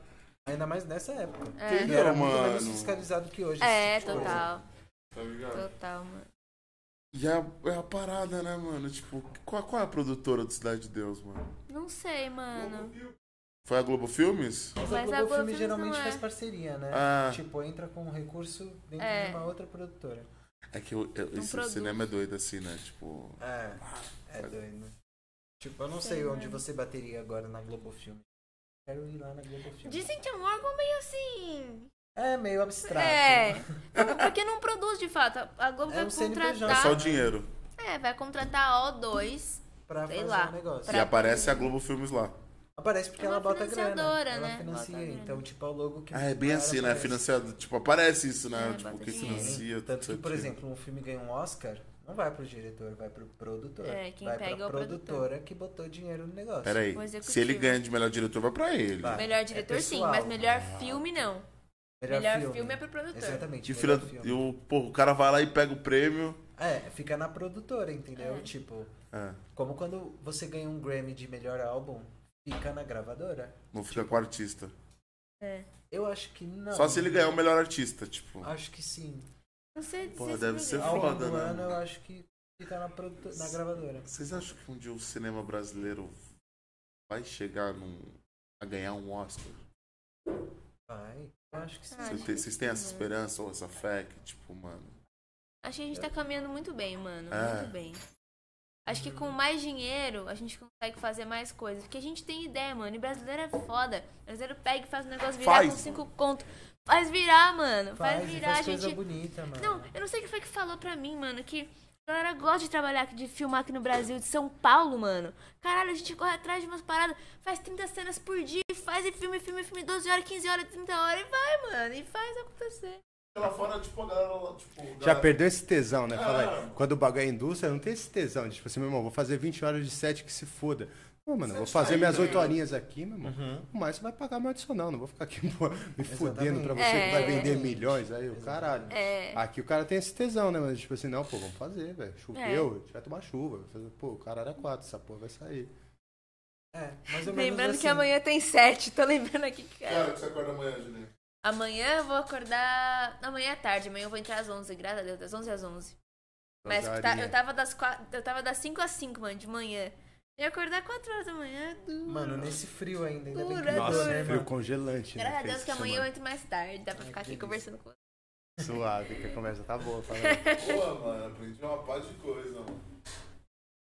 Speaker 2: Ainda mais nessa época.
Speaker 4: É.
Speaker 2: E era muito
Speaker 4: Mano.
Speaker 2: menos fiscalizado que hoje.
Speaker 3: É,
Speaker 2: esse tipo de coisa.
Speaker 3: total.
Speaker 4: Tá ligado?
Speaker 3: Total, mano.
Speaker 4: E é, é a parada, né, mano? Tipo, qual, qual é a produtora do Cidade de Deus, mano?
Speaker 3: Não sei, mano.
Speaker 4: Foi a Globo Filmes?
Speaker 2: Mas,
Speaker 3: Mas
Speaker 2: a
Speaker 3: a
Speaker 2: Globo
Speaker 3: Globo
Speaker 2: Filme
Speaker 3: Filmes
Speaker 2: geralmente
Speaker 3: não é.
Speaker 2: faz parceria, né?
Speaker 4: Ah.
Speaker 2: Tipo, entra com um recurso dentro
Speaker 3: É.
Speaker 2: de uma outra produtora.
Speaker 4: É que eu, eu-
Speaker 3: Não
Speaker 4: esse
Speaker 3: produz.
Speaker 4: cinema é doido assim, né? Tipo.
Speaker 2: É, é doido. Tipo, eu não
Speaker 3: Sei,
Speaker 2: sei, onde
Speaker 3: né?
Speaker 2: você bateria agora na Globofilme. Quero ir lá na Globofilme.
Speaker 3: Dizem que é um órgão meio assim.
Speaker 2: É meio abstrato.
Speaker 3: É. Não, Porque não produz de fato. A- A Globo
Speaker 2: É
Speaker 3: vai
Speaker 2: um CNPJ.
Speaker 4: É só o
Speaker 3: contratar.
Speaker 4: dinheiro.
Speaker 3: É, vai contratar a O2.
Speaker 2: Pra
Speaker 3: Sei
Speaker 2: fazer
Speaker 3: lá,
Speaker 2: um negócio.
Speaker 4: E
Speaker 3: pra-
Speaker 4: aparece a Globo Filmes lá.
Speaker 2: Aparece porque
Speaker 3: É uma
Speaker 2: ela bota grana.
Speaker 3: financiadora,
Speaker 2: ela
Speaker 3: né?
Speaker 2: financia,
Speaker 3: Bota grana.
Speaker 2: então, tipo, é o logo que.
Speaker 4: Ah, é bem
Speaker 2: o cara
Speaker 4: assim, né?
Speaker 2: aparece.
Speaker 4: Financiado. Tipo, aparece isso, né?
Speaker 3: É,
Speaker 4: tipo,
Speaker 3: bota
Speaker 4: quem
Speaker 3: dinheiro.
Speaker 4: financia.
Speaker 2: Tanto
Speaker 4: tudo
Speaker 2: que, por
Speaker 4: certinho.
Speaker 2: exemplo, um filme ganha um Oscar, não vai pro diretor, vai pro produtor.
Speaker 3: É, quem
Speaker 2: vai
Speaker 3: pega é
Speaker 2: pra
Speaker 3: o produtor.
Speaker 2: produtora que botou dinheiro no negócio.
Speaker 4: Peraí.
Speaker 3: O executivo.
Speaker 4: Se ele ganha de melhor diretor, vai pra ele.
Speaker 2: Vai.
Speaker 3: Melhor diretor,
Speaker 2: É
Speaker 3: sim,
Speaker 2: pessoal.
Speaker 3: mas melhor filme não. Melhor, filme. é pro produtor.
Speaker 2: Exatamente.
Speaker 4: E,
Speaker 2: melhor
Speaker 4: fila-
Speaker 2: filme.
Speaker 4: e o, pô, o cara vai lá e pega o prêmio.
Speaker 2: É, fica na produtora, entendeu? Tipo,
Speaker 4: É,
Speaker 2: como quando você ganha um Grammy de melhor álbum, fica na gravadora.
Speaker 4: não fica com o artista.
Speaker 3: É.
Speaker 2: Eu acho que não.
Speaker 4: Só se ele ganhar o melhor artista, tipo.
Speaker 2: Acho que sim.
Speaker 3: Não sei
Speaker 4: Pô,
Speaker 3: dizer se
Speaker 4: deve
Speaker 3: melhor.
Speaker 4: ser É
Speaker 2: Álbum
Speaker 4: foda,
Speaker 2: do
Speaker 4: né?
Speaker 2: ano, eu acho que fica na, produto- na gravadora.
Speaker 4: Vocês acham que um dia o cinema brasileiro vai chegar num, a ganhar um Oscar?
Speaker 2: Vai. Eu acho que sim.
Speaker 3: Ah,
Speaker 4: Vocês
Speaker 3: acho
Speaker 4: têm-
Speaker 3: que
Speaker 4: Vocês têm essa
Speaker 3: sim.
Speaker 4: esperança ou essa fé que, tipo, mano.
Speaker 3: Acho que a gente tá caminhando muito bem, mano.
Speaker 4: É.
Speaker 3: Muito bem. Acho que com mais dinheiro a gente consegue fazer mais coisas. Porque a gente tem ideia, mano. E brasileiro é foda. Brasileiro pega e faz um negócio virar
Speaker 4: Faz.
Speaker 3: com cinco conto. Faz virar, mano. Faz,
Speaker 2: Faz, e
Speaker 3: virar,
Speaker 2: faz
Speaker 3: gente.
Speaker 2: coisa bonita, mano.
Speaker 3: Não, eu não sei quem foi que falou pra mim, mano, que a galera gosta de trabalhar, aqui, de filmar aqui no Brasil, de São Paulo, mano. Caralho, a gente corre atrás de umas paradas, faz 30 cenas por dia, e faz e filme, filme, filme, 12 horas, 15 horas, 30 horas, e vai, mano, e faz acontecer.
Speaker 4: Lá fora, tipo, a galera lá, tipo. a
Speaker 5: Já
Speaker 4: galera-
Speaker 5: perdeu esse tesão, né? Fala aí.
Speaker 3: Ah.
Speaker 4: É.
Speaker 5: Quando o bagulho é indústria, não tem esse tesão. de, Tipo assim, meu irmão, vou fazer 20 horas de set que se foda. Não, mano, eu vou
Speaker 4: Sete
Speaker 5: fazer
Speaker 4: aí,
Speaker 5: minhas
Speaker 4: né?
Speaker 5: 8 horinhas aqui, meu irmão.
Speaker 3: Uhum.
Speaker 5: O mais você vai pagar meu adicional. Não vou ficar aqui pô, me fudendo pra você que vai
Speaker 3: É.
Speaker 5: vender milhões. Aí, o caralho.
Speaker 3: É.
Speaker 5: Aqui o cara tem esse tesão, né, mano? Tipo assim, não, pô, vamos fazer, velho.
Speaker 3: É.
Speaker 5: Choveu, a gente vai tomar chuva. vai fazer- Pô, o caralho é 4, essa porra vai sair.
Speaker 2: É, mais ou menos
Speaker 3: Lembrando
Speaker 2: assim.
Speaker 3: que amanhã tem 7, tô lembrando aqui que. é.
Speaker 4: Que hora que você acorda amanhã, Julinho?
Speaker 3: Amanhã eu vou acordar. Amanhã é tarde, amanhã eu vou entrar às 11, graças a Deus, das 11 às 11. Mas
Speaker 5: Fazer a
Speaker 3: tá-
Speaker 5: horinha.
Speaker 3: eu tava das 4, eu tava das 5 às 5, mano, de manhã. E acordar 4 horas da manhã é duro.
Speaker 2: Mano, nesse frio ainda, ainda bem
Speaker 3: Dura,
Speaker 2: que mudou,
Speaker 3: dura.
Speaker 2: né,
Speaker 5: Nossa, frio
Speaker 2: mano?
Speaker 5: congelante. né,
Speaker 3: Graças a
Speaker 5: fez
Speaker 3: Deus que
Speaker 5: essa
Speaker 3: amanhã eu
Speaker 5: semana.
Speaker 3: entro mais tarde, dá pra
Speaker 2: Ai,
Speaker 3: ficar
Speaker 2: que
Speaker 3: aqui
Speaker 2: delícia.
Speaker 3: conversando com
Speaker 5: Suave, que a conversa tá boa. Fala aí.
Speaker 4: Pô, mano, aprendi uma paz de coisa, mano.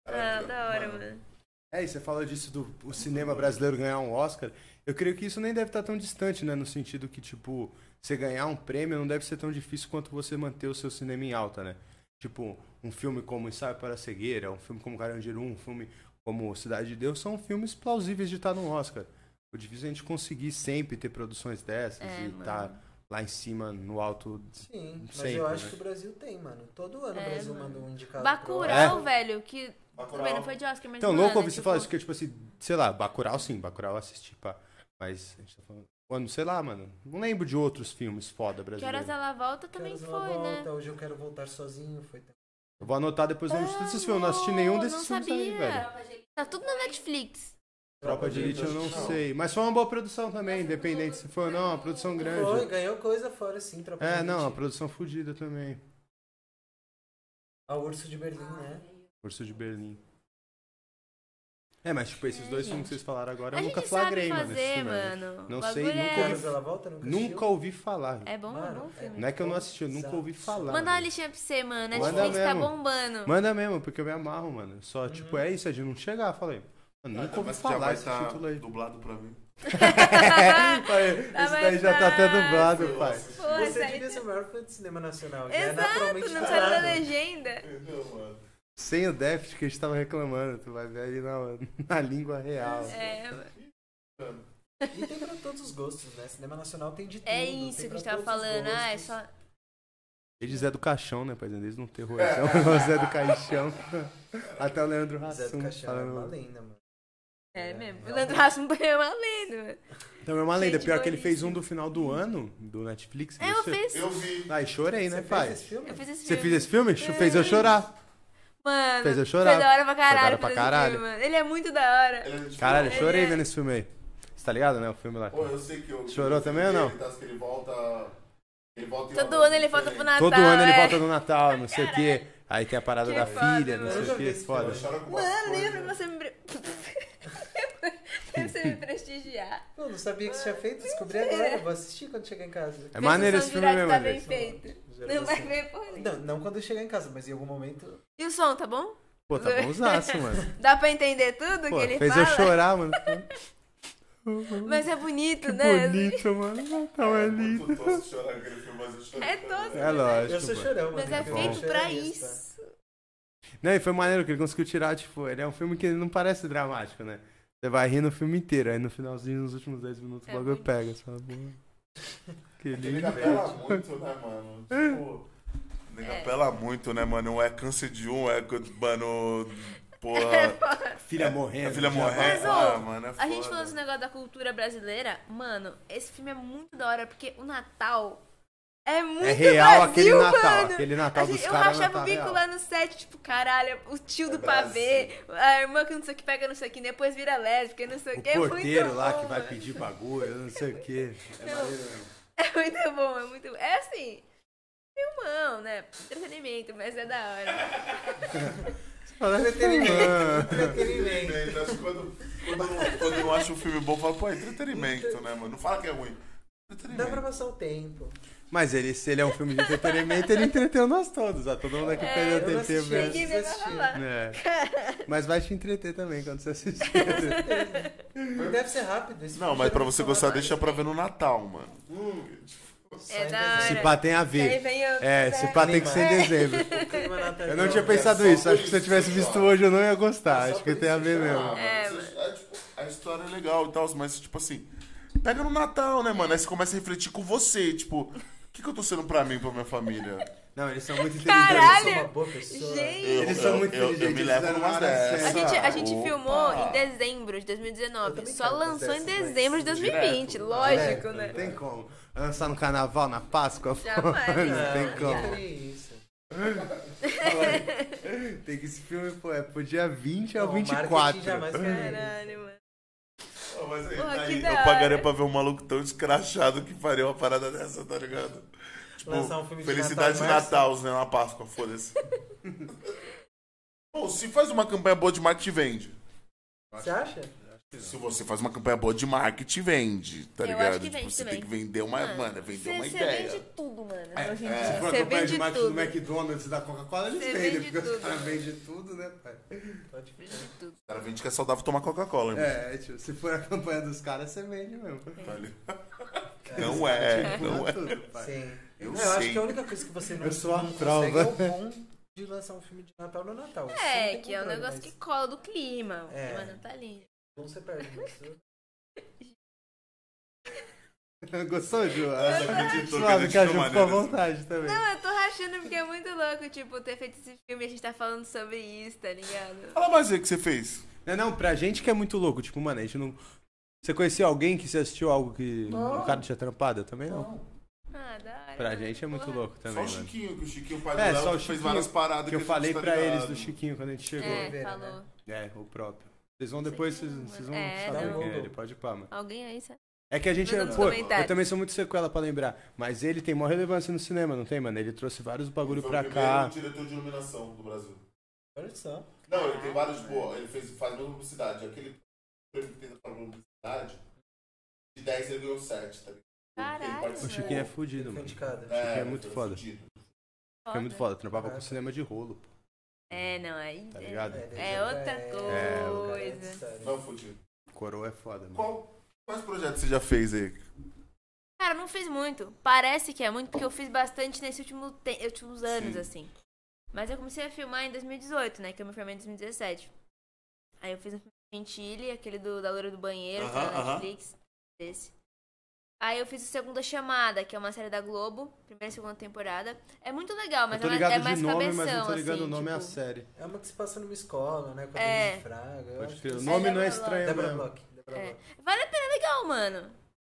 Speaker 3: Ah, da hora, mano.
Speaker 5: É, e você fala disso do o cinema brasileiro ganhar um Oscar. Eu creio que isso nem deve estar tão distante, né? No sentido que, tipo, você ganhar um prêmio não deve ser tão difícil quanto você manter o seu cinema em alta, né? Tipo, um filme como Ensaio para a Cegueira, um filme como Carandiru, um filme como Cidade de Deus, são filmes plausíveis de estar no Oscar. O difícil é a gente conseguir sempre ter produções dessas
Speaker 3: É,
Speaker 5: e
Speaker 3: mano.
Speaker 5: estar lá em cima, no alto.
Speaker 2: Sim, mas
Speaker 5: Sempre,
Speaker 2: eu acho
Speaker 5: né?
Speaker 2: que o Brasil tem, mano. Todo ano o Brasil manda um indicado. Pro...
Speaker 3: É, Bacurau, velho, que também
Speaker 4: um-
Speaker 3: não foi de Oscar, mas
Speaker 5: é? Então,
Speaker 3: mano,
Speaker 5: louco ouvir
Speaker 3: é
Speaker 5: você
Speaker 3: tipo-
Speaker 5: falar isso, porque, tipo assim, sei lá, Bacurau sim, Bacurau eu assisti, pá. Mas a gente tá falando. Quando, sei lá, mano. Não lembro de outros filmes foda
Speaker 3: Que horas é?
Speaker 5: brasileiros.
Speaker 3: ela volta também
Speaker 2: Quero
Speaker 3: foi,
Speaker 2: uma volta,
Speaker 3: né?
Speaker 2: Hoje eu quero voltar sozinho. Foi também.
Speaker 5: Eu vou anotar depois o nome de todos esses filmes. Eu não assisti nenhum desses
Speaker 3: Ah, não
Speaker 5: filmes
Speaker 3: sabia.
Speaker 5: aí, velho.
Speaker 3: Tá tudo na Netflix.
Speaker 5: Tropa de Elite eu não sei. Mas foi uma boa produção também, independente se foi ou não, uma produção
Speaker 2: Foi,
Speaker 5: grande.
Speaker 2: ganhou coisa fora, sim. Tropa
Speaker 5: É,
Speaker 2: de
Speaker 5: não, uma
Speaker 2: Elite. Ah,
Speaker 5: produção fodida também.
Speaker 2: A Urso de Berlim, né?
Speaker 5: Urso de Berlim. É, mas tipo, esses dois filmes que vocês falaram agora eu
Speaker 3: a
Speaker 5: nunca
Speaker 3: gente
Speaker 5: flagrei,
Speaker 3: sabe
Speaker 5: mano. esses
Speaker 3: fazer,
Speaker 5: filmes, né?
Speaker 3: mano.
Speaker 5: Não
Speaker 3: O
Speaker 5: sei,
Speaker 3: bagulho
Speaker 2: Que
Speaker 5: nunca
Speaker 2: horas
Speaker 5: ouvi,
Speaker 2: ela volta? Nunca
Speaker 5: nunca ouvi falar.
Speaker 3: É, é bom, é
Speaker 2: Mano,
Speaker 3: bom filme.
Speaker 5: Não é que eu não assisti, eu nunca ouvi falar. né?
Speaker 3: Manda uma
Speaker 5: mano.
Speaker 3: listinha pra você, mano.
Speaker 5: Manda
Speaker 3: Netflix tá
Speaker 5: mesmo.
Speaker 3: bombando.
Speaker 5: Manda mesmo, porque eu me amarro, mano. Só,
Speaker 3: Uhum.
Speaker 5: tipo, é isso, é de não chegar. Falei, mano,
Speaker 2: Ah,
Speaker 5: nunca ouvi
Speaker 4: Mas já vai
Speaker 5: falar esse
Speaker 2: tá
Speaker 4: estar
Speaker 5: título aí.
Speaker 4: dublado pra mim.
Speaker 5: Falei, esse
Speaker 3: Tá
Speaker 5: daí
Speaker 3: mais
Speaker 5: já tá até
Speaker 3: fácil.
Speaker 5: dublado, pai.
Speaker 3: Pô,
Speaker 2: Você
Speaker 3: essa aí
Speaker 2: devia
Speaker 3: tá-
Speaker 2: ser o maior fã de cinema nacional. Já é
Speaker 3: Exato,
Speaker 2: naturalmente
Speaker 3: não precisa da
Speaker 2: falado.
Speaker 3: legenda.
Speaker 4: Entendeu, mano?
Speaker 5: Sem o déficit que a gente tava reclamando, tu vai ver ali na, na língua real.
Speaker 3: É,
Speaker 2: E tem pra todos os gostos, né? Cinema nacional tem de tudo.
Speaker 3: é
Speaker 2: tem
Speaker 3: isso que a
Speaker 2: pra
Speaker 3: gente tava
Speaker 2: todos os
Speaker 3: falando. Ah, é
Speaker 2: gostos.
Speaker 3: só.
Speaker 5: Eles é do caixão, né, paizinho? Eles não terrorizam, mas é do caixão. Até o Leandro
Speaker 2: Zé do
Speaker 5: Hassum
Speaker 2: Caixão é uma
Speaker 5: falando.
Speaker 2: lenda, mano.
Speaker 3: É mesmo. O
Speaker 2: realmente.
Speaker 3: Leandro Hassum é uma lenda.
Speaker 5: Então é uma lenda,
Speaker 3: Gente
Speaker 5: pior que ele fez
Speaker 3: boníssima.
Speaker 5: um do final do ano, do Netflix.
Speaker 3: É, eu
Speaker 5: você-
Speaker 3: fiz.
Speaker 4: Eu vi.
Speaker 5: Ai, chorei, né,
Speaker 2: Você fez
Speaker 5: pai?
Speaker 2: esse filme?
Speaker 3: Eu fiz esse
Speaker 5: Você
Speaker 3: filme.
Speaker 5: fez esse filme? Fez eu chorar.
Speaker 3: Mano,
Speaker 5: Fez eu chorar.
Speaker 3: foi da hora pra
Speaker 5: Foi
Speaker 3: caralho.
Speaker 5: da hora pra
Speaker 3: fazer esse
Speaker 5: caralho.
Speaker 3: filme, mano. Ele é muito da hora.
Speaker 4: Ele, tipo,
Speaker 5: Caralho, eu
Speaker 3: Ele
Speaker 5: chorei
Speaker 3: é-
Speaker 5: vendo esse filme aí. Você tá ligado, né? O filme lá.
Speaker 4: Pô, eu sei que eu.
Speaker 5: Chorou também ou não?
Speaker 4: Ele, tá, que ele volta. Ele volta em
Speaker 3: Todo
Speaker 4: uma
Speaker 3: ano ele
Speaker 4: fase
Speaker 3: volta pro
Speaker 4: diferente.
Speaker 3: Natal.
Speaker 5: Todo ano ele
Speaker 3: é.
Speaker 5: volta no Natal, não sei o quê. Aí tem a parada
Speaker 3: Que
Speaker 5: da
Speaker 3: foda, né?
Speaker 5: filha, não
Speaker 3: mano.
Speaker 5: sei
Speaker 2: Eu já
Speaker 5: o
Speaker 2: vi
Speaker 5: quê.
Speaker 2: esse
Speaker 5: Foda.
Speaker 4: Ele chora com uma
Speaker 3: Mano,
Speaker 4: coisa.
Speaker 3: nem é pra você me. pra você me prestigiar.
Speaker 2: Eu não sabia que
Speaker 3: Ah,
Speaker 2: você tinha feito, descobri agora. Eu vou assistir quando chegar em casa.
Speaker 5: É maneiro esse
Speaker 3: Mas o som
Speaker 5: filme mesmo,
Speaker 3: direto tá bem
Speaker 5: André.
Speaker 3: feito.
Speaker 2: Gera
Speaker 3: Não vai
Speaker 2: você.
Speaker 3: ver porra nenhuma.
Speaker 2: Não, não quando eu chegar em casa, mas em algum momento.
Speaker 3: E o som, tá bom?
Speaker 5: Pô, tá bonzaço, mano.
Speaker 3: Dá pra entender tudo
Speaker 5: Pô,
Speaker 3: que ele
Speaker 5: fez
Speaker 3: fala?
Speaker 5: eu chorar, mano.
Speaker 3: Mas é bonito,
Speaker 5: Que
Speaker 3: né?
Speaker 5: bonito, mano. Natal é lindo.
Speaker 4: Eu tô chorar com aquele filme, mas eu choro.
Speaker 3: É tosco.
Speaker 5: É
Speaker 2: Eu sou
Speaker 5: lógico, mano.
Speaker 2: chorão, mano.
Speaker 3: Mas é
Speaker 2: eu
Speaker 3: feito
Speaker 2: sou
Speaker 3: pra
Speaker 2: choralista.
Speaker 3: isso.
Speaker 5: Não, e foi maneiro que ele conseguiu tirar, tipo, ele é um filme que não parece dramático, né? Você vai rir no filme inteiro, aí no finalzinho, nos últimos 10 minutos,
Speaker 3: É
Speaker 5: o bagulho
Speaker 3: bonito.
Speaker 5: pega, sabe? Que
Speaker 4: Ele
Speaker 5: lindo.
Speaker 4: apela muito, né, mano? Tipo. Nega
Speaker 3: É.
Speaker 4: apela muito, né, mano? Um é câncer de um, é. co- Mano. Porra.
Speaker 5: Filha morrendo.
Speaker 4: A filha morrer.
Speaker 3: Mas, ô,
Speaker 4: Ah, mano, é foda.
Speaker 3: É A gente falou desse negócio da cultura brasileira, mano, esse filme é muito da hora, porque o Natal é muito
Speaker 5: É real
Speaker 3: Brasil,
Speaker 5: aquele Natal,
Speaker 3: mano.
Speaker 5: aquele Natal
Speaker 3: A gente-
Speaker 5: dos
Speaker 3: Eu
Speaker 5: caras é
Speaker 3: rachava o
Speaker 5: Natal
Speaker 3: bico
Speaker 5: real.
Speaker 3: lá no set, tipo, caralho, o tio do
Speaker 4: É
Speaker 3: pavê, a irmã que não sei o que pega não sei o que, depois vira lésbica, não sei o
Speaker 5: O
Speaker 3: que, é muito
Speaker 5: porteiro lá
Speaker 3: bom,
Speaker 5: que vai
Speaker 3: mano.
Speaker 5: pedir bagulho, não sei o quê. É maneiro mesmo.
Speaker 3: É muito bom, é muito bom. É assim, filmão, né? Entretenimento, mas é da hora.
Speaker 5: Entretenimento.
Speaker 2: é Entretenimento.
Speaker 4: Entretenimento. Acho que Quando, quando, quando eu acho um filme bom, eu falo, pô, é entretenimento, né, mano? Não fala que é ruim.
Speaker 2: Dá pra
Speaker 4: Entretenimento.
Speaker 2: passar o tempo.
Speaker 5: Mas ele, se ele é um filme de entretenimento, ele entreteu nós todos. Ó. Todo mundo aqui
Speaker 3: É,
Speaker 5: perdeu
Speaker 3: eu
Speaker 5: tempo.
Speaker 2: assisti,
Speaker 5: vendo.
Speaker 3: Ninguém vai
Speaker 4: né?
Speaker 3: falar.
Speaker 5: É. Mas vai te entreter também quando você assistir.
Speaker 2: Deve ser rápido esse
Speaker 4: Não,
Speaker 2: filme
Speaker 4: mas
Speaker 2: já
Speaker 4: pra
Speaker 2: ouvi
Speaker 4: você
Speaker 2: falar
Speaker 4: gostar,
Speaker 2: mais.
Speaker 4: deixa pra ver no Natal, mano.
Speaker 2: Sai
Speaker 3: É
Speaker 2: daqui.
Speaker 3: da
Speaker 5: Se
Speaker 3: hora.
Speaker 5: pá tem a
Speaker 3: Aí
Speaker 5: ver.
Speaker 3: vem o-
Speaker 5: É, se pá tem que ser em dezembro.
Speaker 2: O clima natalino,
Speaker 5: Eu não tinha
Speaker 2: cara,
Speaker 5: pensado
Speaker 2: só
Speaker 5: isso.
Speaker 2: por
Speaker 5: Acho que se eu tivesse visto hoje eu não ia gostar. Acho que tem a ver mesmo.
Speaker 3: É,
Speaker 4: a história é legal e tal, mas, tipo assim, pega no Natal, né, mano? Aí você começa a refletir com você, tipo, o que, que eu tô sendo pra mim, pra minha família?
Speaker 5: Não, eles são muito inteligentes.
Speaker 2: Eu sou
Speaker 3: Caralho!
Speaker 2: uma boa pessoa.
Speaker 3: Gente!
Speaker 4: Eu,
Speaker 5: Eles são
Speaker 4: eu-
Speaker 5: muito
Speaker 4: eu- eu
Speaker 5: inteligentes,
Speaker 4: me
Speaker 5: eles
Speaker 4: levo
Speaker 5: fizeram
Speaker 4: numa
Speaker 5: uma
Speaker 3: A
Speaker 4: dessa.
Speaker 5: dessa.
Speaker 3: gente, a gente
Speaker 4: Opa.
Speaker 3: filmou em dezembro de 2019, só lançou em dezembro de 2020, lógico, né?
Speaker 5: É, Não tem como. Lançar no carnaval, na Páscoa?
Speaker 3: Jamais.
Speaker 5: Não tem
Speaker 2: Eu
Speaker 5: como.
Speaker 2: faria é isso.
Speaker 5: Tem que esse filme, pô, é pro dia 20 ao
Speaker 2: Não, o marketing
Speaker 5: 24.
Speaker 2: jamais faria isso.
Speaker 3: Caralho, mano.
Speaker 4: Ah, mas aí,
Speaker 3: Porra, que
Speaker 4: aí
Speaker 3: da
Speaker 4: eu
Speaker 3: hora.
Speaker 4: pagaria pra ver um maluco tão escrachado que faria uma parada dessa, tá ligado? Tipo,
Speaker 2: Lançar um filme de
Speaker 4: Felicidade
Speaker 2: Natal em março.
Speaker 4: Natal, né? Na Páscoa, foda-se. Bom, se faz uma campanha boa de marketing, vende.
Speaker 2: Você acha?
Speaker 4: Se você faz uma campanha boa de marketing, vende, tá
Speaker 3: Eu
Speaker 4: ligado?
Speaker 3: acho que
Speaker 4: Tipo,
Speaker 3: vende
Speaker 4: você
Speaker 3: também. Ah,
Speaker 4: tem que vender uma, mano, vender uma
Speaker 3: Você
Speaker 4: ideia.
Speaker 3: vende tudo, mano. hoje em
Speaker 5: Se
Speaker 3: dia.
Speaker 5: for
Speaker 3: Você
Speaker 5: campanha de
Speaker 3: vende
Speaker 5: marketing
Speaker 3: tudo.
Speaker 5: do McDonald's e da Coca-Cola, eles
Speaker 3: Você
Speaker 5: vendem,
Speaker 3: vende
Speaker 5: porque os
Speaker 3: tudo.
Speaker 5: caras vendem tudo, né, pai?
Speaker 2: Pode ver.
Speaker 3: Vende tudo.
Speaker 4: O cara vende que é saudável tomar Coca-Cola, irmão.
Speaker 5: É, tipo, se for a campanha dos caras, você vende
Speaker 3: É.
Speaker 5: mesmo. Tipo,
Speaker 4: Tá ligado? Não é, não
Speaker 5: Pula
Speaker 4: é.
Speaker 5: tudo, pai.
Speaker 2: Sim.
Speaker 4: Eu
Speaker 2: Eu,
Speaker 4: sei.
Speaker 2: acho que a única coisa que você não,
Speaker 5: Eu sou a
Speaker 2: não
Speaker 5: prova.
Speaker 2: consegue é o bom de lançar um filme de Natal no Natal. Isso não
Speaker 3: É,
Speaker 2: tem
Speaker 3: que
Speaker 5: né,
Speaker 3: é um
Speaker 2: controle,
Speaker 3: negócio que
Speaker 2: mas
Speaker 3: cola do clima.
Speaker 2: É.
Speaker 3: Mano, tá lindo.
Speaker 2: Bom você perde. isso.
Speaker 5: Gostou, Ju?
Speaker 4: acreditou que a
Speaker 5: Suave,
Speaker 4: gente
Speaker 5: que a Ju
Speaker 4: tomou
Speaker 5: ficou à
Speaker 4: nessa.
Speaker 5: vontade também.
Speaker 3: Não, eu tô rachando porque é muito louco, tipo, ter feito esse filme e a gente tá falando sobre isso, tá ligado?
Speaker 4: Fala mais aí o que você fez.
Speaker 5: Não, não, pra gente que é muito louco, tipo, mano, a gente não... Você conheceu alguém que você assistiu algo que o cara tinha trampado? Eu também não.
Speaker 3: Ah, da hora.
Speaker 5: Pra
Speaker 3: mano.
Speaker 5: gente é muito
Speaker 3: Porra.
Speaker 5: louco
Speaker 4: Só
Speaker 5: também,
Speaker 4: o
Speaker 5: mano.
Speaker 4: Chiquinho, que o Chiquinho, o pai do
Speaker 5: É,
Speaker 4: Léo,
Speaker 5: só o
Speaker 4: que fez
Speaker 5: Chiquinho,
Speaker 4: várias paradas
Speaker 5: Que eu
Speaker 4: a gente
Speaker 5: falei
Speaker 4: tá
Speaker 5: pra eles
Speaker 4: ligado.
Speaker 5: do Chiquinho quando a gente chegou. É,
Speaker 3: É, falou.
Speaker 5: o próprio. Vocês vão depois, vocês, vocês vão
Speaker 3: É,
Speaker 5: saber
Speaker 2: não.
Speaker 5: quem é ele, pode pá, mano.
Speaker 3: Alguém aí, sabe?
Speaker 5: É que a gente.
Speaker 3: Mas nos
Speaker 5: Pô,
Speaker 3: comentários.
Speaker 5: eu também sou muito sequela pra lembrar. Mas ele tem maior relevância no cinema, não tem, mano? Ele trouxe vários bagulho
Speaker 4: Foi
Speaker 5: pra
Speaker 4: o primeiro
Speaker 5: cá.
Speaker 4: diretor de iluminação do Brasil.
Speaker 2: Olha só.
Speaker 4: Não, ele tem vários, pô, ele fez, faz muita publicidade. Aquele prêmio que tem pra publicidade, de 10 ele ganhou 7, tá ligado?
Speaker 3: Caralho,
Speaker 5: O
Speaker 4: participou.
Speaker 5: Chiquinho é fudido,
Speaker 2: Foi
Speaker 5: mano.
Speaker 2: indicado.
Speaker 5: Chiquinho é muito
Speaker 4: foi
Speaker 5: foda.
Speaker 4: fudido.
Speaker 5: Fica muito foda. Trampava com
Speaker 2: Caraca.
Speaker 5: cinema de rolo, pô,
Speaker 3: É, não, aí.
Speaker 5: tá
Speaker 3: é-
Speaker 5: ligado?
Speaker 3: É outra
Speaker 2: é
Speaker 3: coisa.
Speaker 4: Não, fudido.
Speaker 5: Coroa é foda, mano.
Speaker 4: Qual, quais projetos você já fez aí?
Speaker 3: Cara, não fiz muito. Parece que é muito, porque eu fiz bastante nesses último te- últimos anos,
Speaker 4: Sim.
Speaker 3: assim. Mas eu comecei a filmar em 2018, né? Que eu me formei em 2017. Aí eu fiz um filme Gentile, aquele do, da Loura do Banheiro, que
Speaker 4: Aham,
Speaker 3: é na
Speaker 4: aham.
Speaker 3: Netflix. Desse. Aí eu fiz o Segunda Chamada, que é uma série da Globo, primeira e segunda temporada. É muito legal, mas
Speaker 5: eu tô
Speaker 3: é mais,
Speaker 5: ligado
Speaker 3: é mais
Speaker 5: de nome,
Speaker 3: cabeção,
Speaker 5: mas não tô ligado
Speaker 3: assim,
Speaker 5: o nome à
Speaker 3: tipo...
Speaker 5: série.
Speaker 2: É uma que se passa numa escola, né? Com a
Speaker 3: É.
Speaker 2: Denise Fraga. eu
Speaker 5: Pode crer.
Speaker 2: acho que
Speaker 5: O
Speaker 2: isso-
Speaker 5: nome não é
Speaker 3: Débora
Speaker 5: estranho
Speaker 2: Débora
Speaker 5: mesmo.
Speaker 2: Bloch. Débora
Speaker 3: É.
Speaker 2: Bloch.
Speaker 3: Vale a pena é legal, mano.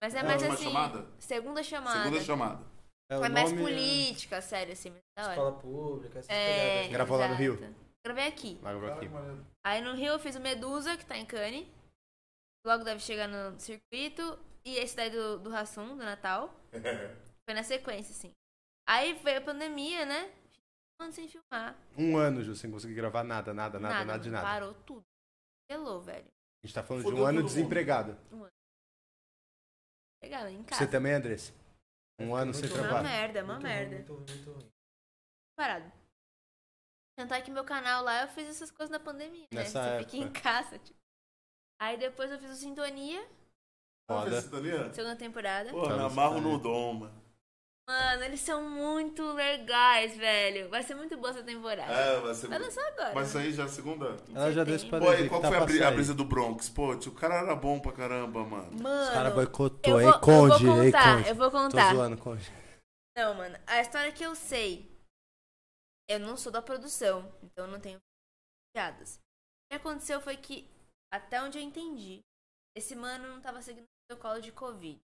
Speaker 3: Mas é,
Speaker 4: É
Speaker 3: mais
Speaker 4: uma
Speaker 3: assim...
Speaker 4: chamada?
Speaker 3: Segunda Chamada.
Speaker 4: Segunda chamada.
Speaker 5: É, o
Speaker 3: É mais
Speaker 5: nome é-
Speaker 3: política, a série, assim, mas da hora.
Speaker 2: Escola pública, essas
Speaker 3: É,
Speaker 2: pegadas. né?
Speaker 5: Gravou lá assim. no
Speaker 3: exato.
Speaker 5: Rio?
Speaker 3: Gravei aqui.
Speaker 5: Vai gravar aqui.
Speaker 3: Aí no Rio eu fiz o Medusa, que tá em Cannes. Logo deve chegar no circuito. E esse daí do, do Rassum, do Natal. Foi na sequência, assim. Aí veio a pandemia, né? Ficou sem filmar.
Speaker 5: Um ano, Ju, sem conseguir gravar nada, nada, nada, nada, de
Speaker 3: mano.
Speaker 5: nada.
Speaker 3: Parou tudo. Gelou, velho.
Speaker 5: A gente tá falando de
Speaker 4: Fudeu
Speaker 5: um ano
Speaker 4: todo mundo.
Speaker 5: desempregado.
Speaker 3: Legal, em
Speaker 5: Você
Speaker 3: casa.
Speaker 5: também, Andressa? Um ano sem
Speaker 2: muito
Speaker 3: Uma
Speaker 5: trabalho.
Speaker 3: merda, uma
Speaker 2: Muito ruim,
Speaker 3: merda.
Speaker 2: Muito, ruim, muito ruim.
Speaker 3: Parado. Tanto é que meu canal lá eu fiz essas coisas na pandemia, né?
Speaker 5: Nessa
Speaker 3: Você fica em
Speaker 5: época.
Speaker 3: casa, tipo. Aí depois eu fiz o Sintonia,
Speaker 4: Tá
Speaker 5: Foda.
Speaker 3: segunda temporada.
Speaker 4: Porra, me
Speaker 5: Tá
Speaker 4: amarro
Speaker 5: vendo?
Speaker 4: no dom, mano.
Speaker 3: Mano, eles são muito legais, velho. Vai ser muito boa essa temporada.
Speaker 4: É, vai ser.
Speaker 3: Vai lançar agora.
Speaker 4: Mas aí já é a segunda?
Speaker 5: Ela já
Speaker 3: Setembro.
Speaker 5: deu esse
Speaker 4: Pô,
Speaker 5: padrão.
Speaker 4: e qual foi a, bri- a brisa do Bronx? Pô, tio, o cara era bom pra caramba, mano.
Speaker 3: Mano,
Speaker 5: Os caras
Speaker 3: eu
Speaker 5: boicotou,
Speaker 3: vou,
Speaker 5: hein, Conde?
Speaker 3: eu vou
Speaker 5: Ei,
Speaker 3: contar,
Speaker 5: Conde.
Speaker 3: eu vou
Speaker 5: Tô
Speaker 3: contar.
Speaker 5: zoando, Conde.
Speaker 3: Não, mano, a história que eu sei, eu não sou da produção, então eu não tenho piadas. O que aconteceu foi que, até onde eu entendi, esse mano não tava seguindo o protocolo de Covid.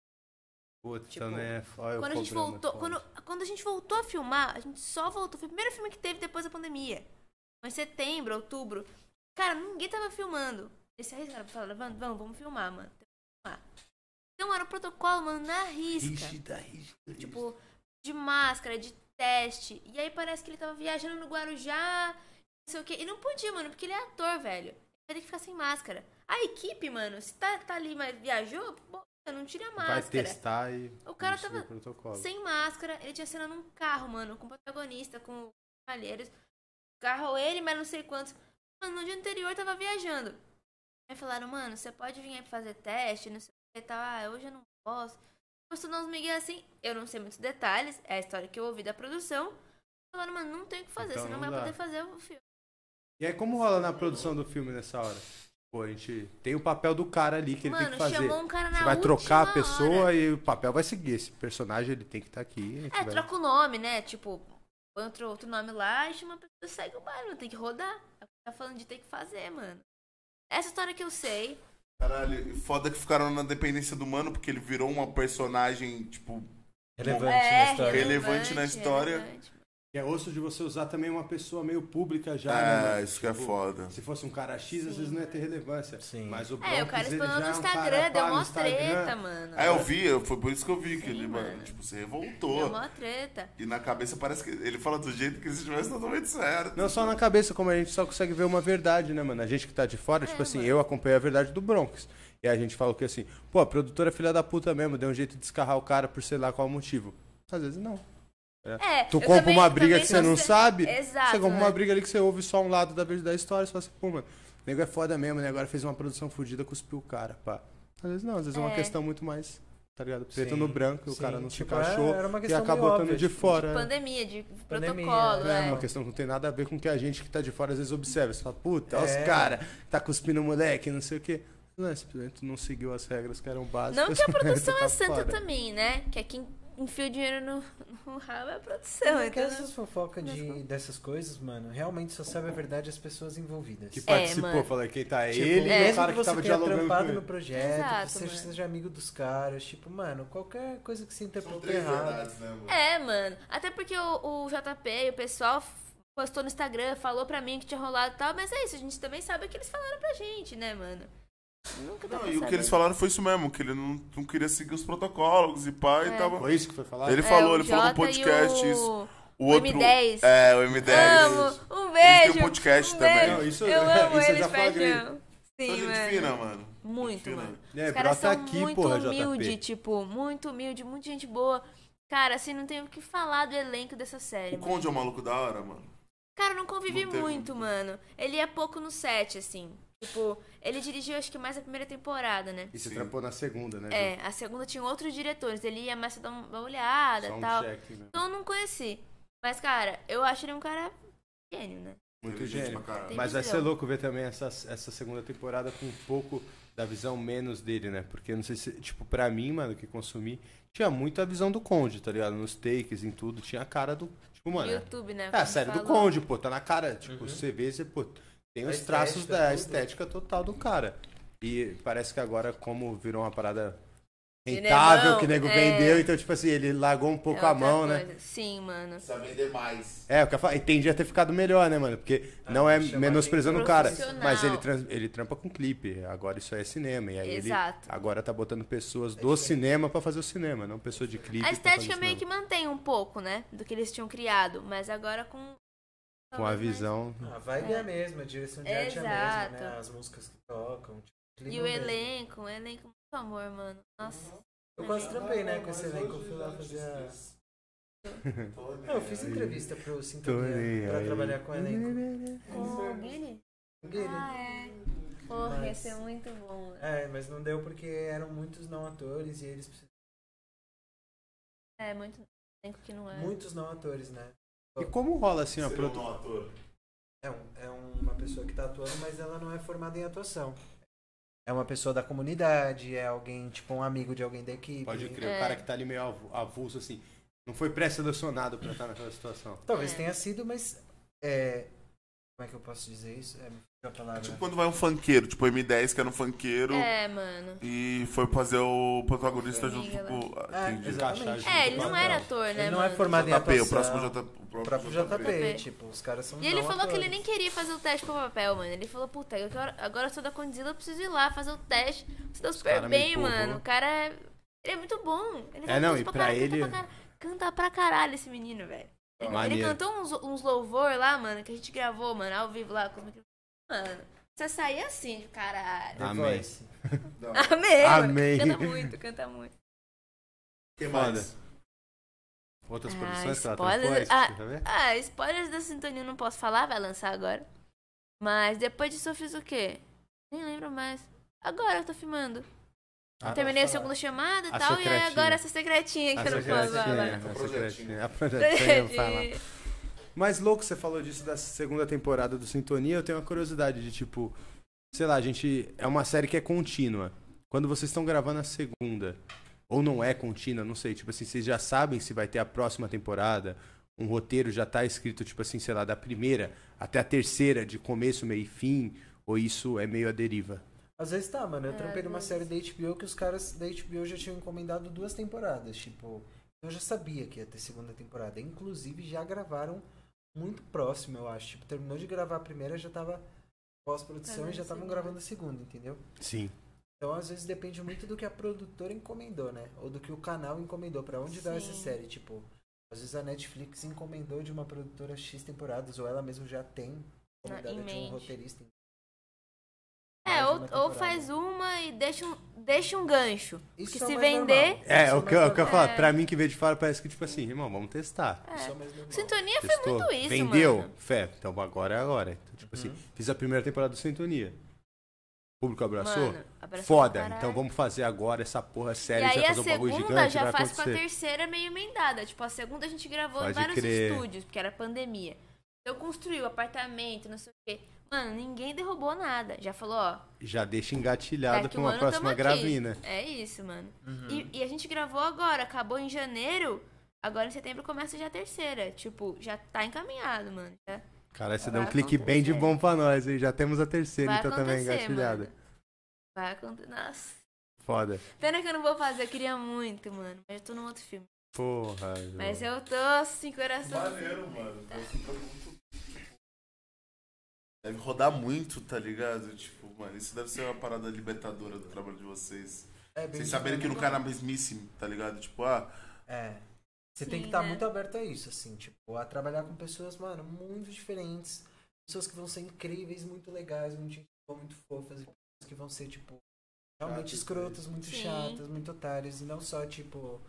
Speaker 5: Puta,
Speaker 3: Tipo,
Speaker 5: né? Olha o
Speaker 3: quando a gente
Speaker 5: problema,
Speaker 3: voltou,
Speaker 5: foda.
Speaker 3: quando, quando a gente voltou a filmar, a gente só voltou. Foi o primeiro filme que teve depois da pandemia. Foi em setembro, outubro. Cara, ninguém tava filmando. Eles se arriscaram falaram, vamos, vamos, vamos filmar, mano. Tem que filmar. Então era o protocolo, mano, na risca.
Speaker 5: Rígida, rígida.
Speaker 3: Tipo, de máscara, de teste. E aí parece que ele tava viajando no Guarujá, não sei o quê. E não podia, mano, porque ele é ator, velho. Vai ter que ficar sem máscara. A equipe, mano, se tá, tá ali, mas viajou, bo- não tira a
Speaker 5: Vai né?
Speaker 3: máscara.
Speaker 5: testar e.
Speaker 3: O cara
Speaker 5: seguir
Speaker 3: tava
Speaker 5: o protocolo.
Speaker 3: sem máscara, ele tinha cena num carro, mano, com o protagonista, com os Malheiros. Carro ele, mas não sei quantos. Mano, no dia anterior tava viajando. Aí falaram, mano, você pode vir aí pra fazer teste, não sei o que e tal. Ah, hoje eu não posso. Começou a dar uns migué assim. Eu não sei muitos detalhes, é a história que eu ouvi da produção. Falaram, mano, não tem o que fazer,
Speaker 5: Então
Speaker 3: você não,
Speaker 5: não
Speaker 3: vai
Speaker 5: dá.
Speaker 3: poder fazer o filme.
Speaker 5: E aí, como rola na produção do filme nessa hora? Pô, a gente tem o papel do cara ali que ele tem
Speaker 3: Mano,
Speaker 5: que fazer.
Speaker 3: chamou um cara
Speaker 5: a
Speaker 3: na
Speaker 5: gente vai trocar a
Speaker 3: última
Speaker 5: pessoa
Speaker 3: hora.
Speaker 5: e o papel vai seguir. Esse personagem ele tem que estar aqui. a gente
Speaker 3: É,
Speaker 5: vai-
Speaker 3: troca o nome, né? Tipo, põe outro, outro nome lá e chama a pessoa segue o bairro, tem que rodar. É o que Tá falando de ter que fazer, mano. Essa história que eu sei,
Speaker 4: Caralho, e foda que ficaram na dependência do mano, porque ele virou uma personagem, tipo.
Speaker 5: Relevante
Speaker 3: é
Speaker 5: na história.
Speaker 4: Ele- Relevante na história.
Speaker 3: relevante.
Speaker 5: E É osso de você usar também uma pessoa meio pública já. né,
Speaker 4: É,
Speaker 5: mano?
Speaker 4: isso que é
Speaker 5: Tipo,
Speaker 4: foda.
Speaker 5: Se fosse um cara X, às vezes não ia ter relevância.
Speaker 2: Sim.
Speaker 5: Mas o Bronx,
Speaker 3: É, o cara
Speaker 5: ele já
Speaker 3: explodiu no
Speaker 5: é um cara,
Speaker 3: Instagram, deu
Speaker 5: pá, no
Speaker 3: mó
Speaker 5: Instagram.
Speaker 3: treta, mano.
Speaker 4: É, eu vi, eu- foi por isso que eu vi que ele, mano,
Speaker 3: mano.
Speaker 4: tipo, se
Speaker 3: Deu
Speaker 4: revoltou.
Speaker 3: mó treta.
Speaker 4: E na cabeça parece que ele fala do jeito que se estivesse totalmente certo.
Speaker 5: Não só na cabeça, como a gente só consegue ver uma verdade, né, mano? A gente que tá de
Speaker 3: É,
Speaker 5: fora, tipo assim, eu acompanhei a verdade do Bronx. E a gente falou que assim, pô, a produtora é filha da puta mesmo, deu um jeito de escarrar o cara por sei lá qual motivo. Às vezes não.
Speaker 3: É,
Speaker 5: Tu
Speaker 3: eu
Speaker 5: compra
Speaker 3: também-
Speaker 5: uma
Speaker 3: eu
Speaker 5: briga
Speaker 3: também
Speaker 5: que você não
Speaker 3: sei-
Speaker 5: sabe,
Speaker 3: Exato.
Speaker 5: você compra uma
Speaker 3: mano.
Speaker 5: briga ali que você ouve só um lado da verdade da história, você fala assim, pô, mano, o nego é foda mesmo, né? Agora fez uma produção fodida, cuspiu o cara, pá. Às vezes não, às vezes é uma
Speaker 3: É.
Speaker 5: questão muito mais, tá ligado? Preto
Speaker 2: Sim,
Speaker 5: no branco, o
Speaker 2: sim.
Speaker 5: cara não
Speaker 2: Tipo,
Speaker 5: se encaixou
Speaker 2: é- era uma
Speaker 5: e
Speaker 2: questão
Speaker 5: acabou
Speaker 2: meio
Speaker 5: estando
Speaker 2: óbvia,
Speaker 5: de
Speaker 2: tipo,
Speaker 5: fora. né?
Speaker 3: Pandemia, de
Speaker 2: Pandemia,
Speaker 3: protocolo,
Speaker 5: É,
Speaker 3: é.
Speaker 5: uma questão que não tem nada a ver com o que a gente que tá de fora às vezes observa. Você fala, puta, olha os
Speaker 2: É.
Speaker 5: caras, tá cuspindo o moleque, não sei o quê. Não, é simplesmente tu não seguiu as regras que eram básicas.
Speaker 3: Não que a produção
Speaker 5: tá
Speaker 3: é santa
Speaker 5: fora.
Speaker 3: também, né? Que é quem enfia o dinheiro no, no rabo é a produção,
Speaker 2: É que
Speaker 3: então...
Speaker 2: essas fofocas de, dessas coisas, mano, realmente só sabe a verdade as pessoas envolvidas.
Speaker 5: Que
Speaker 2: Tipo,
Speaker 5: participou,
Speaker 3: É, mano. Tipo,
Speaker 5: falei, quem tá aí?
Speaker 2: é, mesmo
Speaker 5: ele e o cara
Speaker 2: que
Speaker 5: que
Speaker 2: você
Speaker 5: tava
Speaker 2: tenha
Speaker 5: dialogando com
Speaker 2: trampado
Speaker 5: ele.
Speaker 2: no projeto,
Speaker 3: Exato,
Speaker 2: que você
Speaker 3: mano.
Speaker 2: seja amigo dos caras, tipo, mano, qualquer coisa que você
Speaker 4: São
Speaker 2: interpretou
Speaker 4: três
Speaker 2: errado.
Speaker 4: verdades, né, mano?
Speaker 3: É, mano. Até porque o, o JP e o pessoal f- postou no Instagram, falou pra mim que tinha rolado e tal, mas é isso, a gente também sabe o que eles falaram pra gente, né, mano? Nunca dá
Speaker 4: Não,
Speaker 3: pra
Speaker 4: e o que
Speaker 3: saber.
Speaker 4: eles falaram foi isso mesmo, que ele não, não queria seguir os protocolos e pá, e tava.
Speaker 5: Foi isso que foi falado?
Speaker 4: Ele
Speaker 3: É,
Speaker 4: falou,
Speaker 3: o
Speaker 4: ele falou no
Speaker 3: Jota e
Speaker 4: podcast
Speaker 3: o-
Speaker 4: isso. O
Speaker 3: o
Speaker 4: outro.
Speaker 3: M10.
Speaker 4: É, o M10.
Speaker 3: Amo, um
Speaker 4: Eles
Speaker 3: beijo.
Speaker 4: têm um podcast
Speaker 3: um
Speaker 4: também.
Speaker 3: beijo.
Speaker 5: Não, isso- é,
Speaker 3: eu amo
Speaker 5: isso eu
Speaker 3: eles,
Speaker 5: já flagrei.
Speaker 3: paixão.
Speaker 4: Só
Speaker 3: Sim,
Speaker 4: gente
Speaker 3: mano.
Speaker 4: fina, mano.
Speaker 3: Muito,
Speaker 4: Fina.
Speaker 3: mano.
Speaker 5: É,
Speaker 3: Os caras
Speaker 5: brota
Speaker 3: são
Speaker 5: aqui,
Speaker 3: muito
Speaker 5: porra, JP.
Speaker 3: humilde, tipo, muito humilde, muito gente boa. Cara, assim, não tenho o que falar do elenco dessa série.
Speaker 4: O Conde é um maluco da hora, mano.
Speaker 3: Cara, eu não convivi
Speaker 4: Não teve
Speaker 3: muito, mano. Ele é pouco no set, assim. Tipo, ele dirigiu acho que mais a primeira temporada, né?
Speaker 5: E se
Speaker 4: Sim.
Speaker 5: trampou na segunda, né?
Speaker 3: É, a segunda tinha outros diretores. Ele ia mais pra dar uma olhada
Speaker 5: Só
Speaker 3: e
Speaker 5: um
Speaker 3: tal.
Speaker 5: check, né?
Speaker 3: Então eu não conheci. Mas, cara, eu acho ele um cara gênio, né?
Speaker 5: Muito
Speaker 4: Inteligente
Speaker 5: gênio.
Speaker 4: pra caralho.
Speaker 3: Tem
Speaker 5: Mas vai
Speaker 3: visão.
Speaker 5: ser louco ver também essa, essa segunda temporada com um pouco da visão menos dele, né? Porque eu não sei se, tipo, pra mim, mano, que consumi, tinha muito a visão do Conde, tá ligado? Nos takes, em tudo, tinha a cara do. Tipo, mano.
Speaker 3: No
Speaker 5: é-
Speaker 3: YouTube, né?
Speaker 5: É a
Speaker 3: como
Speaker 5: série do
Speaker 3: falou.
Speaker 5: Conde, pô, tá na cara. Tipo, você vê, você, pô, tem
Speaker 2: Uhum. A
Speaker 5: os traços
Speaker 2: estética,
Speaker 5: da
Speaker 2: tudo.
Speaker 5: estética total do cara. E parece que agora, como virou uma parada
Speaker 3: Cinemão,
Speaker 5: rentável, que o nego
Speaker 3: é.
Speaker 5: vendeu, então, tipo assim, ele largou um pouco
Speaker 3: É
Speaker 5: a
Speaker 3: outra
Speaker 5: mão, né?
Speaker 3: coisa. Sim, mano.
Speaker 4: Precisa vender mais.
Speaker 5: É, o que eu falo, entendi a ter ficado melhor, né, mano? Porque
Speaker 3: Ah,
Speaker 5: não é
Speaker 2: chamar
Speaker 5: menosprezando o cara,
Speaker 3: profissional.
Speaker 5: mas ele, trans- ele trampa com clipe, agora isso é cinema. E aí
Speaker 3: Exato.
Speaker 5: ele agora tá botando pessoas do cinema pra fazer o cinema, não pessoa de clipe.
Speaker 3: A
Speaker 5: pra fazer
Speaker 3: estética meio
Speaker 5: cinema.
Speaker 3: que mantém um pouco, né? Do que eles tinham criado. Mas agora com.
Speaker 5: Com a
Speaker 3: talvez né? mais-
Speaker 5: visão.
Speaker 2: A vibe é a mesma, a direção de arte é a mesma, né?
Speaker 3: Exato.
Speaker 2: As músicas que tocam. Tipo, clima
Speaker 3: E o
Speaker 2: mesmo.
Speaker 3: elenco, um elenco muito amor, mano. Nossa.
Speaker 2: Eu quase trampei, né, com esse elenco. Eu fui lá fazer a. Não, eu fiz entrevista pro
Speaker 3: é
Speaker 2: Sintonia É, pra trabalhar com o elenco.
Speaker 3: Com o Guilherme? Ah, é. Porra, ia ser muito bom. né?
Speaker 2: É, mas não deu porque eram muitos não atores e eles precisam.
Speaker 3: É, muito elenco que não é.
Speaker 2: Muitos não atores, né?
Speaker 5: E como rola assim
Speaker 4: um
Speaker 5: a produção?
Speaker 4: ator. né?
Speaker 2: É, um- é uma pessoa que tá atuando, mas ela não é formada em atuação. É uma pessoa da comunidade, é alguém, tipo, um amigo de alguém da equipe.
Speaker 5: Pode crer,
Speaker 3: É.
Speaker 5: o cara que tá ali meio avu- avulso, assim, não foi pré-selecionado pra estar naquela situação.
Speaker 2: Talvez
Speaker 3: É.
Speaker 2: tenha sido, mas. É... Como é que eu posso dizer isso? É, me fugiu a palavra.
Speaker 4: Tipo quando vai um funkeiro, tipo M10 que era um funkeiro
Speaker 3: É, mano.
Speaker 4: e foi fazer o protagonista junto
Speaker 3: Amiga
Speaker 4: com o.
Speaker 2: É,
Speaker 4: Entendi.
Speaker 2: exato.
Speaker 3: É, ele não era ator, né?
Speaker 2: Ele não é
Speaker 3: mano?
Speaker 2: formado em
Speaker 4: JP,
Speaker 2: atuação.
Speaker 4: o próximo JP. O próprio,
Speaker 2: O próprio
Speaker 4: JP.
Speaker 2: JP, tipo, os caras são
Speaker 3: É. E ele
Speaker 2: não
Speaker 3: falou que ele
Speaker 2: atores.
Speaker 3: nem queria fazer o teste pro papel, mano. Ele falou, puta, eu quero- agora eu sou da Condzilla, eu preciso ir lá fazer o teste. Você deu super
Speaker 5: cara me
Speaker 3: bem,
Speaker 5: empurrou.
Speaker 3: mano. O cara é. Ele é muito bom. Ele
Speaker 5: É,
Speaker 3: faz
Speaker 5: não,
Speaker 3: tudo
Speaker 5: e pra
Speaker 3: caralho,
Speaker 5: ele-
Speaker 3: Canta pra, caralho, canta pra caralho esse menino, velho. Ele, ele
Speaker 5: Maneiro.
Speaker 3: cantou uns, uns louvor lá, mano, que a gente gravou, mano, ao vivo lá com os microfones. Mano, você sair assim de caralho.
Speaker 2: The
Speaker 5: Amém.
Speaker 2: Voice.
Speaker 3: Amém. mano.
Speaker 5: Amém.
Speaker 3: Canta muito, canta muito.
Speaker 4: Que
Speaker 5: mais? Outras
Speaker 3: Ah,
Speaker 5: produções que ela
Speaker 3: spoiler-
Speaker 5: trampou, é isso que
Speaker 3: ah,
Speaker 5: você quer ver?
Speaker 3: Ah, spoilers da sintonia eu não posso falar, vai lançar agora. Mas depois disso eu fiz o quê? Nem lembro mais. Agora eu tô filmando.
Speaker 5: Ah,
Speaker 3: Terminei a segunda chamada e
Speaker 5: A
Speaker 3: tal, e aí
Speaker 5: secretinha.
Speaker 3: agora essa secretinha que
Speaker 5: A
Speaker 3: eu não posso falar. É,
Speaker 5: secretinha, a
Speaker 4: Projetinho.
Speaker 5: secretinha, a projetinha, eu falo. Mas louco, você falou disso da segunda temporada do Sintonia. Eu tenho uma curiosidade de tipo, sei lá, a gente é uma série que é contínua. Quando vocês estão gravando a segunda, ou não é contínua, não sei, tipo assim, vocês já sabem se vai ter a próxima temporada, um roteiro já tá escrito, tipo assim, sei lá, da primeira até a terceira, de começo, meio e fim, ou isso é meio a deriva?
Speaker 2: Às vezes tá, mano. Eu
Speaker 3: É,
Speaker 2: trampei
Speaker 3: às
Speaker 2: numa série
Speaker 3: vezes.
Speaker 2: da HBO que os caras da HBO já tinham encomendado duas temporadas. Tipo, eu já sabia que ia ter segunda temporada. Inclusive, já gravaram muito próximo, eu acho. Tipo, terminou de gravar a primeira, já tava pós-produção e
Speaker 3: Fazendo
Speaker 2: já estavam
Speaker 3: segunda.
Speaker 2: gravando a segunda, entendeu?
Speaker 5: Sim.
Speaker 2: Então, às vezes, depende muito do que a produtora encomendou, né? Ou do que o canal encomendou. Pra onde dá essa
Speaker 3: Sim.
Speaker 2: série? Tipo, às vezes a Netflix encomendou de uma produtora X temporadas, ou ela mesma já tem
Speaker 3: Ah, em
Speaker 2: encomendada de um
Speaker 3: mente.
Speaker 2: roteirista. Mais
Speaker 3: É,
Speaker 2: de
Speaker 3: ou,
Speaker 2: uma
Speaker 3: ou
Speaker 2: temporada.
Speaker 3: faz uma e deixa um, deixa um gancho.
Speaker 2: Isso
Speaker 3: que
Speaker 2: é o
Speaker 3: se
Speaker 2: mais
Speaker 3: vender-
Speaker 2: normal.
Speaker 5: É,
Speaker 2: Isso
Speaker 5: o que, eu- o que eu
Speaker 2: mais
Speaker 5: falo,
Speaker 3: É.
Speaker 5: pra mim que veio de fora parece que, tipo assim, irmão, vamos testar.
Speaker 2: normal. Isso é o mais normal.
Speaker 3: Sintonia foi
Speaker 5: Testou?
Speaker 3: muito isso,
Speaker 5: Vendeu?
Speaker 3: mano. Uhum.
Speaker 5: Fé. Então agora é agora. Então, tipo assim, fiz a primeira temporada do Sintonia. O público abraçou?
Speaker 3: Mano, abraçou pra
Speaker 5: Foda.
Speaker 3: caralho.
Speaker 5: Então vamos fazer agora essa porra
Speaker 3: E
Speaker 5: séria. A gente
Speaker 3: aí
Speaker 5: vai
Speaker 3: a
Speaker 5: fazer um bagulho
Speaker 3: segunda
Speaker 5: gigante.
Speaker 3: já
Speaker 5: vai
Speaker 3: faz com a
Speaker 5: acontecer.
Speaker 3: terceira meio emendada. Tipo, a segunda a gente gravou em
Speaker 5: Pode
Speaker 3: vários
Speaker 5: crer.
Speaker 3: estúdios, porque era pandemia. Então construiu apartamento, não sei o quê. Mano, ninguém derrubou nada. Já falou, ó,
Speaker 5: Já deixa engatilhado
Speaker 3: daqui
Speaker 5: pra
Speaker 3: um
Speaker 5: uma
Speaker 3: ano tamo
Speaker 5: próxima
Speaker 3: aqui.
Speaker 5: gravina.
Speaker 3: É isso, mano. E, e a gente gravou agora, acabou em janeiro. Agora em setembro começa já a terceira. Tipo, já tá encaminhado, mano. Já
Speaker 5: Cara, você
Speaker 3: Vai
Speaker 5: deu um clique bem de
Speaker 3: acontecer.
Speaker 5: bom pra nós, hein? Já temos a terceira,
Speaker 3: vai
Speaker 5: então também
Speaker 3: acontecer,
Speaker 5: engatilhada.
Speaker 3: mano. Vai acontecer. Nossa.
Speaker 5: Foda.
Speaker 3: Pena que eu não vou fazer, eu queria muito, mano. Mas eu tô num outro filme.
Speaker 5: Porra. Ju.
Speaker 3: Mas eu tô assim, coração.
Speaker 4: Maneiro, mano. Você tá muito- Deve rodar muito, tá ligado? Tipo, mano, isso deve ser uma parada libertadora do trabalho de vocês.
Speaker 2: É, bem
Speaker 4: Vocês saberem que
Speaker 2: dinâmico.
Speaker 4: não cai na mesmice, tá ligado? Tipo, ah,
Speaker 2: É. Você tem
Speaker 3: Sim,
Speaker 2: que estar
Speaker 3: né?
Speaker 2: muito aberto a isso, assim, tipo, a trabalhar com pessoas, mano, muito diferentes. Pessoas que vão ser incríveis, muito legais, muito, gente boa, muito fofas, e pessoas que vão ser, tipo, realmente
Speaker 4: Chatas,
Speaker 2: escrotas, muito
Speaker 3: Sim.
Speaker 2: chatas, muito otárias, e não só, tipo,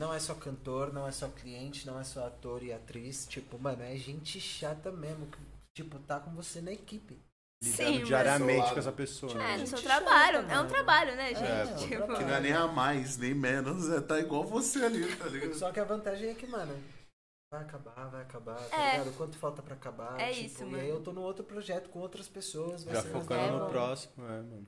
Speaker 2: não é só cantor, não é só cliente, não é só ator e atriz, tipo, mano, é gente chata mesmo, que, tipo, tá com você na equipe.
Speaker 5: Lidando
Speaker 3: Sim, mas.
Speaker 5: diariamente com essa pessoa.
Speaker 3: assim, É,
Speaker 5: né?
Speaker 3: no
Speaker 2: Gente
Speaker 3: seu
Speaker 2: chata,
Speaker 3: trabalho. É um
Speaker 2: mano.
Speaker 3: trabalho, né,
Speaker 2: É,
Speaker 3: gente?
Speaker 2: é um
Speaker 3: Tipo,
Speaker 4: que não é nem a mais, nem menos, é, tá igual você ali, tá ligado?
Speaker 2: Só que a vantagem é que, mano, vai acabar, vai acabar, tá
Speaker 3: É.
Speaker 2: ligado? Quanto falta pra acabar?
Speaker 3: É
Speaker 2: tipo,
Speaker 3: isso,
Speaker 2: E
Speaker 3: mano.
Speaker 2: aí eu tô num outro projeto com outras pessoas, vai
Speaker 5: Já
Speaker 2: ser mais
Speaker 5: focando
Speaker 2: da
Speaker 3: É,
Speaker 5: no
Speaker 2: hora.
Speaker 3: mano.
Speaker 5: próximo. É, mano.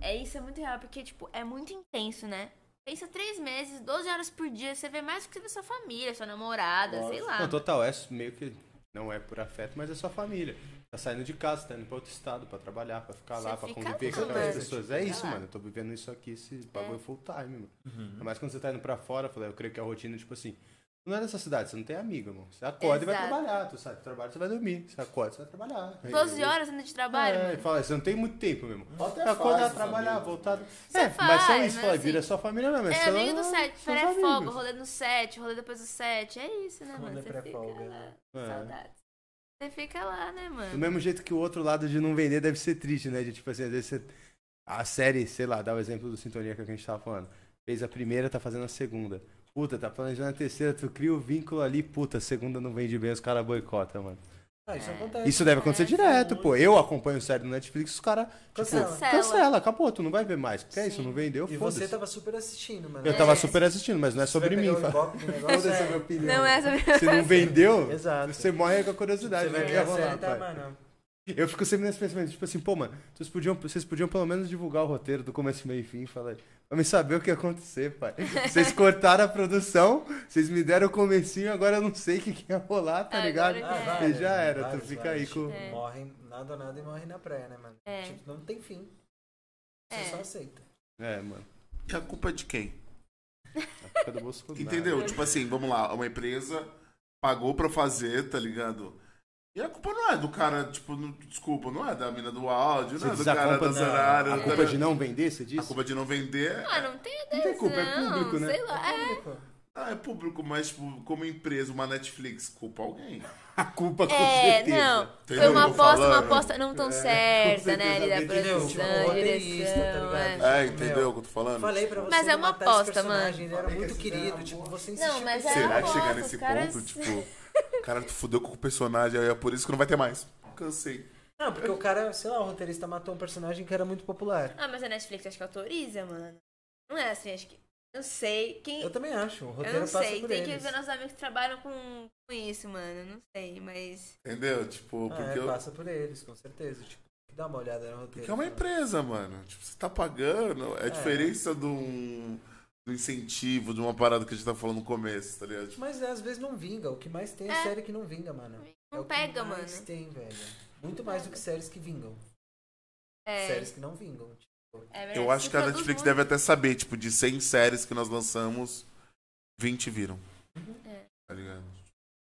Speaker 3: É isso, é muito real, porque, tipo, é muito intenso, né? Pensa três meses, 12 horas por dia, você vê mais do que você vê sua família, sua namorada, sei lá.
Speaker 5: Não, total, é meio que não é por afeto, mas é sua família. Tá saindo de casa, tá indo pra outro estado pra trabalhar, pra ficar
Speaker 3: Você
Speaker 5: lá, pra
Speaker 3: fica
Speaker 5: conviver
Speaker 3: lá,
Speaker 5: com aquelas
Speaker 3: mano.
Speaker 5: pessoas. É
Speaker 3: Fica
Speaker 5: isso,
Speaker 3: lá.
Speaker 5: mano. Eu tô vivendo isso aqui, esse bagulho
Speaker 3: É.
Speaker 5: full time, mano. Ainda mais quando você tá indo pra fora, eu falei, eu creio que a rotina, tipo assim, não é nessa cidade, você não tem amigo, irmão. Você acorda e vai
Speaker 3: Exato.
Speaker 5: trabalhar, tu sai do trabalho, você vai dormir. Você acorda, você vai trabalhar.
Speaker 3: 12 horas ainda de trabalho,
Speaker 5: É, e
Speaker 3: mano.
Speaker 5: fala, você não tem muito tempo mesmo.
Speaker 4: Até
Speaker 5: Acordar,
Speaker 4: faz,
Speaker 5: trabalhar,
Speaker 4: amigo.
Speaker 5: voltar.
Speaker 3: Você
Speaker 5: é, mas
Speaker 3: faz,
Speaker 5: só isso,
Speaker 3: mas
Speaker 5: fala,
Speaker 3: assim,
Speaker 5: vira sua família mesmo.
Speaker 3: É,
Speaker 5: só
Speaker 3: amigo do set,
Speaker 5: seus
Speaker 3: pré-folga,
Speaker 5: amigos.
Speaker 3: rolê no set, rolê depois do set. É isso, né, mano?
Speaker 2: Rolê
Speaker 3: Você fica
Speaker 2: pré-folga,
Speaker 3: lá.
Speaker 2: né?
Speaker 5: É.
Speaker 3: Saudades. Você fica lá, né,
Speaker 5: Do
Speaker 3: mano?
Speaker 5: mesmo jeito que o outro lado de não vender deve ser triste, né? De tipo assim, às vezes você. A série, sei lá, dá o exemplo do Sintonia que a gente tava falando. Fez a primeira, tá fazendo a segunda. Puta, tá planejando a terceira, tu cria o vínculo ali, puta, a segunda não vende bem, os caras boicotam, mano.
Speaker 2: Ah, isso acontece.
Speaker 5: Isso deve acontecer
Speaker 3: É,
Speaker 5: direto, pô. Eu acompanho série no Netflix, os caras. Tipo,
Speaker 2: Cancela.
Speaker 5: cancela. acabou, tu não vai ver mais. Porque é isso,
Speaker 3: Sim.
Speaker 5: não vendeu,
Speaker 2: E
Speaker 5: foda-se.
Speaker 2: você tava super assistindo, mano.
Speaker 5: Eu
Speaker 2: Você
Speaker 5: tava
Speaker 3: É.
Speaker 5: super assistindo, mas não é sobre
Speaker 2: vai
Speaker 5: mim,
Speaker 2: pegar o
Speaker 5: fala.
Speaker 2: Ibope do negócio,
Speaker 5: Foda-se a minha
Speaker 2: é.
Speaker 5: opinião.
Speaker 3: Não é sobre.
Speaker 5: Se não vendeu,
Speaker 2: Exato.
Speaker 5: você morre com a
Speaker 2: Você
Speaker 5: curiosidade.
Speaker 2: vai
Speaker 5: né?
Speaker 2: ver a
Speaker 5: Vai rolar,
Speaker 2: série, tá,
Speaker 5: pai.
Speaker 2: mano?
Speaker 5: Eu fico sempre nesse pensamento, tipo assim, pô, mano, vocês podiam, vocês podiam pelo menos divulgar o roteiro do começo, meio e fim, falar, pra me saber o que ia acontecer, pai. Vocês cortaram a produção, vocês me deram o comecinho, agora eu não sei o que, que ia rolar, tá
Speaker 3: Agora
Speaker 5: ligado?
Speaker 3: eu
Speaker 2: Ah,
Speaker 3: É.
Speaker 5: E já era,
Speaker 2: vários,
Speaker 5: tu fica
Speaker 2: vários.
Speaker 5: aí com...
Speaker 3: É.
Speaker 2: Morrem, nada, nada e morrem na praia, né, mano?
Speaker 3: É.
Speaker 2: Tipo, não tem fim. Você
Speaker 3: É.
Speaker 2: só aceita.
Speaker 5: É, mano,
Speaker 4: E a culpa é de quem?
Speaker 5: fica do Bolsonaro.
Speaker 4: Entendeu? Tipo assim, vamos lá, uma empresa pagou pra fazer, tá ligado? E a culpa não é do cara, tipo, não- desculpa, não é da mina do áudio,
Speaker 5: Você
Speaker 4: não é do
Speaker 5: diz a
Speaker 4: cara
Speaker 5: culpa,
Speaker 4: da
Speaker 5: da-
Speaker 4: Zanara.
Speaker 5: a culpa de não vender, você
Speaker 4: a
Speaker 5: disse?
Speaker 4: culpa de não vender.
Speaker 3: Ah, não tem
Speaker 5: Não tem
Speaker 3: ideia.
Speaker 5: culpa, é público, né?
Speaker 3: Sei lá. É,
Speaker 2: Público.
Speaker 4: Ah, é público, mas tipo, como empresa, uma Netflix culpa alguém.
Speaker 6: A culpa com
Speaker 3: É,
Speaker 6: certeza.
Speaker 3: não. Foi
Speaker 4: Entendeu?
Speaker 3: uma
Speaker 4: Tô
Speaker 3: aposta, uma
Speaker 4: falando. É,
Speaker 3: aposta não tão certa, né? Ali da
Speaker 6: certeza,
Speaker 2: Entendeu?
Speaker 3: produção,
Speaker 2: Tipo, um roteirista, tá
Speaker 3: direção. é.
Speaker 2: ligado?
Speaker 4: É,
Speaker 2: Tipo,
Speaker 4: entendeu
Speaker 2: meu,
Speaker 4: o que eu tô falando?
Speaker 2: Falei pra você
Speaker 3: Mas é
Speaker 2: não
Speaker 3: uma
Speaker 2: matar esse
Speaker 3: aposta,
Speaker 2: personagem,
Speaker 3: mano.
Speaker 2: Ele era muito
Speaker 6: esse
Speaker 2: querido,
Speaker 6: era
Speaker 2: tipo,
Speaker 6: um
Speaker 2: você insistiu.
Speaker 3: Não, mas
Speaker 2: com
Speaker 3: é
Speaker 2: esse
Speaker 4: Será
Speaker 3: uma
Speaker 4: que chegar
Speaker 3: aposta,
Speaker 4: nesse
Speaker 3: os caras-
Speaker 4: ponto, tipo, cara, tu fudeu com o personagem, aí é por isso que não vai ter mais. Cansei.
Speaker 2: Não, porque o cara, sei lá, o roteirista matou um personagem que era muito popular.
Speaker 3: Ah, mas a Netflix acho que autoriza, mano. Não é assim, acho que. Não sei. Quem.
Speaker 2: Eu também acho, o
Speaker 3: Eu
Speaker 2: roteiro
Speaker 3: não
Speaker 2: passa
Speaker 3: sei.
Speaker 2: por
Speaker 3: Tem que
Speaker 2: eles.
Speaker 3: ver nossos amigos que trabalham com, com isso, mano. Não sei, mas.
Speaker 4: Entendeu? Tipo,
Speaker 2: Ah,
Speaker 4: porque
Speaker 2: é,
Speaker 4: eu-
Speaker 2: passa por eles, com certeza. Tipo, tem que dar uma olhada no roteiro.
Speaker 4: Porque é uma
Speaker 2: né?
Speaker 4: empresa, mano. Tipo, você tá pagando. É a diferença de um, do incentivo, de uma parada que a gente tá falando no começo, tá ligado? Tipo,
Speaker 2: Mas é, às vezes não vinga. O que mais tem é,
Speaker 3: É.
Speaker 2: série que não vinga, mano. É
Speaker 3: Não
Speaker 2: o que
Speaker 3: pega,
Speaker 2: mais
Speaker 3: mano.
Speaker 2: tem, velho. Muito mais do que séries que vingam.
Speaker 3: É,
Speaker 2: Séries que não vingam. Tipo,
Speaker 3: é verdade.
Speaker 4: eu acho
Speaker 3: Se
Speaker 4: que a
Speaker 3: produz
Speaker 4: Netflix
Speaker 3: muito.
Speaker 4: deve até saber, tipo, de 100 séries que nós lançamos, 20 viram.
Speaker 3: É.
Speaker 4: Tá ligado?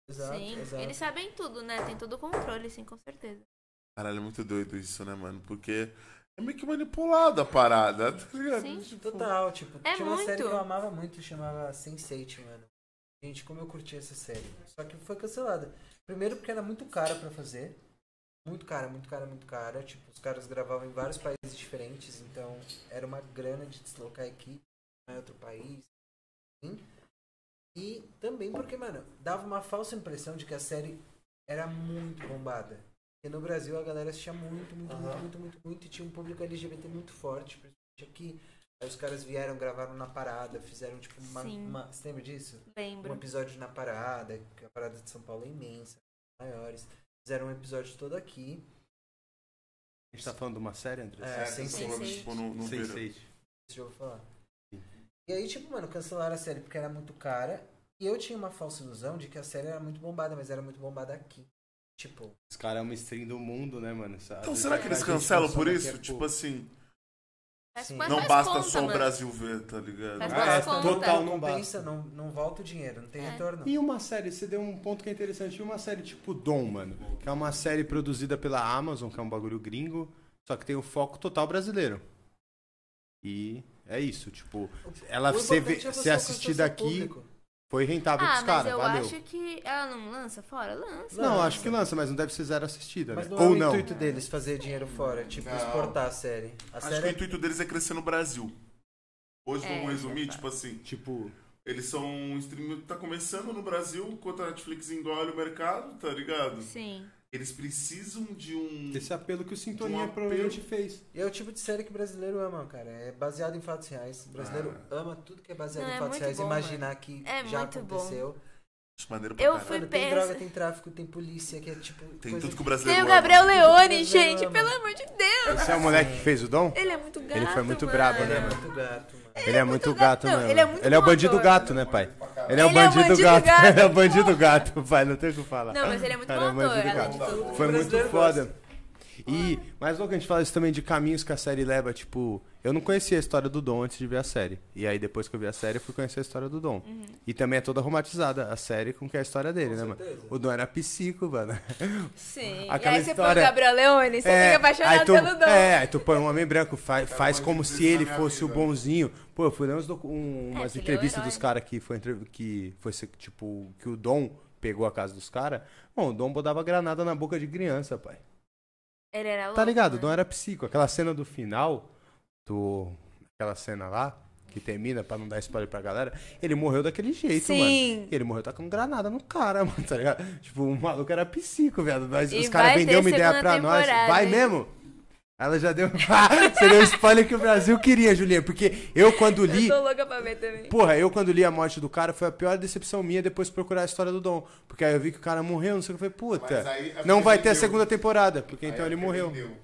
Speaker 2: exato,
Speaker 3: Sim,
Speaker 2: exato.
Speaker 3: eles sabem tudo, né? Tem todo o controle, sim, com certeza.
Speaker 4: Caralho, é muito doido isso, né, mano? Porque é meio que manipulada a parada, tá ligado?
Speaker 3: Sim.
Speaker 2: Total, tipo,
Speaker 3: É
Speaker 2: tinha uma série que
Speaker 3: muito.
Speaker 2: eu amava muito, chamava Sense8, mano. Gente, como eu curti essa série. Só que foi cancelada. Primeiro porque era muito cara pra fazer. Muito cara, muito cara, muito cara. Tipo, os caras gravavam em vários países diferentes, então era uma grana de deslocar a equipe em outro país. enfim. E também porque, mano, dava uma falsa impressão de que a série era muito bombada. Porque no Brasil a galera assistia muito, muito, muito, muito, muito, muito, e tinha um público LGBT muito forte, principalmente aqui. Aí os caras vieram, gravaram na parada, fizeram tipo uma.
Speaker 3: Sim.
Speaker 2: uma- você lembra disso? Um
Speaker 3: Lembro.
Speaker 2: episódio na parada, que a parada de São Paulo é imensa, maiores. Fizeram um episódio todo aqui.
Speaker 5: A gente tá falando de uma série, André?
Speaker 2: É,
Speaker 4: Séries que
Speaker 2: Sense8.
Speaker 4: falamos,
Speaker 3: Sense8.
Speaker 4: tipo, no, no verão.
Speaker 2: Deixa eu falar. E aí, tipo, mano, cancelaram a série porque era muito cara. E eu tinha uma falsa ilusão de que a série era muito bombada, mas era muito bombada aqui. Tipo,
Speaker 5: Os caras é uma stream do mundo, né, mano? Isso- às
Speaker 4: Então,
Speaker 5: vezes
Speaker 4: será
Speaker 5: a
Speaker 4: que eles
Speaker 5: gente
Speaker 4: cancelam por
Speaker 5: consome aqui
Speaker 4: isso?
Speaker 5: é
Speaker 4: Tipo
Speaker 5: pouco.
Speaker 4: assim,
Speaker 3: Faz-
Speaker 2: Sim.
Speaker 3: faz-
Speaker 4: não
Speaker 3: faz
Speaker 4: basta
Speaker 3: conta,
Speaker 4: só o
Speaker 3: mano.
Speaker 4: Brasil ver, tá ligado?
Speaker 3: Faz
Speaker 5: Ah, é,
Speaker 3: conta.
Speaker 5: total, não
Speaker 2: compensa,
Speaker 5: basta.
Speaker 2: não, não volta o dinheiro, não tem
Speaker 3: É.
Speaker 2: retorno.
Speaker 5: E uma série, você deu um ponto que é interessante, e uma série tipo Dom, mano, que é uma série produzida pela Amazon, que é um bagulho gringo, só que tem um foco total brasileiro. E é isso, tipo, ela
Speaker 2: O
Speaker 5: ser,
Speaker 2: importante é você
Speaker 5: ser assistida
Speaker 2: alcançar seu
Speaker 5: aqui
Speaker 2: público.
Speaker 4: né?
Speaker 5: foi rentável
Speaker 3: Ah,
Speaker 5: pros
Speaker 3: mas
Speaker 5: caras,
Speaker 3: eu
Speaker 5: valeu.
Speaker 3: acho que. Ela não lança fora? Lança.
Speaker 5: Não,
Speaker 2: Lança.
Speaker 5: acho que lança, mas não deve ser zero assistida,
Speaker 2: Mas
Speaker 5: né?
Speaker 2: não é
Speaker 5: Ou
Speaker 2: o
Speaker 5: não.
Speaker 2: intuito deles fazer dinheiro fora, tipo,
Speaker 4: Não.
Speaker 2: exportar a série. A
Speaker 4: Acho que o
Speaker 2: série
Speaker 4: intuito deles é crescer no Brasil. Hoje,
Speaker 3: É,
Speaker 4: vamos resumir,
Speaker 3: já tá.
Speaker 4: tipo assim,
Speaker 5: Tipo,
Speaker 4: eles são um streaming que tá começando no Brasil, enquanto a Netflix engole o mercado, tá ligado?
Speaker 3: Sim.
Speaker 4: Eles precisam de um...
Speaker 5: esse apelo que o Sintonia
Speaker 4: apelo.
Speaker 5: provavelmente fez.
Speaker 2: é... é o tipo de série que brasileiro ama, cara. É baseado em fatos reais. O brasileiro
Speaker 4: Ah.
Speaker 2: ama tudo que é baseado
Speaker 3: Não,
Speaker 2: em
Speaker 3: é
Speaker 2: fatos
Speaker 3: muito
Speaker 2: reais.
Speaker 3: bom,
Speaker 2: Imaginar que
Speaker 3: É
Speaker 2: já
Speaker 3: muito bom.
Speaker 2: aconteceu.
Speaker 4: Acho maneiro pra
Speaker 3: Eu
Speaker 4: caralho.
Speaker 3: fui
Speaker 2: Mano, tem
Speaker 3: pensa.
Speaker 2: droga, tem tráfico, tem polícia, que é tipo.
Speaker 4: Tem
Speaker 2: coisa
Speaker 4: tudo que o
Speaker 2: que-
Speaker 4: brasileiro
Speaker 3: Tem o
Speaker 4: ama.
Speaker 3: Gabriel Leone,
Speaker 2: Leone,
Speaker 3: gente,
Speaker 2: ama.
Speaker 3: pelo amor de Deus.
Speaker 5: Esse é o moleque que fez o Dom?
Speaker 3: Ele é muito gato.
Speaker 5: Ele foi muito
Speaker 3: mano.
Speaker 5: brabo, né,
Speaker 2: É
Speaker 5: mano?
Speaker 2: muito gato, mano.
Speaker 5: Ele é muito gato,
Speaker 3: Não,
Speaker 5: mesmo.
Speaker 3: ele é muito
Speaker 5: o
Speaker 3: bom
Speaker 5: bandido
Speaker 3: ator.
Speaker 5: gato, né, pai? Ele é o
Speaker 3: Ele é o
Speaker 5: bandido
Speaker 3: bandido
Speaker 5: gato.
Speaker 3: gato,
Speaker 5: Ele é o
Speaker 3: pô.
Speaker 5: bandido gato, pai. Não tem o que falar.
Speaker 3: Não, mas ele é muito
Speaker 5: Cara,
Speaker 3: bom ator,
Speaker 5: bandido
Speaker 3: além de
Speaker 5: gato.
Speaker 3: tudo.
Speaker 5: Foi muito
Speaker 2: brasileiro
Speaker 5: foda. E mais louco a gente fala isso também de caminhos que a série leva, tipo, eu não conhecia a história do Dom antes de ver a série. E aí depois que eu vi a série, eu fui conhecer a história do Dom.
Speaker 3: Uhum.
Speaker 5: E também é toda romantizada a série com que é a história dele, né, mano? O Dom era psico, mano.
Speaker 3: Sim.
Speaker 5: Aquela
Speaker 3: e aí você
Speaker 5: história- É,
Speaker 3: foi o Gabriel Leone, você fica apaixonado
Speaker 5: aí tu,
Speaker 3: pelo Dom.
Speaker 5: É, aí tu põe um homem branco, faz, faz como
Speaker 4: Tá isso
Speaker 5: se
Speaker 4: na
Speaker 5: ele
Speaker 4: minha
Speaker 5: fosse
Speaker 4: vida.
Speaker 5: o bonzinho. Pô, eu fui ler uns docu- um-
Speaker 3: É,
Speaker 5: umas
Speaker 3: filho,
Speaker 5: entrevistas
Speaker 3: herói.
Speaker 5: dos caras que foi, entre- que foi ser, tipo, que o Dom pegou a casa dos caras. Bom, o Dom botava granada na boca de criança, pai.
Speaker 3: Ele era louco.
Speaker 5: Tá ligado? O
Speaker 3: mano.
Speaker 5: Dom era psico. Aquela cena do final, do... aquela cena lá, que termina pra não dar spoiler pra galera, ele morreu daquele jeito, mano.
Speaker 3: Sim.
Speaker 5: Ele morreu tacando granada no cara, mano, tá ligado? Tipo, o maluco era psico, velho. Nós,
Speaker 3: E
Speaker 5: os
Speaker 3: vai
Speaker 5: caras
Speaker 3: ter
Speaker 5: venderam uma ideia
Speaker 3: segunda
Speaker 5: pra nós.
Speaker 3: temporada,
Speaker 5: Vai
Speaker 3: hein?
Speaker 5: mesmo? Ela já deu. Você deu o spoiler que o Brasil queria, Julinha. Porque eu, quando li.
Speaker 3: Eu tô louca pra ver também.
Speaker 5: Porra, eu quando li a morte do cara foi a pior decepção minha depois de procurar a história do Dom. Porque aí eu vi que o cara morreu, não sei o que. Eu falei,
Speaker 4: Mas
Speaker 5: puta,
Speaker 4: aí é porque
Speaker 5: não vai ter a
Speaker 4: vendeu.
Speaker 5: segunda temporada. Porque então
Speaker 4: Aí
Speaker 5: ele morreu.
Speaker 4: É, entendeu.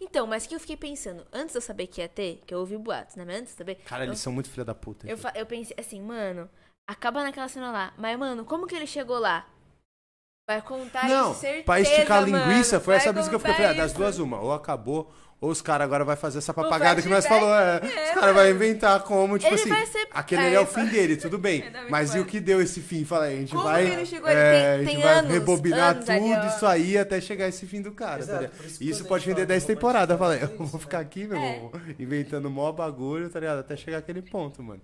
Speaker 3: Então, mas o que eu fiquei pensando? Antes de eu saber que ia ter, que eu ouvi boatos, né? Mas antes de saber.
Speaker 5: Cara,
Speaker 3: eu,
Speaker 5: eles são muito filha da puta. então.
Speaker 3: eu, fa- eu pensei assim, mano, acaba naquela cena lá. Mas, mano, como que ele chegou lá? Vai contar
Speaker 5: Não,
Speaker 3: isso, certeza,
Speaker 5: pra esticar a
Speaker 3: mano.
Speaker 5: linguiça, foi
Speaker 3: Vai
Speaker 5: essa brisa que eu fiquei. Eu
Speaker 3: contar
Speaker 5: falei, ah, das
Speaker 3: isso.
Speaker 5: duas, uma. Ou acabou, ou os caras agora vai fazer essa
Speaker 3: faz
Speaker 5: papagada que nós
Speaker 3: feedback,
Speaker 5: falou. É,
Speaker 3: é,
Speaker 5: os caras vão
Speaker 3: mano.
Speaker 5: inventar como, tipo
Speaker 3: Ele
Speaker 5: assim.
Speaker 3: vai ser-
Speaker 5: Aquele
Speaker 3: É,
Speaker 5: ali é o
Speaker 3: ele
Speaker 5: fim
Speaker 3: vai-
Speaker 5: dele, tudo bem.
Speaker 3: Ele dá muito
Speaker 5: Mas e o
Speaker 3: mano.
Speaker 5: que deu esse fim? Fala aí, a gente
Speaker 3: Como
Speaker 5: vai. é,
Speaker 3: que ele chegou? Ele tem-
Speaker 5: a gente
Speaker 3: tem
Speaker 5: vai
Speaker 3: anos,
Speaker 5: rebobinar
Speaker 3: anos ali,
Speaker 5: tudo
Speaker 3: ó.
Speaker 5: isso aí até chegar esse fim do cara.
Speaker 2: Exato,
Speaker 5: tá ligado?
Speaker 2: por isso que
Speaker 5: isso
Speaker 2: quando a
Speaker 5: pode
Speaker 2: gente
Speaker 5: vender
Speaker 2: fala de
Speaker 5: 10 temporadas. Fala,
Speaker 2: romantizar
Speaker 5: eu vou
Speaker 2: isso,
Speaker 3: É.
Speaker 5: ficar
Speaker 2: né?
Speaker 5: aqui, meu, irmão, inventando mó bagulho, tá ligado? Até chegar aquele ponto, mano.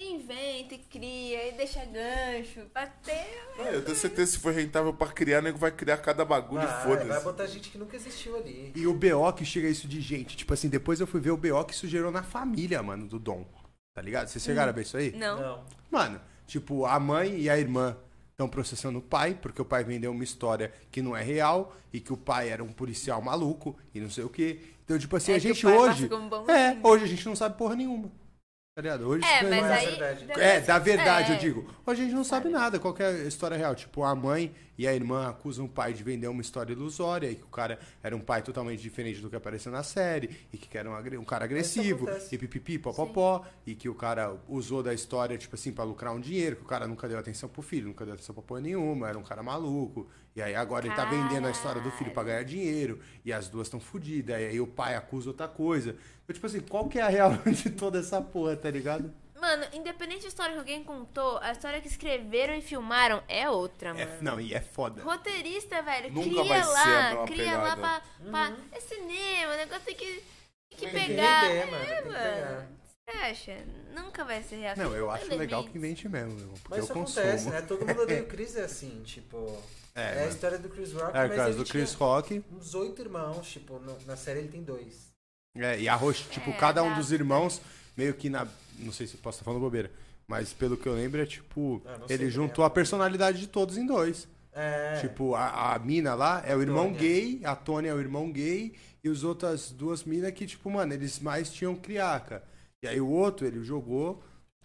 Speaker 3: Inventa e cria e deixa gancho. Bateu.
Speaker 4: Ah, eu tenho certeza que se for rentável pra criar, nego vai criar cada bagulho
Speaker 3: Ah, é,
Speaker 4: e
Speaker 2: Vai, Ah, vai
Speaker 4: foda-se.
Speaker 2: botar gente que nunca existiu ali.
Speaker 5: E o BO que chega isso de gente. Tipo assim, depois eu fui ver o BO que isso gerou na família, mano, do Dom. Tá ligado? Vocês chegaram a ver isso aí?
Speaker 3: Não.
Speaker 2: Não.
Speaker 5: Mano, tipo, a mãe e a irmã estão processando o pai, porque o pai vendeu uma história que não é real e que o pai era um policial maluco e não sei o quê. Então, tipo assim,
Speaker 3: É
Speaker 5: a
Speaker 3: que o
Speaker 5: gente
Speaker 3: pai passa
Speaker 5: hoje.
Speaker 3: como bom
Speaker 5: é,
Speaker 3: mocinho.
Speaker 5: hoje a gente não sabe porra nenhuma. Tá ligado? Hoje
Speaker 3: É,
Speaker 5: não
Speaker 3: mas
Speaker 2: Mas a
Speaker 3: aí.
Speaker 2: verdade-
Speaker 5: É, da verdade,
Speaker 3: é.
Speaker 5: eu digo. Hoje a gente não sabe nada, qual que é a história real. Tipo, a mãe e a irmã acusam o pai de vender uma história ilusória e que o cara era um pai totalmente diferente do que apareceu na série e que era um, agre- um cara agressivo
Speaker 2: acontece.
Speaker 5: e pipipi, popopó e que o cara usou da história, tipo assim, pra lucrar um dinheiro, que o cara nunca deu atenção pro filho, nunca deu atenção pra porra nenhuma, era um cara maluco. E aí agora ele tá vendendo a história do filho pra ganhar dinheiro e as duas estão fodidas e aí o pai acusa outra coisa. Então, tipo assim, qual que é a real de toda essa porra, tá ligado?
Speaker 3: Mano, independente da história que alguém contou, a história que escreveram e filmaram é outra, mano.
Speaker 5: É- não, e é foda.
Speaker 3: Roteirista, velho,
Speaker 4: Nunca
Speaker 3: cria
Speaker 4: vai ser a
Speaker 3: lá,
Speaker 4: mesma
Speaker 3: cria lá
Speaker 4: pegada.
Speaker 3: pra, pra- É cinema, o negócio tem que, tem que
Speaker 2: Tem que
Speaker 3: pegar.
Speaker 2: render, mano, Uhum.
Speaker 3: é,
Speaker 2: tem que pegar.
Speaker 3: mano. Você acha? Nunca vai ser real.
Speaker 5: Não,
Speaker 3: Tem
Speaker 5: eu acho legal que
Speaker 3: elementos.
Speaker 5: invente mesmo, meu, porque
Speaker 2: Mas
Speaker 5: eu
Speaker 2: isso
Speaker 5: consumo.
Speaker 2: acontece, né? Todo mundo odeia o Chris é assim, tipo.
Speaker 5: É,
Speaker 2: É, a
Speaker 5: mano.
Speaker 2: história do Chris Rock,
Speaker 5: É,
Speaker 2: mas
Speaker 5: caso
Speaker 2: ele
Speaker 5: do Chris
Speaker 2: tinha
Speaker 5: Rock.
Speaker 2: uns oito irmãos, tipo, no- na série ele tem dois.
Speaker 5: É, e a roxa, tipo,
Speaker 3: É,
Speaker 5: cada um
Speaker 3: dá.
Speaker 5: dos irmãos, meio que na. Não sei se eu posso estar falando bobeira, mas pelo que eu lembro é tipo.
Speaker 2: Ah, não sei
Speaker 5: ele
Speaker 2: também,
Speaker 5: juntou
Speaker 2: é.
Speaker 5: a personalidade de todos em dois.
Speaker 2: É.
Speaker 5: Tipo, a, a mina lá é o irmão
Speaker 2: Tônia.
Speaker 5: gay, a Tônia é o irmão gay, e os outras duas minas que, tipo, mano, eles mais tinham criaca. E aí o outro, ele jogou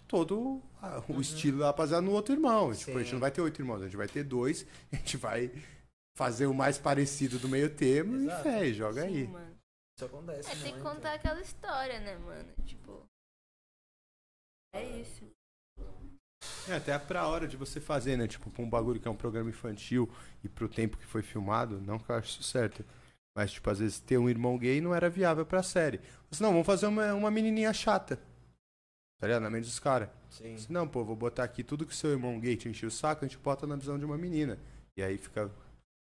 Speaker 5: todo a- o estilo da rapaziada no outro irmão. Tipo, a gente
Speaker 2: Uhum. Sim.
Speaker 5: não vai ter oito irmãos, a gente vai ter dois, a gente vai fazer o mais parecido do meio termo
Speaker 2: Exato.
Speaker 5: e fé, joga aí.
Speaker 3: Sim, mano.
Speaker 2: Isso acontece.
Speaker 3: É, tem que
Speaker 2: muito.
Speaker 3: contar aquela história, né, mano? Tipo. É isso.
Speaker 5: É, até pra hora de você fazer, né? Tipo, pra um bagulho que é um programa infantil e pro tempo que foi filmado, não que eu acho isso certo. Mas, tipo, às vezes ter um irmão gay não era viável pra série. Mas, não, vamos fazer uma, uma menininha chata. Tá ligado? Na mente dos caras.
Speaker 2: Sim.
Speaker 5: Se Não, pô, vou botar aqui tudo que seu irmão gay te encheu o saco, a gente bota na visão de uma menina. E aí fica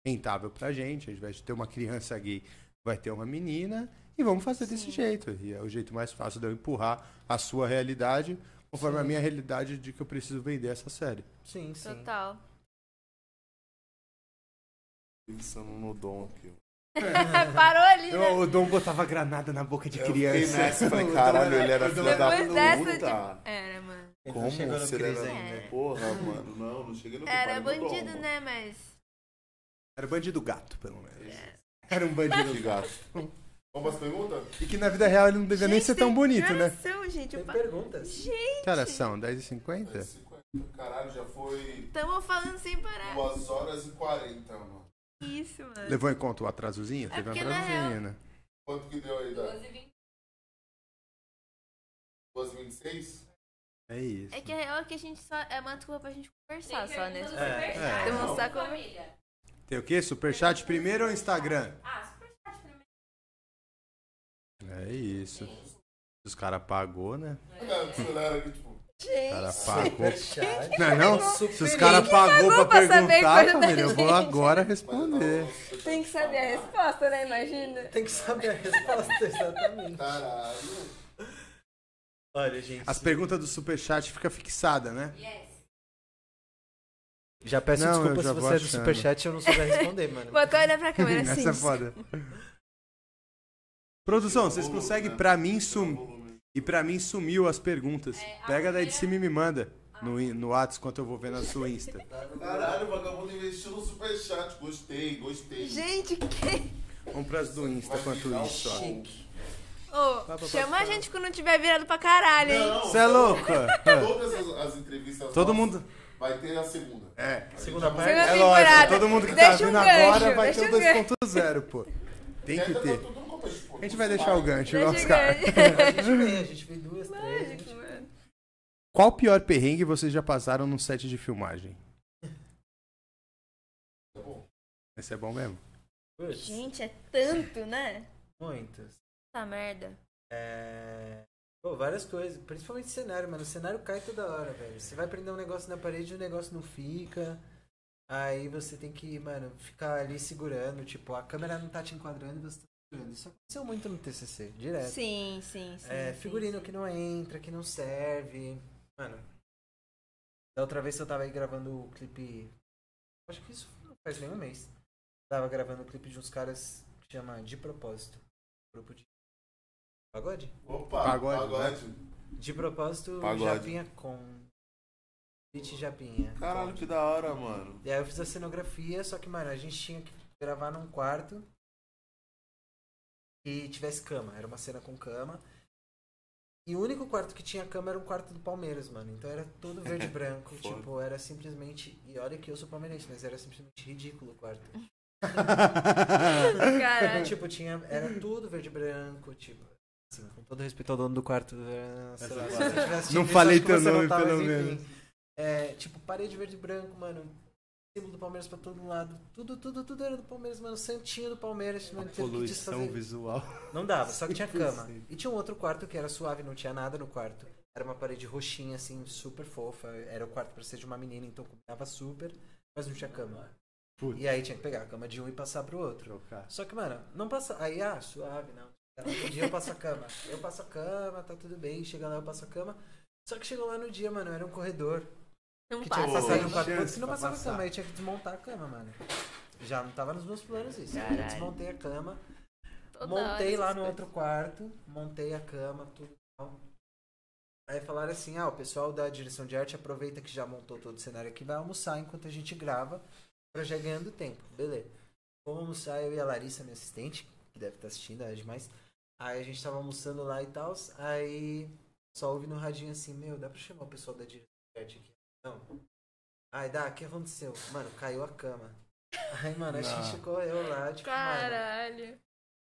Speaker 5: rentável pra gente. A gente vai ter uma criança gay, vai ter uma menina e vamos fazer desse jeito. E é o jeito mais fácil de eu empurrar a sua realidade conforme a minha realidade de que eu preciso vender essa série.
Speaker 2: Sim, sim.
Speaker 3: Total.
Speaker 4: Pensando no dom aqui.
Speaker 3: Parou ali, né?
Speaker 5: Eu, o Dom botava granada na boca de
Speaker 4: Eu
Speaker 5: criança.
Speaker 4: fiquei nessa, falei, caralho, ele era filho da
Speaker 3: Depois dessa,
Speaker 4: puta.
Speaker 3: tipo, Era, mano.
Speaker 2: Ele não
Speaker 4: Como
Speaker 2: chegou no
Speaker 4: se ele
Speaker 2: Chris
Speaker 4: era...
Speaker 3: É.
Speaker 2: ainda.
Speaker 4: Porra, mano, não, não cheguei no
Speaker 3: Era
Speaker 4: comparei no
Speaker 3: bandido,
Speaker 4: dom,
Speaker 3: né? Mas.
Speaker 5: Era um bandido gato, pelo menos. Era um bandido
Speaker 4: mano. De
Speaker 5: gato.
Speaker 4: gato. Vamos às perguntas?
Speaker 5: E que na vida real ele não devia nem
Speaker 3: Gente,
Speaker 5: ser tão
Speaker 3: tem
Speaker 5: bonito, né?
Speaker 3: coração, gente.
Speaker 2: Tem
Speaker 3: O pa-
Speaker 2: perguntas.
Speaker 3: Gente,
Speaker 5: Que horas são? 10h50? É.
Speaker 4: 50. Caralho, já foi
Speaker 3: tamo falando sem parar.
Speaker 4: 2 horas e 40, mano.
Speaker 3: Que Isso, mano.
Speaker 5: Levou em conta o atrasozinho? Teve um
Speaker 3: É porque na
Speaker 5: atrasozinho,
Speaker 3: real-
Speaker 5: né?
Speaker 4: Quanto que deu aí, Dá? 2,26?
Speaker 5: É isso.
Speaker 3: É que a real é que a gente só. É uma desculpa pra gente conversar só, né? um
Speaker 5: É.
Speaker 3: Demonstrar como.
Speaker 5: Tem o quê? Superchat primeiro ou Instagram? Ah, superchat primeiro. É isso. Os caras pagou, né?
Speaker 4: Cara, o celular aqui, tipo...
Speaker 5: Os
Speaker 3: Gente.
Speaker 5: caras pagou.
Speaker 2: Chat.
Speaker 5: Não, é não? Se os
Speaker 2: Super
Speaker 5: caras pagou pra
Speaker 3: pagou pra saber
Speaker 5: perguntar,
Speaker 3: coisa da
Speaker 5: família, eu vou
Speaker 3: gente?
Speaker 5: agora
Speaker 4: mas eu não-
Speaker 5: responder.
Speaker 3: Tem que saber a resposta, né? Imagina.
Speaker 2: Tem que saber a resposta, exatamente.
Speaker 4: Caralho.
Speaker 2: Olha, gente.
Speaker 5: As perguntas do superchat fica fixada, né?
Speaker 2: Já peço
Speaker 5: Não, eu
Speaker 2: desculpa
Speaker 5: já
Speaker 2: se
Speaker 5: vou
Speaker 2: você é do
Speaker 5: achando.
Speaker 2: superchat e eu não souber responder, mano.
Speaker 3: Botou olhar pra câmera assim.
Speaker 5: Essa é foda. Produção, vocês conseguem pra mim sumir. E pra mim sumiu as perguntas.
Speaker 3: É,
Speaker 5: Pega daí de cima e me manda
Speaker 3: Ah.
Speaker 5: no, in- no Whats enquanto eu vou ver na sua Insta.
Speaker 4: Caralho, o vagabundo investiu no superchat. Gostei, gostei.
Speaker 3: Gente, que. é?
Speaker 5: Vamos pras do Insta
Speaker 4: Vai
Speaker 5: enquanto
Speaker 4: virar um
Speaker 5: isso, ó.
Speaker 4: chique.
Speaker 3: Ô, chama a gente quando tiver virado pra caralho, hein?
Speaker 4: Não,
Speaker 5: Você é louco?
Speaker 4: Todas as, as entrevistas
Speaker 5: Todo
Speaker 4: nossas
Speaker 5: mundo.
Speaker 4: vai ter a segunda.
Speaker 5: É.
Speaker 2: Segunda parte.
Speaker 3: Segunda
Speaker 5: É
Speaker 3: temporada.
Speaker 5: lógico, todo mundo que tá
Speaker 3: Deixa um
Speaker 5: vindo
Speaker 3: gancho,
Speaker 5: agora vai
Speaker 3: deixa
Speaker 5: ter
Speaker 3: um
Speaker 5: o
Speaker 3: gancho.
Speaker 5: 2.0, pô. Tem
Speaker 4: tá
Speaker 5: que ter. A gente vai deixar o gancho, igual os
Speaker 3: Deixa o
Speaker 5: caras.
Speaker 3: gancho.
Speaker 2: A gente vê, a gente vê duas, três. a
Speaker 3: Lógico,
Speaker 2: gente vê.
Speaker 3: mano.
Speaker 5: Qual pior perrengue vocês já passaram num set de filmagem? Esse é bom mesmo.
Speaker 2: Putz,
Speaker 3: Gente, é tanto, né?
Speaker 2: muitos.
Speaker 3: Essa merda.
Speaker 2: É... Pô, várias coisas. Principalmente cenário, mano. O cenário cai toda hora, velho. Você vai prender um negócio na parede e o negócio não fica. Aí você tem que, mano, ficar ali segurando. Tipo, a câmera não tá te enquadrando e você tá segurando. Isso aconteceu
Speaker 5: É.
Speaker 2: muito no TCC, direto.
Speaker 3: Sim, sim, sim.
Speaker 2: É,
Speaker 3: sim,
Speaker 2: figurino
Speaker 3: sim.
Speaker 2: que não entra, que não serve. Mano. Da outra vez que eu tava aí gravando o clipe. Acho que isso não faz nem um mês. Tava gravando o clipe de uns caras que chama De Propósito. Grupo de. Pagode?
Speaker 4: Opa,
Speaker 1: Pagode,
Speaker 5: né?
Speaker 4: pagode.
Speaker 2: De propósito,
Speaker 4: Pagode.
Speaker 2: Japinha com. Beat Japinha.
Speaker 4: Caralho, que da hora, mano.
Speaker 2: E aí eu fiz a cenografia, só que, mano, a gente tinha que gravar num quarto que tivesse cama. Era uma cena com cama. E o único quarto que tinha cama era o quarto do Palmeiras, mano. Então era todo verde e branco.
Speaker 4: Foda.
Speaker 2: tipo, era simplesmente. E olha que eu sou palmeirense, mas era simplesmente ridículo o quarto. é.
Speaker 3: Caralho.
Speaker 2: tipo, tinha. Era tudo verde e branco, tipo. Assim, com todo respeito ao dono do quarto. eh, sei lá, se você tivesse
Speaker 1: Não
Speaker 2: tido isso,
Speaker 1: falei
Speaker 2: acho que
Speaker 1: teu
Speaker 2: você não
Speaker 1: nome,
Speaker 2: tá, mas
Speaker 1: pelo
Speaker 2: enfim.
Speaker 1: menos.
Speaker 2: É, tipo, parede verde e branco, mano. Símbolo do Palmeiras pra todo lado. Tudo, tudo, tudo era do Palmeiras, mano. Santinho do Palmeiras, mano. Teve que
Speaker 1: Poluição
Speaker 2: desfazer.
Speaker 1: visual.
Speaker 2: Não dava, só que tinha cama.
Speaker 1: 100%.
Speaker 2: E tinha um outro quarto que era suave, não tinha nada no quarto. Era uma parede roxinha, assim, super fofa. Era o quarto pra ser de uma menina, então combinava super, mas não tinha cama.
Speaker 1: Putz.
Speaker 2: E aí tinha que pegar a cama de um e passar pro outro.
Speaker 1: Trocar.
Speaker 2: Só que, mano, não passa. Aí, ah, suave, não. No dia eu passo a cama. Eu passo a cama, tá tudo bem. Chega lá, eu passo a cama. Só que chegou lá no dia, mano, era um corredor
Speaker 3: Não
Speaker 5: tipo,
Speaker 2: que tinha que
Speaker 3: passa.
Speaker 2: passar de um
Speaker 1: Sem
Speaker 2: quarto pro outro,
Speaker 1: chance
Speaker 2: se não
Speaker 1: pra
Speaker 2: passava a
Speaker 1: passar.
Speaker 2: cama, aí eu tinha que desmontar a cama, mano. Já não tava nos meus planos isso. Aí Eu
Speaker 3: Caralho.
Speaker 2: desmontei a cama,
Speaker 3: Toda
Speaker 2: montei lá
Speaker 3: hora essas
Speaker 2: no
Speaker 3: coisas.
Speaker 2: outro quarto, montei a cama, tudo e tal. Aí falaram assim, ah, o pessoal da direção de arte aproveita que já montou todo o cenário aqui, vai almoçar enquanto a gente grava, pra já ir ganhando tempo. Beleza. Vamos almoçar, eu e a Larissa, minha assistente, que deve estar assistindo, ela é demais. Aí a gente tava almoçando lá e tal, aí só ouvi no radinho assim, meu, dá pra chamar o pessoal da direção de arte aqui? Não. Ai, dá, o que aconteceu? Mano, caiu a cama. Aí, mano, a gente correu lá, tipo, mano,
Speaker 3: Caralho.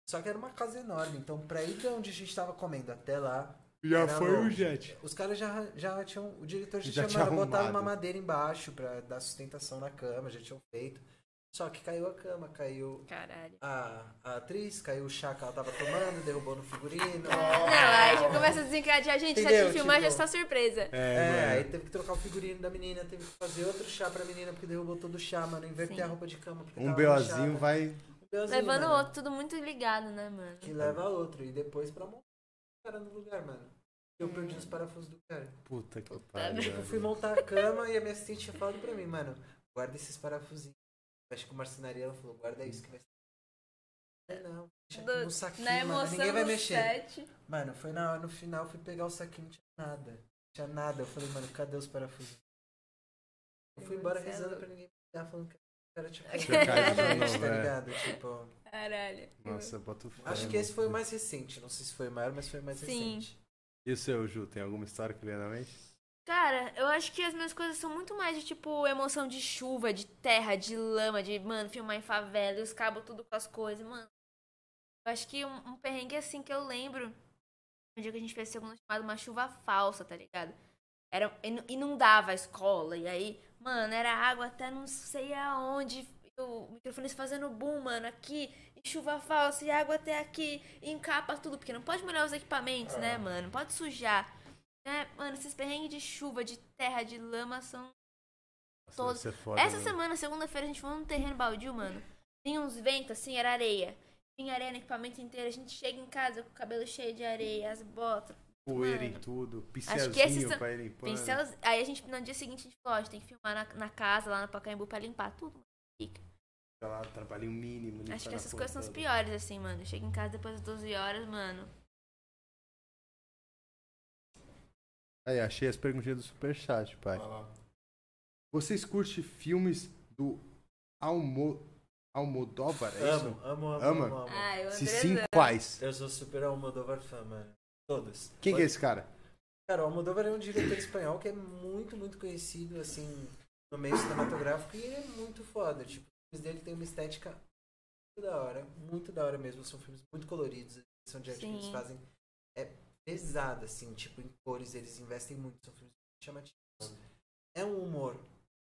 Speaker 2: só que era uma casa enorme, então pra ir de onde a gente tava comendo até lá,
Speaker 1: Já
Speaker 2: Era
Speaker 5: um
Speaker 1: foi o
Speaker 2: longe.
Speaker 1: jet.
Speaker 2: os caras já, já tinham. O diretor já,
Speaker 1: Já
Speaker 2: tinha
Speaker 1: tinha
Speaker 2: botado
Speaker 1: arrumado.
Speaker 2: uma madeira embaixo pra dar sustentação na cama, já tinham feito. Só que caiu a cama, caiu
Speaker 3: Caralho.
Speaker 2: a, a atriz, caiu o chá que ela tava tomando, derrubou no figurino.
Speaker 3: Não, aí já começa a desencadear. Gente, já
Speaker 2: É. Entendeu?
Speaker 3: te filmar, já
Speaker 2: Tipo-
Speaker 3: está surpresa.
Speaker 2: É,
Speaker 1: É,
Speaker 2: aí teve que trocar o figurino da menina, teve que fazer outro chá pra menina, porque derrubou todo o chá, mano. Inverter
Speaker 3: Sim.
Speaker 2: a roupa de cama. Porque
Speaker 1: mano. Um
Speaker 2: tava manchada.
Speaker 1: BOzinho vai.
Speaker 2: Um BOzinho,
Speaker 3: Levando
Speaker 2: mano.
Speaker 3: o outro, tudo muito ligado, né, mano?
Speaker 2: Que leva a outro. E depois pra montar o cara no lugar, mano. Eu perdi os parafusos do cara.
Speaker 1: Puta que
Speaker 3: Puta
Speaker 1: pariu.
Speaker 3: merda.
Speaker 2: Eu fui montar a cama e a minha assistente tinha falado pra mim, mano, guarda esses parafusinhos. Acho que o marcenaria ela falou, guarda isso que vai ser. Eu falei, Não, deixa aqui no
Speaker 3: É. Do-
Speaker 2: saquinho,
Speaker 3: na
Speaker 2: mano,
Speaker 3: emoção
Speaker 2: ninguém vai
Speaker 3: do
Speaker 2: mexer.
Speaker 3: set.
Speaker 2: Mano, foi na hora, no final, eu fui pegar o saquinho, não tinha nada. Não tinha nada. Eu falei, mano, cadê os parafusos? Eu fui embora
Speaker 3: Marcelo.
Speaker 2: rezando pra ninguém pegar, falando que o cara tinha
Speaker 1: Tinha caído de
Speaker 2: gente,
Speaker 1: novo,
Speaker 2: tá
Speaker 1: é.
Speaker 2: ligado? Tipo,
Speaker 3: Caralho.
Speaker 1: Nossa, bota o fé,
Speaker 2: acho que
Speaker 1: mano.
Speaker 2: esse foi o mais recente. Não sei se foi o maior, mas foi o mais
Speaker 3: Sim.
Speaker 2: recente.
Speaker 1: E é o seu, Ju, tem alguma história que vem na mente?
Speaker 3: Cara, eu acho que as minhas coisas são muito mais de tipo emoção de chuva, de terra, de lama, de, mano, filmar em favela e os cabos tudo com as coisas, mano. Eu acho que um, um perrengue assim que eu lembro, um dia que a gente fez segundo chamado uma chuva falsa, tá ligado? Era, inu- inundava a escola, e aí, mano, era água até não sei aonde, e o microfone fazendo boom, mano, aqui, e chuva falsa, e água até aqui, e encapa tudo, porque não pode molhar os equipamentos, né, mano? Não pode sujar. Né? Mano, esses perrengues de chuva, de terra, de lama são
Speaker 1: Nossa,
Speaker 3: Todos.
Speaker 1: deve ser é foda,
Speaker 3: essa
Speaker 2: né?
Speaker 1: mano.
Speaker 3: semana, segunda-feira, a gente foi num terreno baldio, mano. Vinha uns ventos, assim, era areia. Vinha areia no equipamento inteiro. A gente chega em casa com o cabelo cheio de areia, as botas,
Speaker 1: Poeira
Speaker 3: mano.
Speaker 1: em tudo,
Speaker 3: esses
Speaker 1: pincelzinho
Speaker 3: são-
Speaker 1: pra ir limpando.
Speaker 3: pincel. Aí a gente, no dia seguinte, a gente falou, ó, a gente tem que filmar na, na casa, lá no Pacaembu, pra limpar tudo.
Speaker 1: Sei lá, trabalhinho mínimo.
Speaker 3: Acho
Speaker 1: limpando
Speaker 3: que
Speaker 1: a
Speaker 3: essas
Speaker 1: porra
Speaker 3: coisas são as
Speaker 1: toda.
Speaker 3: piores, assim, mano. Chega em casa depois das 12 horas, mano.
Speaker 1: Aí, achei as perguntinhas do Superchat, pai.
Speaker 4: Vai lá.
Speaker 1: Vocês curtem filmes do Almo... Almodóvar, é
Speaker 2: Amo,
Speaker 1: isso?
Speaker 2: amo, amo,
Speaker 1: Ama?
Speaker 2: amo, amo.
Speaker 3: Ah, eu
Speaker 1: Se
Speaker 3: André
Speaker 1: sim, quais?
Speaker 2: Eu sou super Almodóvar fã, mano. Todos.
Speaker 1: Quem que é esse cara?
Speaker 2: Cara, o Almodóvar é um diretor espanhol que é muito, muito conhecido, assim, no meio cinematográfico e ele é muito foda. Tipo, os filmes dele tem uma estética muito da hora, muito da hora mesmo. São filmes muito coloridos, a direção de arte que eles
Speaker 3: Sim.
Speaker 2: fazem é pesada, assim, tipo, em cores eles investem muito. São filmes muito chamativos. É um humor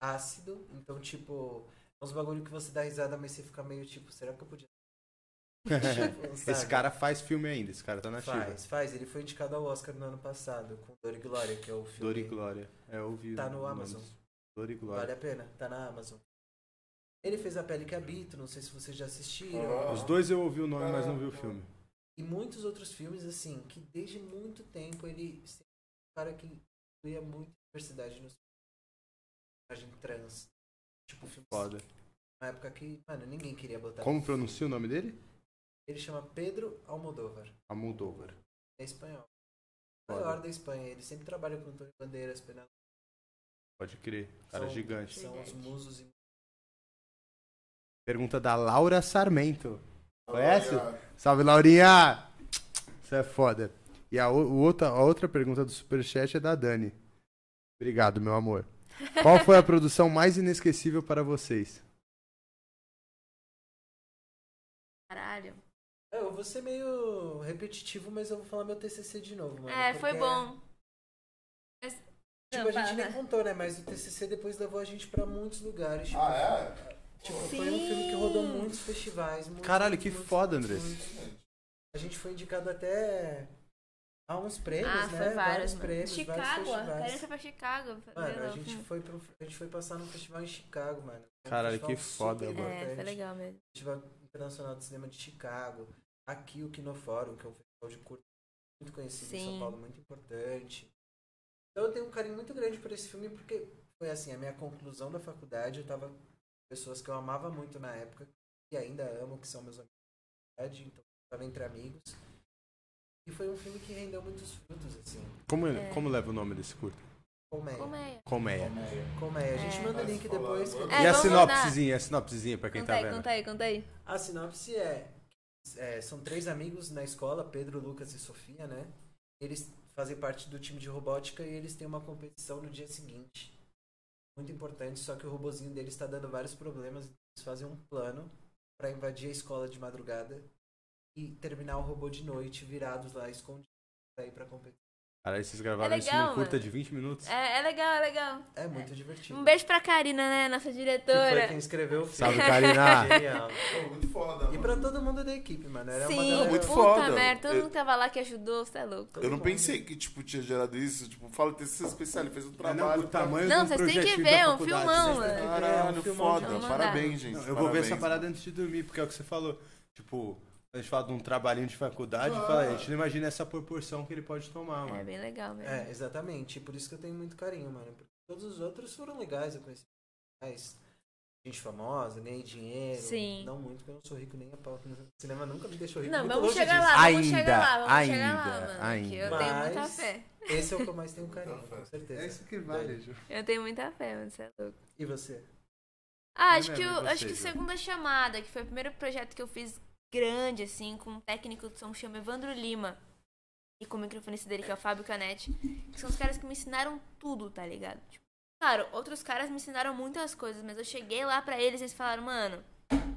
Speaker 2: ácido, então, tipo, é uns bagulho que você dá risada, mas você fica meio tipo, será que eu podia.
Speaker 1: esse
Speaker 2: Sabe?
Speaker 1: cara faz filme ainda, esse cara tá na ativa.
Speaker 2: Faz, faz. Ele foi indicado ao Oscar no ano passado com Dor e Glória, que é o filme.
Speaker 1: Dor e Glória. É, eu vi.
Speaker 2: Tá
Speaker 1: o
Speaker 2: no
Speaker 1: nome
Speaker 2: Amazon.
Speaker 1: disso. Dor e Glória.
Speaker 2: Vale a pena, tá na Amazon. Ele fez A Pele que Habito, não sei se vocês já assistiram.
Speaker 4: Ah.
Speaker 1: Os dois eu ouvi o nome, mas não vi o
Speaker 4: Caramba.
Speaker 1: filme.
Speaker 2: E muitos outros filmes, assim, que desde muito tempo ele sempre foi um cara que incluía muito diversidade nos personagem trans. Tipo, filmes.
Speaker 1: Foda.
Speaker 2: Uma época que, mano, ninguém queria botar.
Speaker 1: Como pronuncia o nome dele?
Speaker 2: Ele chama Pedro Almodóvar.
Speaker 1: Almodóvar.
Speaker 2: É espanhol.
Speaker 1: Foda.
Speaker 2: Maior da Espanha. Ele sempre trabalha com Antônio Bandeiras, Penelope.
Speaker 1: Pode crer. Cara
Speaker 2: São-
Speaker 1: gigante.
Speaker 2: São os
Speaker 3: Gigante.
Speaker 2: musos e.
Speaker 1: Pergunta da Laura Sarmento. Conhece?
Speaker 4: Olha,
Speaker 1: Salve, Laurinha! Isso é foda. E a, o- o outra, a outra pergunta do Superchat é da Dani. Obrigado, meu amor. Qual foi a produção mais inesquecível para vocês?
Speaker 3: Caralho.
Speaker 2: É, eu vou ser meio repetitivo, mas eu vou falar meu TCC de novo, mano.
Speaker 3: É, foi
Speaker 2: porque-
Speaker 3: bom. Mas...
Speaker 2: Tipo,
Speaker 3: Não,
Speaker 2: a gente
Speaker 3: fala.
Speaker 2: nem contou, né? Mas o TCC depois levou a gente pra muitos lugares. Tipo,
Speaker 4: Ah, é?
Speaker 2: tipo, foi um filme que rodou muitos festivais. muitos,
Speaker 1: Caralho, que
Speaker 2: muitos,
Speaker 1: foda,
Speaker 2: muitos,
Speaker 1: Andrés.
Speaker 2: muitos. A gente foi indicado até a uns prêmios,
Speaker 3: Ah,
Speaker 2: né?
Speaker 3: foi vários, mano.
Speaker 2: prêmios,
Speaker 3: Chicago, a
Speaker 2: vários
Speaker 3: Karina
Speaker 2: festivais.
Speaker 3: foi hum. pra Chicago. pra ver
Speaker 2: Mano, a
Speaker 3: lá o
Speaker 2: gente
Speaker 3: filme.
Speaker 2: foi pro, a gente foi passar num festival em Chicago, mano. Era um
Speaker 1: Caralho,
Speaker 2: festival
Speaker 1: que foda,
Speaker 2: super
Speaker 1: mano.
Speaker 3: É, foi
Speaker 2: importante.
Speaker 3: legal mesmo.
Speaker 2: Festival Internacional de Cinema de Chicago, aqui o Kinofórum, que é um festival de curta muito conhecido em
Speaker 3: Sim.
Speaker 2: São Paulo, muito importante. Então eu tenho um carinho muito grande por esse filme, porque foi assim, a minha conclusão da faculdade, eu tava com pessoas que eu amava muito na época, e ainda amo, que são meus amigos da faculdade, então eu tava entre amigos. E foi um filme que rendeu muitos frutos, assim,
Speaker 1: Como,
Speaker 3: É.
Speaker 1: como leva o nome desse curto?
Speaker 2: colmeia.
Speaker 3: Colmeia.
Speaker 1: Colmeia.
Speaker 2: Colmeia. A gente
Speaker 3: É.
Speaker 2: manda link depois. que eu-
Speaker 3: É,
Speaker 1: é? e a
Speaker 3: vamos
Speaker 1: sinopsezinha, a sinopsezinha pra quem
Speaker 3: Conta
Speaker 1: tá
Speaker 3: aí,
Speaker 1: vendo.
Speaker 3: conta aí, conta aí.
Speaker 2: A sinopse é, é, São três amigos na escola, Pedro, Lucas e Sofia, né? Eles fazem parte do time de robótica e eles têm uma competição no dia seguinte. Muito importante, só que o robozinho deles está dando vários problemas. Eles fazem um plano para invadir a escola de madrugada e terminar o robô de noite, virados lá, escondidos, aí pra competir.
Speaker 1: Cara, esses gravaram
Speaker 3: É
Speaker 1: isso num
Speaker 3: legal,
Speaker 1: curta
Speaker 3: mano.
Speaker 1: de 20 minutos.
Speaker 3: É, é legal, é legal.
Speaker 2: É muito divertido.
Speaker 3: Um beijo pra Karina, né? Nossa
Speaker 2: que foi
Speaker 3: diretora.
Speaker 2: quem escreveu o filme.
Speaker 1: Salve, Karina!
Speaker 2: Genial.
Speaker 4: Pô, muito foda,
Speaker 2: E
Speaker 4: mano.
Speaker 2: pra todo mundo da equipe, mano. Era uma
Speaker 3: Sim,
Speaker 2: galera...
Speaker 4: muito
Speaker 3: puta
Speaker 4: foda.
Speaker 3: merda. Todo
Speaker 4: Eu-
Speaker 3: mundo que tava lá que ajudou, você é louco.
Speaker 4: Eu não pensei que, tipo, tinha gerado isso. Tipo, fala TCC especial, ele fez um
Speaker 1: Não,
Speaker 4: trabalho.
Speaker 1: o
Speaker 4: pra-
Speaker 1: tamanho
Speaker 3: Não,
Speaker 1: do
Speaker 3: vocês têm que
Speaker 1: projetinho da
Speaker 3: ver, é um
Speaker 1: faculdade.
Speaker 3: filmão,
Speaker 1: Vocês
Speaker 3: mano.
Speaker 2: É um
Speaker 4: Caralho,
Speaker 2: filmão
Speaker 4: foda.
Speaker 3: de uma
Speaker 4: Parabéns, gente.
Speaker 1: Não, eu vou ver essa
Speaker 4: parabéns.
Speaker 1: parada antes de dormir, porque é o que você falou. Tipo, a gente fala de um trabalhinho de faculdade, fala, a gente não imagina essa proporção que ele pode tomar,
Speaker 3: É
Speaker 1: mano.
Speaker 3: bem legal mesmo.
Speaker 2: É, exatamente. Por isso que eu tenho muito carinho, mano. Porque todos os outros foram legais, eu conheci mais gente famosa, ganhei dinheiro.
Speaker 3: Sim.
Speaker 2: Não muito, porque eu não sou rico nem a pau. O cinema nunca me deixou rico.
Speaker 3: Não,
Speaker 2: muito
Speaker 3: vamos
Speaker 2: longe
Speaker 3: chegar
Speaker 2: disso.
Speaker 3: lá, vamos chegar
Speaker 1: Ainda,
Speaker 3: lá, vamos chegar lá,
Speaker 1: ainda,
Speaker 3: mano.
Speaker 1: ainda.
Speaker 3: Que eu tenho
Speaker 2: Mas-
Speaker 3: muita fé.
Speaker 2: Esse é o que eu mais tenho carinho,
Speaker 4: Então
Speaker 2: com
Speaker 4: É
Speaker 2: certeza.
Speaker 1: É que
Speaker 2: vale,
Speaker 1: Ju.
Speaker 3: Eu tenho muita fé, mano, você é louco.
Speaker 2: E você?
Speaker 3: Ah,
Speaker 1: Eu
Speaker 3: acho que,
Speaker 1: lembro
Speaker 3: o,
Speaker 1: de
Speaker 3: acho que o
Speaker 1: vocês, né?
Speaker 3: Segunda Chamada, que foi o primeiro projeto que eu fiz grande, assim, com um técnico de som que chama Evandro Lima. E com o microfonista dele, que é o Fábio Canetti. Que são os caras que me ensinaram tudo, tá ligado? Tipo, claro, outros caras me ensinaram muitas coisas, mas eu cheguei lá pra eles e eles falaram, mano,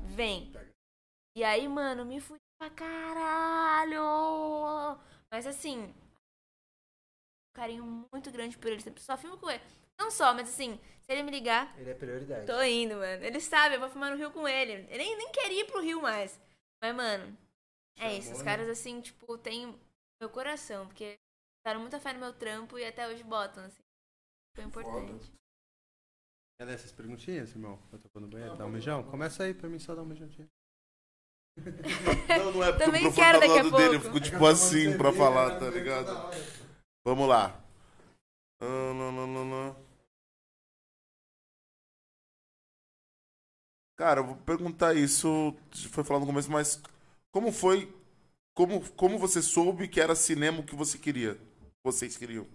Speaker 3: vem. E aí, mano, me fui pra caralho! Mas assim, um carinho muito grande por eles. Só filme com ele. Não só, mas assim, se ele me ligar,
Speaker 2: Ele é prioridade.
Speaker 3: Tô indo, mano. Ele sabe, eu vou filmar no Rio com ele. Eu nem, nem queria ir pro Rio mais. Mas, mano, é isso.
Speaker 4: né?
Speaker 3: Os caras, assim, tipo, têm meu coração, porque botaram muita fé no meu trampo e até hoje botam, assim. Foi importante.
Speaker 1: Quer dar essas perguntinhas, irmão? Eu tô no banheiro, dá um mijão? Começa aí pra mim só dar um mijãozinho.
Speaker 4: Não, não é porque
Speaker 3: Também
Speaker 4: o microfone
Speaker 3: quero
Speaker 4: tá do
Speaker 3: daqui a
Speaker 4: lado dele. Eu
Speaker 3: pouco.
Speaker 4: fico tipo assim pra falar,
Speaker 1: é
Speaker 4: tá ligado? Vamos lá. Ah, não, não, não, não. Cara, eu vou perguntar isso. Foi falado no começo, mas como foi. Como, como você soube que era cinema o que você queria? Vocês queriam?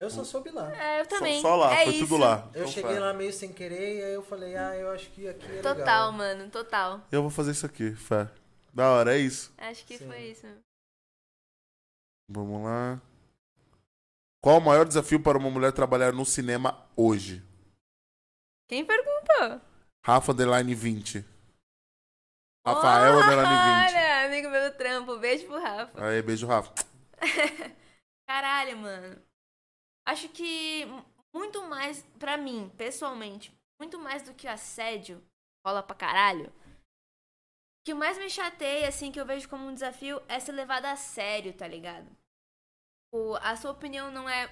Speaker 2: Eu só soube lá.
Speaker 3: É, eu também.
Speaker 4: Só, só lá,
Speaker 3: é
Speaker 4: foi
Speaker 3: isso.
Speaker 4: tudo lá.
Speaker 2: Eu
Speaker 4: Então,
Speaker 2: cheguei
Speaker 4: fé.
Speaker 2: lá meio sem querer e aí eu falei, ah, eu acho que aqui é
Speaker 3: Total,
Speaker 2: legal.
Speaker 3: mano, total.
Speaker 4: Eu vou fazer isso aqui, fé. Da hora, é isso.
Speaker 3: Acho que
Speaker 2: Sim.
Speaker 3: foi isso.
Speaker 4: Vamos lá. Qual o maior desafio para uma mulher trabalhar no cinema hoje?
Speaker 3: Quem perguntou?
Speaker 4: Rafa Underline 20. Rafael é Underline 20.
Speaker 3: Olha, amigo meu do trampo. Beijo pro Rafa.
Speaker 4: Aí, beijo, Rafa.
Speaker 3: Tá. Caralho, mano. Acho que mu- muito mais, pra mim, pessoalmente, muito mais do que o assédio, rola pra caralho. O que mais me chateia, assim, que eu vejo como um desafio é ser levado a sério, tá ligado? O, a sua opinião não é.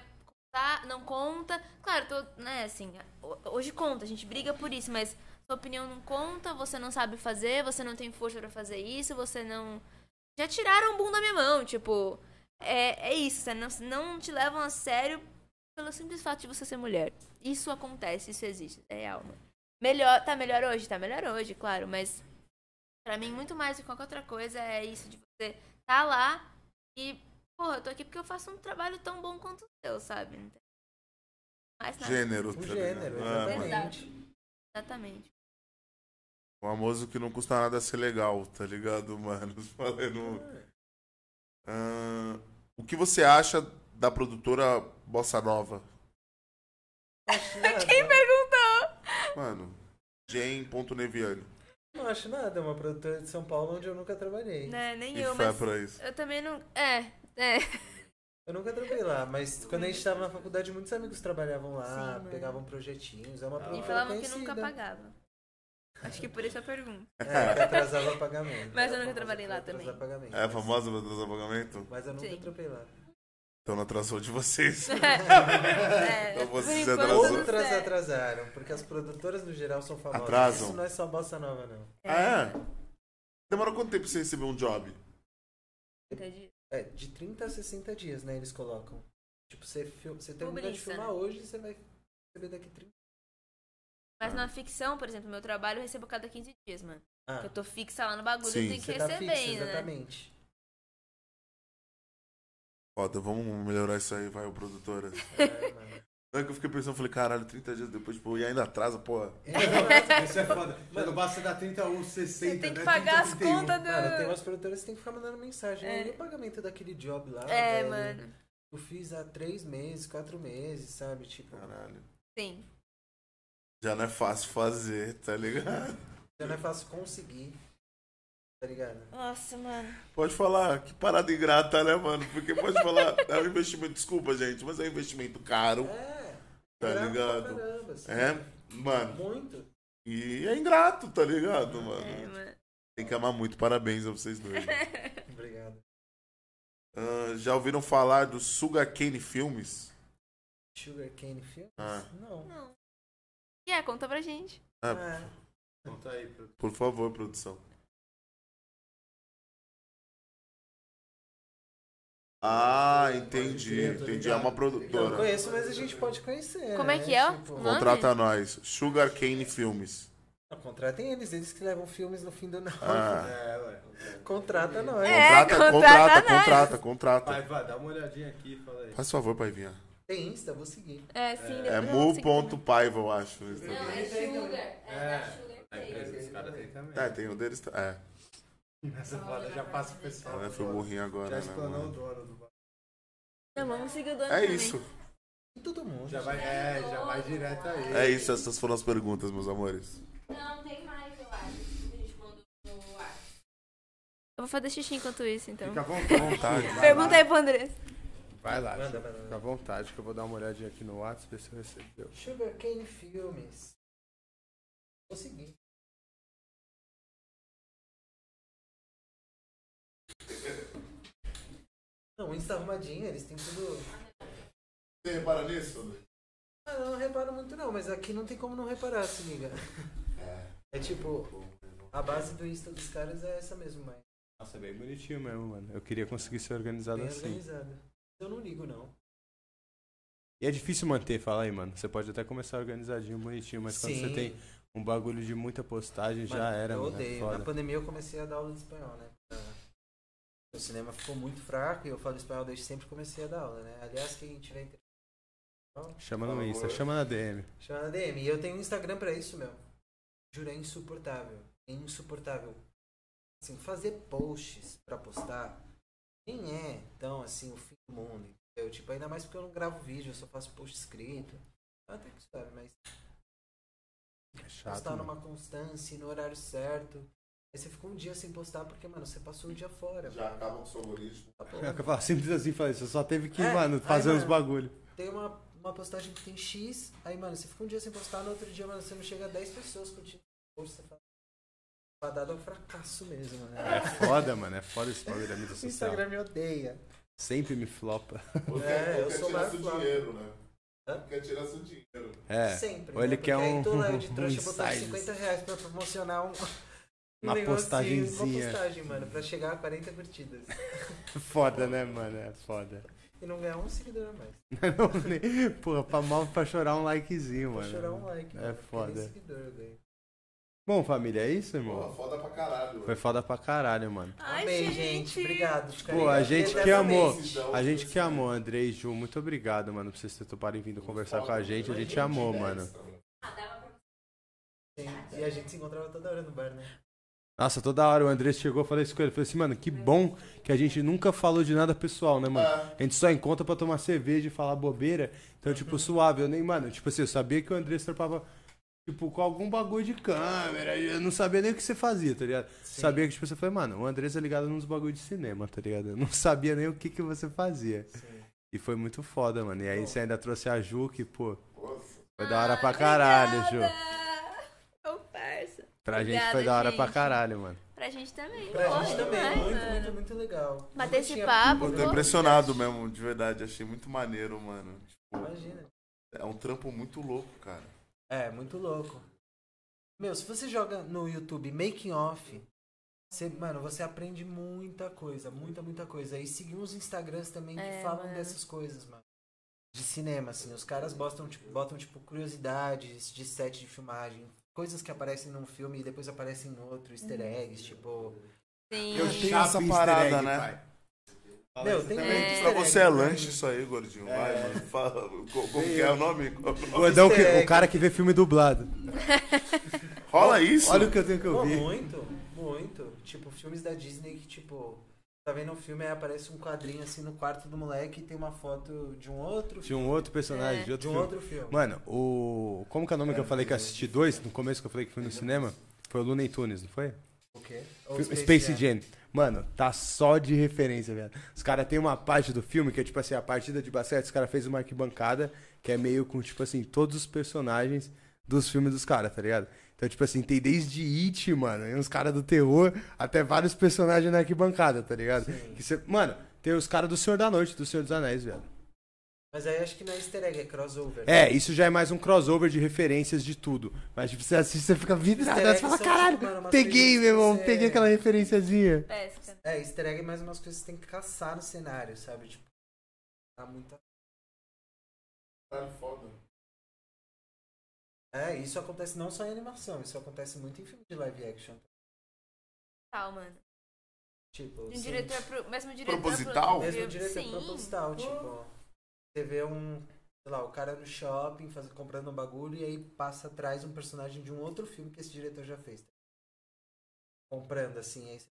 Speaker 3: Tá, não conta. Claro, tô, né, assim, ho- hoje conta, a gente briga por isso, mas sua opinião não conta, você não sabe fazer, você não tem força pra fazer isso, você não. Já tiraram o bumbum da minha mão, tipo. É, é isso, sabe? Não, não te levam a sério pelo simples fato de você ser mulher. Isso acontece, isso existe, é real, mano. Melhor, tá melhor hoje, tá melhor hoje, claro, mas pra mim, muito mais do que qualquer outra coisa, é isso de você tá lá e, porra, eu tô aqui porque eu faço um trabalho tão bom quanto o seu, sabe? Não tem mais nada.
Speaker 4: Gênero.
Speaker 2: O
Speaker 4: tá
Speaker 2: Um gênero,
Speaker 4: ligado? É, mano.
Speaker 2: exatamente.
Speaker 3: Exatamente.
Speaker 4: O famoso que não custa nada ser legal, tá ligado, mano? Falando. Ah, o que você acha da produtora Bossa Nova?
Speaker 3: Quem perguntou?
Speaker 4: Mano, Jen.Neviane.
Speaker 2: Não acho nada, é uma produtora de São Paulo onde eu nunca trabalhei.
Speaker 3: Não, Né, nem
Speaker 4: E
Speaker 3: eu,
Speaker 4: fé
Speaker 3: mas
Speaker 4: pra isso.
Speaker 3: eu também não... É, é.
Speaker 2: Eu nunca trabalhei lá, mas quando a gente tava na faculdade, muitos amigos trabalhavam
Speaker 3: Sim,
Speaker 2: lá,
Speaker 3: mano.
Speaker 2: pegavam projetinhos. É uma
Speaker 3: E
Speaker 2: produtora
Speaker 3: falavam que
Speaker 2: conhecida.
Speaker 3: nunca pagava. Acho que por isso eu pergunto.
Speaker 2: É, que atrasava pagamento.
Speaker 3: Mas eu
Speaker 2: É,
Speaker 3: nunca
Speaker 2: famosa
Speaker 3: trabalhei
Speaker 2: por
Speaker 3: lá
Speaker 2: atrasar
Speaker 3: também.
Speaker 2: pagamento.
Speaker 4: É a famosa pra trazer pagamento?
Speaker 2: Mas eu nunca
Speaker 3: Sim.
Speaker 2: trabalhei lá.
Speaker 4: Então não atrasou de vocês.
Speaker 3: É,
Speaker 4: Então
Speaker 3: por
Speaker 4: vocês
Speaker 3: enquanto,
Speaker 4: atrasou.
Speaker 3: tudo
Speaker 2: Outras
Speaker 3: certo.
Speaker 2: atrasaram, porque as produtoras no geral são famosas.
Speaker 4: Atrasam.
Speaker 2: Isso não é só bossa nova, não.
Speaker 4: Ah, é? Demorou quanto tempo pra você receber um job?
Speaker 3: Entendi.
Speaker 2: É, de 30 a 60 dias, né? Eles colocam. Tipo, você, fil... você termina de
Speaker 3: Publica,
Speaker 2: filmar
Speaker 3: né?
Speaker 2: hoje, você vai receber daqui 30
Speaker 3: Mas na ficção, por exemplo, meu trabalho eu recebo a cada 15 dias, mano.
Speaker 2: Ah,
Speaker 3: Porque eu tô fixa lá no bagulho,
Speaker 4: Sim.
Speaker 3: eu tenho que
Speaker 2: você tá
Speaker 3: receber,
Speaker 2: fixa,
Speaker 3: né?
Speaker 2: exatamente.
Speaker 4: Foda, vamos melhorar isso aí, vai, ô produtora.
Speaker 2: É, mano.
Speaker 4: Não é que eu fiquei pensando, falei, caralho, 30 dias depois, tipo, e ainda atrasa, porra.
Speaker 2: Então,
Speaker 1: Isso é foda. Já não basta dar 30 ou 60,
Speaker 3: Você tem que
Speaker 1: né? 30,
Speaker 3: pagar as
Speaker 1: 31.
Speaker 3: contas do.
Speaker 2: Mano, tem umas produtoras que tem que ficar mandando mensagem.
Speaker 3: Tá É.
Speaker 2: E o pagamento daquele job lá?
Speaker 3: É,
Speaker 2: velho?
Speaker 3: mano.
Speaker 2: Eu fiz há três meses, quatro meses, sabe? Tipo,
Speaker 4: Caralho.
Speaker 3: Sim.
Speaker 4: Já não é fácil fazer, tá ligado?
Speaker 2: já não é fácil conseguir. Tá ligado?
Speaker 3: Nossa, mano.
Speaker 4: Pode falar, que parada ingrata, né, mano? Porque pode falar, é um investimento, desculpa, gente, mas é um investimento caro,
Speaker 2: É.
Speaker 4: tá
Speaker 2: grava pra
Speaker 4: ligado?
Speaker 2: Caramba, assim.
Speaker 4: É, mano,
Speaker 2: Muito.
Speaker 4: e é ingrato, tá ligado,
Speaker 3: É,
Speaker 4: mano?
Speaker 3: mano.
Speaker 4: Tem que amar muito, parabéns a vocês dois. né?
Speaker 2: Obrigado.
Speaker 4: Ah, já ouviram falar do Sugacane Filmes?
Speaker 2: Sugar Cane Films?
Speaker 4: Ah.
Speaker 2: Não.
Speaker 3: Não. E é, conta pra gente.
Speaker 4: Ah,
Speaker 2: Ah,
Speaker 1: Conta um. aí, pro-
Speaker 4: por favor, produção. Ah, entendi,
Speaker 1: crer, tô
Speaker 4: entendi. É
Speaker 1: tá ligado.
Speaker 4: uma
Speaker 2: eu
Speaker 4: produtora.
Speaker 2: conheço, mas a gente pode conhecer.
Speaker 3: Como
Speaker 2: né?
Speaker 3: é que é?
Speaker 2: Tipo,
Speaker 3: Não.
Speaker 4: Contrata nós, Sugarcane Filmes.
Speaker 2: não, contratem eles, eles que levam filmes no fim do nome.
Speaker 4: Ah,
Speaker 1: É, ué.
Speaker 2: Contrata nós.
Speaker 3: É.
Speaker 4: contrata,
Speaker 3: contrata
Speaker 4: contrata,
Speaker 3: nós.
Speaker 4: contrata, contrata.
Speaker 1: Vai, vai, dá uma olhadinha aqui, fala aí.
Speaker 4: Faz favor, pai Vinha.
Speaker 2: Tem Insta, vou seguir.
Speaker 3: É, sim.
Speaker 4: É
Speaker 3: depois eu vou seguir.
Speaker 4: mu.paiva, eu acho. no Instagram.
Speaker 3: Não, é sugar. É, da sugar.
Speaker 1: Esse cara tem também.
Speaker 4: É, tem o deles. tá- É,
Speaker 1: Essa foda já passa o pessoal.
Speaker 4: ela foi burrinha
Speaker 1: Já
Speaker 4: agora, né,
Speaker 1: explanou o
Speaker 4: mano?
Speaker 1: dono do bar.
Speaker 3: Não, vamos seguir o dono
Speaker 4: É
Speaker 3: também.
Speaker 4: isso,
Speaker 2: Em todo mundo.
Speaker 1: Já vai, é, já vai direto aí.
Speaker 4: é isso. Essas foram as perguntas, meus amores.
Speaker 3: Não, tem mais, eu acho. A gente mandou no ar. Eu vou fazer xixi enquanto isso, então.
Speaker 1: Fica à vontade. vai
Speaker 3: Pergunta
Speaker 1: lá.
Speaker 3: aí pro André.
Speaker 1: Vai lá,
Speaker 2: Manda,
Speaker 1: Ju.
Speaker 2: manda,
Speaker 1: fica à vontade que eu vou dar uma olhadinha aqui no WhatsApp ver se eu recebeu.
Speaker 2: Sugar Cane Filmes. É Vou seguir. Não, o Insta arrumadinho, eles têm tudo.
Speaker 4: Você repara nisso?
Speaker 2: Ah, eu não reparo muito não, mas aqui não tem como não reparar, se liga. É tipo, a base do Insta dos caras é essa mesmo, mas
Speaker 1: Nossa, é bem bonitinho mesmo, mano. Eu queria conseguir ser organizado
Speaker 2: bem
Speaker 1: assim.
Speaker 2: organizada. Eu não ligo não.
Speaker 1: E é difícil manter, fala aí, mano. Você pode até começar organizadinho, bonitinho, mas quando
Speaker 2: Sim.
Speaker 1: você tem um bagulho de muita postagem, já
Speaker 2: Mano,
Speaker 1: era,
Speaker 2: Eu
Speaker 1: mano. é
Speaker 2: odeio.
Speaker 1: foda.
Speaker 2: Na pandemia eu comecei a dar aula de espanhol, né? Pra- O cinema ficou muito fraco e eu falo espanhol desde sempre que comecei a dar aula, né? Aliás, quem tiver interesse,
Speaker 1: Chama no
Speaker 4: Por
Speaker 1: Insta,
Speaker 4: favor.
Speaker 1: chama na É DM.
Speaker 2: chama na DM. E eu tenho um Instagram pra isso, meu. Juro, é insuportável. É insuportável. Assim, fazer posts pra postar nem é tão, assim, o fim do mundo, entendeu? Tipo, ainda mais porque eu não gravo vídeo, eu só faço post escrito. Eu Até que sabe, mas
Speaker 1: É chato.
Speaker 2: postar
Speaker 1: mano.
Speaker 2: numa constância, e no horário certo. Aí você fica um dia sem postar porque, mano, você passou o dia fora. mano.
Speaker 4: acaba com o seu algoritmo.
Speaker 2: Tá bom.
Speaker 1: É o que eu falo, simples assim, falei, você só teve que,
Speaker 2: É,
Speaker 1: mano,
Speaker 2: aí,
Speaker 1: fazer uns
Speaker 2: mano.
Speaker 1: bagulho.
Speaker 2: Tem uma, uma postagem que tem X, aí, mano, você fica um dia sem postar, no outro dia, mano, você não chega a 10 pessoas curtindo o post, você fala. Fadado é um fracasso mesmo, né?
Speaker 1: É foda, mano, é foda esse bagulho da mídia
Speaker 2: O
Speaker 1: social.
Speaker 2: Instagram me odeia.
Speaker 1: Sempre me flopa.
Speaker 2: É, eu sou mais flaco.
Speaker 4: né?
Speaker 2: Hã?
Speaker 4: Quer tirar seu dinheiro.
Speaker 1: É.
Speaker 2: Sempre.
Speaker 1: Ou ele
Speaker 2: né?
Speaker 1: quer
Speaker 2: Porque
Speaker 1: um-
Speaker 2: Aí tô lá, eu de
Speaker 1: um
Speaker 2: trouxa, botando
Speaker 1: insight.
Speaker 2: 50 reais pra promocionar um.
Speaker 1: Uma
Speaker 2: negocinho,
Speaker 1: postagenzinha.
Speaker 2: Uma postagem, mano, pra chegar a 40 curtidas.
Speaker 1: Foda, né, mano? É foda.
Speaker 2: E não ganhar um seguidor a mais.
Speaker 5: não, nem- porra, pra mal pra chorar um likezinho,
Speaker 2: Vou
Speaker 5: mano.
Speaker 2: chorar um like.
Speaker 5: É
Speaker 2: mano, porque
Speaker 5: foda.
Speaker 2: nem seguidor eu ganho.
Speaker 5: Bom, família, é isso,
Speaker 4: Porra,
Speaker 5: irmão?
Speaker 4: foda pra caralho.
Speaker 5: Foi foda pra caralho, mano.
Speaker 3: Ai,
Speaker 2: Amei,
Speaker 3: gente.
Speaker 2: gente. Obrigado.
Speaker 5: Pô, a gente que
Speaker 2: Exatamente.
Speaker 5: amou.
Speaker 4: Exatamente.
Speaker 5: A gente que amou, André e Ju. Muito obrigado, mano, por vocês toparem vindo conversar com a gente. A gente amou, mano.
Speaker 2: Sim, E a gente se encontrava toda hora no bar, né?
Speaker 5: Nossa, toda hora o André chegou e falei isso com ele. Eu Falei assim, mano, que bom que a gente nunca falou de nada pessoal, né, mano? A gente só encontra pra tomar cerveja e falar bobeira. Então, tipo, suave. Eu nem, mano, tipo assim, eu sabia que o André trampava, tipo, com algum bagulho de câmera. Eu não sabia nem o que você fazia, tá ligado? Sabia que, tipo, você falou, mano, o André é ligado nos bagulhos de cinema, tá ligado? Eu não sabia nem o que, que você fazia.
Speaker 2: Sim.
Speaker 5: E foi muito foda, mano. E aí você ainda trouxe a Ju, que, pô, foi da
Speaker 3: Ah,
Speaker 5: hora pra caralho, Ju.
Speaker 3: obrigada. Ô, parça.
Speaker 5: Pra gente
Speaker 3: Obrigada,
Speaker 5: foi da hora pra
Speaker 3: gente.
Speaker 5: caralho, mano.
Speaker 3: Pra gente também. né?
Speaker 2: Pra
Speaker 3: Pô,
Speaker 2: gente também.
Speaker 3: demais,
Speaker 2: Muito,
Speaker 3: mano.
Speaker 2: muito, muito legal.
Speaker 3: É. Bater
Speaker 2: Nunca
Speaker 3: esse
Speaker 2: tinha-
Speaker 3: papo,
Speaker 4: Eu tô
Speaker 3: pô.
Speaker 4: impressionado mesmo, de verdade. Achei muito maneiro, mano.
Speaker 2: Imagina.
Speaker 4: É um trampo muito louco, cara.
Speaker 2: É, muito louco. Meu, se você joga no YouTube Making Off, você, mano, você aprende muita coisa, muita, muita coisa. E seguir uns Instagrams também que
Speaker 3: É,
Speaker 2: falam
Speaker 3: mano.
Speaker 2: dessas coisas, mano. De cinema, assim. Os caras botam, tipo, botam, tipo, curiosidades de set de filmagem. Coisas que aparecem num filme e depois aparecem em outro,
Speaker 3: Uhum.
Speaker 2: easter eggs, tipo.
Speaker 3: Sim.
Speaker 4: Eu tenho essa parada, né?
Speaker 2: Meu, tem muito
Speaker 3: É.
Speaker 4: Pra
Speaker 2: easter
Speaker 4: você
Speaker 2: egg,
Speaker 4: é
Speaker 2: né?
Speaker 4: lanche isso aí, gordinho. Vai, mano. Fala, co- como que é o nome?
Speaker 5: É. Gordão, que,
Speaker 2: Easter
Speaker 5: o
Speaker 2: egg.
Speaker 5: cara que vê filme dublado.
Speaker 4: Rola isso.
Speaker 5: Olha o que eu tenho que
Speaker 2: Pô,
Speaker 5: ouvir.
Speaker 2: muito, muito. Tipo, filmes da Disney que, tipo, tá vendo um filme, aí aparece um quadrinho assim no quarto do moleque e tem uma foto de um outro
Speaker 5: De um outro personagem,
Speaker 3: É.
Speaker 5: de
Speaker 2: De
Speaker 5: outro
Speaker 2: um
Speaker 5: filme.
Speaker 2: outro filme.
Speaker 5: Mano, o. Como que é o nome que eu falei que eu assisti dois? No começo que eu falei que fui no cinema? Foi o Looney Tunes, não foi?
Speaker 2: O quê?
Speaker 5: Filme- Space Jam. Mano, tá só de referência, velho. Os caras tem uma parte do filme que é tipo assim, a partida de basquete, os caras fez uma arquibancada que é meio com, tipo assim, todos os personagens dos filmes dos caras, tá ligado? Então, tipo assim, tem desde It, mano, e uns caras do terror, até vários personagens na arquibancada, tá ligado? Que cê- mano, tem os caras do Senhor da Noite, do Senhor dos Anéis, velho.
Speaker 2: Mas aí acho que não é easter egg, é crossover.
Speaker 5: É, isso já é mais um crossover de referências de tudo. Mas tipo, você assiste, você fica vidrado,
Speaker 2: Easter
Speaker 5: você fala,
Speaker 2: eggs são,
Speaker 5: caralho,
Speaker 2: tipo, mano, umas
Speaker 5: peguei,
Speaker 2: coisinhas
Speaker 5: meu irmão,
Speaker 2: que você-
Speaker 5: peguei aquela referenciazinha.
Speaker 3: Pesca.
Speaker 2: É, easter egg é mais umas coisas que você tem que caçar no cenário, sabe? Tipo, tá muito... É, isso acontece não só em animação, isso acontece muito em filme de live action.
Speaker 3: Tal, mano.
Speaker 2: Tipo,
Speaker 3: De um
Speaker 2: você-
Speaker 3: diretor pro. Mesmo diretor
Speaker 4: Proposital?
Speaker 3: Pro...
Speaker 2: Mesmo diretor
Speaker 3: Sim.
Speaker 2: proposital, tipo, você vê um, sei lá, o cara no shopping faz, comprando um bagulho e aí passa atrás um personagem de um outro filme que esse diretor já fez. Comprando, assim, aí você...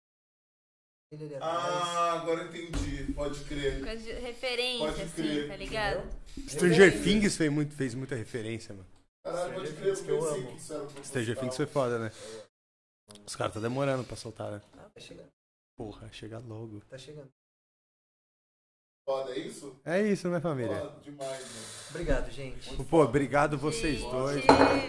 Speaker 2: Ele ali atrás.
Speaker 4: Ah, agora entendi. Pode crer.
Speaker 3: Coisa de referência,
Speaker 4: Pode
Speaker 3: assim,
Speaker 4: crer.
Speaker 3: tá ligado?
Speaker 5: Stranger Things fez, muito, fez muita referência, mano.
Speaker 4: Caralho, pode
Speaker 2: Stranger
Speaker 4: crer.
Speaker 2: Things que eu
Speaker 4: Eu pensei
Speaker 2: amo.
Speaker 4: que isso era um proposital.
Speaker 5: Stranger Things foi foda, né? Os caras tá demorando pra soltar, né?
Speaker 2: Ah, tá chegando,
Speaker 5: Porra, chega logo.
Speaker 2: tá chegando.
Speaker 4: foda, é isso?
Speaker 5: É isso, né, família?
Speaker 4: Foda demais, mano.
Speaker 2: Obrigado, gente.
Speaker 5: Pô, obrigado vocês
Speaker 3: Gente.
Speaker 5: dois.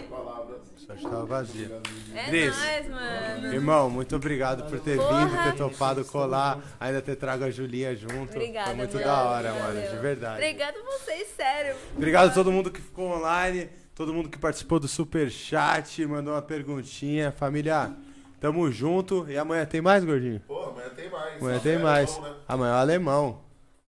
Speaker 4: Palavras.
Speaker 5: Só estava vazio.
Speaker 3: É
Speaker 5: Três.
Speaker 3: nóis, mano.
Speaker 5: Irmão, muito obrigado por ter
Speaker 3: Porra.
Speaker 5: vindo, ter topado colar, ainda ter trago a Julinha junto.
Speaker 3: Obrigada,
Speaker 5: foi muito
Speaker 3: mano.
Speaker 5: da hora,
Speaker 3: Valeu.
Speaker 5: mano, de verdade.
Speaker 3: Obrigado a vocês, sério.
Speaker 5: Obrigado a todo mundo que ficou online, todo mundo que participou do super chat, mandou uma perguntinha, família. Tamo junto e amanhã tem mais, gordinho.
Speaker 4: Pô, amanhã tem mais.
Speaker 5: Amanhã
Speaker 4: Ah,
Speaker 5: tem
Speaker 4: é
Speaker 5: mais.
Speaker 4: bom, né?
Speaker 5: Amanhã é o alemão.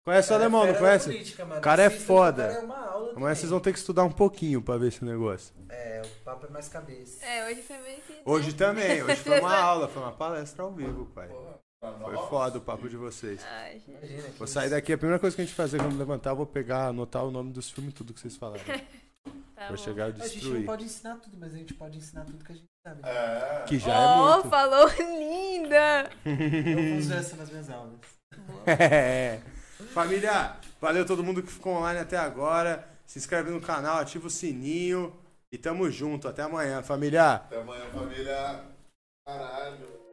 Speaker 5: Conhece o
Speaker 2: Cara,
Speaker 5: alemão, não
Speaker 2: fera da
Speaker 5: conhece?
Speaker 2: política, mano.
Speaker 5: O cara é
Speaker 2: Assista que o
Speaker 5: foda.
Speaker 2: cara é uma aula
Speaker 5: Amanhã
Speaker 2: também.
Speaker 5: vocês vão ter que estudar um pouquinho pra ver esse negócio.
Speaker 2: É, o papo é mais cabeça.
Speaker 3: É, hoje foi meio que.
Speaker 5: Hoje também, hoje foi uma aula, foi uma palestra ao vivo, pai. Foi foda o papo de vocês.
Speaker 3: Ai, gente.
Speaker 2: Imagina que
Speaker 5: Vou sair daqui, a primeira coisa que a gente fazer quando levantar, eu vou pegar, anotar o nome dos filmes e tudo que vocês falaram.
Speaker 3: Tá
Speaker 5: Vou
Speaker 3: bom.
Speaker 5: chegar e
Speaker 2: A gente não
Speaker 5: destruir.
Speaker 2: pode ensinar tudo, mas a gente pode ensinar tudo que a gente sabe.
Speaker 4: É.
Speaker 5: Que já é
Speaker 3: oh,
Speaker 5: muito.
Speaker 3: falou linda!
Speaker 2: Eu uso essa nas minhas aulas.
Speaker 5: É. Família, valeu todo mundo que ficou online até agora. Se inscreve no canal, ativa o sininho e tamo junto. Até amanhã, família.
Speaker 4: Até amanhã, família. Caralho.